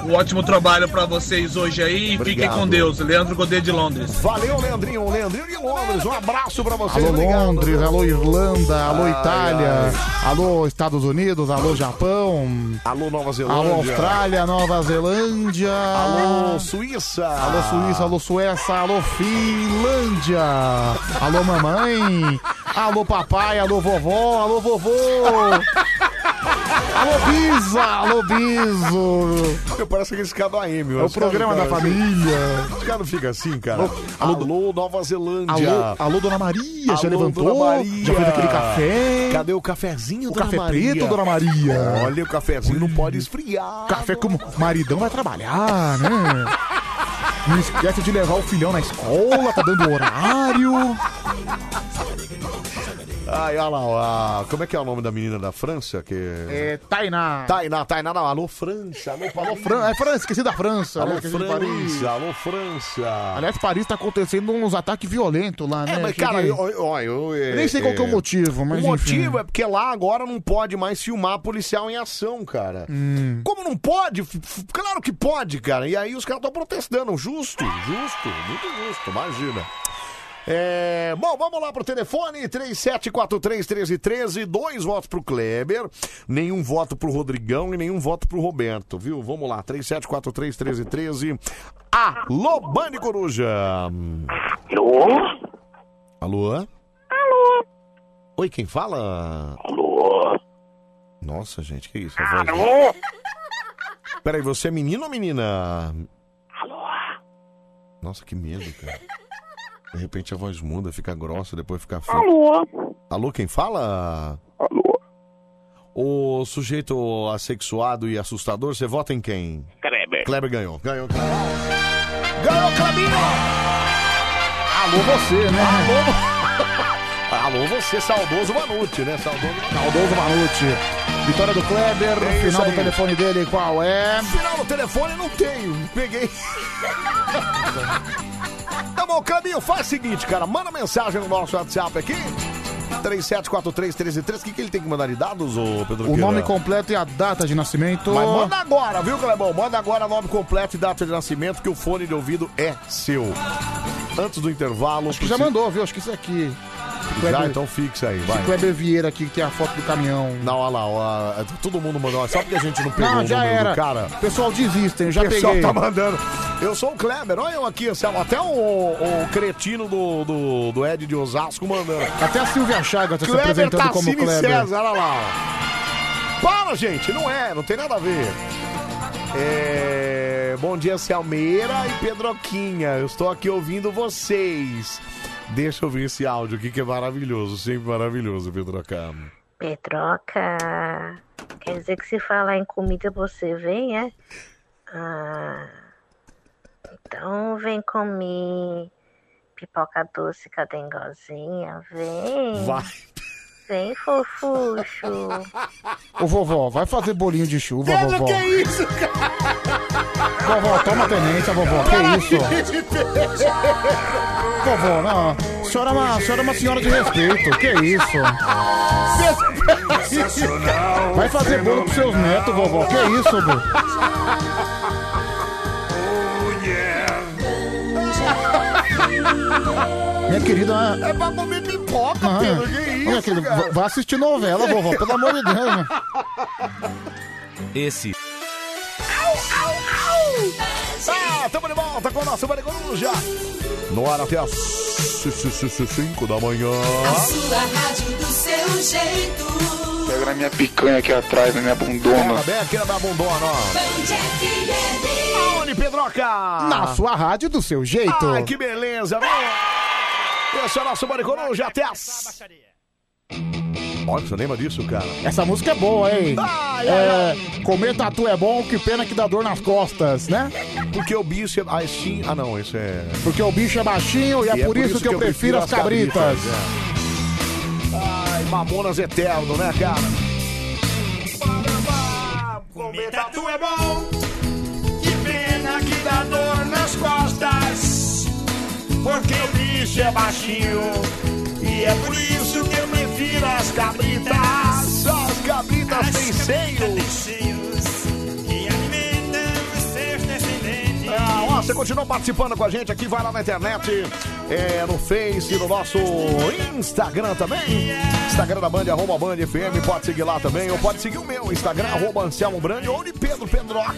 Speaker 19: um ótimo trabalho pra vocês hoje aí.
Speaker 1: Obrigado.
Speaker 19: Fiquem com Deus. Leandro Godet de Londres.
Speaker 1: Valeu, Leandrinho. Leandrinho de Londres, um abraço pra vocês.
Speaker 3: Alô
Speaker 1: obrigado.
Speaker 3: Londres, alô Irlanda, alô
Speaker 1: Ai,
Speaker 3: Itália, alô Estados Unidos, alô Japão,
Speaker 1: Alô, Nova Zelândia.
Speaker 3: alô Austrália, Nova Zelândia,
Speaker 1: Alô, Suíça.
Speaker 3: alô Suíça, alô Suécia, alô Finlândia, alô mamãe, alô papai, alô vovó, alô vovô, alô bisa, alô biso.
Speaker 1: Eu parece aqueles KDOM.
Speaker 3: É o programa da
Speaker 1: assim.
Speaker 3: família.
Speaker 1: Os caras não ficam assim, cara.
Speaker 3: Alô,
Speaker 1: Alô, Nova Zelândia.
Speaker 3: Alô, alô, Dona Maria, já
Speaker 1: Alô,
Speaker 3: levantou?
Speaker 1: Dona Maria.
Speaker 3: Já fez aquele café?
Speaker 1: Cadê o cafezinho,
Speaker 3: O
Speaker 1: Dona
Speaker 3: café
Speaker 1: Maria?
Speaker 3: preto, Dona Maria? Hum.
Speaker 1: Olha, o cafezinho não pode esfriar.
Speaker 3: Café como maridão vai trabalhar, né? Não esquece de levar o filhão na escola, tá dando horário.
Speaker 1: Ai, olha lá, ó, a- como é que é o nome da menina da França? Que...
Speaker 3: É, Tainá.
Speaker 1: Tainá, Tainá, não. Alô, França. Alô, alô,
Speaker 3: Fran... É França, esqueci da França. né?
Speaker 1: Alô,
Speaker 3: Esqueci de Paris.
Speaker 1: França. Alô, França.
Speaker 3: Aliás, Paris tá acontecendo uns ataques violentos lá, né?
Speaker 1: É, mas,
Speaker 3: Aquele-
Speaker 1: cara, eu, eu- eu- eu-
Speaker 3: Nem sei qual que é o motivo, mas enfim. né?
Speaker 1: O motivo é porque lá agora não pode mais filmar policial em ação, cara.
Speaker 3: Hum.
Speaker 1: Como não pode? F- f- Claro que pode, cara. E aí os caras estão protestando. Justo, justo, muito justo, imagina. É, bom, vamos lá pro telefone, 37431313, dois votos pro Kleber, nenhum voto pro Rodrigão e nenhum voto pro Roberto, viu? Vamos lá, 37431313, alô, Bande Coruja! Alô? Alô? Alô? Oi, quem fala? Alô? Nossa, gente, que isso? A voz-
Speaker 4: Alô?
Speaker 1: Peraí, você é menino ou menina? Nossa, que medo, cara. De repente a voz muda, fica grossa, depois fica feia.
Speaker 4: Alô?
Speaker 1: Alô, quem fala? Alô? O sujeito assexuado e assustador, você vota em quem?
Speaker 4: Kleber.
Speaker 1: Kleber ganhou. Ganhou,
Speaker 4: Ganhou,
Speaker 1: Alô você, né? Alô, Alô você, saudoso Manute, né? Saudoso,
Speaker 3: saudoso Manute. Vitória do Kleber,
Speaker 1: É isso
Speaker 3: final
Speaker 1: aí.
Speaker 3: do telefone dele, qual é?
Speaker 1: Final do telefone não tenho, peguei. tá bom, Caminho, faz o seguinte, cara, manda mensagem no nosso WhatsApp aqui. 374333, o que, que ele tem que mandar de dados, ô Pedro
Speaker 3: O
Speaker 1: Queira?
Speaker 3: nome completo e a data de nascimento.
Speaker 1: Mas manda agora, viu, Clebão? Manda agora nome completo e data de nascimento, que o fone de ouvido é seu. Antes do intervalo.
Speaker 3: Acho que já mandou, viu? Acho que isso aqui.
Speaker 1: Já,
Speaker 3: Kleber-
Speaker 1: então fixa aí,
Speaker 3: Esse
Speaker 1: vai.
Speaker 3: Kleber Vieira aqui que tem a foto do caminhão.
Speaker 1: Não, olha lá, ó, é, todo mundo mandou. Só porque a gente não pegou
Speaker 3: Não,
Speaker 1: o
Speaker 3: já
Speaker 1: número
Speaker 3: era.
Speaker 1: do cara.
Speaker 3: Pessoal, desistem, eu já
Speaker 1: o pessoal
Speaker 3: peguei.
Speaker 1: tá mandando. Eu sou o Kleber, olha eu aqui, Anselmo. Até o, o cretino do, do, do Ed de Osasco mandando.
Speaker 3: Até a Silvia Chagas tá se
Speaker 1: Kleber
Speaker 3: apresentando
Speaker 1: Tassini
Speaker 3: como Kleber.
Speaker 1: César, olha lá. ó. Para, gente, não é, não tem nada a ver. É, Bom dia, Selmeira e Pedroquinha. Eu estou aqui ouvindo vocês. Deixa eu ver esse áudio aqui que é maravilhoso, sempre maravilhoso, Pedroca.
Speaker 18: Pedroca. Quer dizer que se falar em comida você vem, é? Ah, então vem comer pipoca doce cadengozinha, vem.
Speaker 3: Vai.
Speaker 18: Vem, fofuxo.
Speaker 3: Ô vovó, vai fazer bolinho de chuva,
Speaker 18: Pedro,
Speaker 3: vovó.
Speaker 18: que
Speaker 1: é isso,
Speaker 3: cara? Vovó, toma tenência, vovó. Que isso? Vovó, não. A senhora é uma, a senhora é uma senhora de respeito. Que isso? Vai fazer bolo pros seus netos, vovó. Que isso, vô? Minha querida.
Speaker 1: É pra comer pipoca,
Speaker 3: Ah,
Speaker 1: Pedro, que isso?
Speaker 3: minha querida, v- vai assistir novela, vovó. Pelo amor de Deus. né?
Speaker 20: Esse
Speaker 1: Ah, tamo de volta com o nosso Bande Coruja. No ar até as 5 da manhã.
Speaker 4: sua rádio do seu jeito.
Speaker 21: Pega na minha picanha aqui atrás, na minha bundona.
Speaker 1: Tá bem aqui na minha bundona, ó. Aonde, Pedroca?
Speaker 3: Na
Speaker 1: Ah.
Speaker 3: sua rádio do seu jeito.
Speaker 1: Ai, que beleza, viu? Esse é o nosso Bande Coruja até as... Olha, você lembra disso, cara?
Speaker 3: Essa música é boa, hein?
Speaker 1: Ai,
Speaker 3: É, comer tatu é bom, que pena que dá dor nas costas, né?
Speaker 1: Porque o bicho é... Ah, sim. Ah, não, esse é...
Speaker 3: Porque o bicho é baixinho e é,
Speaker 1: E
Speaker 3: por, isso que, eu prefiro as cabritas.
Speaker 1: é. Ai, mamonas eterno, né, cara?
Speaker 4: Comer tatu é bom. Que pena que dá dor nas costas. Porque o bicho é baixinho. E é por isso que eu prefiro as cabritas.
Speaker 1: As cabritas
Speaker 4: têm seios. Que alimentam os seus descendentes.
Speaker 1: Ah, ó, você continua participando com a gente aqui, vai lá na internet, é, no Face, no nosso Instagram também. Instagram da Band, arroba Band FM, pode seguir lá também, ou pode seguir o meu Instagram, arroba Anselmo Brandi, ou de Pedro Pedroca.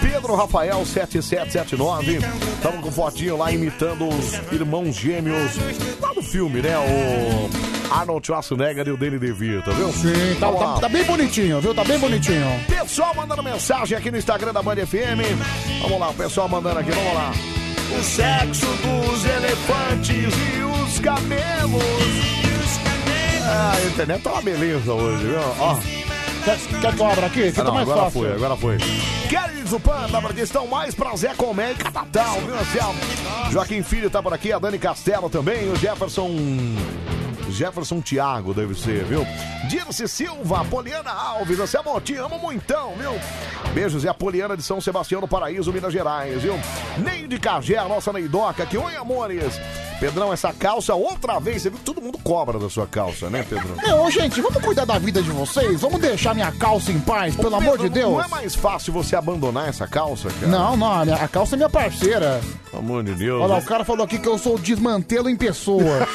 Speaker 1: Pedro Rafael 7779. Tamo com fotinho lá imitando os irmãos gêmeos lá do filme, né? O Arnold Schwarzenegger e o Danny DeVito, tá viu?
Speaker 3: Sim, tá,
Speaker 1: Vamos lá.
Speaker 3: tá- tá bem bonitinho, viu? Tá bem bonitinho.
Speaker 1: Pessoal mandando mensagem aqui no Instagram da Band FM. Vamos lá, o pessoal mandando aqui, vamos lá. O sexo dos elefantes e os camelos. Ah, a internet tá uma beleza hoje, viu? Ó.
Speaker 3: Quer, quer que eu abra aqui? Fica
Speaker 1: Ah, não,
Speaker 3: mais
Speaker 1: agora
Speaker 3: fácil.
Speaker 1: foi, agora foi. Queridos do Panda, pra questão mais prazer comer e catatão, viu, Anselmo? Joaquim Filho tá por aqui, a Dani Castelo também, o Jefferson Jefferson Thiago deve ser, viu? Dirce Silva, Poliana Alves, você é amor, te amo muitão, viu? Beijos, é a Poliana de São Sebastião do Paraíso, Minas Gerais, viu? Neio de Cagé, a nossa Neidoca aqui, oi amores. Pedrão, essa calça outra vez, você viu que todo mundo cobra da sua calça, né, Pedrão?
Speaker 3: É, ô, gente, vamos cuidar da vida de vocês? Vamos deixar minha calça em paz, pelo amor de
Speaker 1: Pedro,
Speaker 3: Deus?
Speaker 1: Não é mais fácil você abandonar essa calça, cara?
Speaker 3: Não, não, a, minha- a calça é minha parceira.
Speaker 1: Pelo amor de Deus.
Speaker 3: Olha lá, o cara falou aqui que eu sou o desmantelo em pessoa.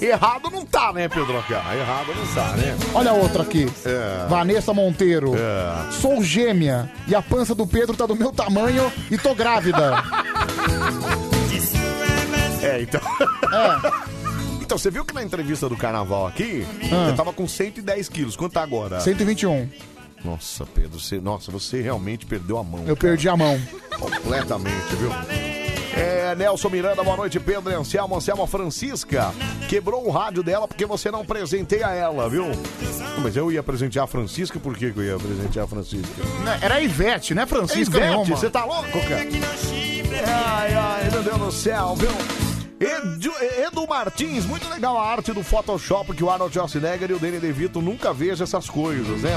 Speaker 1: Errado não tá, né, Pedro? Errado não tá, né?
Speaker 3: Olha a outra aqui.
Speaker 1: É.
Speaker 3: Vanessa Monteiro.
Speaker 1: É.
Speaker 3: Sou gêmea e a pança do Pedro tá do meu tamanho e tô grávida.
Speaker 1: É, então. Então, você viu que na entrevista do carnaval aqui,
Speaker 3: É. Ah.
Speaker 1: eu tava com 110 quilos. Quanto tá agora?
Speaker 3: 121.
Speaker 1: Nossa, Pedro, você, nossa, você realmente perdeu a mão.
Speaker 3: Eu perdi a mão.
Speaker 1: Completamente, viu? É, Nelson Miranda, boa noite, Pedro e Anselmo. Anselmo, a Francisca quebrou o rádio dela porque você não presenteia ela, viu? Mas eu ia presentear a Francisca, por que, que eu ia presentear a Francisca?
Speaker 3: Era a Ivete, né, Francisca?
Speaker 1: Ivete,
Speaker 3: nenhuma.
Speaker 1: você tá louco, cara? Ai, ai, meu Deus do céu, viu? Edu, Edu Martins, muito legal a arte do Photoshop que o Arnold Schwarzenegger e o Danny DeVito nunca vejam essas coisas, né?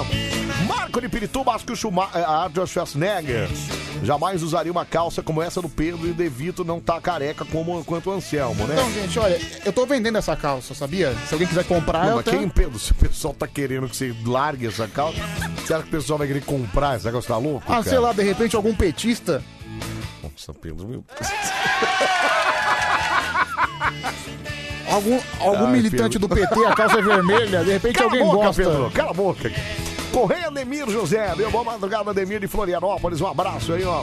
Speaker 1: Marco de Pirituba, acho que o Schuma- eh, Arnold Schwarzenegger jamais usaria uma calça como essa do Pedro e o DeVito não tá careca como, quanto o Anselmo, né?
Speaker 3: Então, gente, olha, eu tô vendendo essa calça, sabia? Se alguém quiser comprar,
Speaker 1: Não,
Speaker 3: eu
Speaker 1: mas
Speaker 3: tenho.
Speaker 1: quem, Pedro, se o pessoal tá querendo que você largue essa calça, será que o pessoal vai querer comprar essa calça? Tá louco,
Speaker 3: Ah, sei
Speaker 1: cara?
Speaker 3: lá, de repente algum petista.
Speaker 1: Nossa, Pedro, meu...
Speaker 3: Algum, algum
Speaker 1: Ai,
Speaker 3: militante
Speaker 1: Pedro.
Speaker 3: do PT, a calça é vermelha, de repente
Speaker 1: Cala a
Speaker 3: alguém
Speaker 1: boca,
Speaker 3: gosta.
Speaker 1: Pedro, cala a boca. Correia Ademir José, meu boa madrugada, Ademir de Florianópolis. Um abraço aí, ó.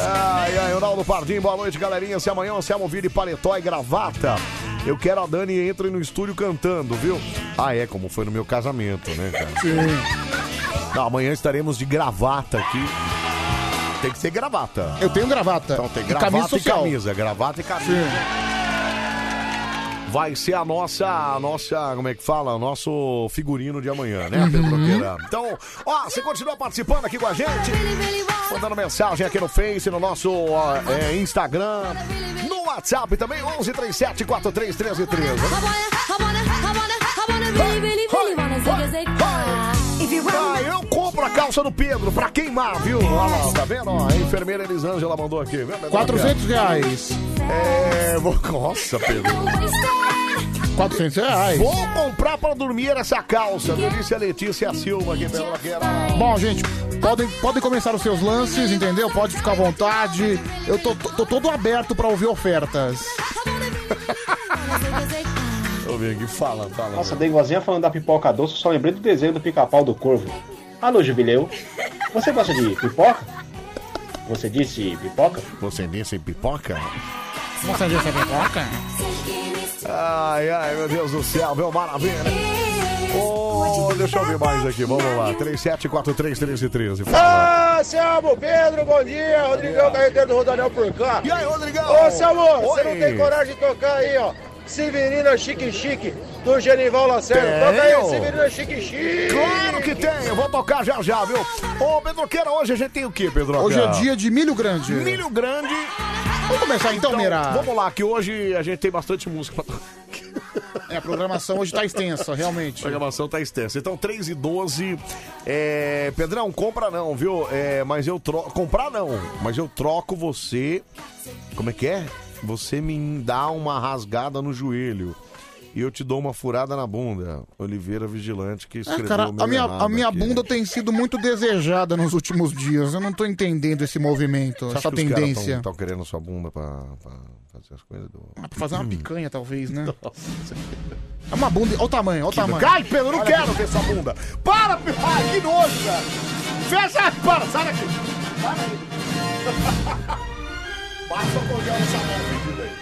Speaker 1: Ai, ai, Ronaldo Pardim, boa noite, galerinha. Se amanhã você ouvir de paletó e gravata, eu quero a Dani entre no estúdio cantando, viu? Ah, é, como foi no meu casamento, né, cara? Sim. amanhã estaremos de gravata aqui. Tem que ser gravata.
Speaker 3: Eu tenho gravata.
Speaker 1: Então tem
Speaker 3: E
Speaker 1: gravata
Speaker 3: camisa
Speaker 1: e
Speaker 3: social.
Speaker 1: camisa, gravata e camisa. Vai ser a nossa, a nossa, como é que fala? O nosso figurino de amanhã, né, Pedro Nogueira? Então, ó, você continua participando aqui com a gente, mandando mensagem aqui no Face, no nosso ó, é, Instagram, no WhatsApp também, 11 37 43 13 13. Ah, eu compro a calça do Pedro, pra queimar, viu? Olha lá, tá vendo? Ó, a enfermeira Elisângela mandou aqui. viu, Pedro?
Speaker 3: 400 reais.
Speaker 1: É, vou... Nossa, Pedro.
Speaker 3: 400 reais.
Speaker 1: Vou comprar pra dormir essa calça, me disse a é Letícia Silva aqui pela Laqueira.
Speaker 3: Bom, gente, podem, podem começar os seus lances, entendeu? Pode ficar à vontade. Eu tô, tô- tô todo aberto pra ouvir ofertas.
Speaker 1: Ô, Vig, fala, fala.
Speaker 17: Nossa, Dengozinha falando da pipoca doce, eu só lembrei do desenho do pica-pau do corvo. Alô, Jubileu, você gosta de pipoca? Você disse pipoca?
Speaker 1: Você disse pipoca?
Speaker 3: Você disse pipoca?
Speaker 1: Ai, ai, meu Deus do céu, meu maravilha. né? Ô, deixa eu ver mais aqui, vamos lá. 37431313. Fala.
Speaker 20: Ah, Selmo, Pedro, bom dia. Rodrigão, carreteiro do Rodanel por cá.
Speaker 1: E aí, Rodrigão?
Speaker 20: Ô, Selmo,
Speaker 1: Oi.
Speaker 20: você não tem coragem de tocar aí, ó. Severina Chique Chique, do Genival Lacerda.
Speaker 1: Tenho.
Speaker 20: Toca aí, Severina Chique Chique.
Speaker 1: Claro que tem, eu vou tocar já já, viu? Ô, Pedroqueira, hoje a gente tem o quê, Pedro?
Speaker 3: Hoje é dia de milho grande.
Speaker 1: Milho grande.
Speaker 3: Vamos começar então, Neira.
Speaker 1: Vamos lá, que hoje a gente tem bastante música pra tocar.
Speaker 3: É, a programação hoje tá extensa, realmente. Ah,
Speaker 1: A programação tá extensa. Então, 3 e 12. É... Pedrão, compra não, viu? É, mas eu troco. Comprar não, mas eu troco você. Como é que é? Você me dá uma rasgada no joelho. E eu te dou uma furada na bunda. Oliveira Vigilante que
Speaker 3: É,
Speaker 1: escreveu.
Speaker 3: cara,
Speaker 1: o meu
Speaker 3: a minha,
Speaker 1: errado
Speaker 3: a minha
Speaker 1: aqui. né?
Speaker 3: bunda tem sido muito desejada nos últimos dias. Eu não tô entendendo esse movimento,
Speaker 1: Você acha
Speaker 3: essa
Speaker 1: que os caras
Speaker 3: tendência.
Speaker 1: tão- tão querendo sua bunda pra, pra fazer as coisas do. Hum.
Speaker 3: Ah, pra fazer uma picanha, talvez, né? É uma bunda. Olha o tamanho, olha o tamanho.
Speaker 1: Ai, Pedro, eu não
Speaker 3: Olha
Speaker 1: quero
Speaker 3: aqui.
Speaker 1: ver essa bunda. Para, Pedro. Ai, que nojo, cara. Fecha, para, sai daqui. Para aí. Passa o congel nessa mão, pedido aí.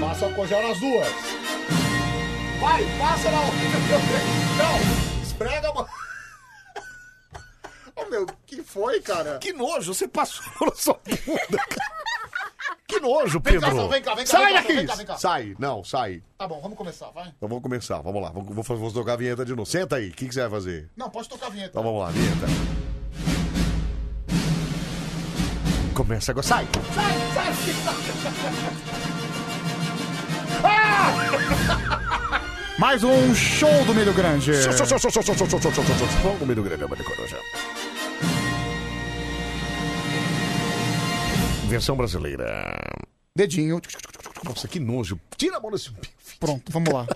Speaker 1: Passa o congel nas duas. Vai, passa na Não, esprega a mão.
Speaker 3: Ô, Oh, meu, que foi, cara?
Speaker 1: Que nojo, você passou na sua bunda, cara. Que nojo,
Speaker 3: Vem cá,
Speaker 1: Pedro.
Speaker 3: só, vem cá, vem cá,
Speaker 1: sai
Speaker 3: vem cá,
Speaker 1: daqui.
Speaker 3: vem cá, vem cá.
Speaker 1: Sai, não, sai.
Speaker 3: Tá bom, vamos começar, vai.
Speaker 1: Então vamos começar, vamos lá. Vou, vou, fazer- vou tocar a vinheta de novo. Senta aí, o que, que você vai fazer?
Speaker 3: Não, pode tocar a vinheta.
Speaker 1: Então vamos lá, vinheta. Começa agora. Sai!
Speaker 3: Sai, sai, sai.
Speaker 1: Ah!
Speaker 3: Mais um show do Milho Grande.
Speaker 1: Show, show, show, show, show, show, show, show, show, show, show, show. Vamos do grande, é Amanda Coruja. Versão brasileira.
Speaker 3: Dedinho.
Speaker 1: Nossa, que nojo. Tira a mão desse umbigo.
Speaker 3: Pronto, vamos lá.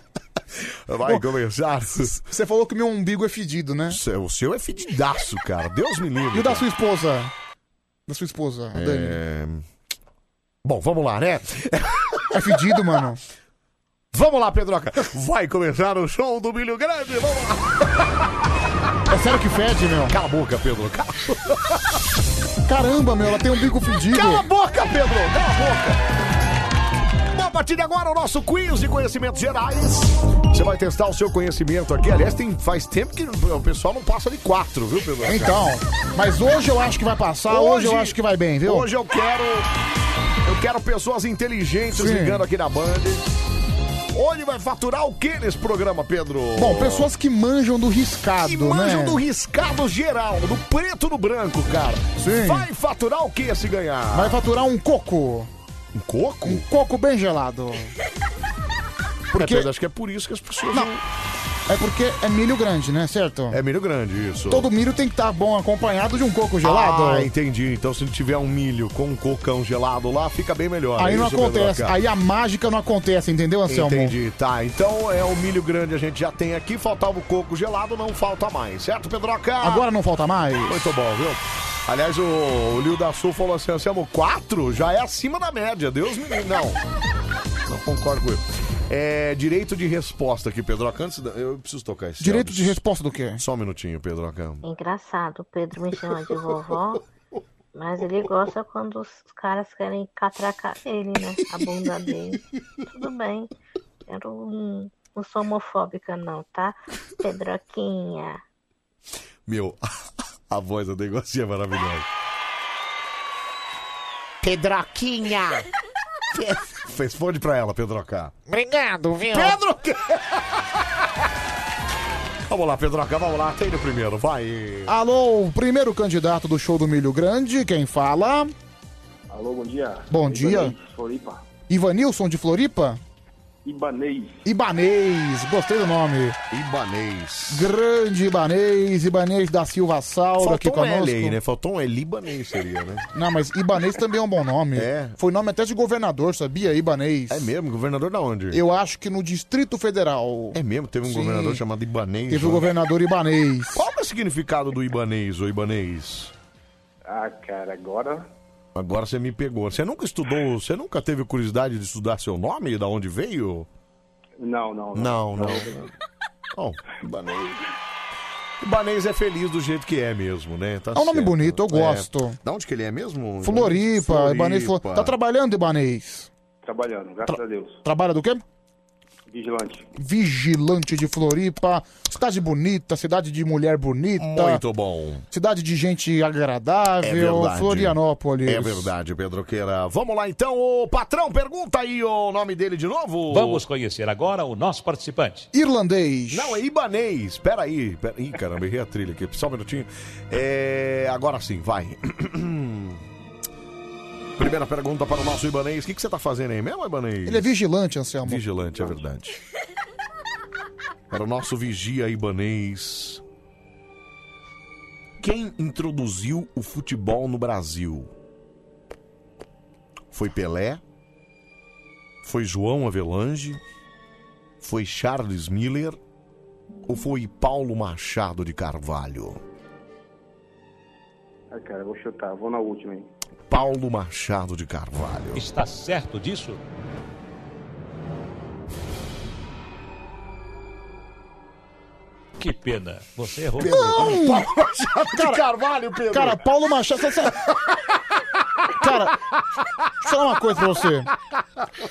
Speaker 1: Vai
Speaker 3: Bom,
Speaker 1: começar.
Speaker 3: Você falou que meu umbigo é fedido, né?
Speaker 1: O seu é fedidaço, cara. Deus me livre.
Speaker 3: E o da sua esposa? Da sua esposa, a Dani.
Speaker 1: É... Bom, vamos lá, né?
Speaker 3: É fedido, mano.
Speaker 1: Vamos lá, Pedroca. Vai começar o show do Milho Grande. Vamos lá.
Speaker 3: É sério que fede, meu?
Speaker 1: Cala a boca, Pedro. Cala,
Speaker 3: Caramba, meu, ela tem um bico fedido.
Speaker 1: Cala a boca, Pedro. Cala a boca. Bom, a partir de agora, o nosso quiz de conhecimentos gerais. Você vai testar o seu conhecimento aqui. Aliás, tem, faz tempo que o pessoal não passa de quatro, viu, Pedro?
Speaker 3: Então, mas hoje eu acho que vai passar, hoje, eu acho que vai bem, viu?
Speaker 1: Hoje eu quero. Eu quero pessoas inteligentes
Speaker 3: Sim.
Speaker 1: ligando aqui na Band. Hoje vai faturar o que nesse programa, Pedro?
Speaker 3: Bom, pessoas que manjam do riscado,
Speaker 1: que manjam
Speaker 3: né?
Speaker 1: do riscado geral, do preto no branco, cara.
Speaker 3: Sim.
Speaker 1: Vai faturar o que se ganhar?
Speaker 3: Vai faturar um coco.
Speaker 1: Um coco?
Speaker 3: Um coco bem gelado.
Speaker 1: Porque...
Speaker 3: porque-
Speaker 1: É, Pedro, acho que é por isso que as pessoas não.
Speaker 3: É porque é milho grande, né? Certo?
Speaker 1: É milho grande, isso.
Speaker 3: Todo milho tem que estar bom acompanhado de um coco gelado.
Speaker 1: Ah, entendi. Então se tiver um milho com um cocão gelado lá, fica bem melhor.
Speaker 3: Aí
Speaker 1: É
Speaker 3: não
Speaker 1: isso, Pedroca?
Speaker 3: acontece, aí a mágica não acontece, entendeu, Anselmo?
Speaker 1: Entendi, tá. Então é o milho grande a gente já tem aqui, faltava o coco gelado, não falta mais, certo, Pedroca?
Speaker 3: Agora não falta mais?
Speaker 1: Muito bom, viu? Aliás, o, o Lio da Sul falou assim, Anselmo, 4 já é acima da média, Deus me livre. Não, não concordo com ele. É direito de resposta aqui, Pedroca. Antes, da- eu preciso tocar esse
Speaker 3: Direito
Speaker 1: áudio.
Speaker 3: de resposta do quê?
Speaker 1: Só um minutinho, Pedroca.
Speaker 18: Engraçado, o Pedro me chama de vovó, mas ele gosta quando os caras querem catracar ele, né? A bunda dele. Tudo bem. um, Eu não, não sou homofóbica não, tá? Pedroquinha.
Speaker 1: Meu, a voz do negocinho é maravilhosa.
Speaker 4: Pedroquinha.
Speaker 1: Responde pra ela, Pedroca.
Speaker 4: Obrigado, viu?
Speaker 1: Pedro! Vamos lá, Pedroca, vamos lá. Tem no primeiro, vai.
Speaker 3: Alô, primeiro candidato do show do Milho Grande, quem fala?
Speaker 11: Alô, bom dia.
Speaker 3: Bom dia.
Speaker 11: Ibanez, Floripa.
Speaker 3: Ivanilson de Floripa?
Speaker 11: Ibanês.
Speaker 3: Ibanês, gostei do nome.
Speaker 1: Ibanês.
Speaker 3: Grande Ibanês, Ibanês da Silva Sauro aqui
Speaker 1: Faltou um
Speaker 3: conosco.
Speaker 1: L aí, né? Faltou um L libanês, seria, né?
Speaker 3: Não, mas Ibanês também é um bom nome.
Speaker 1: É.
Speaker 3: Foi nome até de governador, sabia? Ibanês.
Speaker 1: É mesmo? Governador da onde?
Speaker 3: Eu acho que no Distrito Federal.
Speaker 1: É mesmo? Teve um
Speaker 3: Sim.
Speaker 1: governador chamado Ibanês.
Speaker 3: Teve o
Speaker 1: né?
Speaker 3: governador Ibanês.
Speaker 1: Qual que é o significado do Ibanês, ô Ibanês?
Speaker 11: Ah, cara, agora
Speaker 1: Agora você me pegou. Você nunca estudou, você nunca teve curiosidade de estudar seu nome e da onde veio?
Speaker 11: não, não.
Speaker 1: Não, não. Bom, Ibanês. Ibanês é feliz do jeito que é mesmo, né? Tá
Speaker 3: É um nome
Speaker 1: certo.
Speaker 3: bonito, eu
Speaker 1: É.
Speaker 3: gosto.
Speaker 1: Da onde que ele é mesmo?
Speaker 3: Floripa, Ibanês. Flor...
Speaker 1: Floripa.
Speaker 3: Tá trabalhando, Ibanês?
Speaker 11: Trabalhando, graças
Speaker 3: Tra-
Speaker 11: a Deus.
Speaker 3: Trabalha do quê?
Speaker 11: Vigilante.
Speaker 3: Vigilante de Floripa. Cidade bonita, cidade de mulher bonita.
Speaker 1: Muito bom.
Speaker 3: Cidade de gente
Speaker 1: É
Speaker 3: agradável.
Speaker 1: verdade.
Speaker 3: Florianópolis.
Speaker 1: É verdade, Pedro Queira. Vamos lá então, o patrão, pergunta aí o nome dele de novo.
Speaker 22: Vamos conhecer agora o nosso participante.
Speaker 3: Irlandês.
Speaker 1: Não, é ibanês. Peraí. Pera... Ih, caramba, errei a trilha aqui. Só um minutinho. É, Agora sim, vai. Primeira pergunta para o nosso ibanês. O que, que você tá fazendo aí mesmo, ibanês?
Speaker 3: Ele é vigilante, Anselmo.
Speaker 1: Vigilante, é verdade. Para o nosso vigia ibanês. Quem introduziu o futebol no Brasil? Foi Pelé? Foi João Avelange? Foi Charles Miller? Ou foi Paulo Machado de Carvalho?
Speaker 11: Ah, cara, eu vou chutar, vou na última, hein?
Speaker 1: Paulo Machado de Carvalho.
Speaker 22: Está certo disso? Que pena, você errou.
Speaker 3: Não!
Speaker 22: Paulo
Speaker 1: Machado de Carvalho, Pedro.
Speaker 3: Cara, Paulo Machado. Você... você- Cara, deixa eu falar uma coisa pra você.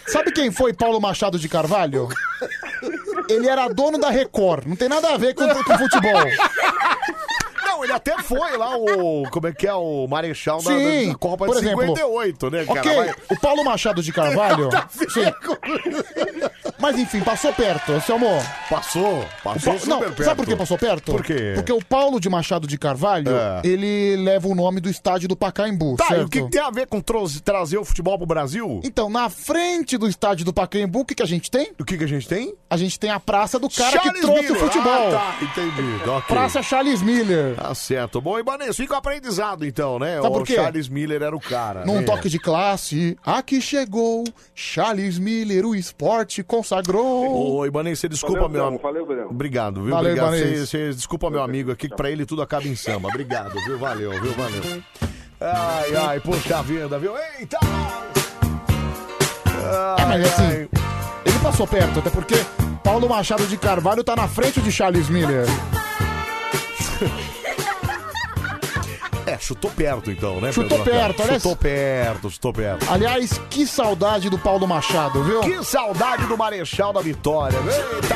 Speaker 3: Sabe quem foi Paulo Machado de Carvalho? Ele era dono da Record. Não tem nada a ver com, com futebol.
Speaker 1: Não, ele até foi lá o. Como é que é? O Marechal da,
Speaker 3: Sim,
Speaker 1: da Copa
Speaker 3: por
Speaker 1: de
Speaker 3: exemplo.
Speaker 1: 58, né, cara?
Speaker 3: ok,
Speaker 1: Vai- Tá
Speaker 3: o Paulo Machado de Carvalho.
Speaker 1: Nada a ver
Speaker 3: Sim. Mas enfim, passou perto, Anselmo.
Speaker 1: Passou, passou
Speaker 3: O
Speaker 1: super
Speaker 3: não,
Speaker 1: perto.
Speaker 3: Sabe por que passou perto?
Speaker 1: Por quê?
Speaker 3: Porque o Paulo de Machado de Carvalho,
Speaker 1: É.
Speaker 3: ele leva o nome do estádio do Pacaembu,
Speaker 1: Tá,
Speaker 3: certo?
Speaker 1: e o que que tem a ver com troz- trazer o futebol pro Brasil?
Speaker 3: Então, na frente do estádio do Pacaembu, o que, que a gente tem?
Speaker 1: O que, que a gente tem?
Speaker 3: A A gente tem a praça do cara que
Speaker 1: Charles
Speaker 3: trouxe o
Speaker 1: Miller.
Speaker 3: futebol.
Speaker 1: Ah, tá. Entendi. ok.
Speaker 3: Praça Charles Miller.
Speaker 1: Tá certo. Bom, Ibanez, fica o aprendizado então, né?
Speaker 3: Sabe
Speaker 1: o
Speaker 3: por quê?
Speaker 1: Charles Miller era o cara.
Speaker 3: Ah, Num
Speaker 1: né?
Speaker 3: toque de classe, aqui chegou Charles Miller, o esporte consagrou.
Speaker 1: Ô, Ibanez, você desculpa,
Speaker 3: Valeu,
Speaker 1: meu
Speaker 3: Brão.
Speaker 1: amigo.
Speaker 3: Valeu, Brão.
Speaker 1: Obrigado, viu?
Speaker 3: Valeu,
Speaker 1: Obrigado.
Speaker 3: Ibanez.
Speaker 1: Você- você- desculpa, meu amigo, aqui que pra ele tudo acaba em samba. Obrigado, viu? Valeu, viu? Valeu. Ai, ai, puxa vida, viu? Eita!
Speaker 3: É, mas assim, ele passou perto, até porque Paulo Machado de Carvalho tá na frente de Charles Miller.
Speaker 1: É, chutou perto então, né?
Speaker 3: Chutou
Speaker 1: Pedro Lacerda?
Speaker 3: perto, olha
Speaker 1: Chutou perto, chutou perto.
Speaker 3: Aliás, que saudade do Paulo Machado, viu?
Speaker 1: Que saudade do Marechal da Vitória. Eita!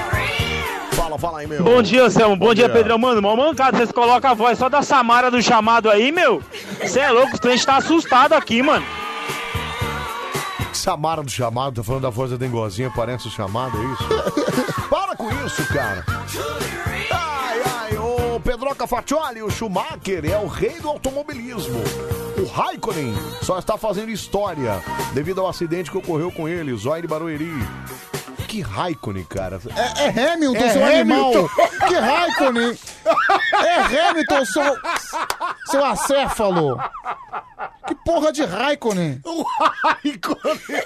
Speaker 1: Fala, fala aí, meu.
Speaker 7: Bom dia, Anselmo. Então, Bom, dia, Pedrão. Mano, mal mancado, vocês colocam a voz só da Samara do chamado aí, meu. Você é louco, o cliente tá assustado aqui, mano.
Speaker 1: Samara do chamado, tá falando da voz da dengozinha, parece o chamado, é isso? Para com isso, cara. Ai, ai, o Pedroca Fatioli, o Schumacher é o rei do automobilismo. O Raikkonen só está fazendo história devido ao acidente que ocorreu com ele, Zoire Barueri. Que Raikkonen, cara.
Speaker 3: É, é Hamilton, seu animal. Que Raikkonen. É Hamilton, seu, seu acéfalo. Que porra de Raikkonen.
Speaker 1: O Raikkonen.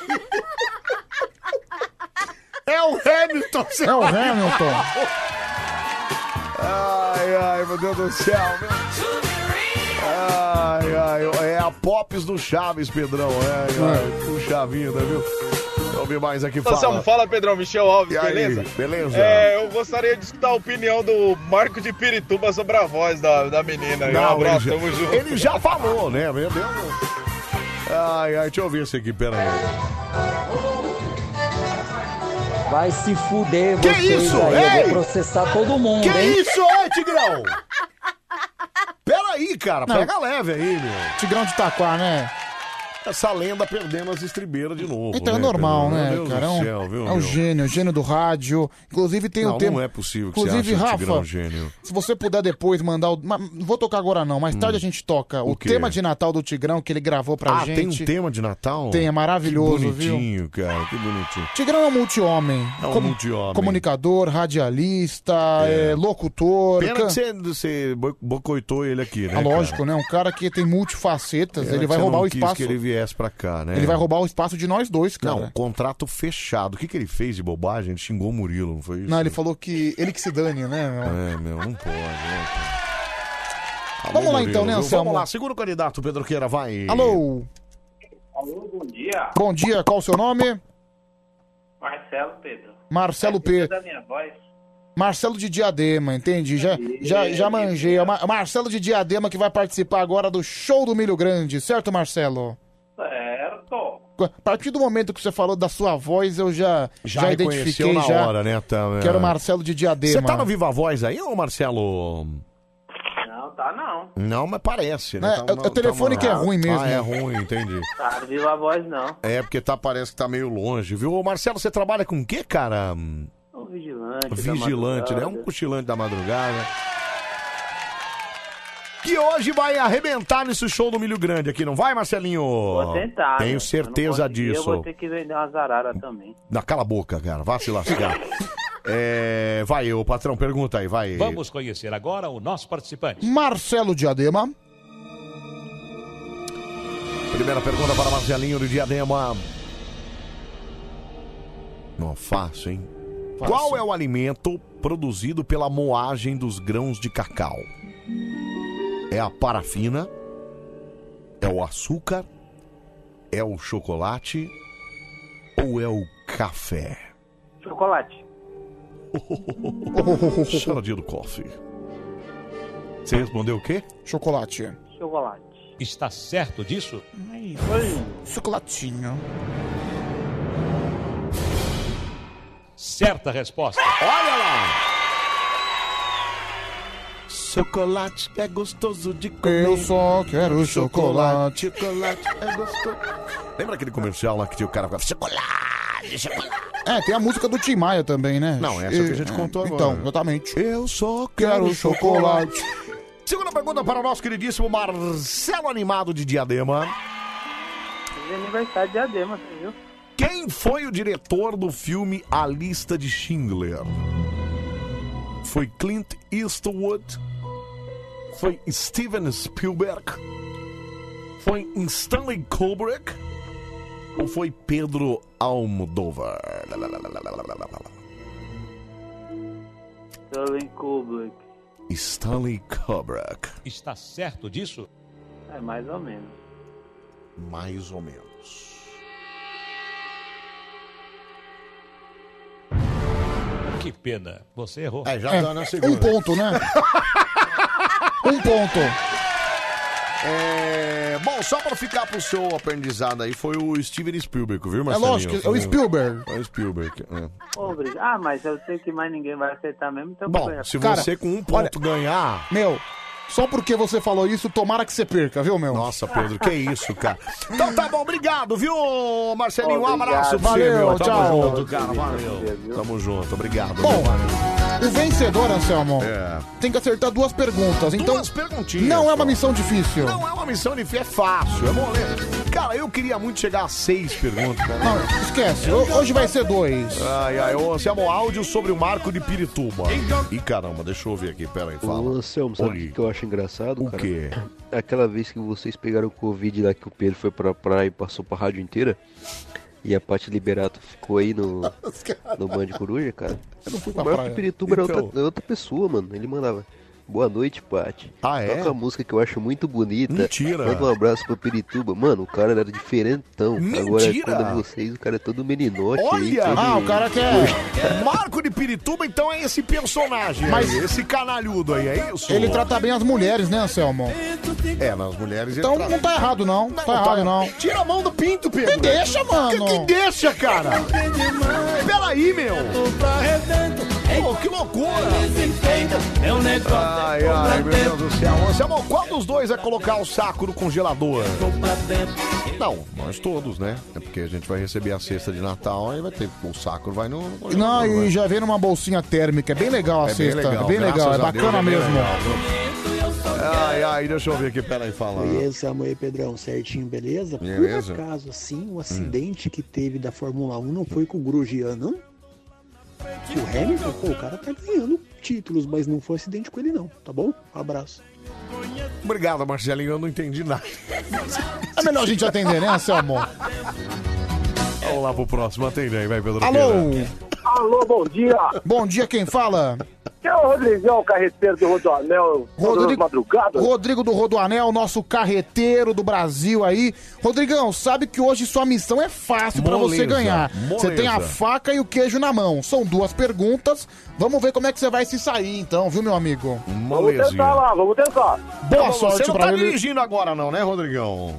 Speaker 1: É o Hamilton, seu
Speaker 3: É o Hamilton.
Speaker 1: Ai, é. ai, meu Deus do céu, meu. Ai, ai, é a Pops do Chaves, Pedrão. Ai, ai, puxa vida, viu? Vamos ouvir mais aqui,
Speaker 9: Fala.
Speaker 1: fala.
Speaker 9: fala, Pedrão Michel Alves,
Speaker 1: E aí,
Speaker 9: É beleza?
Speaker 1: beleza.
Speaker 9: É, eu gostaria de escutar a opinião do Marco de Pirituba sobre a voz da, da menina. aí. um
Speaker 1: Não,
Speaker 9: abraço,
Speaker 1: ele já-
Speaker 9: tamo junto.
Speaker 1: Ele já falou, né? Meu Deus. Ai, ai, deixa eu ver esse aqui, pera aí.
Speaker 5: Vai se fuder,
Speaker 1: Que
Speaker 5: vocês
Speaker 1: isso?
Speaker 5: aí. Eu
Speaker 1: Ei!
Speaker 5: vou processar todo mundo,
Speaker 1: Que
Speaker 5: hein?
Speaker 1: isso, ô, Tigrão? Pera aí, cara,
Speaker 3: Não.
Speaker 1: pega Tá leve aí, meu.
Speaker 3: Tigrão de Taquá, né?
Speaker 1: Essa lenda perdendo as estribeiras de novo.
Speaker 3: Então é
Speaker 1: né,
Speaker 3: normal,
Speaker 1: Pedrão?
Speaker 3: né,
Speaker 1: Meu Deus
Speaker 3: cara? É
Speaker 1: Do
Speaker 3: um,
Speaker 1: céu, viu,
Speaker 3: é um
Speaker 1: meu?
Speaker 3: gênio, gênio do rádio. Inclusive tem
Speaker 1: Não,
Speaker 3: o tempo.
Speaker 1: não é possível que você
Speaker 3: Inclusive,
Speaker 1: ache o
Speaker 3: Rafa,
Speaker 1: Tigrão um gênio.
Speaker 3: se você puder depois mandar o. mas não vou tocar agora não, mais tarde a gente toca o,
Speaker 1: Hum. O quê?
Speaker 3: tema de Natal do Tigrão que ele gravou pra
Speaker 1: ah,
Speaker 3: gente.
Speaker 1: tem um tema de Natal?
Speaker 3: Tem, é maravilhoso,
Speaker 1: que
Speaker 3: viu?
Speaker 1: bonitinho, cara, que bonitinho.
Speaker 3: Tigrão é um multi-homem.
Speaker 1: É um multi-homem.
Speaker 3: Comunicador, radialista,
Speaker 1: É.
Speaker 3: é, locutor.
Speaker 1: Pena
Speaker 3: can-
Speaker 1: que você, você bo- bocoitou ele aqui, né?
Speaker 3: Ah, lógico,
Speaker 1: cara?
Speaker 3: né? Um cara que tem multifacetas,
Speaker 1: Pena
Speaker 3: ele
Speaker 1: que
Speaker 3: vai
Speaker 1: você
Speaker 3: roubar
Speaker 1: não
Speaker 3: o
Speaker 1: quis
Speaker 3: espaço.
Speaker 1: que ele viesse pra cá, né?
Speaker 3: Ele vai roubar o espaço de nós dois, cara.
Speaker 1: Não, contrato fechado. O que, que ele fez de bobagem? Ele xingou o Murilo, não foi isso?
Speaker 3: Não, ele falou que ele que se dane, né? meu?
Speaker 1: É, meu, não pode. né? Alô,
Speaker 3: Vamos lá
Speaker 1: Murilo,
Speaker 3: então, né,
Speaker 1: viu?
Speaker 3: Anselmo?
Speaker 1: Vamos lá, segura o candidato, Pedro Queira, vai.
Speaker 3: Alô,
Speaker 23: Alô, bom dia.
Speaker 3: bom dia, qual o seu nome?
Speaker 23: Marcelo, Pedro.
Speaker 3: Marcelo
Speaker 23: Precisa
Speaker 3: P.
Speaker 23: da minha voz?
Speaker 3: Marcelo de Diadema, entendi. Já, já, já manjei. É o Mar- Marcelo de Diadema que vai participar agora do show do Milho Grande, certo, Marcelo?
Speaker 23: Certo.
Speaker 3: A partir do momento que você falou da sua voz, eu já, já,
Speaker 1: reconheceu
Speaker 3: identifiquei
Speaker 1: na
Speaker 3: já.
Speaker 1: hora, né? Tá,
Speaker 3: Que era o
Speaker 1: é.
Speaker 3: Marcelo de Diadema.
Speaker 1: Você tá no Viva Voz aí, ô Marcelo?
Speaker 23: Não, tá não.
Speaker 1: Não, mas parece, né?
Speaker 23: Né, é
Speaker 1: Tá
Speaker 23: o-
Speaker 1: uma-
Speaker 23: é o telefone
Speaker 1: uma-
Speaker 23: que é ruim mesmo.
Speaker 3: né?
Speaker 1: Ah, é ruim, entendi.
Speaker 23: Tá, não viu a voz não.
Speaker 1: É, porque tá, parece que tá meio longe, viu? Ô, Marcelo, você trabalha com o quê, cara?
Speaker 23: O Um vigilante. tá da
Speaker 1: Vigilante, né?
Speaker 23: madrugada.
Speaker 1: Um cochilante da madrugada. Que hoje vai arrebentar nesse show do Milho Grande aqui, não vai, Marcelinho?
Speaker 23: Vou tentar. né?
Speaker 1: Tenho
Speaker 23: Se eu não
Speaker 1: certeza
Speaker 23: conseguir,
Speaker 1: disso.
Speaker 23: Eu vou ter que vender umas araras também.
Speaker 1: Não, cala a boca, cara. Vá se lascar. é, vai, ô patrão, pergunta aí, vai.
Speaker 22: Vamos conhecer agora o nosso participante.
Speaker 3: Marcelo Diadema.
Speaker 1: Primeira pergunta para Marcelinho do Diadema. Não, fácil, hein?
Speaker 3: Fácil.
Speaker 1: Qual é o alimento produzido pela moagem dos grãos de cacau? É a parafina? É o açúcar? É o chocolate? Ou é o café?
Speaker 23: Chocolate.
Speaker 1: Charadinha do coffee. Você respondeu o quê?
Speaker 3: Chocolate.
Speaker 23: Chocolate.
Speaker 22: Está certo disso?
Speaker 3: Chocolatinho.
Speaker 22: Certa resposta.
Speaker 1: Olha lá! Chocolate é gostoso de comer.
Speaker 3: Eu só quero chocolate.
Speaker 1: Chocolate é gostoso. Lembra aquele comercial lá que tinha o cara ficava chocolate, chocolate?
Speaker 3: É, tem a música do Tim Maia também, né?
Speaker 1: Não, essa que a gente contou
Speaker 3: então,
Speaker 1: agora.
Speaker 3: Então, exatamente.
Speaker 1: Eu só
Speaker 3: quero chocolate.
Speaker 1: Segunda pergunta para o nosso queridíssimo Marcelo Animado de Diadema.
Speaker 23: Feliz aniversário de É Adema, você viu?
Speaker 1: Quem foi o diretor do filme A Lista de Schindler? Foi Clint Eastwood? Foi Steven Spielberg? Foi Stanley Kubrick? Ou foi Pedro Almodóvar?
Speaker 23: Stanley Kubrick.
Speaker 1: Stanley Kubrick.
Speaker 22: Está certo disso?
Speaker 23: É mais ou menos.
Speaker 1: Mais ou menos.
Speaker 22: Que pena, você errou.
Speaker 1: É,
Speaker 3: É, Um ponto, né? um ponto.
Speaker 1: É, bom, só pra ficar pro seu aprendizado aí, foi o Steven Spielberg, viu,
Speaker 3: É
Speaker 1: Marcelinho?
Speaker 3: lógico, é o
Speaker 1: Foi
Speaker 3: Spielberg.
Speaker 1: É o Spielberg. é.
Speaker 23: Obrigado. Ah, mas eu sei que mais ninguém vai acertar mesmo, então
Speaker 3: Bom,
Speaker 23: ganha.
Speaker 3: se Cara, você
Speaker 1: com um
Speaker 3: ponto
Speaker 1: ganhar.
Speaker 3: Meu, só porque você falou isso, tomara que você perca, viu, meu?
Speaker 1: Nossa, Pedro, que isso, cara. Então tá bom, obrigado, viu, Marcelinho? Um
Speaker 3: Obrigado.
Speaker 1: abraço pra você,
Speaker 3: Valeu,
Speaker 1: meu. Tamo
Speaker 3: tchau.
Speaker 1: junto, cara. Valeu. Tamo junto, obrigado.
Speaker 3: Bom, o vencedor, Anselmo,
Speaker 1: É.
Speaker 3: tem que acertar duas perguntas. Então,
Speaker 1: Duas perguntinhas,
Speaker 3: Não é uma missão difícil.
Speaker 1: Não é uma missão de fé é fácil, é moleza. Cara, eu queria muito chegar a seis perguntas. Cara.
Speaker 3: Não, esquece. Ho- Hoje vai ser dois.
Speaker 1: Ai, ai, ô Anselmo, áudio sobre o Marco de Pirituba. Ih, caramba, deixa eu ver aqui, pera aí, fala.
Speaker 6: Ô, Anselmo, sabe o que que eu acho engraçado, cara? O quê? Aquela vez que vocês pegaram o Covid lá que o Pedro foi pra praia e passou pra rádio inteira. E a Paty Liberato ficou aí no, no Band Coruja, cara. Eu não fui
Speaker 3: pra
Speaker 6: o Marco
Speaker 3: praia.
Speaker 6: de Pirituba era
Speaker 3: Então.
Speaker 6: outra, era outra pessoa, mano. Ele mandava. Boa noite, Paty.
Speaker 1: Ah, é?
Speaker 6: Toca a música que eu acho muito bonita.
Speaker 1: Mentira.
Speaker 6: Manda um abraço pro Pirituba. Mano, o cara era diferentão. Agora,
Speaker 1: Mentira.
Speaker 6: quando é vocês, o cara é todo meninote. aí,
Speaker 1: Olha! É
Speaker 6: todo-
Speaker 3: Ah,
Speaker 4: Ah,
Speaker 1: Marco de Pirituba, então é esse personagem.
Speaker 3: Mas-
Speaker 1: aí, esse canalhudo aí, é isso?
Speaker 3: Ele trata bem as mulheres, né, Anselmo?
Speaker 1: É, nas mulheres. ele
Speaker 3: Então
Speaker 1: trata-
Speaker 3: não tá errado, não. Não, tá errado, não.
Speaker 1: Tira a mão do pinto, Pedro.
Speaker 3: Que deixa, mano.
Speaker 1: Que, que deixa, é cara. Peraí, meu. Pô, que loucura. Ai, ai, meu Deus do céu. Anselmo, qual dos dois é colocar o saco no congelador? Não, nós todos, né? É porque a gente vai receber a cesta de Natal, aí vai ter. O saco vai no. no
Speaker 3: Não,
Speaker 1: congelador,
Speaker 3: e
Speaker 1: né?
Speaker 3: já vem numa bolsinha térmica. É bem legal a
Speaker 1: É bem
Speaker 3: cesta.
Speaker 1: legal,
Speaker 3: é bem
Speaker 1: graças
Speaker 3: legal, é
Speaker 1: a Deus,
Speaker 3: bacana
Speaker 1: é bem
Speaker 3: mesmo.
Speaker 1: legal, viu? Ai, ai, deixa eu ver aqui, peraí, fala.
Speaker 12: Oi, Anselmo aí, Pedrão, certinho, beleza?
Speaker 1: Beleza.
Speaker 12: Por acaso, assim, o acidente que teve da Fórmula 1 não foi com o Grosjean, não? O Hamilton, pô, o cara tá ganhando títulos, mas não foi acidente com ele, não, tá bom? Abraço.
Speaker 1: Obrigado, Marcelinho, eu não entendi nada.
Speaker 3: É melhor a gente atender, né, Anselmo?
Speaker 1: Vamos lá pro próximo, atende aí, vai, Pedro.
Speaker 3: Alô?
Speaker 1: Queira.
Speaker 3: Alô, bom dia. Bom dia, quem fala?
Speaker 13: Que é o Rodrigão, carreteiro do Rodoanel, Rodrigo Madrugada?
Speaker 3: Rodrigo do Rodoanel, nosso carreteiro do Brasil aí. Rodrigão, sabe que hoje sua missão é fácil pra
Speaker 1: Moleza,
Speaker 3: você ganhar. Você
Speaker 1: moleza.
Speaker 3: tem a faca e o queijo na mão. São duas perguntas. Vamos ver como é que você vai se sair então, viu, meu amigo?
Speaker 1: Molezinha. tentar
Speaker 13: lá, vamos tentar.
Speaker 3: Boa
Speaker 1: Então,
Speaker 3: sorte
Speaker 1: Você não
Speaker 3: pra
Speaker 1: tá
Speaker 3: ele.
Speaker 1: dirigindo agora não, né, Rodrigão?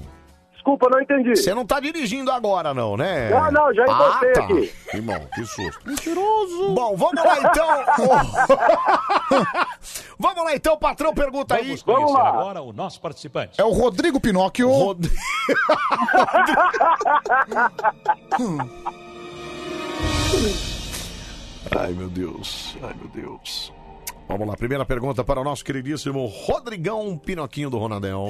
Speaker 13: Desculpa, não entendi.
Speaker 1: Você não tá dirigindo agora não, né?
Speaker 13: Não, não, já encostei
Speaker 1: tá.
Speaker 13: aqui.
Speaker 1: Irmão, que susto.
Speaker 3: Mentiroso.
Speaker 1: Bom, vamos lá então. Vamos lá então, patrão, pergunta aí.
Speaker 22: Vamos conhecer agora o nosso participante.
Speaker 3: É o Rodrigo Pinóquio.
Speaker 1: Ai, meu Deus. Ai, meu Deus. Vamos lá, primeira pergunta para o nosso queridíssimo Rodrigão Pinoquinho do Ronaldão.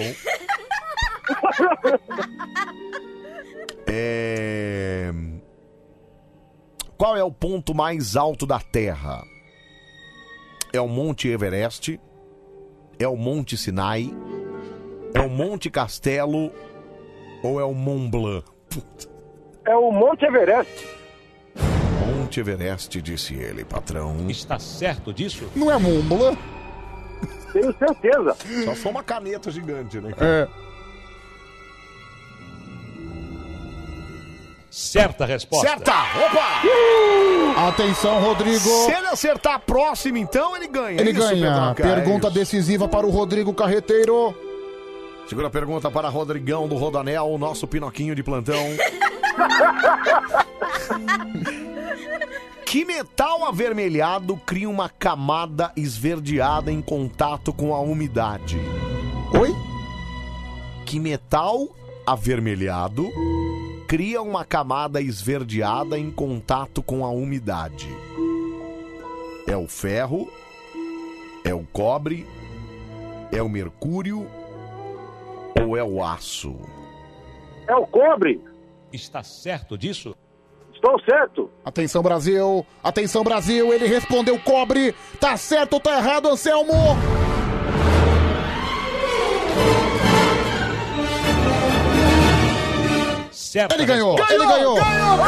Speaker 1: É... Qual é o ponto mais alto da Terra? É o Monte Everest? É o Monte Sinai? É o Monte Castelo? Ou é o Mont Blanc?
Speaker 13: É o Monte Everest.
Speaker 1: Monte Everest, disse ele, patrão. Está certo disso?
Speaker 3: Não é Mont Blanc?
Speaker 13: Tenho certeza.
Speaker 1: Só foi uma caneta gigante, né?
Speaker 3: É.
Speaker 22: Certa resposta.
Speaker 1: Certa! Opa!
Speaker 3: Atenção, Rodrigo.
Speaker 1: Se ele acertar a próxima, então ele ganha.
Speaker 3: Ele
Speaker 1: Isso,
Speaker 3: ganha.
Speaker 1: Pedrão, cara,
Speaker 3: Pergunta decisiva para o Rodrigo Carreteiro.
Speaker 1: é isso. Segura a pergunta para Rodrigão do Rodanel, o nosso pinoquinho de plantão. que metal avermelhado cria uma camada esverdeada em contato com a umidade?
Speaker 3: Oi?
Speaker 1: Que metal avermelhado cria uma camada esverdeada em contato com a umidade? É o ferro? É o cobre? É o mercúrio? Ou é o aço?
Speaker 13: É o cobre.
Speaker 22: Está certo disso?
Speaker 13: Tô certo.
Speaker 3: Atenção, Brasil. Atenção, Brasil. Ele respondeu cobre. Tá certo ou tá errado, Anselmo? Ele ganhou. Ele ganhou. Ele ganhou.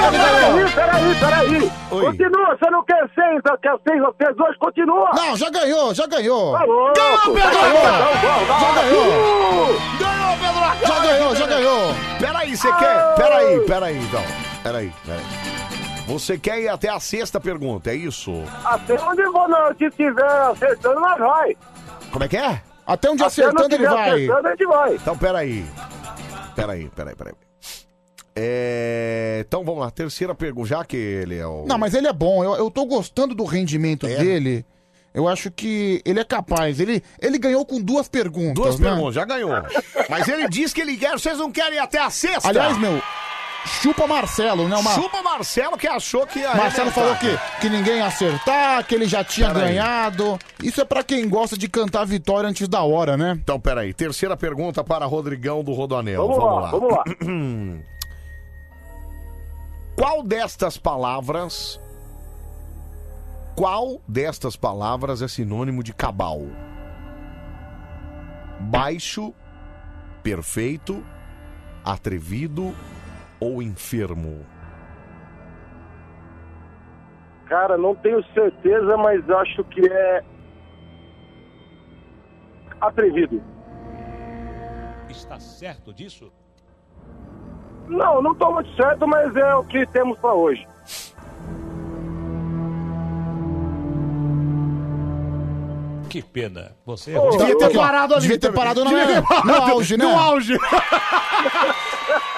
Speaker 13: Peraí, peraí, peraí. Continua, você não quer seis,
Speaker 4: então
Speaker 13: eu quero seis, eu quero dois, continua.
Speaker 3: Não, já ganhou, já ganhou.
Speaker 4: Tá
Speaker 13: Ganhou,
Speaker 3: Pedro Lacerda. Já ganhou.
Speaker 4: Uh!
Speaker 3: Ah!
Speaker 1: Ganhou, Pedro Lacerda.
Speaker 3: Já ganhou, já ganhou.
Speaker 1: Peraí, você quer? Peraí, peraí, então. Peraí, peraí. Você quer ir até a sexta pergunta, é isso?
Speaker 13: Até onde vou, não, se tiver acertando, nós vai.
Speaker 1: Como é que é?
Speaker 3: Até
Speaker 13: onde Até acertando, onde ele tiver vai. acertando, a gente vai.
Speaker 1: Então, peraí. Peraí, peraí, peraí. É... Então, vamos lá. Terceira pergunta, já que ele é o...
Speaker 3: Não, mas ele é bom. Eu, eu tô gostando do rendimento
Speaker 1: É.
Speaker 3: dele. Eu acho que ele é capaz. Ele, ele ganhou com duas perguntas.
Speaker 1: Duas
Speaker 3: né?
Speaker 1: perguntas, já ganhou. Mas ele diz que ele quer, vocês não querem ir até a sexta?
Speaker 3: Aliás, meu, chupa Marcelo, né? Uma...
Speaker 1: Chupa Marcelo que achou que ia
Speaker 3: Marcelo
Speaker 1: arrebentar.
Speaker 3: falou que, que ninguém ia acertar, que ele já tinha
Speaker 1: Peraí.
Speaker 3: ganhado. Isso é pra quem gosta de cantar vitória antes da hora, né?
Speaker 1: Então, peraí. Terceira pergunta para Rodrigão do Rodoanel.
Speaker 3: Vamos lá, vamos lá.
Speaker 1: Qual destas palavras... Qual destas palavras é sinônimo de cabal? Baixo, perfeito, atrevido ou enfermo?
Speaker 13: Cara, não tenho certeza, mas acho que é. Atrevido.
Speaker 22: Está certo disso?
Speaker 13: Não, não tô muito certo, mas é o que temos pra hoje.
Speaker 22: Que pena. Você
Speaker 3: Pô,
Speaker 22: errou.
Speaker 3: devia ter parado ali. Devia ter parado na-
Speaker 4: é?
Speaker 1: Devia ter
Speaker 3: no auge, né?
Speaker 1: No auge.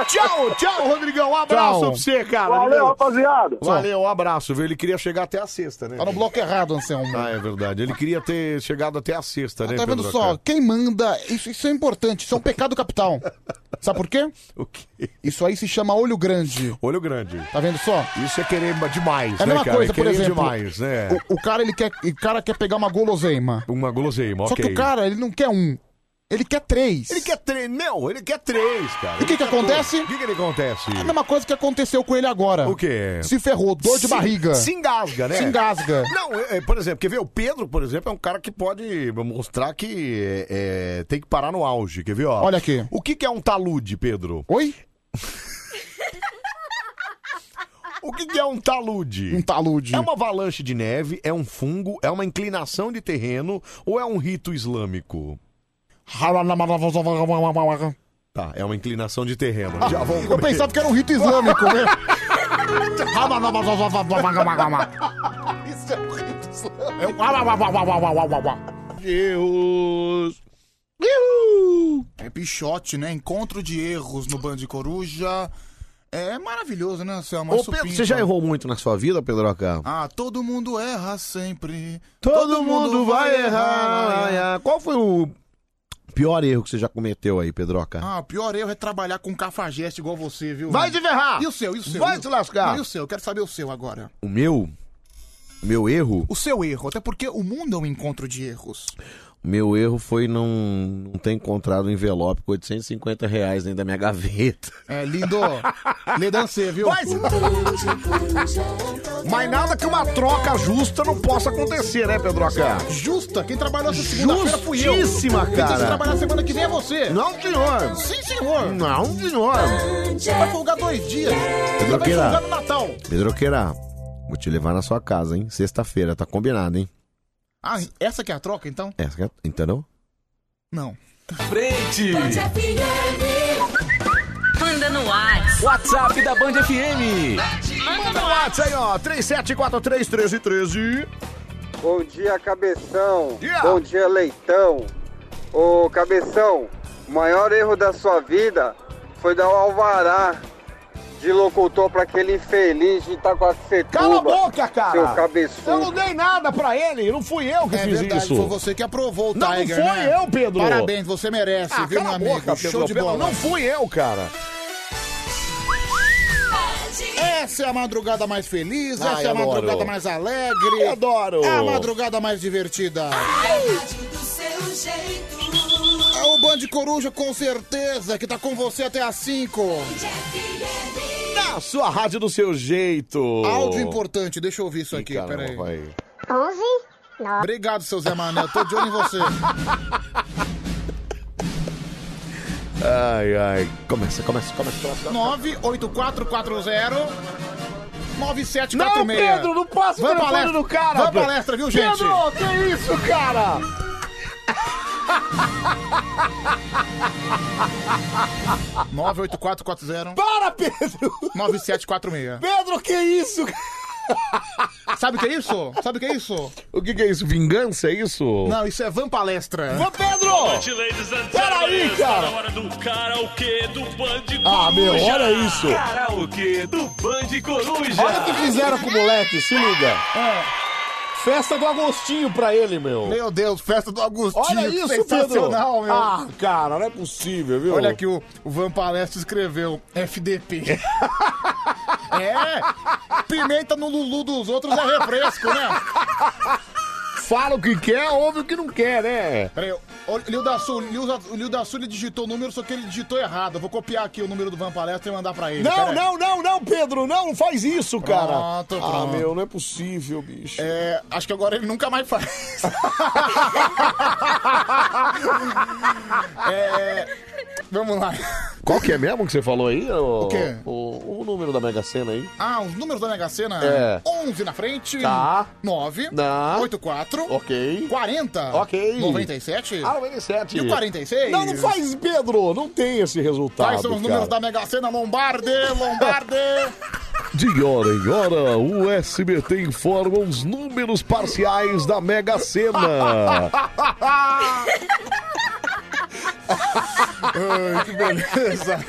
Speaker 1: tchau, tchau, Rodrigão. Um abraço
Speaker 3: Tchau.
Speaker 1: pra você, cara.
Speaker 3: Valeu, rapaziada.
Speaker 1: Valeu, um abraço, viu? Ele queria chegar até a sexta, né?
Speaker 3: Tá no bloco errado, Anselmo.
Speaker 1: Ah, é verdade. Ele queria ter chegado até a sexta, né?
Speaker 3: Tá vendo
Speaker 1: Pedro
Speaker 3: só?
Speaker 1: Lacerda?
Speaker 3: Quem manda. Isso, isso é importante. Isso é um pecado capital. Sabe por quê?
Speaker 1: O quê?
Speaker 3: Isso aí se chama olho grande.
Speaker 1: Olho grande.
Speaker 3: Tá vendo só?
Speaker 1: Isso é querer demais,
Speaker 3: É a
Speaker 1: né,
Speaker 3: mesma
Speaker 1: cara?
Speaker 3: coisa, por
Speaker 1: Querer
Speaker 3: exemplo.
Speaker 1: demais, né?
Speaker 3: O, o cara, ele quer, o cara quer pegar uma guloseima.
Speaker 1: Uma guloseima,
Speaker 3: Só
Speaker 1: ok.
Speaker 3: que o cara, ele não quer um. Ele quer três.
Speaker 1: Ele quer três. Não, ele quer três, cara.
Speaker 3: E o que que acontece?
Speaker 1: O que, que ele acontece?
Speaker 3: É a mesma coisa que aconteceu com ele agora.
Speaker 1: O quê?
Speaker 3: Se ferrou, dor de
Speaker 1: É. Se-
Speaker 3: barriga.
Speaker 1: Se engasga, né?
Speaker 3: Se engasga.
Speaker 1: Não, é, é, por exemplo, quer ver? O Pedro, por exemplo, é um cara que pode mostrar que é, é, tem que parar no auge, quer ver? Ó,
Speaker 3: Olha aqui.
Speaker 1: O que, que é um talude, Pedro?
Speaker 3: Oi?
Speaker 1: O que, que é um talude?
Speaker 3: Um talude.
Speaker 1: É uma avalanche de neve, é um fungo, é uma inclinação de terreno ou é um rito islâmico? Tá, é uma inclinação de terreno. Já vamos
Speaker 3: Ah, Eu
Speaker 1: comer.
Speaker 3: pensava que era um rito islâmico, né?
Speaker 4: Isso é um rito
Speaker 3: É um-
Speaker 14: Deus.
Speaker 3: É pichote, né? Encontro de erros no Band Coruja. É maravilhoso, né, Anselmo? É
Speaker 1: Ô, Pedro,
Speaker 3: supimpa.
Speaker 1: você já errou muito na sua vida, Pedroca?
Speaker 3: Ah, todo mundo erra sempre.
Speaker 1: Todo, mundo vai errar. ai, ai. Qual foi o pior erro que você já cometeu aí, Pedroca?
Speaker 3: Ah, o pior erro é trabalhar com cafajeste igual você, viu?
Speaker 1: Vai te ferrar!
Speaker 3: E o seu, e o seu?
Speaker 1: Vai
Speaker 3: E o-
Speaker 1: te lascar!
Speaker 3: E o seu? Eu quero saber o seu agora.
Speaker 1: O meu? Meu erro?
Speaker 3: O seu erro, até porque o mundo é um encontro de erros.
Speaker 14: O meu erro foi não, não ter encontrado o envelope com 850 reais dentro da minha gaveta.
Speaker 3: É, lindo. Lê dancê, viu?
Speaker 1: Mas... Mas nada que uma troca justa não possa acontecer, né, Pedroca?
Speaker 3: Justa, quem trabalhou essa segunda-feira fui eu.
Speaker 1: Justíssima,
Speaker 3: Quem tem que
Speaker 1: cara.
Speaker 3: trabalhar semana que vem é você.
Speaker 1: Não, senhor.
Speaker 3: Sim, senhor.
Speaker 1: Não, senhor.
Speaker 3: Você vai folgar dois dias. Você vai
Speaker 14: Pedroqueira.
Speaker 3: folgar no Natal.
Speaker 14: Tá Pedroqueira, vou te levar na sua casa, hein? Sexta-feira, tá combinado, hein?
Speaker 3: Ah, essa que é a troca, então?
Speaker 14: Essa que é- entendeu?
Speaker 3: Não.
Speaker 14: Frente!
Speaker 4: Manda no WhatsApp.
Speaker 14: WhatsApp da Band FM.
Speaker 1: Manda no WhatsApp aí, ó. 37431313.
Speaker 15: Bom dia, Cabeção.
Speaker 1: Yeah.
Speaker 15: Bom dia, Leitão. Ô, Cabeção, o maior erro da sua vida foi dar o alvará de locutor pra aquele infeliz de Itacoaxetuba.
Speaker 1: Cala a boca, cara!
Speaker 15: Seu cabeçudo.
Speaker 1: Eu não dei nada pra ele, não fui eu que
Speaker 3: É
Speaker 1: fiz
Speaker 3: verdade,
Speaker 1: isso.
Speaker 3: foi você que aprovou o
Speaker 1: Não, não
Speaker 3: Tiger,
Speaker 1: foi
Speaker 3: né?
Speaker 1: eu, Pedro.
Speaker 3: Parabéns, você merece,
Speaker 1: Ah,
Speaker 3: viu,
Speaker 1: cala a
Speaker 3: meu amigo?
Speaker 1: boca, Pedro.
Speaker 3: Show de
Speaker 1: Pedro,
Speaker 3: bola.
Speaker 1: Não fui eu, cara.
Speaker 3: Essa é a madrugada mais feliz,
Speaker 1: Ai,
Speaker 3: essa é a
Speaker 1: adoro.
Speaker 3: madrugada mais alegre.
Speaker 1: adoro.
Speaker 3: É a madrugada mais divertida. É o Band Coruja com certeza que tá com você até às 5.
Speaker 1: Na sua rádio do seu jeito.
Speaker 3: Áudio importante, deixa eu ouvir isso aqui,
Speaker 1: caramba,
Speaker 3: peraí.
Speaker 1: vai.
Speaker 3: 11? Obrigado, seu Zé Mané, tô de olho em você.
Speaker 1: Ai, ai. Começa, começa, começa. começa.
Speaker 3: 98440 9746.
Speaker 1: Não, Pedro, não passa o
Speaker 3: Vamos
Speaker 1: telefone
Speaker 3: palestra.
Speaker 1: do cara.
Speaker 3: Vamos
Speaker 1: Pedro.
Speaker 3: palestra, viu, gente?
Speaker 1: Pedro, que isso, cara?
Speaker 3: Para, Pedro! 9746.
Speaker 1: Pedro, que isso?
Speaker 3: Sabe o que é isso? Sabe o que é isso?
Speaker 1: O que, que é isso? Vingança, é isso?
Speaker 3: Não, isso é van palestra.
Speaker 1: Van Pedro! Peraí, cara! Ah, meu, olha isso!
Speaker 4: Karaokê do Band Coruja.
Speaker 1: Olha o que fizeram com o moleque, se liga. Festa do Agostinho pra ele, meu.
Speaker 3: Meu Deus, festa do Agostinho.
Speaker 1: Olha isso,
Speaker 3: sensacional,
Speaker 1: Pedro.
Speaker 3: meu.
Speaker 1: Ah, cara, não é possível, viu?
Speaker 3: Olha aqui, o, o Van Palestra escreveu FDP. é! Pimenta no Lulu dos outros é refresco, né?
Speaker 1: Fala o que quer, ouve o que não quer, né?
Speaker 3: Peraí, o Lil da Sul, Lil, da- o Lil da Sul ele digitou o número, só que ele digitou errado. Eu vou copiar aqui o número do Van Palestra e mandar pra ele.
Speaker 1: Não,
Speaker 3: peraí.
Speaker 1: não, não, não, Pedro, não, não faz isso, cara.
Speaker 3: Pronto,
Speaker 1: Ah,
Speaker 3: pronto.
Speaker 1: meu, não é possível, bicho.
Speaker 3: É, acho que agora ele nunca mais faz. É, vamos lá.
Speaker 1: Qual que é mesmo que você falou aí? O,
Speaker 3: O quê?
Speaker 1: O, o número da Mega Sena aí.
Speaker 3: Ah, os números da Mega Sena.
Speaker 1: É.
Speaker 3: 11 na frente.
Speaker 1: Tá.
Speaker 3: 9.
Speaker 1: Tá.
Speaker 3: 84.
Speaker 1: Ok.
Speaker 3: 40.
Speaker 1: Ok.
Speaker 3: 97.
Speaker 1: Ah, 97.
Speaker 3: E o 46?
Speaker 1: Não, não faz, Pedro, não tem esse resultado,
Speaker 3: Quais são os números da
Speaker 1: cara.
Speaker 3: Mega Sena? Lombarde, Lombarde.
Speaker 1: De hora em hora, o SBT informa os números parciais da Mega Sena.
Speaker 3: Ai, que beleza.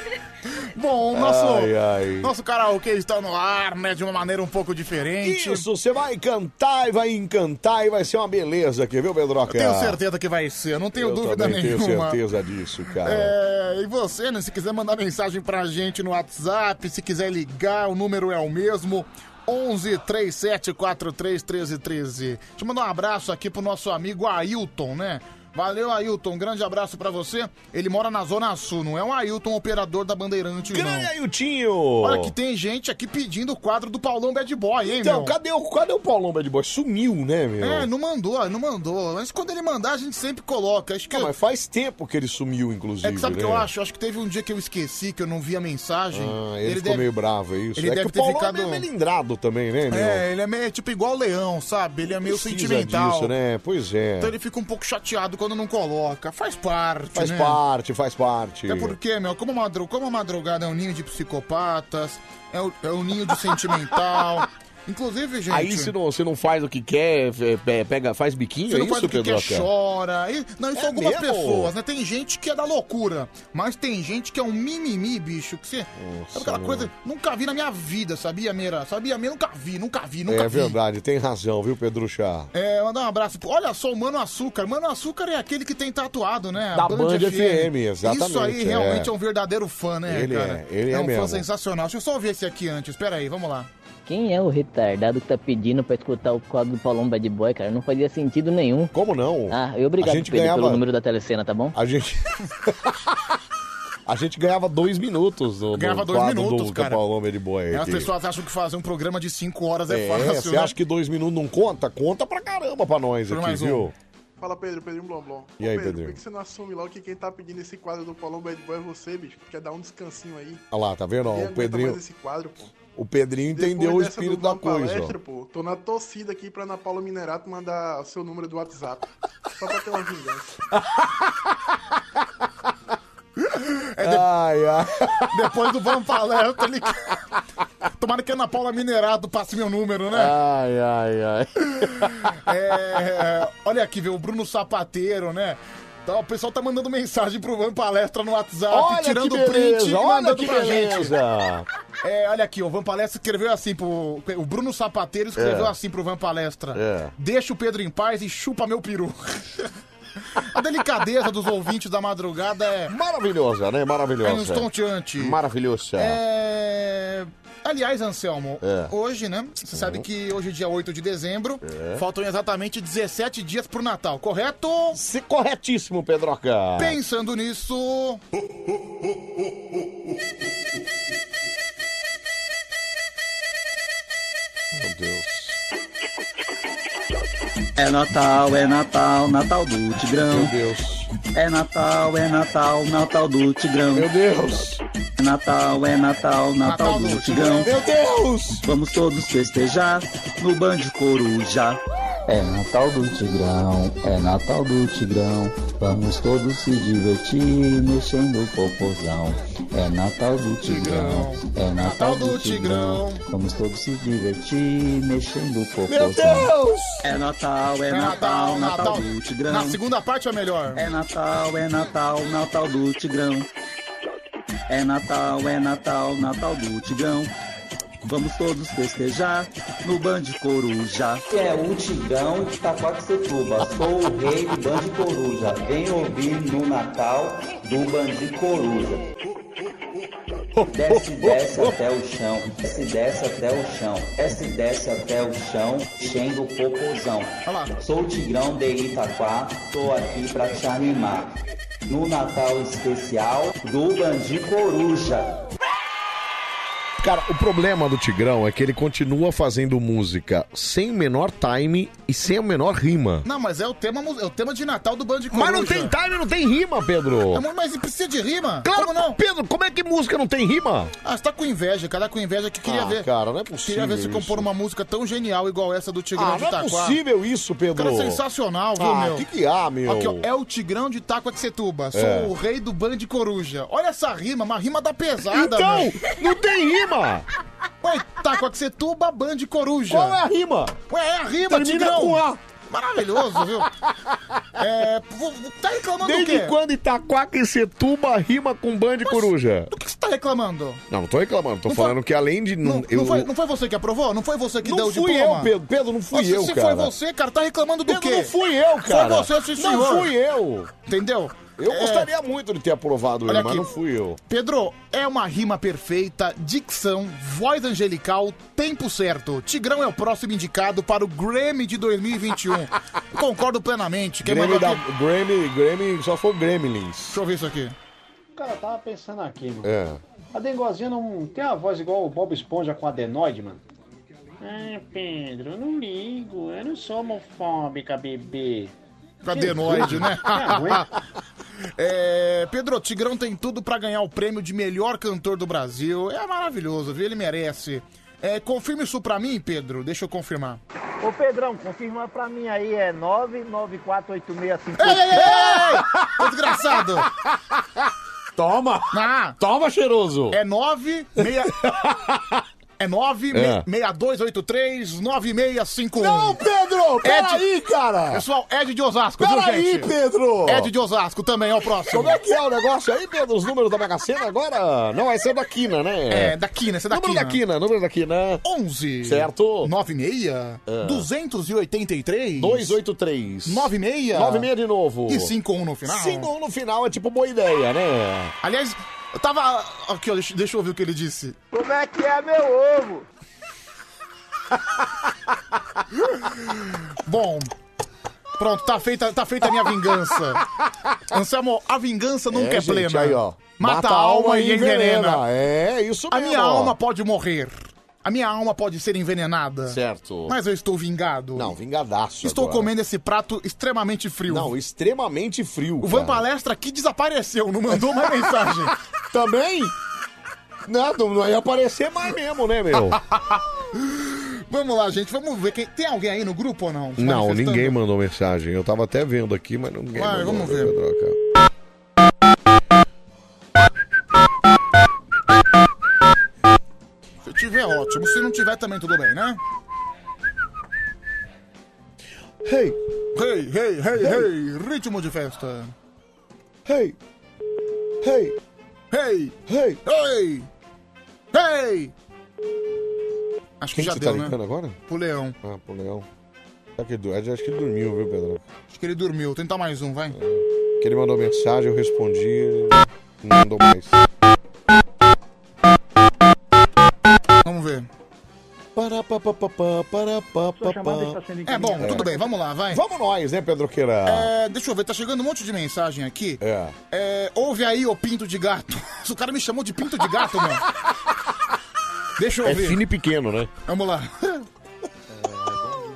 Speaker 3: Bom, o nosso,
Speaker 1: Ai, ai.
Speaker 3: nosso karaokê está no ar, né? De uma maneira um pouco diferente.
Speaker 1: Isso, você vai cantar e vai encantar e vai ser uma beleza aqui, viu, Pedroca?
Speaker 3: Tenho certeza que vai ser, não tenho
Speaker 1: Eu
Speaker 3: dúvida
Speaker 1: também
Speaker 3: nenhuma.
Speaker 1: Tenho certeza disso, cara.
Speaker 3: É, e você, né, se quiser mandar mensagem pra gente no WhatsApp, se quiser ligar, o número é o mesmo. 11 37 43 13 13. Deixa eu mandar um abraço aqui pro nosso amigo Ailton, né? Valeu, Ailton. Grande abraço pra você. Ele mora na Zona Sul, não é um Ailton operador da Bandeirante,
Speaker 1: Grande
Speaker 3: não.
Speaker 1: Ailtinho!
Speaker 3: Olha que tem gente aqui pedindo o quadro do Paulão Bad Boy, hein,
Speaker 1: Então,
Speaker 3: meu?
Speaker 1: cadê o, cadê o Paulão Bad Boy? Sumiu, né, meu?
Speaker 3: É, não mandou, não mandou. Mas quando ele mandar, a gente sempre coloca. Acho que
Speaker 1: Mas faz tempo que ele sumiu, inclusive.
Speaker 3: É que sabe o
Speaker 1: né?
Speaker 3: que eu acho? Acho que teve um dia que eu esqueci, que eu não vi a mensagem.
Speaker 1: Ah, ele, ficou meio bravo, é isso?
Speaker 3: ele
Speaker 1: é
Speaker 3: deve
Speaker 1: que o
Speaker 3: ter
Speaker 1: Paulão é meio
Speaker 3: ficado-
Speaker 1: melindrado também, né, meu?
Speaker 3: É, ele é meio tipo igual o leão, sabe? Ele é meio
Speaker 1: Precisa
Speaker 3: sentimental.
Speaker 1: disso, né? Pois é.
Speaker 3: Então ele fica um pouco chateado quando não coloca. Faz parte,
Speaker 1: Faz
Speaker 3: né?
Speaker 1: parte, faz parte.
Speaker 3: É porque, meu, como a, madru- como a madrugada é um ninho de psicopatas, é, o- é um ninho de sentimental. Inclusive, gente.
Speaker 1: Aí se não, você não faz o que quer, fe- pe- pega, faz biquinho,
Speaker 3: Você
Speaker 1: é
Speaker 3: não
Speaker 1: isso,
Speaker 3: faz o que
Speaker 1: Pedroca?
Speaker 3: quer, chora. E- não, isso
Speaker 1: É
Speaker 3: algumas
Speaker 1: mesmo?
Speaker 3: pessoas, né? Tem gente que é da loucura, mas tem gente que é um mimimi, bicho, que você... sabe É aquela
Speaker 1: meu.
Speaker 3: coisa? Nunca vi na minha vida, sabia, Meira? Sabia, Meira? Nunca vi, nunca vi, nunca
Speaker 1: é
Speaker 3: vi.
Speaker 1: verdade, tem razão, viu, Pedro Chá?
Speaker 3: É, mandar um abraço. pro- Olha só, o Mano Açúcar. Mano Açúcar é aquele que tem tatuado, né? A
Speaker 1: Da Band FM, exatamente,
Speaker 3: Isso aí
Speaker 1: é.
Speaker 3: realmente é um verdadeiro fã, né,
Speaker 1: Ele
Speaker 3: cara?
Speaker 1: é, ele é
Speaker 3: um fã
Speaker 1: mesmo.
Speaker 3: sensacional. Deixa eu só ouvir esse aqui antes. Pera aí, vamos lá.
Speaker 8: Quem é o retardado que tá pedindo pra escutar o código do Paulão Bad Boy, cara? Não fazia sentido nenhum.
Speaker 1: Como não?
Speaker 8: Ah, e obrigado,
Speaker 1: A gente
Speaker 8: Pedro,
Speaker 1: ganhava-
Speaker 8: pelo número da telecena, tá bom?
Speaker 1: A gente. A gente ganhava dois minutos no, no
Speaker 3: Ganhava dois
Speaker 1: quadro
Speaker 3: minutos,
Speaker 1: do
Speaker 3: cara.
Speaker 1: Capão Homem de Boy.
Speaker 3: As
Speaker 1: aqui.
Speaker 3: pessoas acham que fazer um programa de 5 horas é,
Speaker 1: É,
Speaker 3: fácil,
Speaker 1: você
Speaker 3: né?
Speaker 1: acha que dois minutos não conta? Conta pra caramba pra nós
Speaker 3: Por
Speaker 1: aqui,
Speaker 3: mais um.
Speaker 1: viu?
Speaker 16: Fala, Pedro, Pedrinho Blomblom.
Speaker 1: E aí,
Speaker 16: Pedro,
Speaker 1: Pedrinho?
Speaker 16: por que você não assume logo que quem tá pedindo esse quadro do Paulão Bad Boy é você, bicho? Quer dar um descansinho aí.
Speaker 1: Olha lá, tá vendo? ó,
Speaker 16: Ninguém
Speaker 1: O
Speaker 16: aguenta
Speaker 1: Pedrinho,
Speaker 16: mais esse quadro, pô.
Speaker 1: o Pedrinho entendeu o
Speaker 16: Depois dessa
Speaker 1: espírito
Speaker 16: do
Speaker 1: da
Speaker 16: Van
Speaker 1: coisa.
Speaker 16: Palestra, pô, tô na torcida aqui pra Ana Paula Minerato mandar o seu número do WhatsApp. Só pra ter uma vingança.
Speaker 1: Ai,
Speaker 3: É,
Speaker 1: ai.
Speaker 3: Depois do Van Palestra, ele... Tomara que a Ana Paula Minerado passe meu número,
Speaker 1: Ah,
Speaker 3: né?
Speaker 1: Ai, ai, ai.
Speaker 3: É, olha aqui, viu? O Bruno Sapateiro, né? Então, o pessoal tá mandando mensagem pro Van Palestra no WhatsApp,
Speaker 1: Olha
Speaker 3: Tá tirando
Speaker 1: que beleza,
Speaker 3: print e
Speaker 1: olha
Speaker 3: mandando
Speaker 1: que
Speaker 3: pra gente.
Speaker 1: beleza.
Speaker 3: É, olha aqui, o Van Palestra escreveu assim pro. O Bruno Sapateiro escreveu
Speaker 1: É.
Speaker 3: assim pro Van Palestra.
Speaker 1: É.
Speaker 3: Deixa o Pedro em paz e chupa meu peru. A delicadeza dos ouvintes da madrugada é.
Speaker 1: Maravilhosa, né? Maravilhosa.
Speaker 3: É um estonteante.
Speaker 1: Maravilhosa.
Speaker 3: É... Aliás, Anselmo,
Speaker 1: É. Uhum.
Speaker 3: hoje, né? Você sabe que hoje é dia 8 de dezembro.
Speaker 1: É.
Speaker 3: Faltam exatamente 17 dias pro Natal, correto?
Speaker 1: Se corretíssimo, Pedroca.
Speaker 3: Pensando nisso.
Speaker 26: Meu Deus.
Speaker 5: É Natal, é Natal, Natal do Tigrão. Meu
Speaker 26: Deus.
Speaker 5: É Natal, é Natal, Natal do Tigrão. Meu
Speaker 3: Deus.
Speaker 5: É Natal, é Natal, Natal, do, Tigrão.
Speaker 3: Meu Deus.
Speaker 5: Vamos todos festejar no Band Coruja. É Natal do Tigrão, é Natal do Tigrão. Vamos todos se divertir mexendo o popozão. É Natal do Tigrão, é Natal do Tigrão. Vamos todos se divertir mexendo um o popozão.
Speaker 3: Deus!
Speaker 5: É Natal, é Natal, Natal do Tigrão.
Speaker 3: Na segunda parte é melhor.
Speaker 5: É Natal, é Natal, Natal do Tigrão. É Natal, é Natal, Natal do Tigrão. Vamos todos festejar no Band Coruja. É o Tigrão de Itaquaquecetuba. Sou o rei do Band Coruja. Vem ouvir no Natal do Band Coruja. Desce, desce até o chão, desce, desce até o chão, desce, desce até o chão, enchendo o popozão. Sou o Tigrão de Itaquá, tô aqui pra te animar. No Natal especial do Bandi Coruja.
Speaker 1: Cara, o problema do Tigrão é que ele continua fazendo música sem o menor time e sem a menor rima.
Speaker 3: Não, mas é o tema, mu- é o tema de Natal do Band Coruja.
Speaker 1: Mas não tem time, não tem rima, Pedro.
Speaker 3: É, Mas precisa de rima?
Speaker 1: Claro, Pedro, como é que música não tem rima?
Speaker 3: Ah, você tá com inveja, cara tá com inveja que queria
Speaker 1: Ah,
Speaker 3: ver.
Speaker 1: cara, não é possível
Speaker 3: Queria ver se
Speaker 1: isso.
Speaker 3: compor uma música tão genial igual essa do Tigrão
Speaker 1: Ah,
Speaker 3: de
Speaker 1: não é
Speaker 3: Itaquá.
Speaker 1: possível isso, Pedro.
Speaker 3: Cara, é sensacional, viu,
Speaker 1: Ah,
Speaker 3: meu?
Speaker 1: que que há, meu?
Speaker 3: Aqui, ó, é o Tigrão de Taquaquecetuba. Sou
Speaker 1: É.
Speaker 3: o rei do Band Coruja. Olha essa rima, uma rima da pesada,
Speaker 1: Então,
Speaker 3: meu.
Speaker 1: não tem rima.
Speaker 3: Ué, Taquaquecetuba, Band Coruja.
Speaker 1: Qual é a rima?
Speaker 3: Ué, é a rima,
Speaker 1: Termina
Speaker 3: Tigrão.
Speaker 1: com A.
Speaker 3: Maravilhoso, viu? É, vo- vo- tá reclamando do
Speaker 1: Desde
Speaker 3: quê?
Speaker 1: quando Itaquaquecetuba rima com Band Coruja?
Speaker 3: O que você tá reclamando?
Speaker 1: Não, não tô reclamando, tô
Speaker 3: Não
Speaker 1: falando que além de... Não, eu,
Speaker 3: Não foi, não foi você que aprovou? Não foi você que
Speaker 1: Não
Speaker 3: deu o
Speaker 1: fui
Speaker 3: diploma?
Speaker 1: eu, Pedro. Pedro, não fui
Speaker 3: Nossa,
Speaker 1: eu,
Speaker 3: se
Speaker 1: cara.
Speaker 3: foi você, cara, tá reclamando do quê?
Speaker 1: não fui eu, cara.
Speaker 3: Foi você, sim,
Speaker 1: Não
Speaker 3: senhor.
Speaker 1: fui eu.
Speaker 3: Entendeu?
Speaker 1: Eu
Speaker 3: É.
Speaker 1: gostaria muito de ter aprovado
Speaker 3: Olha
Speaker 1: ele, mas
Speaker 3: aqui.
Speaker 1: não fui eu.
Speaker 3: Pedro, é uma rima perfeita, dicção, voz angelical, tempo certo. Tigrão é o próximo indicado para o Grammy de 2021. Concordo plenamente. Quem
Speaker 1: Grêmio,
Speaker 3: mandou
Speaker 1: da,
Speaker 3: aqui?
Speaker 1: Grêmio, Grêmio, só foi o Gremlins.
Speaker 3: Deixa eu ver isso aqui.
Speaker 17: Cara, eu tava pensando aqui, mano.
Speaker 1: É.
Speaker 17: A Dengozinha não tem a voz igual o Bob Esponja com adenoide, mano? Ah, Pedro, eu não ligo. Eu não sou homofóbica, bebê.
Speaker 3: Pra adenoide, né? É, Pedro, Tigrão tem tudo pra ganhar o prêmio de melhor cantor do Brasil. É maravilhoso, viu? Ele merece. É, confirma isso pra mim, Pedro. Deixa eu confirmar.
Speaker 9: Ô Pedrão, confirma pra mim aí, é 9948655.
Speaker 3: Ei, ei, ei! Ô, desgraçado!
Speaker 1: Toma!
Speaker 3: Ah,
Speaker 1: Toma, cheiroso!
Speaker 3: é 9, 6... É 9,
Speaker 1: É.
Speaker 3: 6283, 9651.
Speaker 1: Não, Pedro! peraí, cara!
Speaker 3: Pessoal, Ed de Osasco, viu,
Speaker 1: Peraí,
Speaker 3: gente?
Speaker 1: Pedro!
Speaker 3: Ed de Osasco também, é o próximo.
Speaker 1: Como é que é o negócio aí, Pedro? Os números da Mega Sena agora? Não, vai ser da Quina, né?
Speaker 3: É, da Quina, esse é da
Speaker 1: Número da
Speaker 3: Quina.
Speaker 1: Quina, número da Quina.
Speaker 3: 11.
Speaker 1: Certo?
Speaker 3: 96? 283?
Speaker 1: 283.
Speaker 3: 96?
Speaker 1: 96 de novo.
Speaker 3: E 5-1 no final?
Speaker 1: 5-1 no final é tipo boa ideia, né?
Speaker 3: Aliás, eu tava. Aqui, ó, deixa, deixa eu ouvir o que ele disse.
Speaker 9: Como é que é meu ovo?
Speaker 3: Bom. Pronto, tá feita, tá feita a minha vingança. Anselmo, a vingança nunca é,
Speaker 1: gente,
Speaker 3: plena.
Speaker 1: aí, ó.
Speaker 3: Mata, a alma e envenena.
Speaker 1: É, isso
Speaker 3: A
Speaker 1: mesmo,
Speaker 3: minha
Speaker 1: ó.
Speaker 3: alma pode morrer. A minha alma pode ser envenenada.
Speaker 1: Certo.
Speaker 3: Mas eu estou vingado.
Speaker 1: Não, vingadaço.
Speaker 3: Estou
Speaker 1: agora.
Speaker 3: comendo esse prato extremamente frio.
Speaker 1: Não, extremamente frio.
Speaker 3: O Van
Speaker 1: cara.
Speaker 3: Palestra aqui desapareceu, não mandou mais mensagem.
Speaker 1: Também? Não, não ia aparecer mais mesmo, né, meu?
Speaker 3: Vamos lá, gente, vamos ver. Quem... Tem alguém aí no grupo ou não?
Speaker 1: Não,
Speaker 3: tá Manifestando?
Speaker 1: ninguém mandou mensagem. Eu tava até vendo aqui, mas ninguém
Speaker 3: Vai,
Speaker 1: mandou.
Speaker 3: vamos ver.
Speaker 1: Pedroca.
Speaker 3: Se tiver, ótimo. Se não tiver, também tudo bem, né?
Speaker 1: Hey!
Speaker 3: Hey, hey, hey, hey! Ritmo de festa!
Speaker 1: Hey! Hey!
Speaker 3: Hey!
Speaker 1: Hey!
Speaker 3: Hey! Hey! Acho que
Speaker 1: Quem
Speaker 3: já
Speaker 1: que você
Speaker 3: deu,
Speaker 1: tá
Speaker 3: né?
Speaker 1: ligando agora?
Speaker 3: Pro Leão.
Speaker 1: Ah, pro leão. Será que ele do- Acho que ele dormiu, viu, Pedro?
Speaker 3: Acho que ele dormiu. Tentar mais um,
Speaker 1: É.
Speaker 3: vai.
Speaker 1: Que ele mandou mensagem, eu respondi, ele não mandou mais.
Speaker 3: Vamos ver.
Speaker 1: Para, pa, pa, pa, pa, para, pa, pa, pa.
Speaker 3: É bom,
Speaker 1: É.
Speaker 3: tudo bem, vamos lá, vai.
Speaker 1: Vamos nós, né, Pedroqueira?
Speaker 3: É, deixa eu ver, tá chegando um monte de mensagem aqui.
Speaker 1: É.
Speaker 3: É, ouve aí, ô pinto de gato. O cara me chamou de pinto de gato, mano. Deixa eu
Speaker 1: É
Speaker 3: ouvir.
Speaker 1: fino e pequeno, né?
Speaker 3: Vamos lá.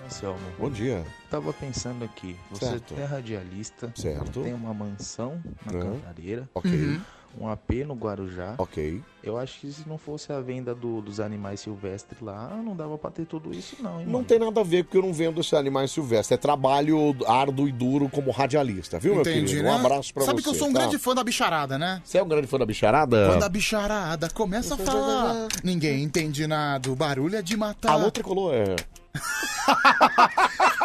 Speaker 27: Anselmo.
Speaker 1: Bom dia.
Speaker 27: Tava pensando aqui, você
Speaker 1: Certo.
Speaker 27: é radialista,
Speaker 1: Certo.
Speaker 27: tem uma mansão na
Speaker 1: Né?
Speaker 27: Cantareira,
Speaker 1: Ok. Uhum.
Speaker 27: um AP no Guarujá.
Speaker 1: Ok.
Speaker 27: Eu acho que se não fosse a venda do- dos animais silvestres lá, não dava pra ter tudo isso não, hein,
Speaker 1: Não tem nada a ver porque eu não vendo esses animais silvestres. É trabalho árduo e duro como radialista, viu, meu
Speaker 27: Entendi,
Speaker 1: querido?
Speaker 27: né?
Speaker 1: Um abraço pra
Speaker 3: Sabe
Speaker 1: você.
Speaker 3: que eu sou um
Speaker 1: tá?
Speaker 3: grande fã da bicharada, né?
Speaker 1: Você é um grande fã da bicharada?
Speaker 3: Quando a bicharada começa a falar, ninguém entende nada, o barulho é de matar.
Speaker 1: Alô, Tricolor. é.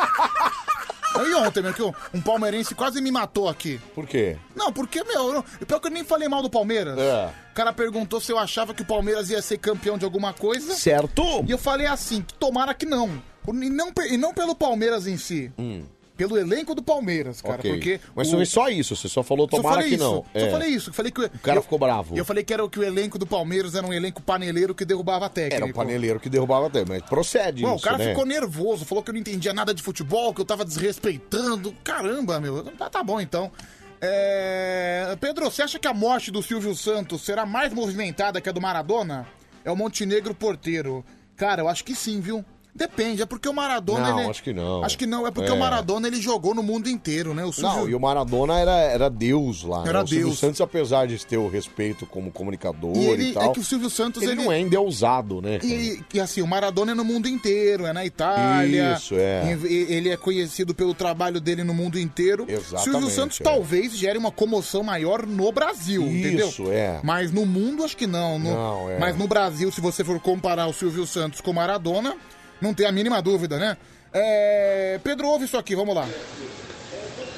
Speaker 3: Aí ontem, meu, que um- um palmeirense quase me matou aqui.
Speaker 1: Por quê?
Speaker 3: Não, porque, meu, eu não- pior que eu nem falei mal do Palmeiras.
Speaker 1: É.
Speaker 3: O cara perguntou se eu achava que o Palmeiras ia ser campeão de alguma coisa.
Speaker 1: Certo.
Speaker 3: E eu falei assim, que tomara que não. E não, pe- e não pelo Palmeiras em si. Pelo elenco do Palmeiras, cara.
Speaker 1: Hum. ok.
Speaker 3: Porque
Speaker 1: Mas
Speaker 3: o-
Speaker 1: foi só isso, você só falou
Speaker 3: Só
Speaker 1: tomara
Speaker 3: falei
Speaker 1: que
Speaker 3: isso,
Speaker 1: não.
Speaker 3: Só
Speaker 1: É.
Speaker 3: falei isso. Falei que,
Speaker 1: O cara ficou bravo.
Speaker 3: eu falei que era o que o elenco do Palmeiras era um elenco paneleiro que derrubava técnico.
Speaker 1: Era um paneleiro que derrubava até, mas procede
Speaker 3: Bom,
Speaker 1: isso,
Speaker 3: o cara
Speaker 1: né?
Speaker 3: ficou nervoso, falou que eu não entendia nada de futebol, que eu tava desrespeitando. Caramba, meu. Tá, tá bom, então. É, Pedro, você acha que a morte do Silvio Santos será mais movimentada que a do Maradona? É o Montenegro Porteiro. Cara, eu acho que sim, viu? Depende, é porque o Maradona...
Speaker 1: Não,
Speaker 3: ele-
Speaker 1: acho que não.
Speaker 3: Acho que não, é porque
Speaker 1: É.
Speaker 3: o Maradona ele jogou no mundo inteiro, né? O Silvio...
Speaker 1: Não, e o Maradona era, era Deus lá. né?
Speaker 3: Era
Speaker 1: O Silvio
Speaker 3: Deus.
Speaker 1: Santos, apesar de ter o respeito como comunicador
Speaker 3: E
Speaker 1: e,
Speaker 3: ele-
Speaker 1: tal.
Speaker 3: é que o Silvio Santos,
Speaker 1: ele,
Speaker 3: ele-
Speaker 1: não é endeusado, né?
Speaker 3: E, e, assim, o Maradona é no mundo inteiro, é na Itália.
Speaker 1: Isso, é.
Speaker 3: E- e- Ele é conhecido pelo trabalho dele no mundo inteiro.
Speaker 1: Exatamente,
Speaker 3: Silvio Santos
Speaker 1: é.
Speaker 3: talvez gere uma comoção maior no Brasil, entendeu?
Speaker 1: Isso, é.
Speaker 3: Mas no mundo, acho que não. No-
Speaker 1: Não, é.
Speaker 3: Mas no Brasil, se você for comparar o Silvio Santos com o Maradona, não tem a mínima dúvida, né? É, Pedro, ouve isso aqui, vamos lá.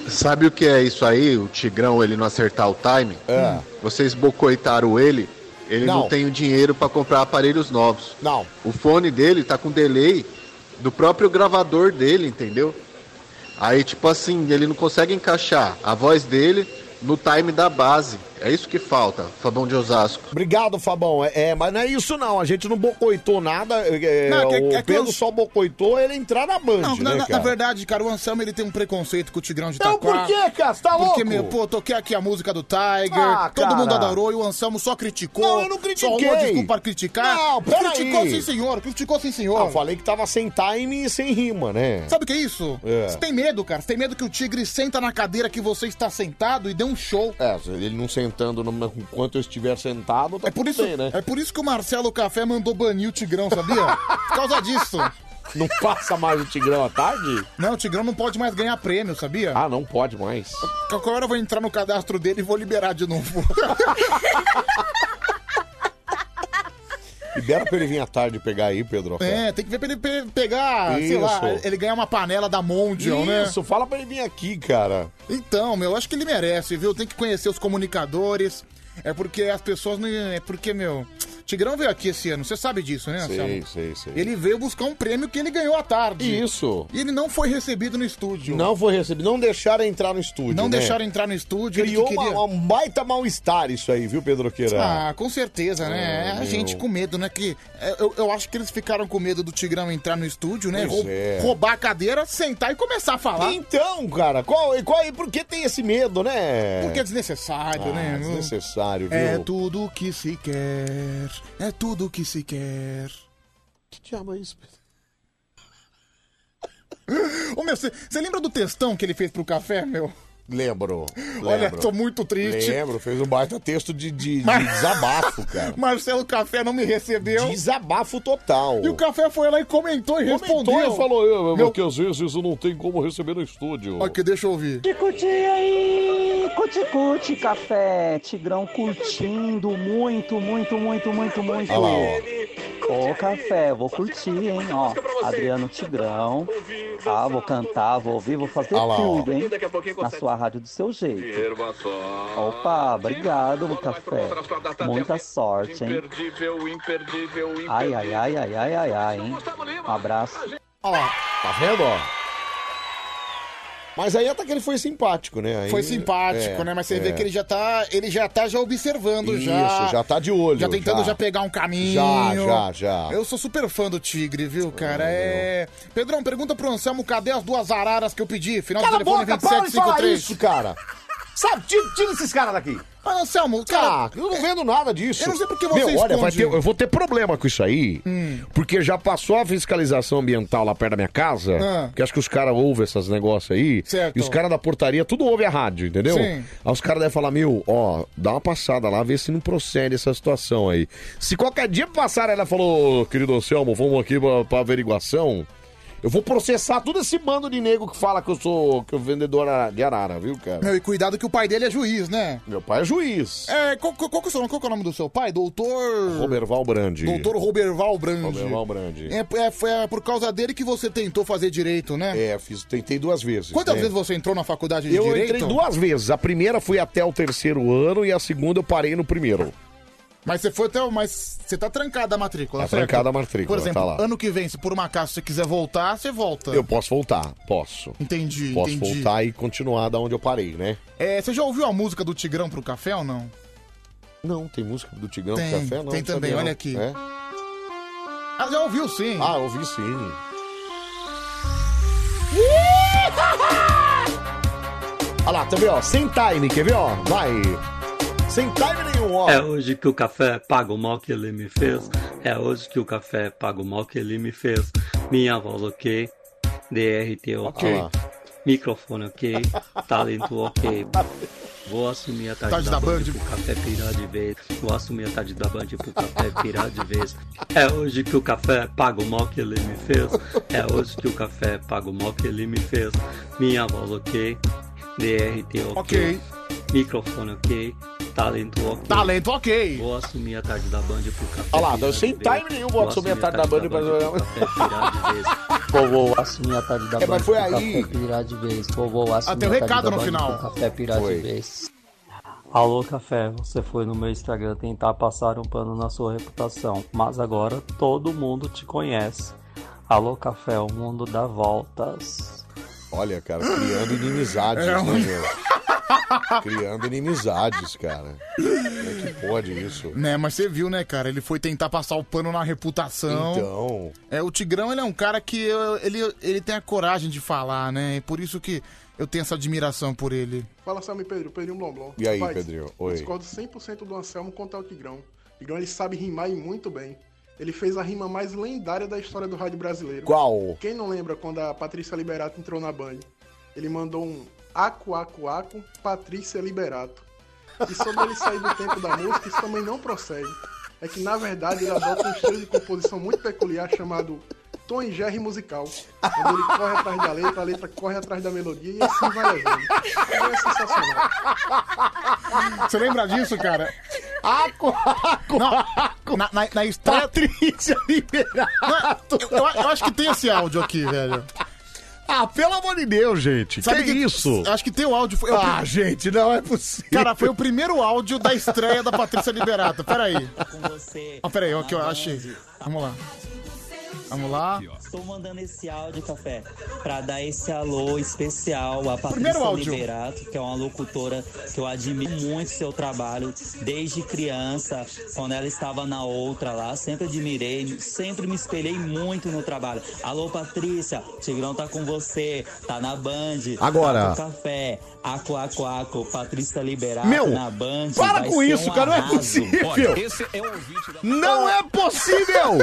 Speaker 17: Sabe o que é isso aí? O Tigrão ele não acertar o time?
Speaker 1: É.
Speaker 17: Vocês bocoitaram ele. Ele não,
Speaker 1: Não.
Speaker 17: tem o dinheiro para comprar aparelhos novos.
Speaker 1: Não.
Speaker 17: O fone dele tá com delay do próprio gravador dele, entendeu? Aí tipo assim, ele não consegue encaixar a voz dele no time da base. É isso que falta, Fabão de Osasco.
Speaker 1: Obrigado, Fabão. É, é, mas não é isso não, a gente não bocoitou nada. é,
Speaker 3: Não, que-
Speaker 1: o
Speaker 3: que- que
Speaker 1: Pedro
Speaker 3: eu-
Speaker 1: só bocoitou ele entrar na Band,
Speaker 3: Não,
Speaker 1: né,
Speaker 3: na, na- na
Speaker 1: cara?
Speaker 3: verdade, cara, o Anselmo ele tem um preconceito com o Tigrão de
Speaker 1: Então
Speaker 3: Itaquá.
Speaker 1: por quê, cara? Você tá
Speaker 3: Porque,
Speaker 1: louco?
Speaker 3: meu, pô, toquei aqui a música do Tiger,
Speaker 1: Ah,
Speaker 3: todo
Speaker 1: cara.
Speaker 3: mundo adorou e o Anselmo só criticou. Não, eu não Só arrumou
Speaker 1: critiquei.
Speaker 3: desculpa para criticar.
Speaker 1: Não, peraí.
Speaker 3: Criticou sim, senhor, criticou sim, senhor.
Speaker 1: Eu Ah, falei que tava sem time e sem rima, né?
Speaker 3: Sabe o que é isso?
Speaker 1: É.
Speaker 3: Você tem medo, cara. Você tem medo que o tigre senta na cadeira que você está sentado e dê um show.
Speaker 1: É, se ele não sentando no... enquanto eu estiver sentado, tá
Speaker 3: É por
Speaker 1: tudo
Speaker 3: isso,
Speaker 1: bem, né?
Speaker 3: é por isso que o Marcelo Café mandou banir o Tigrão, sabia? Por causa disso.
Speaker 1: Não passa mais o Tigrão à tarde?
Speaker 3: Não, o Tigrão não pode mais ganhar prêmio, sabia?
Speaker 1: Ah, não pode mais.
Speaker 3: Qualquer hora eu vou entrar no cadastro dele e vou liberar de novo.
Speaker 1: Libera pra ele vir à tarde pegar aí, Pedro.
Speaker 3: É, tem que ver pra ele pe- pegar, sei
Speaker 1: Isso.
Speaker 3: lá, ele ganhar uma panela da Mondial, né?
Speaker 1: Isso, fala pra ele vir aqui, cara.
Speaker 3: Então, meu, acho que ele merece, viu? Tem que conhecer os comunicadores. É porque as pessoas não. É porque, meu. Tigrão veio aqui esse ano, você sabe disso, né,
Speaker 1: Sei,
Speaker 3: Anselmo?
Speaker 1: sei, sei.
Speaker 3: Ele veio buscar um prêmio que ele ganhou à tarde.
Speaker 1: Isso.
Speaker 3: E ele não foi recebido no estúdio.
Speaker 1: Não foi recebido, não deixaram entrar no estúdio.
Speaker 3: Não
Speaker 1: né?
Speaker 3: deixaram entrar no estúdio. ele
Speaker 1: Criou
Speaker 3: que
Speaker 1: uma-
Speaker 3: queria...
Speaker 1: um baita mal-estar isso aí, viu, Pedro Queira?
Speaker 3: Ah, com certeza, né?
Speaker 1: Ah,
Speaker 3: É a
Speaker 1: meu.
Speaker 3: gente com medo, né? Que é, eu, eu acho que eles ficaram com medo do Tigrão entrar no estúdio, né?
Speaker 1: Pois
Speaker 3: Rou-
Speaker 1: é.
Speaker 3: Roubar a cadeira, sentar e começar a falar.
Speaker 1: Então, cara, qual, e qual e por que tem esse medo, né?
Speaker 3: Porque é desnecessário,
Speaker 1: Ah,
Speaker 3: né?
Speaker 1: desnecessário, viu?
Speaker 3: É tudo o que se quer. É tudo o que se quer.
Speaker 1: Que diabo é isso, Pedro?
Speaker 3: Ô meu, você lembra do textão que ele fez pro café, meu?
Speaker 1: Lembro,
Speaker 3: Olha,
Speaker 1: lembro.
Speaker 3: tô muito triste.
Speaker 1: Lembro, fez um baita texto de, de- de
Speaker 3: Mas-
Speaker 1: desabafo, cara.
Speaker 3: Marcelo Café não me recebeu.
Speaker 1: Desabafo total.
Speaker 3: E o café foi lá e comentou e
Speaker 1: Comentou
Speaker 3: respondeu.
Speaker 1: e falou, eu, eu,
Speaker 3: Meu-
Speaker 1: que às vezes eu não tenho como receber no estúdio.
Speaker 3: Aqui, deixa eu ouvir.
Speaker 5: Cuti aí, cuti cuti café, Tigrão curtindo muito, muito, muito, muito, muito.
Speaker 3: Olha lá,
Speaker 5: Ô café, vou curtir, hein, ó. Adriano Tigrão. Ah, vou cantar, vou ouvir, vou fazer Olha lá, ó. tudo, hein? Na sua rádio do seu jeito. Opa, obrigado, café. Muita sorte, hein?
Speaker 9: Imperdível, imperdível, imperdível.
Speaker 5: Ai, ai, ai, ai, ai, ai, ai, hein? Um abraço.
Speaker 3: Olha lá.
Speaker 1: Tá vendo, ó? Mas aí até que ele foi simpático, né? Aí-
Speaker 3: Foi simpático,
Speaker 1: é,
Speaker 3: né? Mas você
Speaker 1: é.
Speaker 3: vê que ele já tá, ele já tá já observando
Speaker 1: Isso,
Speaker 3: já.
Speaker 1: já tá de olho,
Speaker 3: Já tentando
Speaker 1: já.
Speaker 3: já, pegar um caminho.
Speaker 1: Já, já, já.
Speaker 3: Eu sou super fã do Tigre, viu, cara? É. Pedrão, pergunta pro Anselmo, cadê as duas araras que eu pedi? Final
Speaker 1: Cala a
Speaker 3: do telefone
Speaker 1: boca, para de falar
Speaker 3: 2753.
Speaker 1: isso, cara. Sabe, tira, tira esses caras daqui.
Speaker 3: Ah, Anselmo,
Speaker 1: cara, eu não vendo nada disso.
Speaker 3: Eu não sei porque você
Speaker 1: Meu, olha, vai ter,
Speaker 3: esconde.
Speaker 1: eu vou ter problema com isso aí,
Speaker 3: Hum.
Speaker 1: porque já passou a fiscalização ambiental lá perto da minha casa,
Speaker 3: Ah.
Speaker 1: que acho que os caras ouvem esses negócios aí,
Speaker 3: Certo.
Speaker 1: e os caras da portaria tudo ouve a rádio, entendeu?
Speaker 3: Sim.
Speaker 1: Aí os caras devem falar, meu, ó, dá uma passada lá, vê se não procede essa situação aí. Se qualquer dia passar, ela falou, querido Anselmo, vamos aqui pra, pra averiguação, eu vou processar todo esse bando de nego que fala que eu sou que eu vendedor de arara, viu, cara?
Speaker 3: Meu, e cuidado que o pai dele é juiz, né?
Speaker 1: Meu pai é juiz.
Speaker 3: É, qual, qual, qual que é o seu nome? Qual que é o nome do seu pai? Doutor...
Speaker 1: Roberval Brandi.
Speaker 3: Doutor Roberval Brandi.
Speaker 1: Roberval Brandi.
Speaker 3: É, é- foi é por causa dele que você tentou fazer direito, né?
Speaker 1: É, fiz, tentei duas vezes.
Speaker 3: Quantas
Speaker 1: né?
Speaker 3: vezes você entrou na faculdade de
Speaker 1: Eu
Speaker 3: direito?
Speaker 1: entrei duas vezes. A primeira fui até o terceiro ano e a segunda eu parei no primeiro.
Speaker 3: Mas você foi até. o- Mas você tá trancada a matrícula,
Speaker 1: Tá
Speaker 3: certo?
Speaker 1: trancada a matrícula,
Speaker 3: Por exemplo,
Speaker 1: tá lá.
Speaker 3: ano que vem, se por um acaso você quiser voltar, você volta.
Speaker 1: Eu posso voltar, posso.
Speaker 3: Entendi,
Speaker 1: Posso
Speaker 3: entendi.
Speaker 1: voltar e continuar da onde eu parei, né?
Speaker 3: É, você já ouviu a música do Tigrão pro café ou não?
Speaker 1: Não, tem música do Tigrão
Speaker 3: Tem,
Speaker 1: do Café? Não,
Speaker 3: tem
Speaker 1: não sabia,
Speaker 3: também,
Speaker 1: não.
Speaker 3: olha aqui.
Speaker 1: É?
Speaker 3: Ah, já ouviu sim.
Speaker 1: Ah, ouvi sim. um- Olha lá, tá vendo, ó? Sem time, quer ver, ó? Vai. Sem time nenhum, ó.
Speaker 5: É hoje que o café paga o mal que ele me fez. É hoje que o café paga o mal que ele me fez. Minha voz ok, DRT
Speaker 1: Ok.
Speaker 5: ok, microfone ok, talento ok. Vou assumir a tarde,
Speaker 3: Tarde
Speaker 5: da,
Speaker 3: da
Speaker 5: Band
Speaker 3: Band.
Speaker 5: pro café pirar de vez. Vou assumir a tarde da Band pro café pirar de vez. É hoje que o café paga o mal que ele me fez. É hoje que o café paga o mal que ele me fez. Minha voz ok, DRT ok,
Speaker 3: Ok.
Speaker 5: microfone ok, talento ok.
Speaker 3: Talento ok.
Speaker 5: Vou assumir a tarde da Band pro café.
Speaker 1: Olha lá,
Speaker 5: pirar
Speaker 1: sem
Speaker 5: de vez.
Speaker 1: time nenhum, vou assumir a tarde da Band pra jogar.
Speaker 5: pro café pirar de vez. Vovô assumir a tarde da
Speaker 1: É,
Speaker 5: Band
Speaker 1: mas foi
Speaker 5: pro
Speaker 1: aí.
Speaker 5: café pirar de vez. Vovô assumir a tarde
Speaker 3: Até o Ah, um recado
Speaker 5: da
Speaker 3: no
Speaker 5: Band
Speaker 3: final.
Speaker 5: pro café pirar
Speaker 3: Foi.
Speaker 5: de vez. Alô, Café, você foi no meu Instagram tentar passar um pano na sua reputação, mas agora todo mundo te conhece. Alô, Café, o mundo dá voltas.
Speaker 1: Olha, cara, criando inimizades,
Speaker 5: É,
Speaker 1: né,
Speaker 3: um-
Speaker 5: mas-
Speaker 1: meu? Criando inimizades, cara. Como é que pode isso?
Speaker 3: Né, mas você viu, né, cara? Ele foi tentar passar o pano na reputação.
Speaker 1: Então.
Speaker 3: É, o Tigrão, ele é um cara que eu- ele, ele tem a coragem de falar, né? E por isso que eu tenho essa admiração por ele.
Speaker 12: Fala, Salme Pedro, Pedrinho Blomblom.
Speaker 3: E aí, Pedrinho? Oi.
Speaker 12: Eu discordo 100% do Anselmo quanto ao Tigrão. Tigrão, ele sabe rimar e muito bem. Ele fez a rima mais lendária da história do rádio brasileiro.
Speaker 1: Qual?
Speaker 12: Quem não lembra quando a Patrícia Liberato entrou na Band? Ele mandou um acu, acu, acu, Patrícia Liberato. E sobre ele sair do tempo da música, isso também não procede. É que, na verdade, ele adota um estilo de composição muito peculiar chamado Tom e Jerry musical. Onde ele corre atrás da letra, a letra corre atrás da melodia e assim vai levando. É sensacional.
Speaker 3: Você lembra disso, cara? Aco, aco, na, Na, na, na estreia... Patrícia Liberato. Eu, eu- eu acho que tem esse áudio aqui, velho.
Speaker 1: Ah, pelo amor de Deus, gente.
Speaker 3: Sabe
Speaker 1: que,
Speaker 3: que-
Speaker 1: isso?
Speaker 3: Acho que tem o áudio. Foi- eu-
Speaker 1: Ah, gente, não é possível.
Speaker 3: Cara, foi o primeiro áudio da estreia da Patrícia Liberato. Peraí. Ah, peraí, aqui eu achei. Vamos lá. Vamos lá.
Speaker 4: Estou mandando esse áudio, Café, pra dar esse alô especial a
Speaker 3: Primeiro
Speaker 4: Patrícia
Speaker 3: áudio.
Speaker 4: Liberato, que é uma locutora que eu admiro muito seu trabalho desde criança, quando ela estava na outra lá, sempre admirei, sempre me espelhei muito no trabalho. Alô, Patrícia, Tigrão tá com você, tá na Band,
Speaker 1: Agora.
Speaker 4: tá com Café, Aco, Aco, Aco, Patrícia Liberato
Speaker 1: Meu,
Speaker 4: na Band.
Speaker 1: para
Speaker 4: vai
Speaker 1: com
Speaker 4: ser
Speaker 1: isso,
Speaker 4: um
Speaker 1: cara, não é
Speaker 4: arraso.
Speaker 1: possível. Olha, esse
Speaker 4: é um
Speaker 1: Não é possível!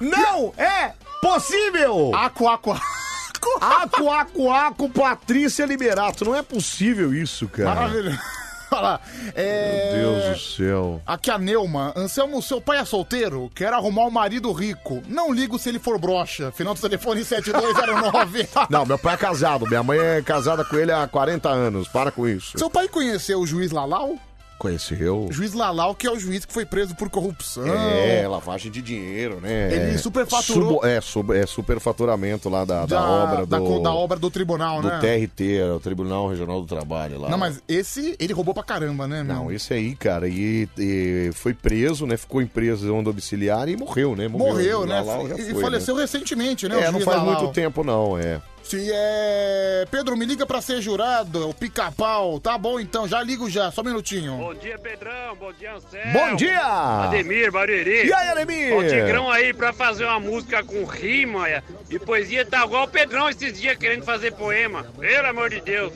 Speaker 1: Não é possível!
Speaker 3: Aco, aco,
Speaker 1: aco. Aco, aco, Patrícia Liberato. Não é possível isso, cara.
Speaker 3: Maravilhoso. Olha lá. É...
Speaker 1: Meu Deus do céu.
Speaker 3: Aqui a Neuma. Anselmo, seu pai é solteiro? Quer arrumar um marido rico. Não ligo se ele for broxa. Final do telefone 7209.
Speaker 1: Não, meu pai é casado. Minha mãe é casada com ele há 40 anos. Para com isso.
Speaker 3: seu pai conheceu o juiz Lalau?
Speaker 1: Conheceu?
Speaker 3: O juiz Lalau, que é o juiz que foi preso por corrupção.
Speaker 1: É, lavagem de dinheiro, né?
Speaker 3: Ele
Speaker 1: É,
Speaker 3: superfaturou-
Speaker 1: subo- é, sub- é, superfaturamento lá da, da obra
Speaker 3: da,
Speaker 1: do,
Speaker 3: da obra do tribunal,
Speaker 1: do
Speaker 3: né?
Speaker 1: TRT, é o Tribunal Regional do Trabalho lá.
Speaker 3: Não, mas esse, ele roubou pra caramba, né, meu?
Speaker 1: Não, esse aí, cara, e, e foi preso, né? Ficou em prisão domiciliar e morreu, né?
Speaker 3: Morreu,
Speaker 1: O
Speaker 3: né?
Speaker 1: Lalau já
Speaker 3: e
Speaker 1: foi,
Speaker 3: faleceu
Speaker 1: né?
Speaker 3: recentemente, né? o
Speaker 1: É,
Speaker 3: juiz
Speaker 1: não faz
Speaker 3: Lalau.
Speaker 1: muito tempo, não, é.
Speaker 3: Se é. Pedro, me liga pra ser jurado, é o pica-pau. Tá bom então, já ligo já, só um minutinho.
Speaker 9: dia, Pedrão. Bom dia, Anselmo.
Speaker 3: Bom dia!
Speaker 9: Ademir, Barueri.
Speaker 3: E aí, Ademir?
Speaker 9: Ó O Tigrão aí pra fazer uma música com rima é, e poesia tá igual o Pedrão esses dias querendo fazer poema. Pelo amor de Deus.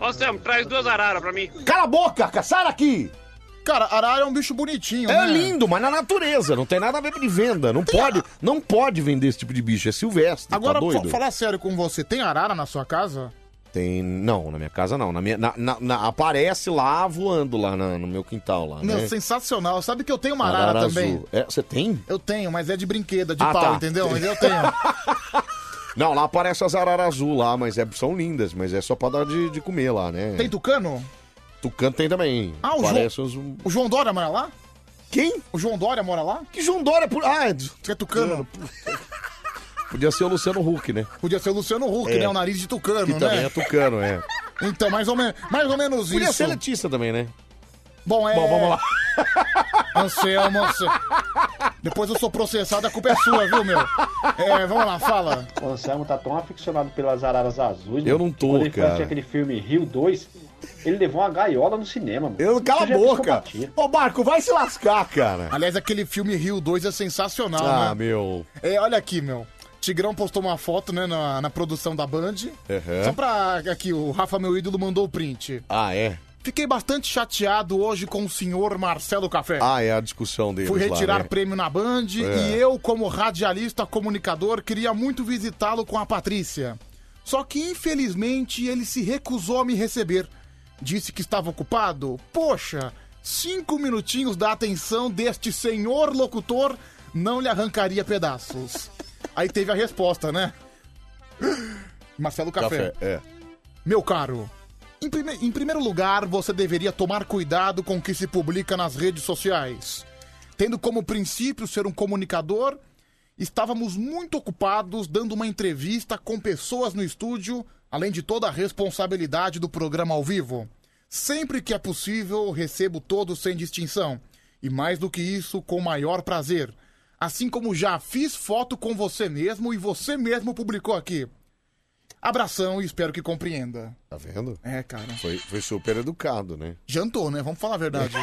Speaker 20: Ó, Sam, traz duas araras pra mim.
Speaker 1: Cala a boca, caçara aqui!
Speaker 3: Cara, arara é um bicho bonitinho,
Speaker 1: É lindo, mas na natureza, não tem nada a ver com venda. Não pode, não pode vender esse tipo de bicho, é silvestre,
Speaker 3: Agora,
Speaker 1: tá
Speaker 3: vou
Speaker 1: doido?
Speaker 3: falar sério com você, tem arara na sua casa?
Speaker 1: Tem. Não, na minha casa não. Na minha, na, na- na- aparece lá voando lá na- no meu quintal lá.
Speaker 3: Meu,
Speaker 1: né?
Speaker 3: sensacional. Sabe que eu tenho uma arara, também?
Speaker 1: azul. É, você tem?
Speaker 3: Eu tenho, mas é de brinquedo, é de
Speaker 1: Ah,
Speaker 3: pau,
Speaker 1: tá.
Speaker 3: entendeu? Mas eu tenho.
Speaker 1: Não, lá aparece as araras azul lá, mas é- são lindas, mas é só pra dar de, de comer lá, né?
Speaker 3: Tem tucano?
Speaker 1: Tucano tem também.
Speaker 3: Ah, o
Speaker 1: Parece
Speaker 3: João-
Speaker 1: os- um-
Speaker 3: O João Dória mora lá?
Speaker 1: Quem?
Speaker 3: O João Dória mora lá?
Speaker 1: Que João Dória? Por... Ah, é
Speaker 3: que é tucano.
Speaker 1: Podia ser o Luciano Huck, né?
Speaker 3: Podia ser o Luciano Huck,
Speaker 1: É.
Speaker 3: né? O nariz de tucano,
Speaker 1: Que
Speaker 3: né?
Speaker 1: também é tucano, é.
Speaker 3: Então, mais ou, men mais ou menos
Speaker 1: Podia
Speaker 3: isso.
Speaker 1: ser letista também, né?
Speaker 3: Bom, é...
Speaker 1: Bom, vamos lá.
Speaker 3: Anselmo, Anselmo. Depois eu sou processado, a culpa é sua, viu, meu? É, vamos lá, fala.
Speaker 17: O Anselmo tá tão aficionado pelas araras azuis.
Speaker 1: Eu
Speaker 17: mano.
Speaker 1: não tô,
Speaker 17: Quando ele foi
Speaker 1: cara.
Speaker 17: assistir aquele filme Rio 2, ele levou uma gaiola no cinema, mano.
Speaker 1: Eu, cala a
Speaker 17: Isso já é
Speaker 1: boca.
Speaker 17: psicopatia.
Speaker 1: Ô, Marco, vai se lascar, cara.
Speaker 3: Aliás, aquele filme Rio 2 é sensacional,
Speaker 1: Ah,
Speaker 3: né?
Speaker 1: meu.
Speaker 3: É, olha aqui, meu. Tigrão postou uma foto, né, na, na produção da Band.
Speaker 1: Uhum.
Speaker 3: Só pra. Aqui, o Rafa, meu ídolo, mandou o print.
Speaker 1: Ah, é?
Speaker 3: Fiquei bastante chateado hoje com o senhor Marcelo Café.
Speaker 1: Ah, é a discussão deles
Speaker 3: Fui
Speaker 1: lá,
Speaker 3: retirar
Speaker 1: né?
Speaker 3: prêmio na Band
Speaker 1: É.
Speaker 3: e eu, como radialista comunicador, queria muito visitá-lo com a Patrícia. Só que, infelizmente, ele se recusou a me receber. Disse que estava ocupado. Poxa, cinco minutinhos da atenção deste senhor locutor não lhe arrancaria pedaços. Aí teve a resposta, né? Marcelo Café.
Speaker 1: É.
Speaker 3: Meu caro, em, prime- em primeiro lugar, você deveria tomar cuidado com o que se publica nas redes sociais. Tendo como princípio ser um comunicador, estávamos muito ocupados dando uma entrevista com pessoas no estúdio, além de toda a responsabilidade do programa ao vivo. Sempre que é possível, recebo todos sem distinção. E mais do que isso, com o maior prazer. Assim como já fiz foto com você mesmo e você mesmo publicou aqui. Abração e espero que compreenda.
Speaker 1: Tá vendo?
Speaker 3: É, cara.
Speaker 1: Foi, foi super educado, né?
Speaker 3: Jantou, né? Vamos falar a verdade.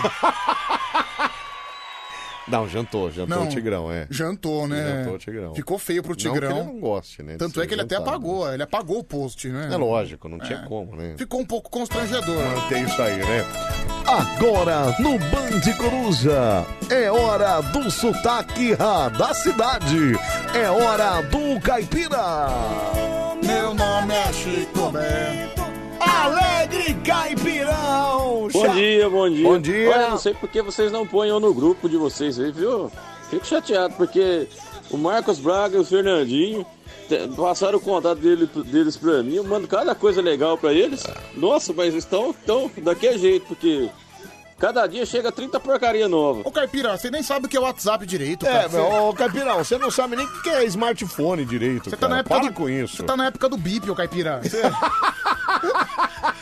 Speaker 1: Não, jantou, jantou
Speaker 3: Não,
Speaker 1: o Tigrão, é.
Speaker 3: Jantou, né?
Speaker 1: Jantou o Tigrão.
Speaker 3: Ficou feio pro
Speaker 1: Não que
Speaker 3: Tigrão.
Speaker 1: ele não goste, né, de
Speaker 3: Tanto
Speaker 1: ser
Speaker 3: é que ele até
Speaker 1: jantado,
Speaker 3: apagou, ele apagou o post, né?
Speaker 1: É lógico, não tinha como, né?
Speaker 3: Ficou um pouco constrangedor.
Speaker 1: Tem isso aí, né? Agora, no Band Coruja, é hora do sotaque ra- da cidade. É hora do caipira.
Speaker 3: Meu nome é Chico Bento.
Speaker 1: Alegre Caipirão!
Speaker 7: Bom dia, bom dia.
Speaker 1: Bom dia.
Speaker 7: Olha, eu não sei por que vocês não põem eu no grupo de vocês aí, viu? Fico chateado, porque o Marcos Braga e o Fernandinho te- passaram o contato dele- deles pra mim. Eu mando cada coisa legal pra eles. Nossa, mas estão, estão daquele jeito, porque cada dia chega 30 porcaria nova.
Speaker 3: Ô, Caipira, você nem sabe o que é WhatsApp direito, cara.
Speaker 1: É, meu, ô Caipirão, você não sabe nem o que é smartphone direito,
Speaker 3: Você tá
Speaker 1: cara.
Speaker 3: na época
Speaker 1: Para
Speaker 3: do-
Speaker 1: com isso.
Speaker 3: Você tá na época do bip, ô Caipira. Você-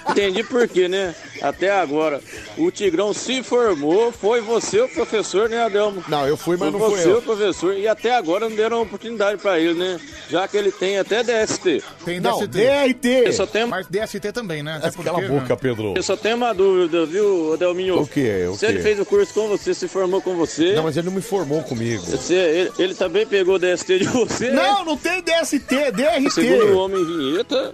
Speaker 7: Entendi por quê, né? Até agora. O Tigrão se formou, foi você o professor, né, Adelmo?
Speaker 1: Não, eu fui, mas não fui
Speaker 7: você
Speaker 1: eu.
Speaker 7: o professor, e até agora não deram oportunidade pra ele, né? Já que ele tem até DST.
Speaker 3: Tem
Speaker 7: Eu só tenho,
Speaker 3: Mas DST também, né? Até
Speaker 1: Cala a
Speaker 3: porque,
Speaker 1: boca,
Speaker 3: né?
Speaker 1: Pedro.
Speaker 7: eu só tenho uma dúvida, viu, Adelminho?
Speaker 1: O quê? O
Speaker 7: Se ele
Speaker 1: quê?
Speaker 7: fez o curso com você, se formou com você...
Speaker 1: Não, mas ele não me formou comigo.
Speaker 7: Você, ele, ele também pegou o DST de você? né?
Speaker 1: Não, não tem DST, DRT.
Speaker 7: Segundo o Homem Vinheta,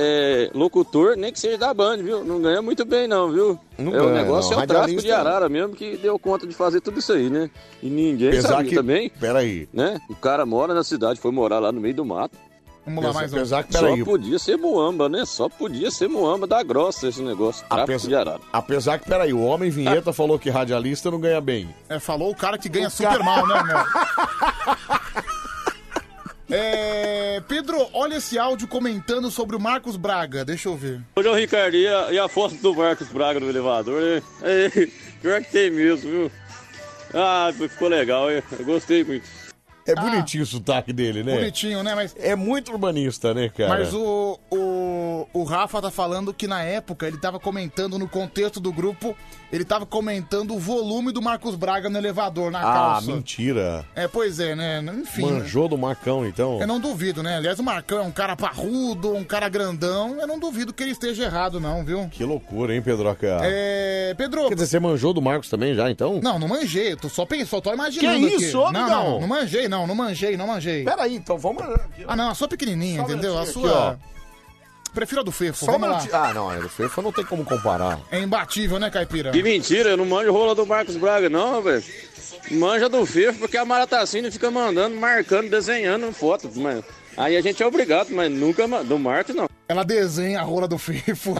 Speaker 7: é, locutor, nem que seja da Band, viu? Não ganha muito bem, não, viu?
Speaker 1: Não
Speaker 7: é, o
Speaker 1: ganha,
Speaker 7: negócio
Speaker 1: não.
Speaker 7: é o tráfico
Speaker 1: Radialista- né?
Speaker 7: de arara mesmo que deu conta de fazer tudo isso aí, né? E ninguém
Speaker 1: Apesar
Speaker 7: sabia
Speaker 1: que-
Speaker 7: também.
Speaker 1: Peraí.
Speaker 7: Né? O cara mora na cidade, foi morar lá no meio do mato.
Speaker 3: Vamos lá, mais um.
Speaker 1: Apesar que,
Speaker 7: Só
Speaker 1: peraí,
Speaker 7: podia ser Moamba, né? Só podia ser Moamba da grossa esse negócio. Tráfico de arara.
Speaker 1: apesar que, peraí, o Homem Vinheta falou que radialista não ganha bem.
Speaker 3: É, falou o cara que ganha super mal, né, meu? É, Pedro, olha esse áudio comentando sobre o Marcos Braga. Deixa eu ver.
Speaker 7: Hoje é o Ricardo e a, e a foto do Marcos Braga no elevador, né? É, pior que tem mesmo, viu? Ah, ficou legal, hein? Eu gostei muito.
Speaker 1: É bonitinho o sotaque dele, né?
Speaker 3: Ah. Bonitinho, né? Mas,
Speaker 1: É muito urbanista, né, cara?
Speaker 3: mas o, o, o Rafa tá falando que na época ele tava comentando no contexto do grupo, ele tava comentando o volume do Marcos Braga no elevador, na
Speaker 1: Ah,
Speaker 3: calça.
Speaker 1: mentira.
Speaker 3: É, pois é, né? Enfim. né?
Speaker 1: Manjou do Macão, então.
Speaker 3: Eu não duvido, né? Aliás, o Marcão é um cara parrudo, um cara grandão. Eu não duvido que ele esteja errado, não, viu?
Speaker 1: Que loucura, hein, Pedroca?
Speaker 3: É. Pedro.
Speaker 1: Quer dizer, você manjou do Marcos também já, então?
Speaker 3: Não, não manjei, eu tô só pensando, só tô imaginando.
Speaker 1: Que
Speaker 3: aqui.
Speaker 1: isso,
Speaker 3: não,
Speaker 1: ô,
Speaker 3: não,
Speaker 1: amigão?
Speaker 3: não manjei, não, não manjei, não manjei.
Speaker 1: Peraí, então vamos.
Speaker 3: Ah, não, a sua pequenininha, entendeu? A
Speaker 1: um minutinho
Speaker 3: sua.
Speaker 1: aqui,
Speaker 3: Prefiro a do Fefo,
Speaker 1: Só
Speaker 3: vamos
Speaker 1: meu
Speaker 3: lá.
Speaker 1: ti- Ah,
Speaker 3: Tá
Speaker 1: não, é do Fefo não tem como comparar.
Speaker 3: É imbatível, né, Caipira?
Speaker 7: Que mentira, eu não manjo rola do Marcos Braga, não, velho. Manja do Fefo, porque a Maratacina fica mandando, marcando, desenhando foto. Mas... Aí a gente é obrigado, mas nunca ma- do Marcos, não.
Speaker 3: Ela desenha a rola do Fefo.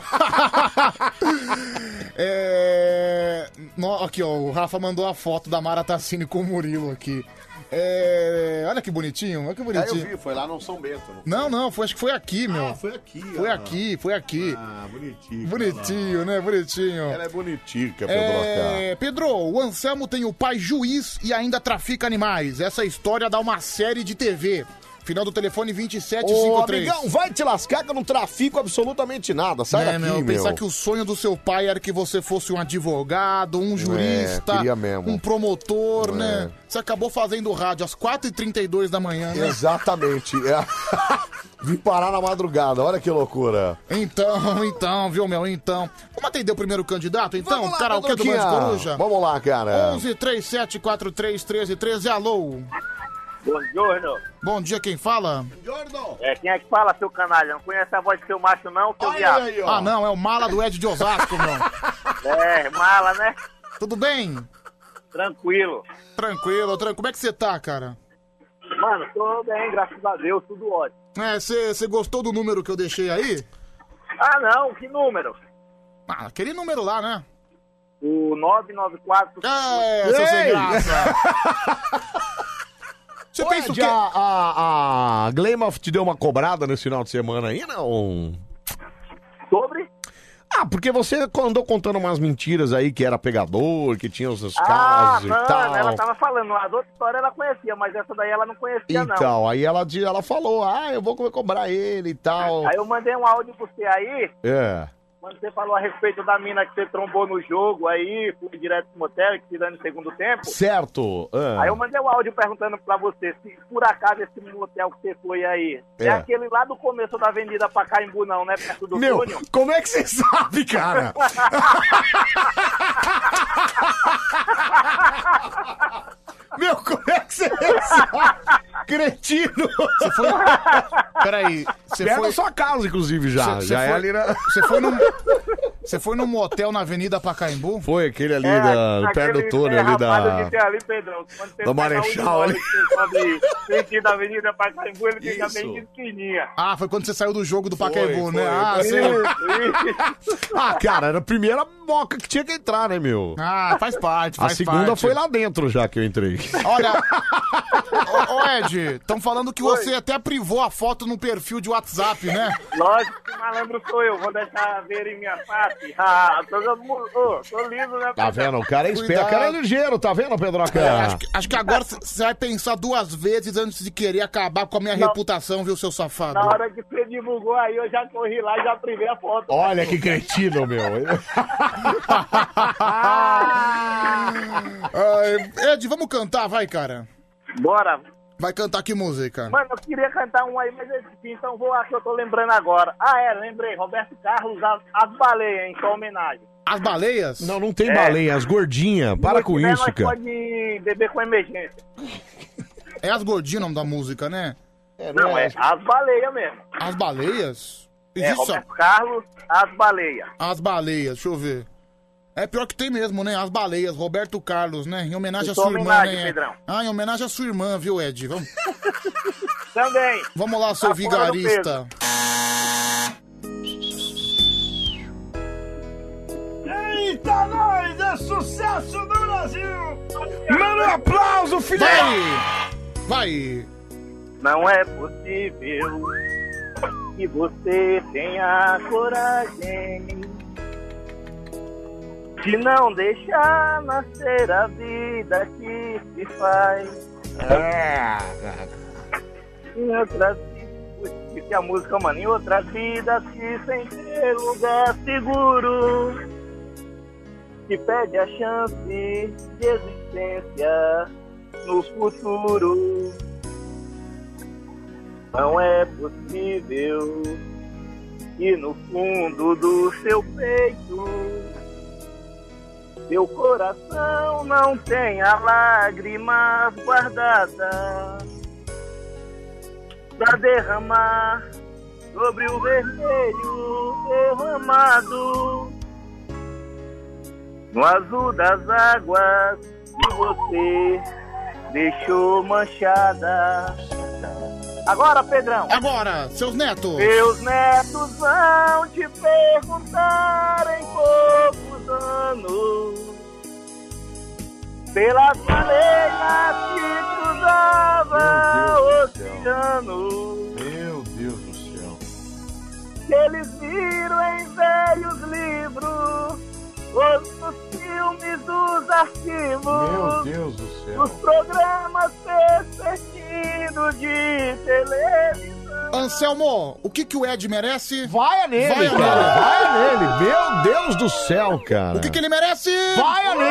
Speaker 3: É, no- Aqui, ó, o Rafa mandou a foto da Mara Tassini com o Murilo aqui. É, Olha que bonitinho, olha que
Speaker 1: É, eu
Speaker 3: bonitinho.
Speaker 1: vi, foi lá no São Bento. não? Ah,
Speaker 3: Não, não, foi, acho que foi aqui, meu. Foi
Speaker 1: aqui,
Speaker 3: Foi
Speaker 1: ó.
Speaker 3: aqui, foi aqui.
Speaker 1: Ah, bonitinho.
Speaker 3: Bonitinho, né? Bonitinho.
Speaker 1: Ela é bonitica, Pedro
Speaker 3: É, Pedro, o Anselmo tem o pai juiz e ainda trafica animais. Essa história dá uma série de TV. Final do telefone
Speaker 1: Ô,
Speaker 3: 2753.
Speaker 1: amigão, vai te lascar que eu não trafico absolutamente nada. Sai
Speaker 3: É,
Speaker 1: daqui,
Speaker 3: meu,
Speaker 1: meu.
Speaker 3: pensar que o sonho do seu pai era que você fosse um advogado, um jurista,
Speaker 1: É, queria mesmo.
Speaker 3: um promotor,
Speaker 1: É.
Speaker 3: né? Você acabou fazendo rádio às 4h32 da manhã, né?
Speaker 1: Exatamente. É. Vim parar na madrugada, olha que loucura.
Speaker 3: Então, então, viu, meu? Então. Vamos atender o primeiro candidato, então?
Speaker 1: Vamos lá,
Speaker 3: Karaokê do Band
Speaker 1: Pedroquinha.
Speaker 3: Coruja?
Speaker 1: Vamos lá, cara.
Speaker 3: 11 37431313, alô.
Speaker 9: Buongiorno.
Speaker 3: Bom dia, quem fala?
Speaker 9: É, quem é que fala, seu canalha? Não conhece a voz do seu macho, não, seu viado?
Speaker 3: ah, não, é o mala do Ed de Osasco, meu.
Speaker 9: É, mala, né?
Speaker 3: Tudo bem?
Speaker 9: Tranquilo.
Speaker 3: Tranquilo, tranquilo. Como é que você tá, cara?
Speaker 9: Mano, tô bem, graças a Deus, tudo ótimo.
Speaker 3: É, você gostou do número que eu deixei aí?
Speaker 9: Ah, não, que número?
Speaker 3: Ah, aquele número lá, né?
Speaker 9: O 994...
Speaker 3: É, seu sem graça. Você pensa o quê?
Speaker 1: A, a, a Gleimoff te deu uma cobrada nesse final de semana aí, não?
Speaker 9: Sobre?
Speaker 1: Ah, porque você andou contando umas mentiras aí que era pegador, que tinha os seus
Speaker 9: Ah,
Speaker 1: casos
Speaker 9: mano,
Speaker 1: e tal.
Speaker 9: ela tava falando, as outras histórias ela conhecia, mas essa daí ela não conhecia, não.
Speaker 1: Então, aí ela, di- ela falou, ah, eu vou cobrar ele e tal.
Speaker 9: Aí eu mandei um áudio pra você aí,
Speaker 1: É.
Speaker 9: quando você falou a respeito da mina que você trombou no jogo aí, foi direto pro motel, que tirando no segundo tempo.
Speaker 1: Certo. é.
Speaker 9: Aí eu mandei um áudio perguntando pra você se por acaso esse motel que você foi aí é,
Speaker 1: É.
Speaker 9: aquele lá do começo da Avenida Pacaembu, não, né? Perto do
Speaker 1: Meu,
Speaker 9: túnel.
Speaker 1: como é que você sabe, cara? Meu, como é que você Cretino!
Speaker 3: Você foi. Peraí, você
Speaker 1: Perto
Speaker 3: foi.
Speaker 1: da sua casa, inclusive, já.
Speaker 3: Você- você
Speaker 1: já é
Speaker 3: foi-
Speaker 1: ali na...
Speaker 3: Você foi num. Você foi num motel na Avenida Pacaembu?
Speaker 1: Foi, aquele ali,
Speaker 9: É,
Speaker 1: da...
Speaker 9: aquele
Speaker 1: perto do túnel ali
Speaker 9: derrapado
Speaker 1: da...
Speaker 9: que tem ali, Pedrão. Quando você
Speaker 1: da
Speaker 9: pega
Speaker 1: Marechal
Speaker 9: um
Speaker 1: ali.
Speaker 9: ônibus, você sobe Sentido da Avenida Pacaembu, ele fica bem de esquininha.
Speaker 3: Ah, foi quando você saiu do jogo do Pacaembu,
Speaker 1: foi.
Speaker 3: né? Ah,
Speaker 1: Isso,
Speaker 3: sim.
Speaker 1: Ah, cara, era a primeira moca que tinha que entrar, né, meu?
Speaker 3: Ah, faz parte,
Speaker 1: A
Speaker 3: faz
Speaker 1: segunda
Speaker 3: parte.
Speaker 1: foi lá dentro já que eu entrei.
Speaker 3: Olha, ô, ô, Ed, estão falando que você até privou a foto no perfil de WhatsApp, né?
Speaker 9: Lógico que malandro sou eu, vou deixar ver em minha face. Ah, tô, oh, tô lindo, né, Pedrão?
Speaker 1: Tá vendo? O cara é esperto, o cara é ligeiro, tá vendo, Pedroca?
Speaker 3: É, acho, que, acho que agora você vai pensar duas vezes antes de querer acabar com a minha reputação, viu, seu safado?
Speaker 9: Na hora que você divulgou aí, eu já corri lá e já privei a foto.
Speaker 1: Olha que cretino, é meu.
Speaker 3: Ai, Ed, vamos cantar, vai, cara.
Speaker 9: Bora.
Speaker 3: Vai cantar que música?
Speaker 9: Mano, eu queria cantar um aí, mas eu disse, então vou lá que eu tô lembrando agora. Ah, é, lembrei. Roberto Carlos, as, as baleias, hein? Sua homenagem.
Speaker 3: As baleias?
Speaker 1: Não, não tem
Speaker 9: É.
Speaker 1: baleia, as gordinhas. Para com
Speaker 9: Né,
Speaker 1: isso,
Speaker 9: nós
Speaker 1: cara.
Speaker 9: pode beber com emergência.
Speaker 3: É as gordinhas o nome da música, né?
Speaker 9: não, é, as baleias mesmo.
Speaker 3: As baleias?
Speaker 9: é,
Speaker 3: Existe
Speaker 9: Roberto Carlos, as baleias.
Speaker 3: a- as baleias, deixa eu ver. É pior que tem mesmo, né? As baleias, Roberto Carlos, né? Em homenagem à
Speaker 9: Isso é
Speaker 3: sua irmã,
Speaker 9: homenagem,
Speaker 3: né?
Speaker 9: Pedrão.
Speaker 3: Ah, em homenagem à sua irmã, viu, Ed? Vamos,
Speaker 9: Também.
Speaker 3: vamos lá, seu
Speaker 9: Tá fora do
Speaker 3: vigarista.
Speaker 4: Eita, nós! É sucesso no Brasil! Mano, aplauso, filho!
Speaker 3: Vai!
Speaker 9: Não é possível que você tenha coragem de não deixar nascer a vida que se faz.
Speaker 1: É,
Speaker 4: É.
Speaker 9: Em outras vidas, disse a música, mano, em outras vidas que sem ter lugar seguro te pede a chance de existência no futuro. Não é possível que no fundo do seu peito, seu coração não tenha lágrimas guardadas pra derramar sobre o vermelho derramado no azul das águas que você deixou manchada. Agora, Pedrão.
Speaker 3: Agora, seus netos.
Speaker 9: Meus netos vão te perguntar em poucos anos pelas maneiras que cruzava o oceano.
Speaker 18: Meu Deus do céu.
Speaker 9: Que eles viram em velhos livros, os dos filmes dos
Speaker 18: Meu
Speaker 9: arquivos,
Speaker 18: Deus do
Speaker 9: nos
Speaker 18: céu.
Speaker 9: programas persistidos de televisão.
Speaker 3: Anselmo, o que, que o Ed merece?
Speaker 4: Vai nele,
Speaker 3: Vai
Speaker 4: cara. Vai nele. Meu Deus do céu, cara.
Speaker 3: O que, que ele merece?
Speaker 4: Vai nele.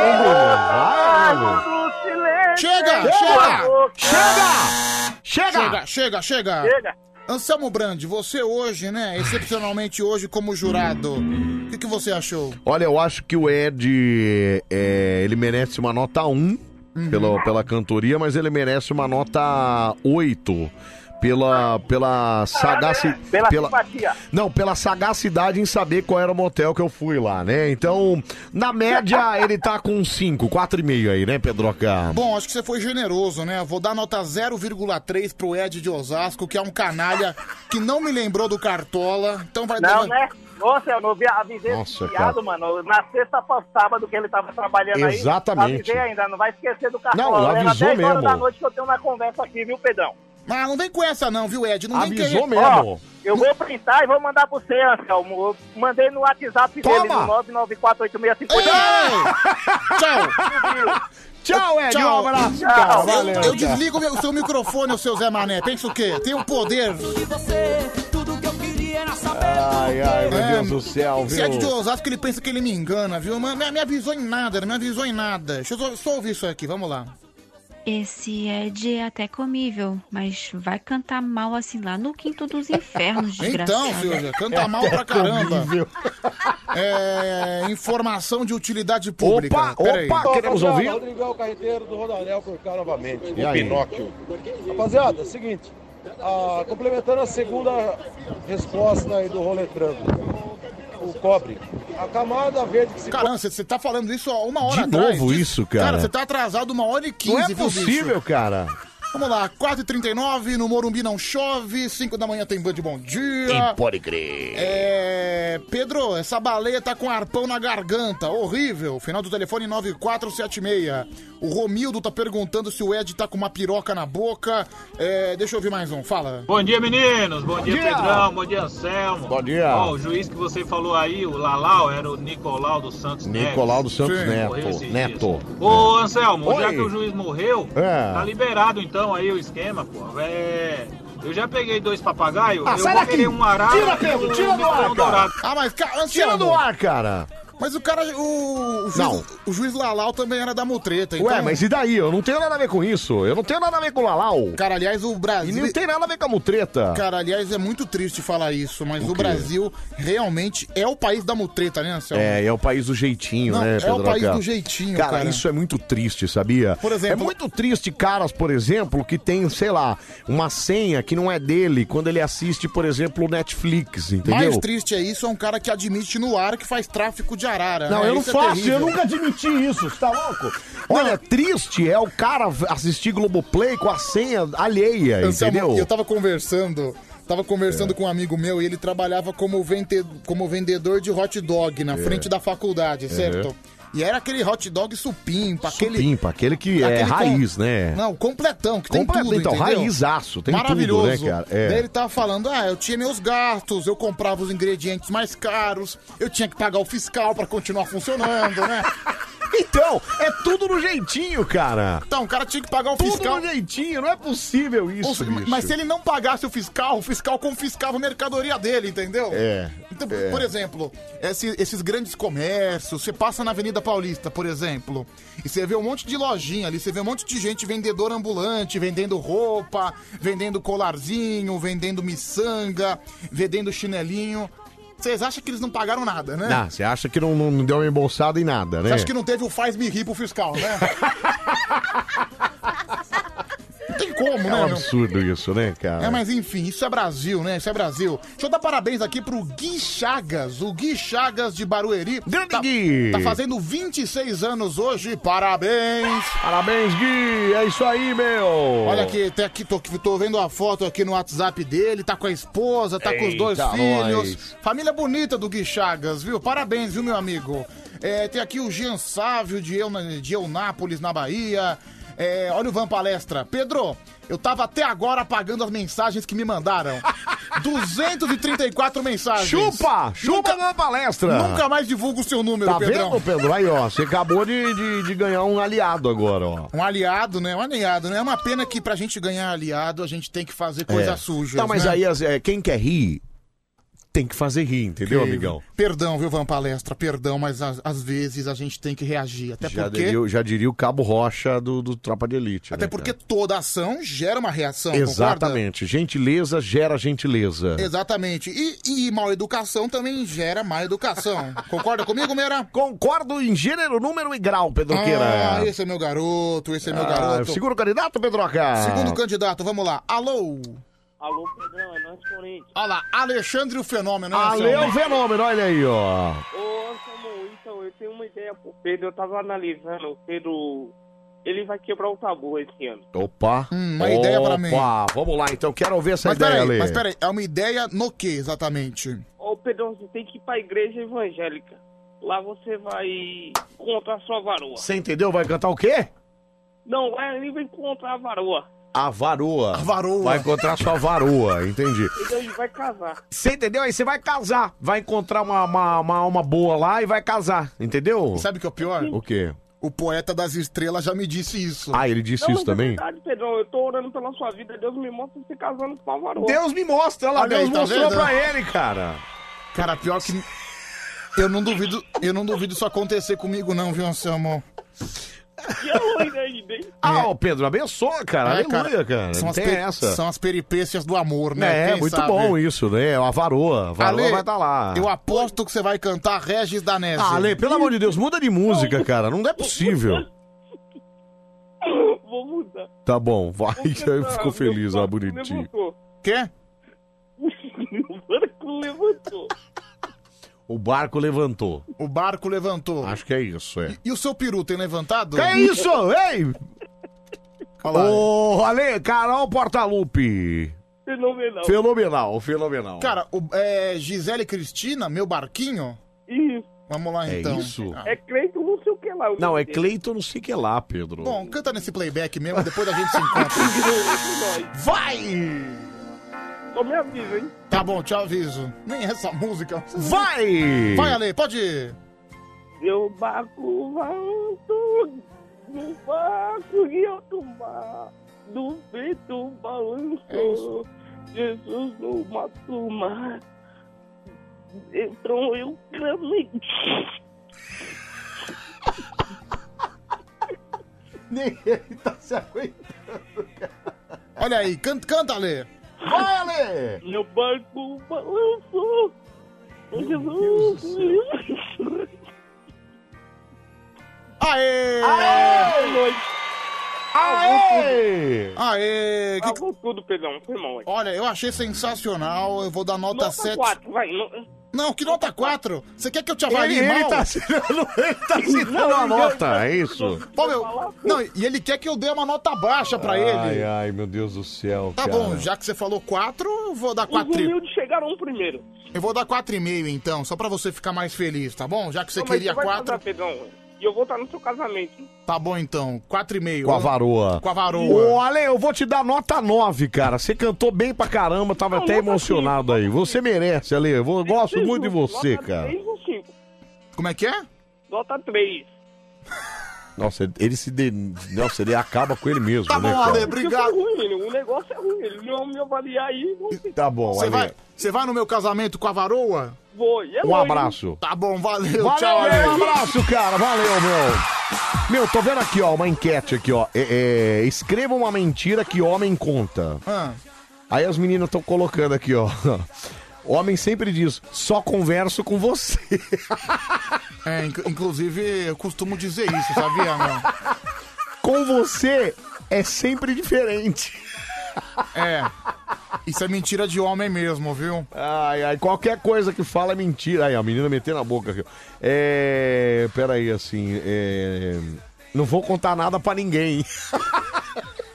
Speaker 4: Vai nele.
Speaker 3: Chega,
Speaker 4: Chega!
Speaker 3: chega!
Speaker 4: Chega!
Speaker 3: Chega, chega, chega! Anselmo Brandi, você hoje, né, excepcionalmente hoje como jurado, o que, que você achou?
Speaker 1: Olha, eu acho que o Ed, é, ele merece uma nota 1
Speaker 9: Uhum.
Speaker 1: pela, pela cantoria, mas ele merece uma nota 8 pela, pela sagacidade...
Speaker 9: Pela simpatia.
Speaker 1: Não, pela sagacidade em saber qual era o motel que eu fui lá, né? Então, na média, ele tá com 5, 4,5 aí, né, Pedroca?
Speaker 3: Bom, acho que você foi generoso, né? Vou dar nota 0,3 pro Ed de Osasco, que é um canalha que não me lembrou do Cartola, então vai
Speaker 9: Não,
Speaker 3: dar...
Speaker 9: né? Nossa, eu não vi, avisei
Speaker 3: Nossa,
Speaker 9: esse viado,
Speaker 3: cara.
Speaker 9: mano. Na sexta pra sábado que ele tava trabalhando aí.
Speaker 1: Exatamente.
Speaker 9: Avisei ainda, não vai esquecer do cartão.
Speaker 1: Não,
Speaker 9: Era
Speaker 1: avisou
Speaker 9: 10 horas
Speaker 1: mesmo.
Speaker 9: da noite que eu tenho uma conversa aqui, viu, Pedrão?
Speaker 3: Mas Ah, não vem com essa não, viu, Ed? Não vem
Speaker 1: Avisou
Speaker 3: querer-
Speaker 1: mesmo.
Speaker 3: Ó,
Speaker 9: Eu vou printar e vou mandar pro você, Anselmo. Eu mandei no WhatsApp dele
Speaker 3: Toma!
Speaker 9: no 9948650.
Speaker 3: Tchau!
Speaker 1: Tchau, Ed, um abraço,
Speaker 3: Tchau.
Speaker 1: cara,
Speaker 3: Eu-
Speaker 1: valeu,
Speaker 3: eu,
Speaker 1: cara.
Speaker 3: desligo meu- o seu microfone, o seu Zé Mané. Pensa o quê? Tem o poder.
Speaker 1: Ai, ai, meu
Speaker 3: É,
Speaker 1: Deus do céu,
Speaker 3: Esse Ed de
Speaker 1: viu?
Speaker 3: Osasco, ele pensa que ele me engana, viu? Mas não me avisou em nada, não me avisou em nada. Deixa eu só, só ouvir isso aqui, vamos lá.
Speaker 5: Esse Ed é até comível, mas vai cantar mal assim lá no quinto dos infernos, desgraçado.
Speaker 3: Então, Silvia, canta mal pra caramba. É, informação de utilidade pública.
Speaker 18: Opa,
Speaker 3: Peraí.
Speaker 18: opa, queremos ouvir? Rodrigão Carreteiro do Rodanel por cá novamente.
Speaker 3: E
Speaker 18: o
Speaker 3: aí?
Speaker 18: Pinóquio. Rapaziada, é o seguinte. ah, complementando a segunda resposta aí do roletrando. O cobre. A camada verde que se
Speaker 3: Caramba, você tá falando isso há uma hora
Speaker 1: De
Speaker 3: atrás.
Speaker 1: novo isso,
Speaker 3: Cara,
Speaker 1: cara.
Speaker 3: você tá atrasado uma hora e quinze,
Speaker 1: Não é
Speaker 3: viu, bicho?
Speaker 1: possível, cara.
Speaker 3: Vamos lá, 4h39, no Morumbi não chove, 5 da manhã tem Band Bom Dia.
Speaker 1: Quem pode crer.
Speaker 3: É. Pedro, essa baleia tá com arpão na garganta, horrível. Final do telefone 9476. O Romildo tá perguntando se o Ed tá com uma piroca na boca. É, deixa eu ouvir mais um, fala.
Speaker 28: Bom dia, meninos. Bom,
Speaker 3: Bom
Speaker 28: dia,
Speaker 3: dia.
Speaker 28: Pedrão. Bom dia, Anselmo.
Speaker 1: Bom dia.
Speaker 28: Ó, o juiz que você falou aí, o Lalau, era o Nicolau dos Santos Neto.
Speaker 1: Nicolau dos Santos
Speaker 28: Morreu
Speaker 1: Neto.
Speaker 28: esses
Speaker 1: Neto.
Speaker 28: É.
Speaker 1: É.
Speaker 28: Ô, Anselmo, já
Speaker 1: Oi.
Speaker 28: que o juiz morreu,
Speaker 1: É.
Speaker 28: tá liberado então aí o esquema, pô. É... Eu já peguei dois papagaios,
Speaker 1: Ah,
Speaker 28: eu
Speaker 1: sai
Speaker 28: vou
Speaker 1: daqui.
Speaker 28: querer um arara
Speaker 1: Tira,
Speaker 28: e
Speaker 1: Pedro,
Speaker 28: um
Speaker 1: tira do ar,
Speaker 28: bicolão
Speaker 1: cara.
Speaker 28: dourado.
Speaker 3: Ah, mas cara,
Speaker 1: Tira
Speaker 3: Anselmo,
Speaker 1: do ar, cara.
Speaker 3: Mas o cara, o, o juiz,
Speaker 1: Não.
Speaker 3: o juiz Lalau também era da mutreta, então...
Speaker 1: Ué, mas e daí? Eu não tenho nada a ver com isso. Eu não tenho nada a ver com o Lalau.
Speaker 3: Cara, aliás, o Brasil...
Speaker 1: E não tem nada a ver com a mutreta.
Speaker 3: Cara, aliás, é muito triste falar isso, mas o, Brasil realmente é o país da mutreta, né, Anselmo?
Speaker 1: É, é o país do jeitinho,
Speaker 3: Não,
Speaker 1: né,
Speaker 3: é o
Speaker 1: Pedroca?
Speaker 3: país do jeitinho, cara.
Speaker 1: isso é muito triste, sabia?
Speaker 3: Por exemplo-
Speaker 1: É muito triste caras, por exemplo, que tem, sei lá, uma senha que não é dele quando ele assiste, por exemplo, o Netflix, entendeu?
Speaker 3: Mais triste é isso, é um cara que admite no ar que faz tráfico de arara.
Speaker 1: Não,
Speaker 3: né?
Speaker 1: eu não
Speaker 3: Isso é
Speaker 1: faço,
Speaker 3: terrível.
Speaker 1: eu nunca admiti isso, você tá louco? Olha, triste é o cara assistir Globoplay com a senha alheia,
Speaker 3: Anselmo,
Speaker 1: entendeu? É.
Speaker 3: Eu tava conversando, tava conversando com um amigo meu e ele trabalhava como, vende- como vendedor de hot dog na
Speaker 1: É.
Speaker 3: frente da faculdade,
Speaker 1: É.
Speaker 3: certo? E era aquele hot dog supimpa, aquele...
Speaker 1: Supimpa, aquele que é
Speaker 3: aquele com-
Speaker 1: raiz, né?
Speaker 3: Não, completão, que tem
Speaker 1: Completo,
Speaker 3: tudo,
Speaker 1: então,
Speaker 3: entendeu?
Speaker 1: raizaço, tem tudo,
Speaker 3: Maravilhoso.
Speaker 1: né, cara? É.
Speaker 3: Daí ele tava falando, ah, eu tinha meus gastos, eu comprava os ingredientes mais caros, eu tinha que pagar o fiscal pra continuar funcionando, né?
Speaker 1: Então, é tudo no jeitinho, cara.
Speaker 3: Então, o cara tinha que pagar o
Speaker 1: Tudo
Speaker 3: fiscal.
Speaker 1: no jeitinho, não é possível isso,
Speaker 3: Ou se-
Speaker 1: bicho.
Speaker 3: Mas se ele não pagasse o fiscal, o fiscal confiscava a mercadoria dele, entendeu?
Speaker 1: É,
Speaker 3: Então,
Speaker 1: é.
Speaker 3: Por exemplo, esse- esses grandes comércios, você passa na Avenida Paulista, por exemplo, e você vê um monte de lojinha ali, você vê um monte de gente vendedor ambulante, vendendo roupa, vendendo colarzinho, vendendo miçanga, vendendo chinelinho. Vocês acham que eles não pagaram nada, né?
Speaker 1: Ah, você acha que não, não deu uma embolsada em nada, né?
Speaker 3: Você acha que não teve o faz-me rir pro fiscal, né? tem como, né?
Speaker 1: É um
Speaker 3: meu?
Speaker 1: absurdo isso, né, cara?
Speaker 3: É, mas enfim, isso é Brasil, né? Isso é Brasil. Deixa eu dar parabéns aqui pro Gui Chagas, o Gui Chagas de Barueri. Grande tá,
Speaker 1: Gui!
Speaker 3: Tá fazendo 26 anos hoje, parabéns!
Speaker 1: Parabéns, Gui! É isso aí, meu!
Speaker 3: Olha aqui, tem aqui tô, tô vendo a foto aqui no WhatsApp dele, tá com a esposa, tá com os dois
Speaker 1: Eita,
Speaker 3: filhos.
Speaker 1: nós.
Speaker 3: Família bonita do Gui Chagas, viu? Parabéns, viu, meu amigo? É, tem aqui o Jean Sávio de, Eu, de Eunápolis, na Bahia. É, olha o Van Palestra. Pedro, eu tava até agora apagando as mensagens que me mandaram. 234 mensagens.
Speaker 1: Chupa! Chupa Van Palestra!
Speaker 3: Nunca mais divulgo o seu número,
Speaker 1: Tá
Speaker 3: um, Pedrão.
Speaker 1: vendo, Pedro? Aí, ó, você acabou de, de, de ganhar um aliado agora, ó.
Speaker 3: Um aliado, né? Um aliado, né? É uma pena que pra gente ganhar aliado, a gente tem que fazer coisa
Speaker 1: É.
Speaker 3: suja. né?
Speaker 1: Tá, mas aí as- é, quem quer rir, tem que fazer rir, entendeu,
Speaker 3: Que-
Speaker 1: amigão?
Speaker 3: Perdão, viu, Van Palestra? Perdão, mas às- às vezes a gente tem que reagir. Até
Speaker 1: Já
Speaker 3: porque.
Speaker 1: diria, o- já diria o Cabo Rocha do, do Tropa de Elite.
Speaker 3: Até
Speaker 1: né,
Speaker 3: porque
Speaker 1: cara?
Speaker 3: toda ação gera uma reação, concorda?
Speaker 1: Exatamente. Gentileza gera gentileza.
Speaker 3: Exatamente. E, e mal educação também gera má educação. concorda comigo, Meira?
Speaker 1: Concordo em gênero, número e grau,
Speaker 3: Ah,
Speaker 1: Pedroqueira.
Speaker 3: esse é meu garoto, esse é meu
Speaker 1: Ah,
Speaker 3: garoto.
Speaker 1: segura o candidato, Pedroca.
Speaker 3: Segundo candidato, vamos lá. Alô?
Speaker 9: Alô, Pedrão, é nós Corinthians.
Speaker 3: Olha lá, Alexandre o Fenômeno, né,
Speaker 1: Ale é
Speaker 3: Anselmo?
Speaker 1: o fenômeno, olha aí, ó.
Speaker 9: Ô, Anselmo, então, eu tenho uma ideia pro Pedro. Eu tava analisando. O Pedro, ele vai quebrar o tabu esse ano.
Speaker 1: Opa.
Speaker 3: Hum, uma ideia pra mim.
Speaker 1: Opa, vamos lá, então. Quero ver essa
Speaker 3: Mas
Speaker 1: ideia,
Speaker 3: peraí,
Speaker 1: Ale.
Speaker 3: mas peraí, é uma ideia no que exatamente?
Speaker 9: Ô, Pedrão, você tem que ir pra igreja evangélica. Lá você vai encontrar sua varoa.
Speaker 1: Você entendeu? Vai cantar o quê?
Speaker 9: Não, lá ele vai encontrar a varoa.
Speaker 1: A varoa. A
Speaker 3: varoa.
Speaker 1: Vai encontrar sua varoa, entendi.
Speaker 9: Então ele vai casar.
Speaker 1: Você entendeu? Aí você vai casar. Vai encontrar uma, uma, uma alma boa lá e vai casar, entendeu?
Speaker 3: E sabe o que é o pior?
Speaker 1: O quê?
Speaker 3: O poeta das estrelas já me disse isso.
Speaker 1: Ah, ele disse
Speaker 9: Não,
Speaker 1: isso
Speaker 9: mas É
Speaker 1: também?
Speaker 9: verdade, Pedrão. Eu tô orando pela sua vida. Deus me mostra você casando com uma varoa.
Speaker 1: Deus me mostra, olha lá,
Speaker 3: Olha
Speaker 1: Deus
Speaker 3: aí, tá
Speaker 1: mostrou
Speaker 3: vendo?
Speaker 1: pra ele, cara.
Speaker 3: Cara, pior que. Eu não duvido, eu não duvido isso acontecer comigo, não, viu, Anselmo?
Speaker 9: E a loira ainda, hein?
Speaker 1: Ah, ô Pedro, abençoa, cara.
Speaker 3: É,
Speaker 1: Aleluia, cara.
Speaker 3: São
Speaker 1: Não
Speaker 3: as,
Speaker 1: tem
Speaker 3: peri-
Speaker 1: essa.
Speaker 3: são as peripécias do amor, né?
Speaker 1: É,
Speaker 3: Quem
Speaker 1: muito
Speaker 3: sabe?
Speaker 1: bom isso, né? A varoa. A varoa
Speaker 3: Ale,
Speaker 1: vai estar lá.
Speaker 3: Eu é aposto que você vai cantar Regis Danese.
Speaker 1: Ah, Ale, pelo amor de Deus, muda de música, cara. Não é possível.
Speaker 9: Vou mudar.
Speaker 1: Tá bom, vai. que Eu
Speaker 9: cantar,
Speaker 1: fico
Speaker 9: meu
Speaker 1: feliz, ó,
Speaker 3: é
Speaker 1: bonitinho.
Speaker 9: Levantou.
Speaker 3: Quê?
Speaker 9: O barco levantou.
Speaker 1: O barco levantou.
Speaker 3: O barco levantou.
Speaker 1: Acho que é isso, é.
Speaker 3: E o seu peru tem levantado?
Speaker 1: Que é isso? Ei!
Speaker 3: Olha lá.
Speaker 1: Ô, Ale, Carol Portalupe.
Speaker 9: Fenomenal.
Speaker 1: Fenomenal, fenomenal.
Speaker 3: Cara, o, é, Gisele Cristina, meu barquinho?
Speaker 9: Isso.
Speaker 3: Vamos lá,
Speaker 1: É
Speaker 3: então.
Speaker 1: isso?
Speaker 9: É Cleiton não sei o que lá. o
Speaker 1: Não,
Speaker 9: nome
Speaker 1: é
Speaker 9: dele.
Speaker 1: Cleiton não sei que lá, Pedro.
Speaker 3: Bom, canta nesse playback mesmo, depois a gente se encontra. Vai!
Speaker 9: Só
Speaker 4: É
Speaker 9: me avisa, hein?
Speaker 3: Tá bom, te aviso. Nem essa música.
Speaker 1: Vai!
Speaker 3: Vai, Ale, pode ir.
Speaker 9: Meu barco vanto no barco e alto mar, do vento
Speaker 1: É
Speaker 9: balançou, Jesus numa turma, entrou eu clamei.
Speaker 3: Nem ele tá se aguentando, cara. Olha aí, canta, canta Ale. Vai,
Speaker 1: É.
Speaker 3: Ale!
Speaker 9: Meu barco balançou, Jesus
Speaker 3: Aê!
Speaker 9: Aê! noite.
Speaker 3: Aê! Aê! Que...
Speaker 9: tudo, Pedrão. Foi mal, hein?
Speaker 3: Olha, eu achei sensacional. Eu vou dar nota,
Speaker 9: Nota
Speaker 3: 7.
Speaker 9: quatro, vai. no-
Speaker 3: Não, que nota 4? Você quer que eu te
Speaker 1: Ele,
Speaker 3: avalie
Speaker 1: ele
Speaker 3: mal?
Speaker 1: tá assinando, ele tá assinando
Speaker 3: Não, tá
Speaker 1: a
Speaker 3: ele deu-
Speaker 1: nota, é isso?
Speaker 3: Pô, meu, Não, e ele quer que eu dê uma nota baixa pra
Speaker 1: Ai,
Speaker 3: ele.
Speaker 1: ai, meu Deus do céu,
Speaker 3: Tá
Speaker 1: cara.
Speaker 3: bom, já que você falou 4, eu vou dar
Speaker 9: Os
Speaker 3: 4.
Speaker 9: humildes chegaram um primeiro.
Speaker 3: Eu vou dar 4,5 então, só pra você ficar mais feliz, tá bom? Já que você
Speaker 9: Não, mas
Speaker 3: queria
Speaker 9: vai
Speaker 3: 4.
Speaker 9: casar, Pedrão. E eu vou estar no seu casamento. hein?
Speaker 3: Tá bom então, 4,5.
Speaker 1: Com a varoa.
Speaker 3: Com a varoa.
Speaker 1: Ô, Ale, eu vou te dar nota 9, cara. Você cantou bem pra caramba, tava
Speaker 9: Não,
Speaker 1: até
Speaker 9: nota
Speaker 1: emocionado aí. Você merece, Ale. Eu vou- eu gosto muito de você,
Speaker 9: um Nota
Speaker 1: cara.
Speaker 9: três ou cinco?
Speaker 3: Como é que é?
Speaker 9: Nota 3.
Speaker 1: Nossa, ele- ele se. De... Nossa, ele acaba com ele mesmo,
Speaker 3: Tá
Speaker 1: né, cara?
Speaker 9: obrigado. O negócio é ruim, ele não me avaliar aí. não sei.
Speaker 1: Tá bom,
Speaker 3: Você
Speaker 1: Ale.
Speaker 3: vai, você
Speaker 1: Tá
Speaker 3: vai no meu casamento com a varoa?
Speaker 9: Vou, e é
Speaker 1: Um
Speaker 9: longe,
Speaker 1: abraço.
Speaker 3: Tá bom, valeu,
Speaker 1: Valeu,
Speaker 3: tchau,
Speaker 1: Ale,
Speaker 3: Ale.
Speaker 1: um abraço, cara. Valeu, meu. Meu, tô vendo aqui, ó, uma enquete aqui, ó. É, é, escreva uma mentira que homem conta.
Speaker 3: Ah,
Speaker 1: Aí as meninas estão colocando aqui, ó. Homem sempre diz, só converso com você.
Speaker 3: é, inc- inclusive, eu costumo dizer isso, sabia, meu?
Speaker 1: Com você, é sempre diferente.
Speaker 3: É. Isso é mentira de homem mesmo, viu?
Speaker 1: Ai, ai, qualquer coisa que fala é mentira. Ai, a menina metendo a boca aqui. É. Peraí, assim. É... Não vou contar nada pra ninguém.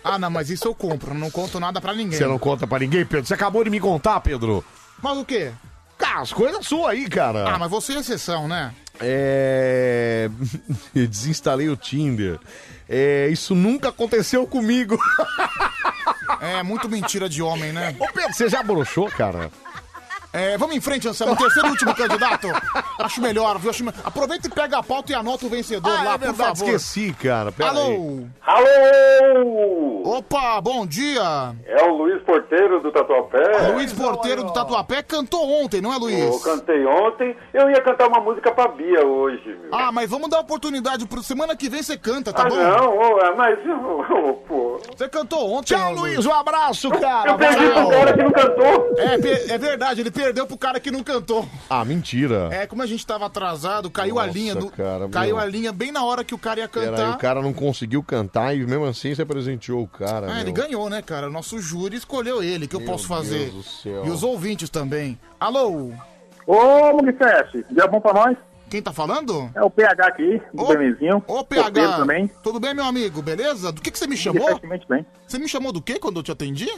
Speaker 3: Ah, não, mas isso eu compro. Não conto nada pra ninguém.
Speaker 1: Você não conta pra ninguém, Pedro? Você acabou de me contar, Pedro?
Speaker 3: Mas o quê?
Speaker 1: Cara, as coisas suas aí, cara.
Speaker 3: Ah, mas você é exceção, né?
Speaker 1: É. Eu desinstalei o Tinder. É... Isso nunca aconteceu comigo.
Speaker 3: É muito mentira de homem, né?
Speaker 1: Ô, Pedro, você já broxou, cara?
Speaker 3: É, vamos em frente, Anselmo. Terceiro e último candidato. Acho melhor, viu? Acho me- Aproveita e pega a pauta e anota o vencedor
Speaker 1: Ah,
Speaker 3: lá,
Speaker 1: é
Speaker 3: por
Speaker 1: verdade,
Speaker 3: favor.
Speaker 1: esqueci, cara. Pera
Speaker 3: Alô?
Speaker 9: Alô!
Speaker 3: Opa, bom dia! Ah,
Speaker 9: É o Luiz Porteiro do Tatuapé.
Speaker 3: Luiz Porteiro do Tatuapé cantou ontem, não é,
Speaker 9: Eu
Speaker 3: Luiz?
Speaker 9: cantei ontem. Eu ia cantar uma música pra Bia hoje, meu.
Speaker 3: Ah, mas vamos dar oportunidade pro semana que vem você canta, tá
Speaker 9: Ah,
Speaker 3: bom?
Speaker 9: não, ô, é, mas. ô, ô, pô.
Speaker 3: Você cantou ontem. Tchau, Luiz,
Speaker 1: um abraço, cara.
Speaker 9: Eu perdi pro cara que não cantou.
Speaker 3: É, pe- é verdade, ele perdeu pro cara que não cantou.
Speaker 1: aí. Ah, mentira.
Speaker 3: É, como a gente tava atrasado, caiu a
Speaker 1: Nossa,
Speaker 3: linha do.
Speaker 1: cara,
Speaker 3: caiu
Speaker 1: meu.
Speaker 3: a linha bem na hora que o cara ia
Speaker 1: Pera aí, o
Speaker 3: cantar.
Speaker 1: cara não conseguiu cantar e mesmo assim você presenteou o cara.
Speaker 3: Ah,
Speaker 1: meu.
Speaker 3: ele ganhou, né, cara? O nosso júri escolheu ele, que eu posso fazer.
Speaker 1: Deus do céu.
Speaker 3: E os ouvintes também. Alô?
Speaker 9: Ô, Mugfest, dia bom pra nós?
Speaker 3: Quem tá falando?
Speaker 9: É o PH aqui, do Belenzinho.
Speaker 3: Ô,
Speaker 9: Porteiro
Speaker 3: PH,
Speaker 9: também.
Speaker 3: tudo bem, meu amigo? Beleza? Do que, que você me chamou?
Speaker 9: Perfeitamente bem.
Speaker 3: Você me chamou do que quando eu te atendi?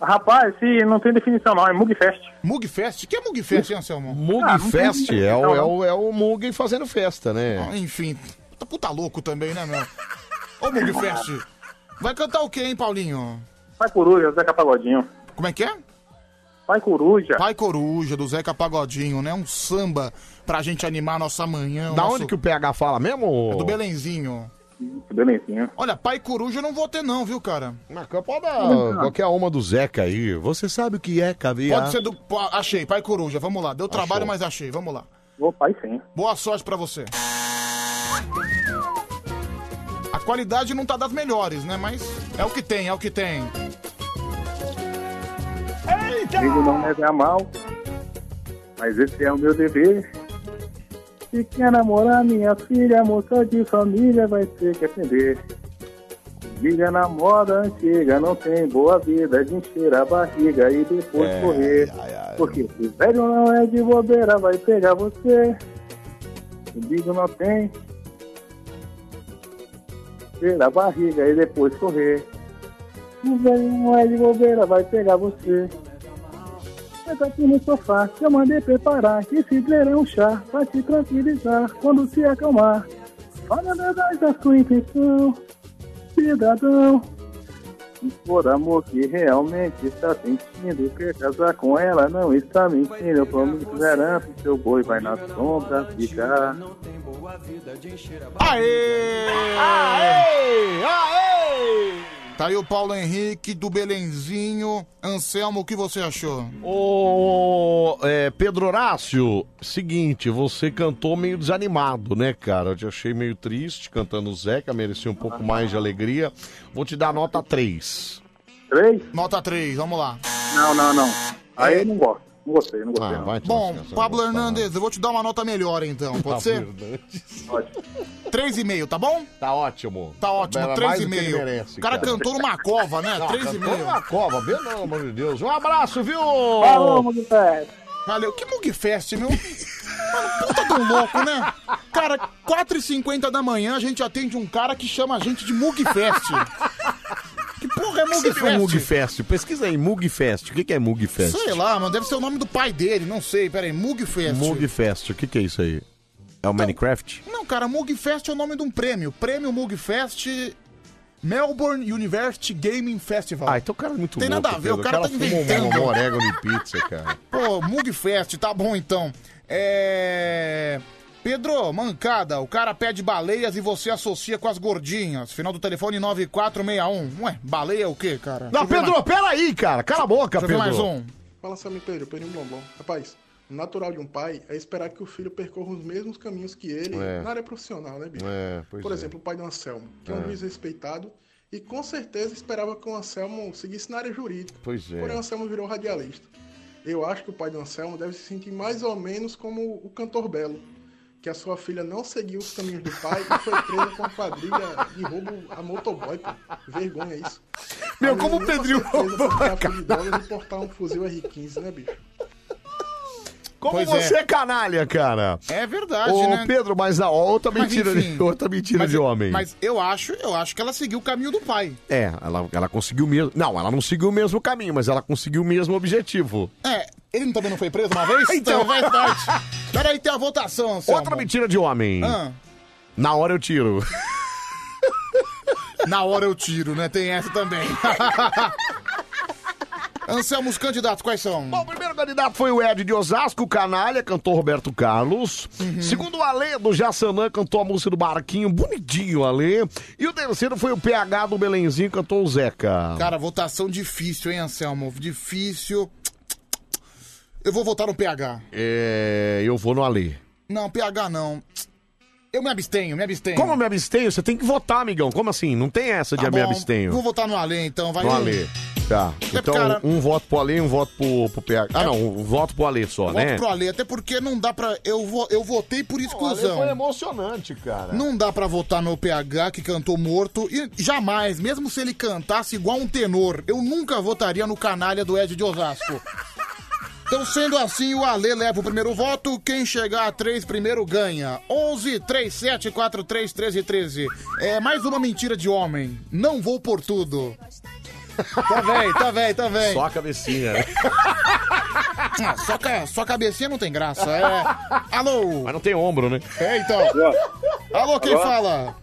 Speaker 9: Rapaz, se não tem definição não, é Mugfest. Ah,
Speaker 3: Mugfest? O que é Mugfest, hein, Anselmo?
Speaker 1: Mugfest é, o, é, o, é o Mugen fazendo festa, né?
Speaker 3: Enfim, tá puta louco também, né, meu? Ô, Mugfest, vai cantar o quê, hein, Paulinho?
Speaker 9: Pai Coruja, Zeca Pagodinho.
Speaker 3: Como é que é?
Speaker 9: Pai Coruja.
Speaker 3: Pai Coruja, do Zeca Pagodinho, né? Um samba pra gente animar a nossa manhã. o
Speaker 1: da
Speaker 3: nosso-
Speaker 1: onde que o PH fala mesmo?
Speaker 3: então, É do Belenzinho.
Speaker 9: Belenzinho.
Speaker 3: Olha, Pai Coruja eu não vou ter não, viu, cara?
Speaker 1: Marcou, pode Ah, qualquer uma do Zeca aí. Você sabe o que é caviar?
Speaker 3: Pode ser do... pô, Achei, Pai Coruja, vamos lá. Deu trabalho, mas achei, vamos lá.
Speaker 9: Ô, pai sim.
Speaker 3: Boa sorte pra você. A qualidade não tá das melhores, né? Mas é o que tem, é o que tem.
Speaker 9: Amigo não leve a mal, mas esse é o meu dever. Se quer namorar minha filha, moça de família, vai ter que aprender. Diga na moda antiga, não tem boa vida de encher a barriga e depois
Speaker 16: É,
Speaker 9: correr. Porque se velho não é de bobeira, vai pegar você. Digo não tem. Encher a barriga e depois correr. O velho não é de bobeira, vai pegar você. Senta aqui no sofá, que eu mandei preparar. Que esse é um chá, pra te tranquilizar quando se acalmar. Fala a verdade da sua intenção, cidadão. Se for amor que realmente está sentindo, tá- quer casar com ela, não está mentindo. Eu prometo, garanto, seu boi vai na sombra ficar.
Speaker 3: Aê! Aê! Aê! Tá aí o Paulo Henrique do Belenzinho. Anselmo, o que você achou?
Speaker 1: Ô, é, Pedro Horácio, seguinte, você cantou meio desanimado, né, cara? Eu te achei meio triste cantando o Zeca, merecia um pouco mais de alegria. Vou te dar nota 3.
Speaker 9: 3?
Speaker 3: Nota 3, vamos lá.
Speaker 9: Não, não, não. Aí eu não gosto. Não gostei, não
Speaker 1: gostei. Ah, vai
Speaker 3: Bom, Pablo Hernandes, eu vou te dar uma nota melhor então, pode ser? Três e meio, tá bom?
Speaker 1: Tá ótimo.
Speaker 3: Tá ótimo,
Speaker 1: Era
Speaker 3: três e
Speaker 1: é mais do que ele
Speaker 3: meio.
Speaker 1: merece,
Speaker 3: o cara,
Speaker 1: cara.
Speaker 3: cantou numa cova, né?
Speaker 1: Não,
Speaker 3: Três e
Speaker 1: cantou
Speaker 3: meio.
Speaker 1: numa cova, pelo amor de Deus. Um abraço, viu?
Speaker 3: Falou, Valeu, que Mugfest, meu? Mano, puta de um louco, né? Cara, 4h50 da manhã a gente atende um cara que chama a gente de Mugfest. Que porra é
Speaker 1: Você viu o
Speaker 3: Mugfest?
Speaker 1: Mugfest? Pesquisa aí, Mugfest. O que que é Mugfest?
Speaker 3: Sei lá, mano, deve ser o nome do pai dele, não sei, pera aí, Mugfest.
Speaker 1: Mugfest, o que que é isso aí? É
Speaker 3: Então,
Speaker 1: o Minecraft?
Speaker 3: Não, cara, Mugfest é o nome de um prêmio. Prêmio Mugfest Melbourne University Gaming Festival.
Speaker 1: Ah, então o cara é muito
Speaker 3: Tem
Speaker 1: louco,
Speaker 3: nada a ver,
Speaker 1: Pedro.
Speaker 3: o cara tá
Speaker 1: fuma um-
Speaker 3: inventando.
Speaker 1: Um orégano de pizza, cara.
Speaker 3: Pô, Mugfest, tá bom então. É. Pedro, mancada, o cara pede baleias e você associa com as gordinhas. Final do telefone 9461. Ué, baleia é o quê, cara?
Speaker 1: Não,
Speaker 3: Deixa eu ver
Speaker 1: Pedro,
Speaker 3: mais-
Speaker 1: peraí, cara. Cala a boca,
Speaker 3: Deixa eu ver
Speaker 1: Pedro.
Speaker 3: mais um.
Speaker 12: Fala, Sammy Pedro, Pedro Blombom. Rapaz, o natural de um pai é esperar que o filho percorra os mesmos caminhos que ele
Speaker 1: É.
Speaker 12: na área profissional, né, bicho?
Speaker 1: É, pois
Speaker 12: Por
Speaker 1: é.
Speaker 12: exemplo, o pai do Anselmo, que é,
Speaker 1: É.
Speaker 12: um juiz respeitado e com certeza esperava que o Anselmo seguisse na área jurídica.
Speaker 1: Pois é.
Speaker 12: Porém, o Anselmo virou radialista. Eu acho que o pai do Anselmo deve se sentir mais ou menos como o cantor Belo, que a sua filha não seguiu os caminhos do pai e foi presa com quadrilha de roubo a motoboy, pô. Vergonha isso.
Speaker 29: Meu, como o Pedrinho
Speaker 12: roubou a cara. e portar um fuzil R15, né, bicho?
Speaker 29: Como
Speaker 1: Pois
Speaker 29: você
Speaker 1: é.
Speaker 29: é. canalha, cara.
Speaker 3: É verdade,
Speaker 29: Ô,
Speaker 3: né?
Speaker 29: Pedro, mas
Speaker 1: É
Speaker 29: a outra
Speaker 3: Mas,
Speaker 29: mentira,
Speaker 3: enfim.
Speaker 29: de, outra mentira
Speaker 3: Mas-
Speaker 29: de homem.
Speaker 3: Mas eu acho, eu acho que ela seguiu o caminho do pai.
Speaker 1: É, ela, ela conseguiu mesmo. Não, ela não seguiu o mesmo caminho, mas ela conseguiu o mesmo objetivo.
Speaker 3: É, ele não- também não foi preso uma vez?
Speaker 1: Então.
Speaker 3: faz parte. Peraí, tem a votação, Anselmo.
Speaker 1: Outra mentira de homem.
Speaker 3: é Ah.
Speaker 1: Na hora eu tiro.
Speaker 3: Na hora eu tiro, né? Tem essa também. Anselmo, os candidatos, quais são?
Speaker 29: Bom,
Speaker 1: primeiro candidato foi o Ed de Osasco, canalha, cantor Roberto Carlos.
Speaker 3: Uhum.
Speaker 1: Segundo o Alê do Jassanã, cantou a música do Barquinho, bonitinho Alê. E o terceiro foi o PH do Belenzinho, cantou o Zeca.
Speaker 3: Cara, votação difícil, hein, Anselmo? Difícil. Eu vou votar no PH.
Speaker 1: É, eu vou no Alê.
Speaker 3: Não, PH não. Eu me abstenho, me abstenho.
Speaker 1: Como eu me abstenho? Você tem que votar, amigão. Como assim? Não tem essa de
Speaker 3: Tá
Speaker 1: eu me
Speaker 3: bom,
Speaker 1: abstenho.
Speaker 3: Vou votar no Alê, então. Vai
Speaker 1: No Alê. Tá. Então,
Speaker 3: cara-
Speaker 1: um voto pro Alê, um voto pro, pro PH. Ah, não, um voto pro Alê só,
Speaker 3: Eu
Speaker 1: né?
Speaker 3: Voto pro Alê, até porque não dá pra... Eu, vo... eu votei por é exclusão.
Speaker 29: foi emocionante, cara.
Speaker 3: Não dá pra votar no PH que cantou morto e jamais, mesmo se ele cantasse igual um tenor, eu nunca votaria no canalha do Ed de Osasco. Então, sendo assim, o Ale leva o primeiro voto. Quem chegar a três primeiro ganha. 11 37 43 13 13. É mais uma mentira de homem. Não vou por tudo. Tá bem, tá bem, tá bem.
Speaker 1: Só a cabecinha.
Speaker 3: Ah, só, ca... só cabecinha não tem graça. É... Alô?
Speaker 1: Mas não tem ombro, né?
Speaker 3: É, então. Alô, quem
Speaker 4: Alô? Tá.
Speaker 3: fala?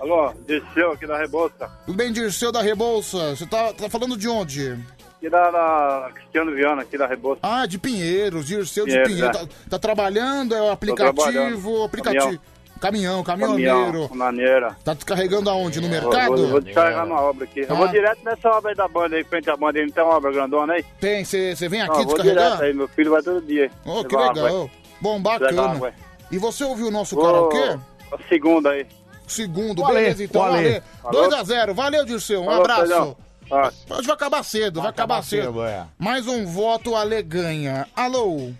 Speaker 4: Alô, desceu aqui na Rebouça,
Speaker 3: Tudo bem, Dirceu da Rebouça? Você tá, tá falando de onde?
Speaker 4: aqui da, da Cristiano Viana, aqui da Rebouça.
Speaker 3: Ah, de Pinheiros, Dirceu de
Speaker 4: Pinheiros,
Speaker 3: Pinheiros.
Speaker 4: é.
Speaker 3: Tá, tá trabalhando, é o aplicativo,
Speaker 4: trabalhando.
Speaker 3: aplicativo. Caminhão, caminhoneiro.
Speaker 4: Caminhão, maneira.
Speaker 3: Tá descarregando aonde? No mercado?
Speaker 4: Vou, vou, vou descarregar numa obra aqui.
Speaker 3: Ah.
Speaker 4: Eu vou direto nessa obra aí da banda aí, frente à banda aí, não tem
Speaker 9: então,
Speaker 4: uma obra grandona aí?
Speaker 3: Tem, você vem
Speaker 4: Não,
Speaker 3: aqui
Speaker 4: eu vou
Speaker 3: descarregar?
Speaker 4: direto aí, meu filho vai todo dia.
Speaker 3: Ô, que
Speaker 4: Levar água
Speaker 3: legal.
Speaker 4: aí.
Speaker 3: Bom,
Speaker 4: Levar
Speaker 3: bacana.
Speaker 4: água aí.
Speaker 3: E você ouviu o nosso
Speaker 4: Vou-
Speaker 3: karaokê?
Speaker 4: a Segunda aí.
Speaker 3: Segundo,
Speaker 4: Valeu,
Speaker 3: beleza, então.
Speaker 4: valeu.
Speaker 3: Valeu.
Speaker 4: Falou.
Speaker 3: 2x0. Valeu, Dirceu. Um
Speaker 4: Falou,
Speaker 3: abraço.
Speaker 4: Pedrão.
Speaker 9: é.
Speaker 4: Ah,
Speaker 3: Hoje vai acabar cedo, vai, acabar, cedo.
Speaker 1: é.
Speaker 3: Mais um voto, Ale ganha. Alô?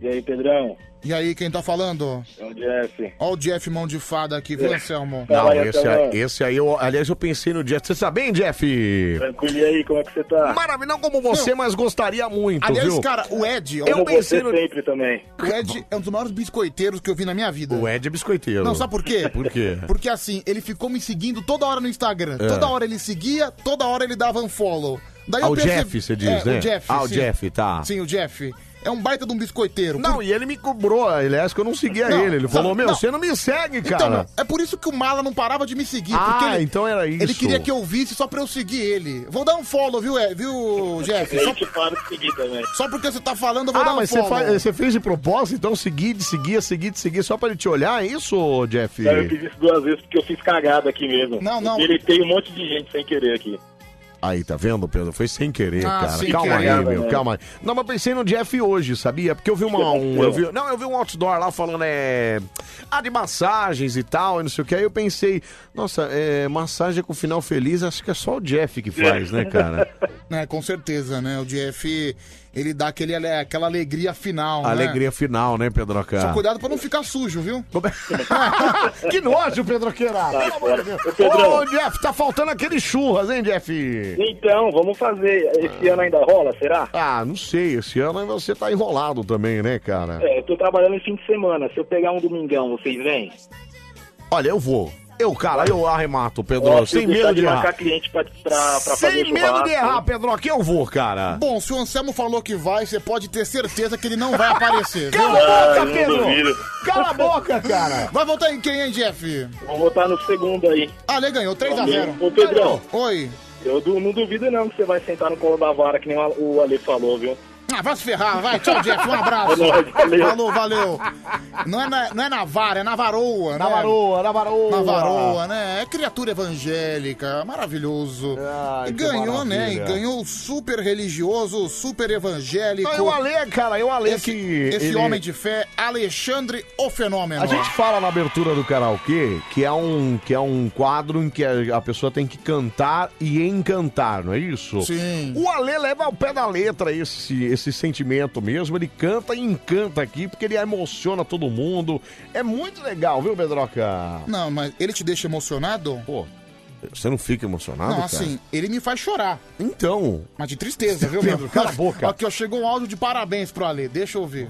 Speaker 9: E aí, Pedrão?
Speaker 3: E aí, quem tá falando?
Speaker 9: É o Jeff.
Speaker 3: Ó o Jeff mão de fada aqui, viu,
Speaker 9: É.
Speaker 3: Anselmo?
Speaker 9: Fala
Speaker 1: Não,
Speaker 9: aí,
Speaker 1: esse,
Speaker 9: Anselmo.
Speaker 1: aí- esse aí, eu, aliás, eu pensei no Jeff. Você tá bem, Jeff?
Speaker 9: Tranquilo, e aí, como é que você tá?
Speaker 1: Maravilha, não como você, mas gostaria muito,
Speaker 3: Aliás,
Speaker 1: viu?
Speaker 3: cara, o Ed...
Speaker 1: Eu pensei
Speaker 9: você
Speaker 1: no-
Speaker 9: sempre também.
Speaker 3: O Ed é um dos maiores biscoiteiros que eu vi na minha vida.
Speaker 1: O Ed é biscoiteiro.
Speaker 3: Não, sabe por quê?
Speaker 1: Por quê?
Speaker 3: Porque assim, ele ficou me seguindo toda hora no Instagram.
Speaker 1: É.
Speaker 3: Toda hora ele seguia, toda hora ele dava unfollow. Daí
Speaker 1: Ah, o
Speaker 3: percebi-
Speaker 1: Jeff, você diz,
Speaker 3: É,
Speaker 1: né?
Speaker 3: O Jeff,
Speaker 1: Ah, o
Speaker 3: sim.
Speaker 1: Jeff, tá.
Speaker 3: Sim, o Jeff. É um baita de um biscoiteiro.
Speaker 1: Não, e ele me cobrou, aliás, que eu não seguia
Speaker 3: Não,
Speaker 1: ele. Ele falou,
Speaker 3: não,
Speaker 1: meu,
Speaker 3: não.
Speaker 1: você não me segue,
Speaker 3: Então,
Speaker 1: cara.
Speaker 3: é por isso que o Mala não parava de me seguir.
Speaker 1: Ah,
Speaker 3: porque ele,
Speaker 1: então era isso.
Speaker 3: Ele queria que eu visse só pra eu seguir ele. Vou dar um follow, viu, é, viu Jeff?
Speaker 9: Eu
Speaker 3: Só,
Speaker 9: te paro é de né? seguir também.
Speaker 3: só porque você tá falando, eu vou
Speaker 1: Ah,
Speaker 3: dar um
Speaker 1: mas você,
Speaker 3: follow.
Speaker 1: faz- você fez de propósito, então seguir, de seguir, seguir, de seguir, só pra ele te olhar, é isso, Jeff?
Speaker 9: Cara, eu fiz isso duas vezes porque eu fiz cagada aqui mesmo.
Speaker 3: Não, não.
Speaker 9: Ele tem um monte de gente sem querer aqui.
Speaker 1: Aí, tá vendo, Pedro? Foi sem querer,
Speaker 9: Ah,
Speaker 1: cara.
Speaker 9: sem
Speaker 1: calma
Speaker 9: querer,
Speaker 1: aí, meu,
Speaker 9: né?
Speaker 1: calma aí. Não, mas pensei no Jeff hoje, sabia? Porque eu vi uma. Um, eu vi, não, eu vi um outdoor lá falando, é. Ah, de massagens e tal, e não sei o que. Aí eu pensei, nossa, é, massagem com final feliz, acho que é só o Jeff que faz, né, cara?
Speaker 3: É, com certeza, né? O Jeff, ele dá aquele, ale- aquela alegria final,
Speaker 1: A
Speaker 3: né?
Speaker 1: alegria final, né, Pedro
Speaker 3: Só cuidado pra não ficar sujo, viu? Ah,
Speaker 1: que nojo, Pedro Queira. Pelo amor de Deus.
Speaker 9: Tá Ô, Pedrão.
Speaker 1: Ô, Jeff, tá faltando aquele churras, hein, Jeff?
Speaker 9: Então, vamos fazer. Esse ano ainda rola, será?
Speaker 1: Ah, não sei, esse ano você tá enrolado também, né, cara?
Speaker 9: É, eu tô trabalhando em fim de semana. Se eu pegar um domingão, vocês vêm?
Speaker 1: Olha, eu vou. Eu, cara, eu arremato, Pedro.
Speaker 9: Ó, se eu
Speaker 1: sem
Speaker 9: deixar
Speaker 1: medo de
Speaker 9: marcar
Speaker 1: errar.
Speaker 9: cliente pra, pra, pra fazer
Speaker 1: Sem medo
Speaker 9: churrasco.
Speaker 1: de errar, Pedro. Aqui eu vou, cara.
Speaker 3: Bom, se o Anselmo falou que vai, você pode ter certeza que ele não vai aparecer. viu?
Speaker 1: Cala a
Speaker 9: Ah,
Speaker 1: boca, Pedro! Cala a boca, cara!
Speaker 3: Vai votar em quem, hein, Jeff?
Speaker 9: Vou votar no segundo aí.
Speaker 3: Ah, ele ganhou 3x0.
Speaker 9: Ô, Pedrão.
Speaker 3: Oi.
Speaker 9: Eu du- não duvido não que você vai sentar no colo da vara, que nem o Ale falou, viu?
Speaker 3: Ah, vai se ferrar, vai. Tchau, Jeff. Um abraço.
Speaker 9: É nóis, valeu.
Speaker 3: Falou, valeu. Não é, na, não é na vara, é na varoa,
Speaker 1: Na
Speaker 3: né?
Speaker 1: varoa, na varoa.
Speaker 3: Na varoa, né? É criatura evangélica, maravilhoso. E
Speaker 1: que
Speaker 3: ganhou, né? E
Speaker 1: maravilha.
Speaker 3: ganhou o super religioso, o super evangélico.
Speaker 1: Ah, eu Ale, cara, eu Ale
Speaker 3: esse,
Speaker 1: que
Speaker 3: Esse
Speaker 1: ele-
Speaker 3: homem de fé, Alexandre o Fenômeno.
Speaker 1: A gente fala na abertura do karaokê que é um, que é um quadro em que a a pessoa tem que cantar e encantar, não é isso?
Speaker 29: Sim.
Speaker 1: O Ale leva ao pé da letra esse, esse
Speaker 30: esse sentimento mesmo. Ele canta e encanta aqui, porque ele emociona todo mundo. É muito legal, viu, Pedroca?
Speaker 3: Não, mas ele te deixa emocionado?
Speaker 30: Pô, Você não fica emocionado,
Speaker 3: não,
Speaker 30: cara?
Speaker 3: assim, ele me faz chorar.
Speaker 30: Então...
Speaker 3: Mas de tristeza, viu, Pedro?
Speaker 30: Cala a boca.
Speaker 3: Aqui, ó, chegou um áudio de parabéns pro Ale. Deixa eu ouvir.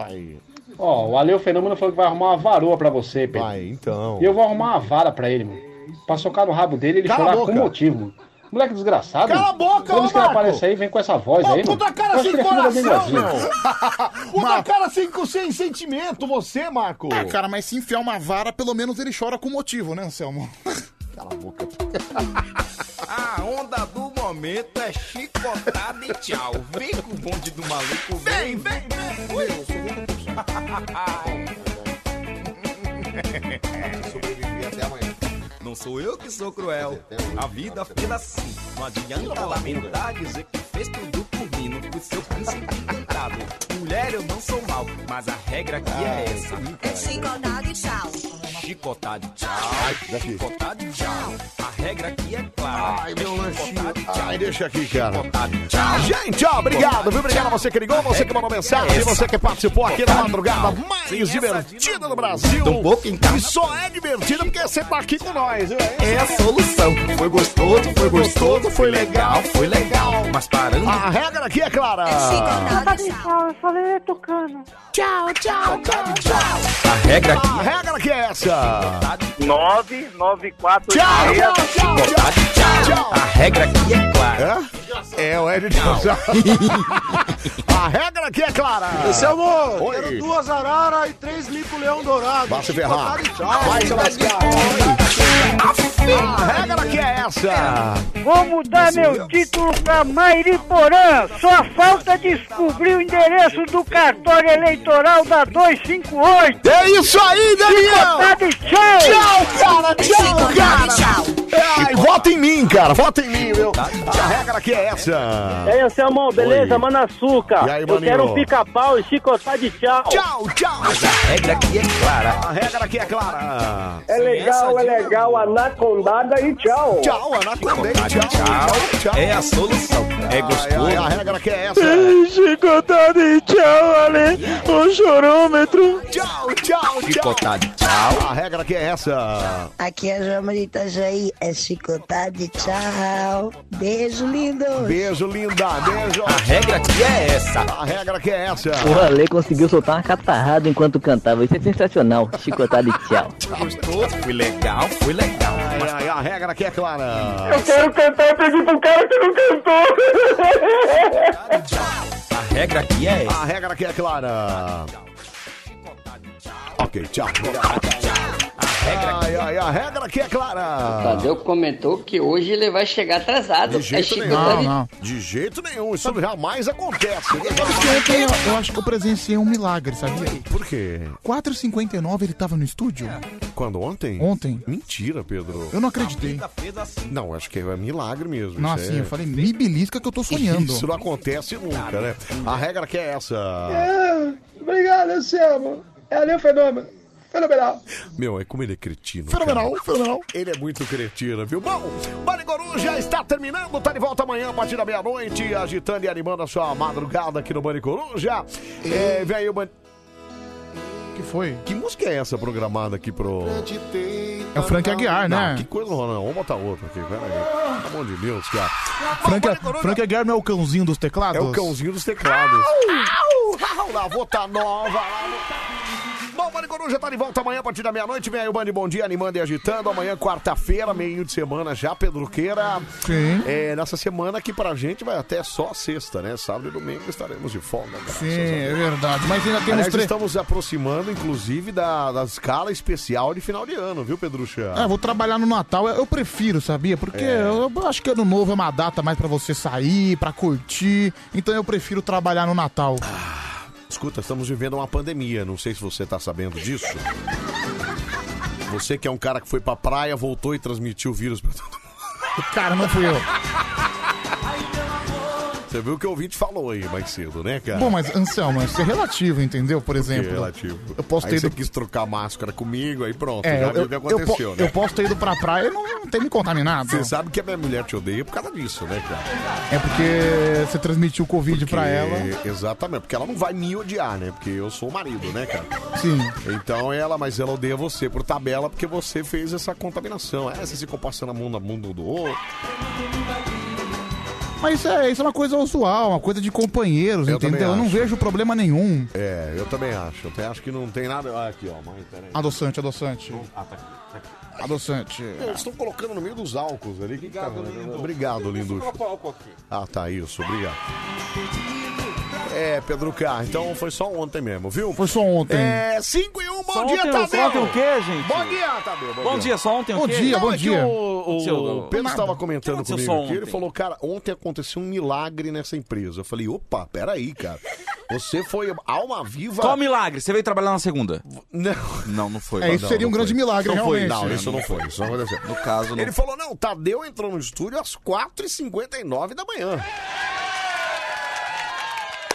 Speaker 17: Ó, o Ale o Fenômeno falou que vai arrumar uma varoa pra você, Pedro.
Speaker 30: Vai, então.
Speaker 17: E eu vou arrumar uma vara pra ele, mano. Pra socar no rabo dele e ele
Speaker 30: Cala a
Speaker 17: chorar
Speaker 30: boca.
Speaker 17: com motivo, mano. Moleque desgraçado.
Speaker 30: Cala a boca,
Speaker 17: Toda vez
Speaker 30: ô,
Speaker 17: que ele
Speaker 30: Marco.
Speaker 17: aparece aí, vem com essa voz
Speaker 30: Ô,
Speaker 17: aí, mano.
Speaker 30: puta cara
Speaker 17: Parece
Speaker 30: sem
Speaker 17: que ele é filho da
Speaker 30: coração,
Speaker 17: linguadinha.
Speaker 30: meu! Puta cara sem, sem sentimento, você, Marco!
Speaker 3: Ah, cara, mas se enfiar uma vara, pelo menos ele chora com motivo, né, Anselmo?
Speaker 30: Cala a boca.
Speaker 4: A onda do momento é chicotada e tchau. Vem com o bonde do maluco. Vem, vem, vem. Ui. um
Speaker 31: Sobreviver até amanhã.
Speaker 4: Não sou eu que sou cruel. A vida fica assim. Não adianta lamentar dizer que fez tudo por mim. Não fui seu príncipe encantado. Mulher, eu não sou mal. Mas a regra aqui é essa. É
Speaker 24: Chicotada e tchau.
Speaker 4: Chicotado, tchau. Chicotado, tchau. A regra aqui é clara. Ai, meu lanchinho.
Speaker 1: Ah.
Speaker 30: Ai, deixa aqui, cara.
Speaker 1: Gente, ó, obrigado, viu? Obrigado a você que ligou, você que mandou mensagem, você que participou aqui da madrugada mais
Speaker 4: é
Speaker 1: divertida do Brasil.
Speaker 4: Um
Speaker 1: E só é divertida porque você tá aqui com nós, viu?
Speaker 4: É a solução. Foi gostoso, foi gostoso, foi legal, foi legal. Mas parando.
Speaker 1: A regra aqui é clara.
Speaker 31: Eu falei tocando. Tchau, tchau, tchau, tchau.
Speaker 1: A regra aqui. A regra aqui é essa.
Speaker 4: 994
Speaker 1: Tchau, tchau, tchau,
Speaker 4: A regra aqui é clara.
Speaker 1: É, o Ed A regra aqui é clara.
Speaker 4: Esse
Speaker 1: amor.
Speaker 32: Quero
Speaker 1: Oi.
Speaker 32: duas araras e três mico leão dourado.
Speaker 1: Vai se ferrar.
Speaker 32: Chicotada e tchau.
Speaker 1: Vai se lascar. A regra aqui é essa. é
Speaker 9: Vou mudar meu título pra Mairiporã. Só falta descobrir o endereço do cartório eleitoral da 258.
Speaker 1: É isso aí, Daniel!
Speaker 9: Chicotada e Tchau!
Speaker 1: Tchau, cara! Tchau, é cara! Ai, vota em mim, cara. Vota em mim, meu. A regra aqui é essa.
Speaker 33: E aí, Anselmão, beleza?
Speaker 1: Oi.
Speaker 33: Manda açúcar.
Speaker 1: E aí,
Speaker 33: Eu
Speaker 1: maninho?
Speaker 33: quero um pica-pau e chicotar de tchau.
Speaker 1: Tchau, tchau.
Speaker 4: Mas a regra aqui é clara.
Speaker 1: A regra aqui é clara.
Speaker 33: É legal, é legal, anacondada e tchau.
Speaker 1: Tchau, anacondada e tchau.
Speaker 4: Tchau é a solução. É gostoso.
Speaker 1: A regra aqui é essa.
Speaker 9: Chicotada e tchau, Ale. O chorômetro.
Speaker 1: Tchau, tchau,
Speaker 4: Chicotado, tchau.
Speaker 1: Ah, A regra aqui é essa.
Speaker 34: Aqui é a João Maria Itajaí, é chicotada e tchau. Beijo, lindo.
Speaker 1: Beijo, linda. Beijo. A
Speaker 4: regra aqui é essa.
Speaker 1: A regra aqui é essa.
Speaker 34: O Ale conseguiu soltar uma catarrada enquanto cantava. Isso é sensacional. Chicotada e tchau.
Speaker 4: Gostoso, foi legal, foi legal.
Speaker 1: Ai, ai, a regra aqui é clara.
Speaker 9: Eu quero cantar e pedir pro cara que não cantou.
Speaker 4: A regra aqui é essa.
Speaker 1: A regra aqui é clara. Ok, tchau. Ai, ai, a regra aqui é clara.
Speaker 5: Tadeu comentou que é hoje ele vai chegar atrasado.
Speaker 1: De jeito nenhum.
Speaker 5: chicotada e-
Speaker 1: De jeito nenhum. Isso jamais acontece.
Speaker 3: Porque ontem eu, eu acho que eu presenciei um milagre, sabia?
Speaker 1: Por quê?
Speaker 3: 4h59 ele tava no estúdio?
Speaker 1: Quando ontem?
Speaker 3: Ontem.
Speaker 1: Mentira, Pedro.
Speaker 3: Eu não acreditei.
Speaker 1: Não, acho que é milagre mesmo.
Speaker 3: Não,
Speaker 1: isso
Speaker 3: assim,
Speaker 1: é-
Speaker 3: eu falei, me belisca que eu tô sonhando.
Speaker 1: Isso não acontece nunca, né? A regra que é essa.
Speaker 9: Ah,
Speaker 17: É, obrigado, Anselmo. É ali o Fenômeno. Fenomenal.
Speaker 1: Meu, é como ele é cretino.
Speaker 30: Fenomenal,
Speaker 1: cara.
Speaker 30: fenomenal.
Speaker 1: Ele é muito cretino, viu? Bom, Bale Coruja está terminando, tá de volta amanhã a partir da meia-noite, agitando e animando a sua madrugada aqui no Bane Coruja. É, vem aí o Bane...
Speaker 3: que foi?
Speaker 1: Que música é essa programada aqui pro... É
Speaker 3: o Frank Aguiar, né?
Speaker 1: que coisa, Ronan. Vamos botar outro aqui, pera aí. Pelo amor de Deus, cara.
Speaker 3: Frank, Frank Aguiar não é o cãozinho dos teclados?
Speaker 1: É o cãozinho dos teclados. Au, au, lá, vou tá nova, lá, vou tá- Bom, Bande Coruja tá de volta amanhã a partir da meia-noite. Vem aí o Bande Bom Dia animando e agitando. Amanhã, quarta-feira, meio de semana já, Pedroqueira.
Speaker 3: Sim.
Speaker 1: É, nessa semana que pra gente vai até só sexta, né? Sábado e domingo estaremos de folga. graças
Speaker 3: Sim,
Speaker 1: a Deus.
Speaker 3: é verdade. Mas ainda temos
Speaker 1: Aliás,
Speaker 3: três.
Speaker 1: estamos aproximando, inclusive, da, da escala especial de final de ano, viu, Pedrucha?
Speaker 3: É, vou trabalhar no Natal. Eu eu prefiro, sabia? Porque
Speaker 1: É.
Speaker 3: eu eu acho que ano novo é uma data mais pra você sair, pra curtir. Então eu prefiro trabalhar no Natal.
Speaker 1: Ah. Escuta, estamos vivendo uma pandemia, não sei se você tá sabendo disso. Você que é um cara que foi pra praia, voltou e transmitiu o vírus pra todo mundo.
Speaker 3: Cara, não fui eu.
Speaker 1: Você viu o que o ouvinte falou aí mais cedo, né, cara?
Speaker 3: Bom, mas Anselmo, isso é relativo, entendeu? Por exemplo.
Speaker 1: Que é relativo.
Speaker 3: Eu posso
Speaker 1: aí
Speaker 3: ter
Speaker 1: você
Speaker 3: ido.
Speaker 1: quis trocar máscara comigo, aí pronto.
Speaker 3: É,
Speaker 1: já
Speaker 3: eu,
Speaker 1: viu o que
Speaker 3: eu, eu,
Speaker 1: aconteceu,
Speaker 3: po-
Speaker 1: né?
Speaker 3: eu posso ter ido pra praia e não, não ter me contaminado.
Speaker 1: Você sabe que a minha mulher te odeia por causa disso, né, cara?
Speaker 3: É porque você transmitiu o Covid pra ela.
Speaker 1: Porque- Exatamente, porque ela não vai me odiar, né? Porque eu sou o marido, né, cara?
Speaker 3: Sim.
Speaker 1: Então ela, mas ela odeia você por tabela porque você fez essa contaminação. É, você ficou passando a mão na mão do outro.
Speaker 3: Mas isso é, isso é uma coisa usual, uma coisa de companheiros,
Speaker 1: Eu também
Speaker 3: entendeu? Eu não
Speaker 1: acho.
Speaker 3: vejo problema nenhum.
Speaker 1: É, eu também acho. Eu até acho que não tem nada. Ah, aqui, ó, mãe, peraí.
Speaker 3: Adoçante, adoçante.
Speaker 1: Ah, tá aqui, tá aqui.
Speaker 3: Adoçante.
Speaker 1: É, Eles estão colocando no meio dos álcools ali. Que tá obrigado, lindo. Obrigado, lindo. Ah, tá, isso, obrigado. É, Pedro K, então foi só ontem mesmo, viu?
Speaker 3: Foi só ontem.
Speaker 1: É, 5 e 1, um, bom
Speaker 3: Só
Speaker 1: dia,
Speaker 3: ontem-
Speaker 1: Tadeu!
Speaker 3: só ontem é o quê,
Speaker 1: gente? Bom dia, Tadeu!
Speaker 11: Bom dia, só ontem o
Speaker 1: Bom
Speaker 11: quê?
Speaker 1: dia,
Speaker 11: Não,
Speaker 1: bom
Speaker 11: é que
Speaker 1: dia.
Speaker 11: o-
Speaker 1: O,
Speaker 11: o-
Speaker 1: o Pedro
Speaker 11: nada.
Speaker 1: estava
Speaker 11: O
Speaker 1: comentando
Speaker 11: que aconteceu
Speaker 1: comigo
Speaker 11: só
Speaker 1: aqui, ele
Speaker 11: ontem?
Speaker 1: falou, cara, ontem aconteceu um milagre nessa empresa. Eu falei, opa, peraí, cara. Você foi alma viva...
Speaker 11: Qual milagre? Você veio trabalhar na segunda?
Speaker 1: Não.
Speaker 11: Não, não foi.
Speaker 1: É, isso seria um grande milagre,
Speaker 11: não foi,
Speaker 1: realmente.
Speaker 11: não, isso não
Speaker 1: foi. Isso não aconteceu.
Speaker 11: No caso, não.
Speaker 1: Ele falou, não, Tadeu entrou no estúdio às 4h59 da manhã.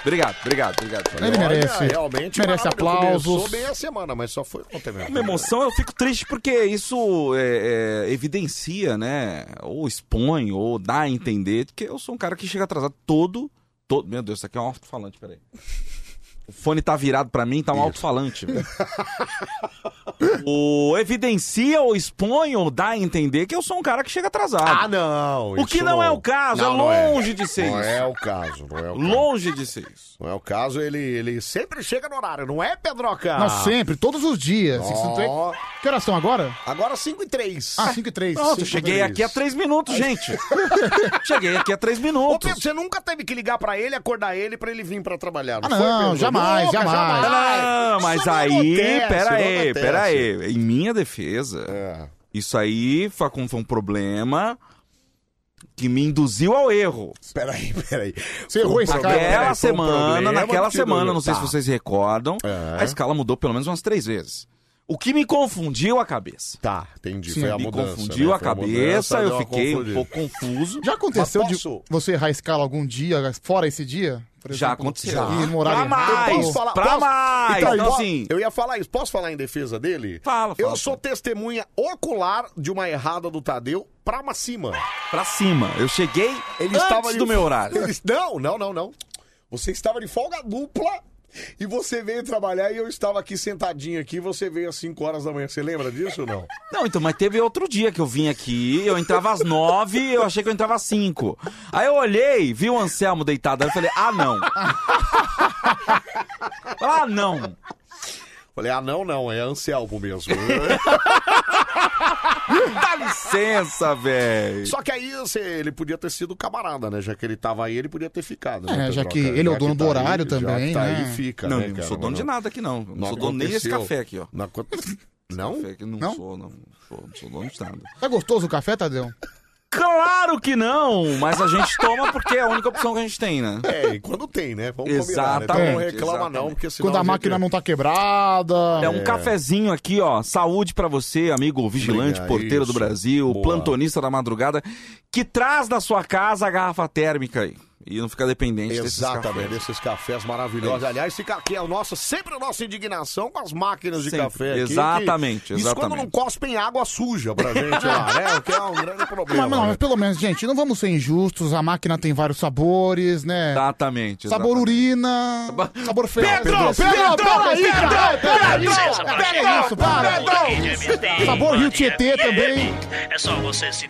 Speaker 11: Obrigado, obrigado, obrigado.
Speaker 1: Olha, Realmente maravilhoso. Começou bem a semana, mas só foi ontem mesmo.
Speaker 11: Uma emoção, eu fico triste porque isso é, é, evidencia, né? Ou expõe, ou dá a entender, porque eu sou um cara que chega atrasado todo. todo meu Deus, isso aqui é um alto-falante, peraí. O fone tá virado pra mim, tá um alto-falante. velho. o evidencia ou expõe ou dá a entender que eu sou um cara que chega atrasado.
Speaker 1: Ah, não.
Speaker 11: O que
Speaker 1: isso
Speaker 11: não, é o caso,
Speaker 1: Não, não
Speaker 11: é longe de ser
Speaker 1: Não
Speaker 11: isso.
Speaker 1: é o caso, não é o caso.
Speaker 11: Longe de ser isso.
Speaker 1: Não é o caso, ele, ele sempre chega no horário, não é, Pedroca?
Speaker 3: Não, sempre, todos os dias.
Speaker 1: Ó.
Speaker 3: Que horas são agora?
Speaker 1: Agora 5 e 3.
Speaker 3: Ah, 5 e 3.
Speaker 11: Pronto, cheguei aqui há três minutos, gente. cheguei aqui há três
Speaker 1: Ô,
Speaker 11: minutos.
Speaker 1: Pedro, você nunca teve que ligar pra ele, acordar ele pra ele vir pra trabalhar,
Speaker 11: Ah,
Speaker 1: foi,
Speaker 11: Não,
Speaker 1: Pedro? Nunca,
Speaker 11: mas
Speaker 1: Isso não
Speaker 11: aí,
Speaker 1: acontece,
Speaker 11: pera
Speaker 1: não
Speaker 11: aí,
Speaker 1: acontece. É.
Speaker 11: pera aí. Em minha defesa, isso aí foi, com- foi um problema que me induziu ao erro.
Speaker 1: Pera aí, pera aí.
Speaker 11: Você
Speaker 1: errou a
Speaker 11: Naquela
Speaker 1: escala?
Speaker 11: né?
Speaker 1: Pera aí, foi um
Speaker 11: semana,
Speaker 1: problema
Speaker 11: naquela
Speaker 1: que-
Speaker 11: semana, não sei
Speaker 1: Tá. É.
Speaker 11: se vocês recordam, a escala mudou pelo menos umas três vezes. O que me confundiu a cabeça.
Speaker 1: Tá, entendi. Foi a
Speaker 11: me
Speaker 1: mudança,
Speaker 11: confundiu
Speaker 1: né?
Speaker 11: a
Speaker 1: Foi a
Speaker 11: cabeça,
Speaker 1: mudança, deu
Speaker 11: eu
Speaker 1: uma
Speaker 11: fiquei um
Speaker 1: confundida.
Speaker 11: pouco confuso.
Speaker 3: Já aconteceu
Speaker 11: Mas
Speaker 3: de
Speaker 11: posso-
Speaker 3: você errar a escala algum dia, fora esse dia? Por
Speaker 11: Já
Speaker 3: exemplo,
Speaker 11: aconteceu.
Speaker 3: E no
Speaker 1: Pra
Speaker 3: horário errado?
Speaker 1: mais,
Speaker 11: pra mais,
Speaker 1: Então,
Speaker 11: então,
Speaker 1: po-
Speaker 11: assim-
Speaker 1: Eu ia falar isso. Posso falar em defesa dele?
Speaker 11: Fala,
Speaker 1: Eu
Speaker 11: fala,
Speaker 1: sou testemunha ocular de uma errada do Tadeu pra uma cima.
Speaker 11: Pra cima. Eu cheguei
Speaker 1: Ele
Speaker 11: antes
Speaker 1: estava de-
Speaker 11: do meu horário.
Speaker 1: Ele- Não, não, não, não. Você estava de folga dupla e você veio trabalhar e eu estava aqui sentadinho aqui. Você veio às 5 horas da manhã. Você lembra disso ou não?
Speaker 11: Não, então, mas teve outro dia que eu vim aqui, eu entrava às nove, eu achei que eu entrava às cinco. Aí eu olhei, vi o Anselmo deitado ali, eu falei, ah, não. ah, não.
Speaker 1: Falei, ah, não, não, é Anselmo mesmo.
Speaker 11: Dá licença, velho.
Speaker 1: Só que aí você- ele podia ter sido camarada, né? Já que ele tava aí, ele podia ter ficado. né,
Speaker 3: É, já
Speaker 1: Pedroca?
Speaker 3: que ele é o dono
Speaker 1: que
Speaker 3: do
Speaker 1: tá
Speaker 3: horário
Speaker 1: aí, já
Speaker 3: também,
Speaker 1: que tá
Speaker 3: né?
Speaker 1: aí, fica,
Speaker 11: Não,
Speaker 1: né,
Speaker 11: eu não
Speaker 1: cara?
Speaker 11: sou dono
Speaker 1: Mas
Speaker 11: de nada aqui, não. Não,
Speaker 1: não
Speaker 11: sou dono nem desse
Speaker 1: aconteceu.
Speaker 11: café aqui, ó.
Speaker 1: Não? acon- não?
Speaker 11: Café aqui, não,
Speaker 1: Não?
Speaker 11: sou, não. Sou, não sou dono de nada.
Speaker 3: Tá gostoso o café, Tadeu?
Speaker 11: Claro que não, mas a gente toma porque é a única opção que a gente tem, né?
Speaker 1: É, e quando tem, né? Vamos
Speaker 11: Exatamente.
Speaker 1: combinar, né? Então não reclama não,
Speaker 11: exatamente.
Speaker 1: porque senão...
Speaker 3: Quando a
Speaker 1: gente-
Speaker 3: máquina não tá quebrada.
Speaker 11: É um cafezinho aqui, ó. Saúde pra você, amigo vigilante,
Speaker 3: Obrigado,
Speaker 11: porteiro
Speaker 3: isso.
Speaker 11: do Brasil,
Speaker 3: Boa.
Speaker 11: plantonista da madrugada, que traz da sua casa a garrafa térmica aí. E não fica dependente desses
Speaker 1: Exatamente,
Speaker 11: cafés.
Speaker 1: esses cafés maravilhosos.
Speaker 11: É.
Speaker 1: Aliás, fica aqui a nossa, sempre a nossa indignação com as máquinas de
Speaker 11: Sempre.
Speaker 1: café. Aqui, que-
Speaker 11: Exatamente,
Speaker 1: Isso quando não
Speaker 11: exatamente.
Speaker 1: cospem água suja pra gente lá, né? O que é um grande
Speaker 3: Mas,
Speaker 1: problema.
Speaker 3: não,
Speaker 1: né?
Speaker 3: mas pelo menos, gente, não vamos ser injustos. A máquina tem vários sabores, né?
Speaker 11: Exatamente.
Speaker 3: Sabor urina, sabor feio.
Speaker 4: Pedro, Pedro, peraí, cara, peraí,
Speaker 3: Pedro,
Speaker 4: Pedro,
Speaker 3: Pedro, isso, para.
Speaker 4: Pedro.
Speaker 3: Sabor Rio Tietê também.
Speaker 5: É só você se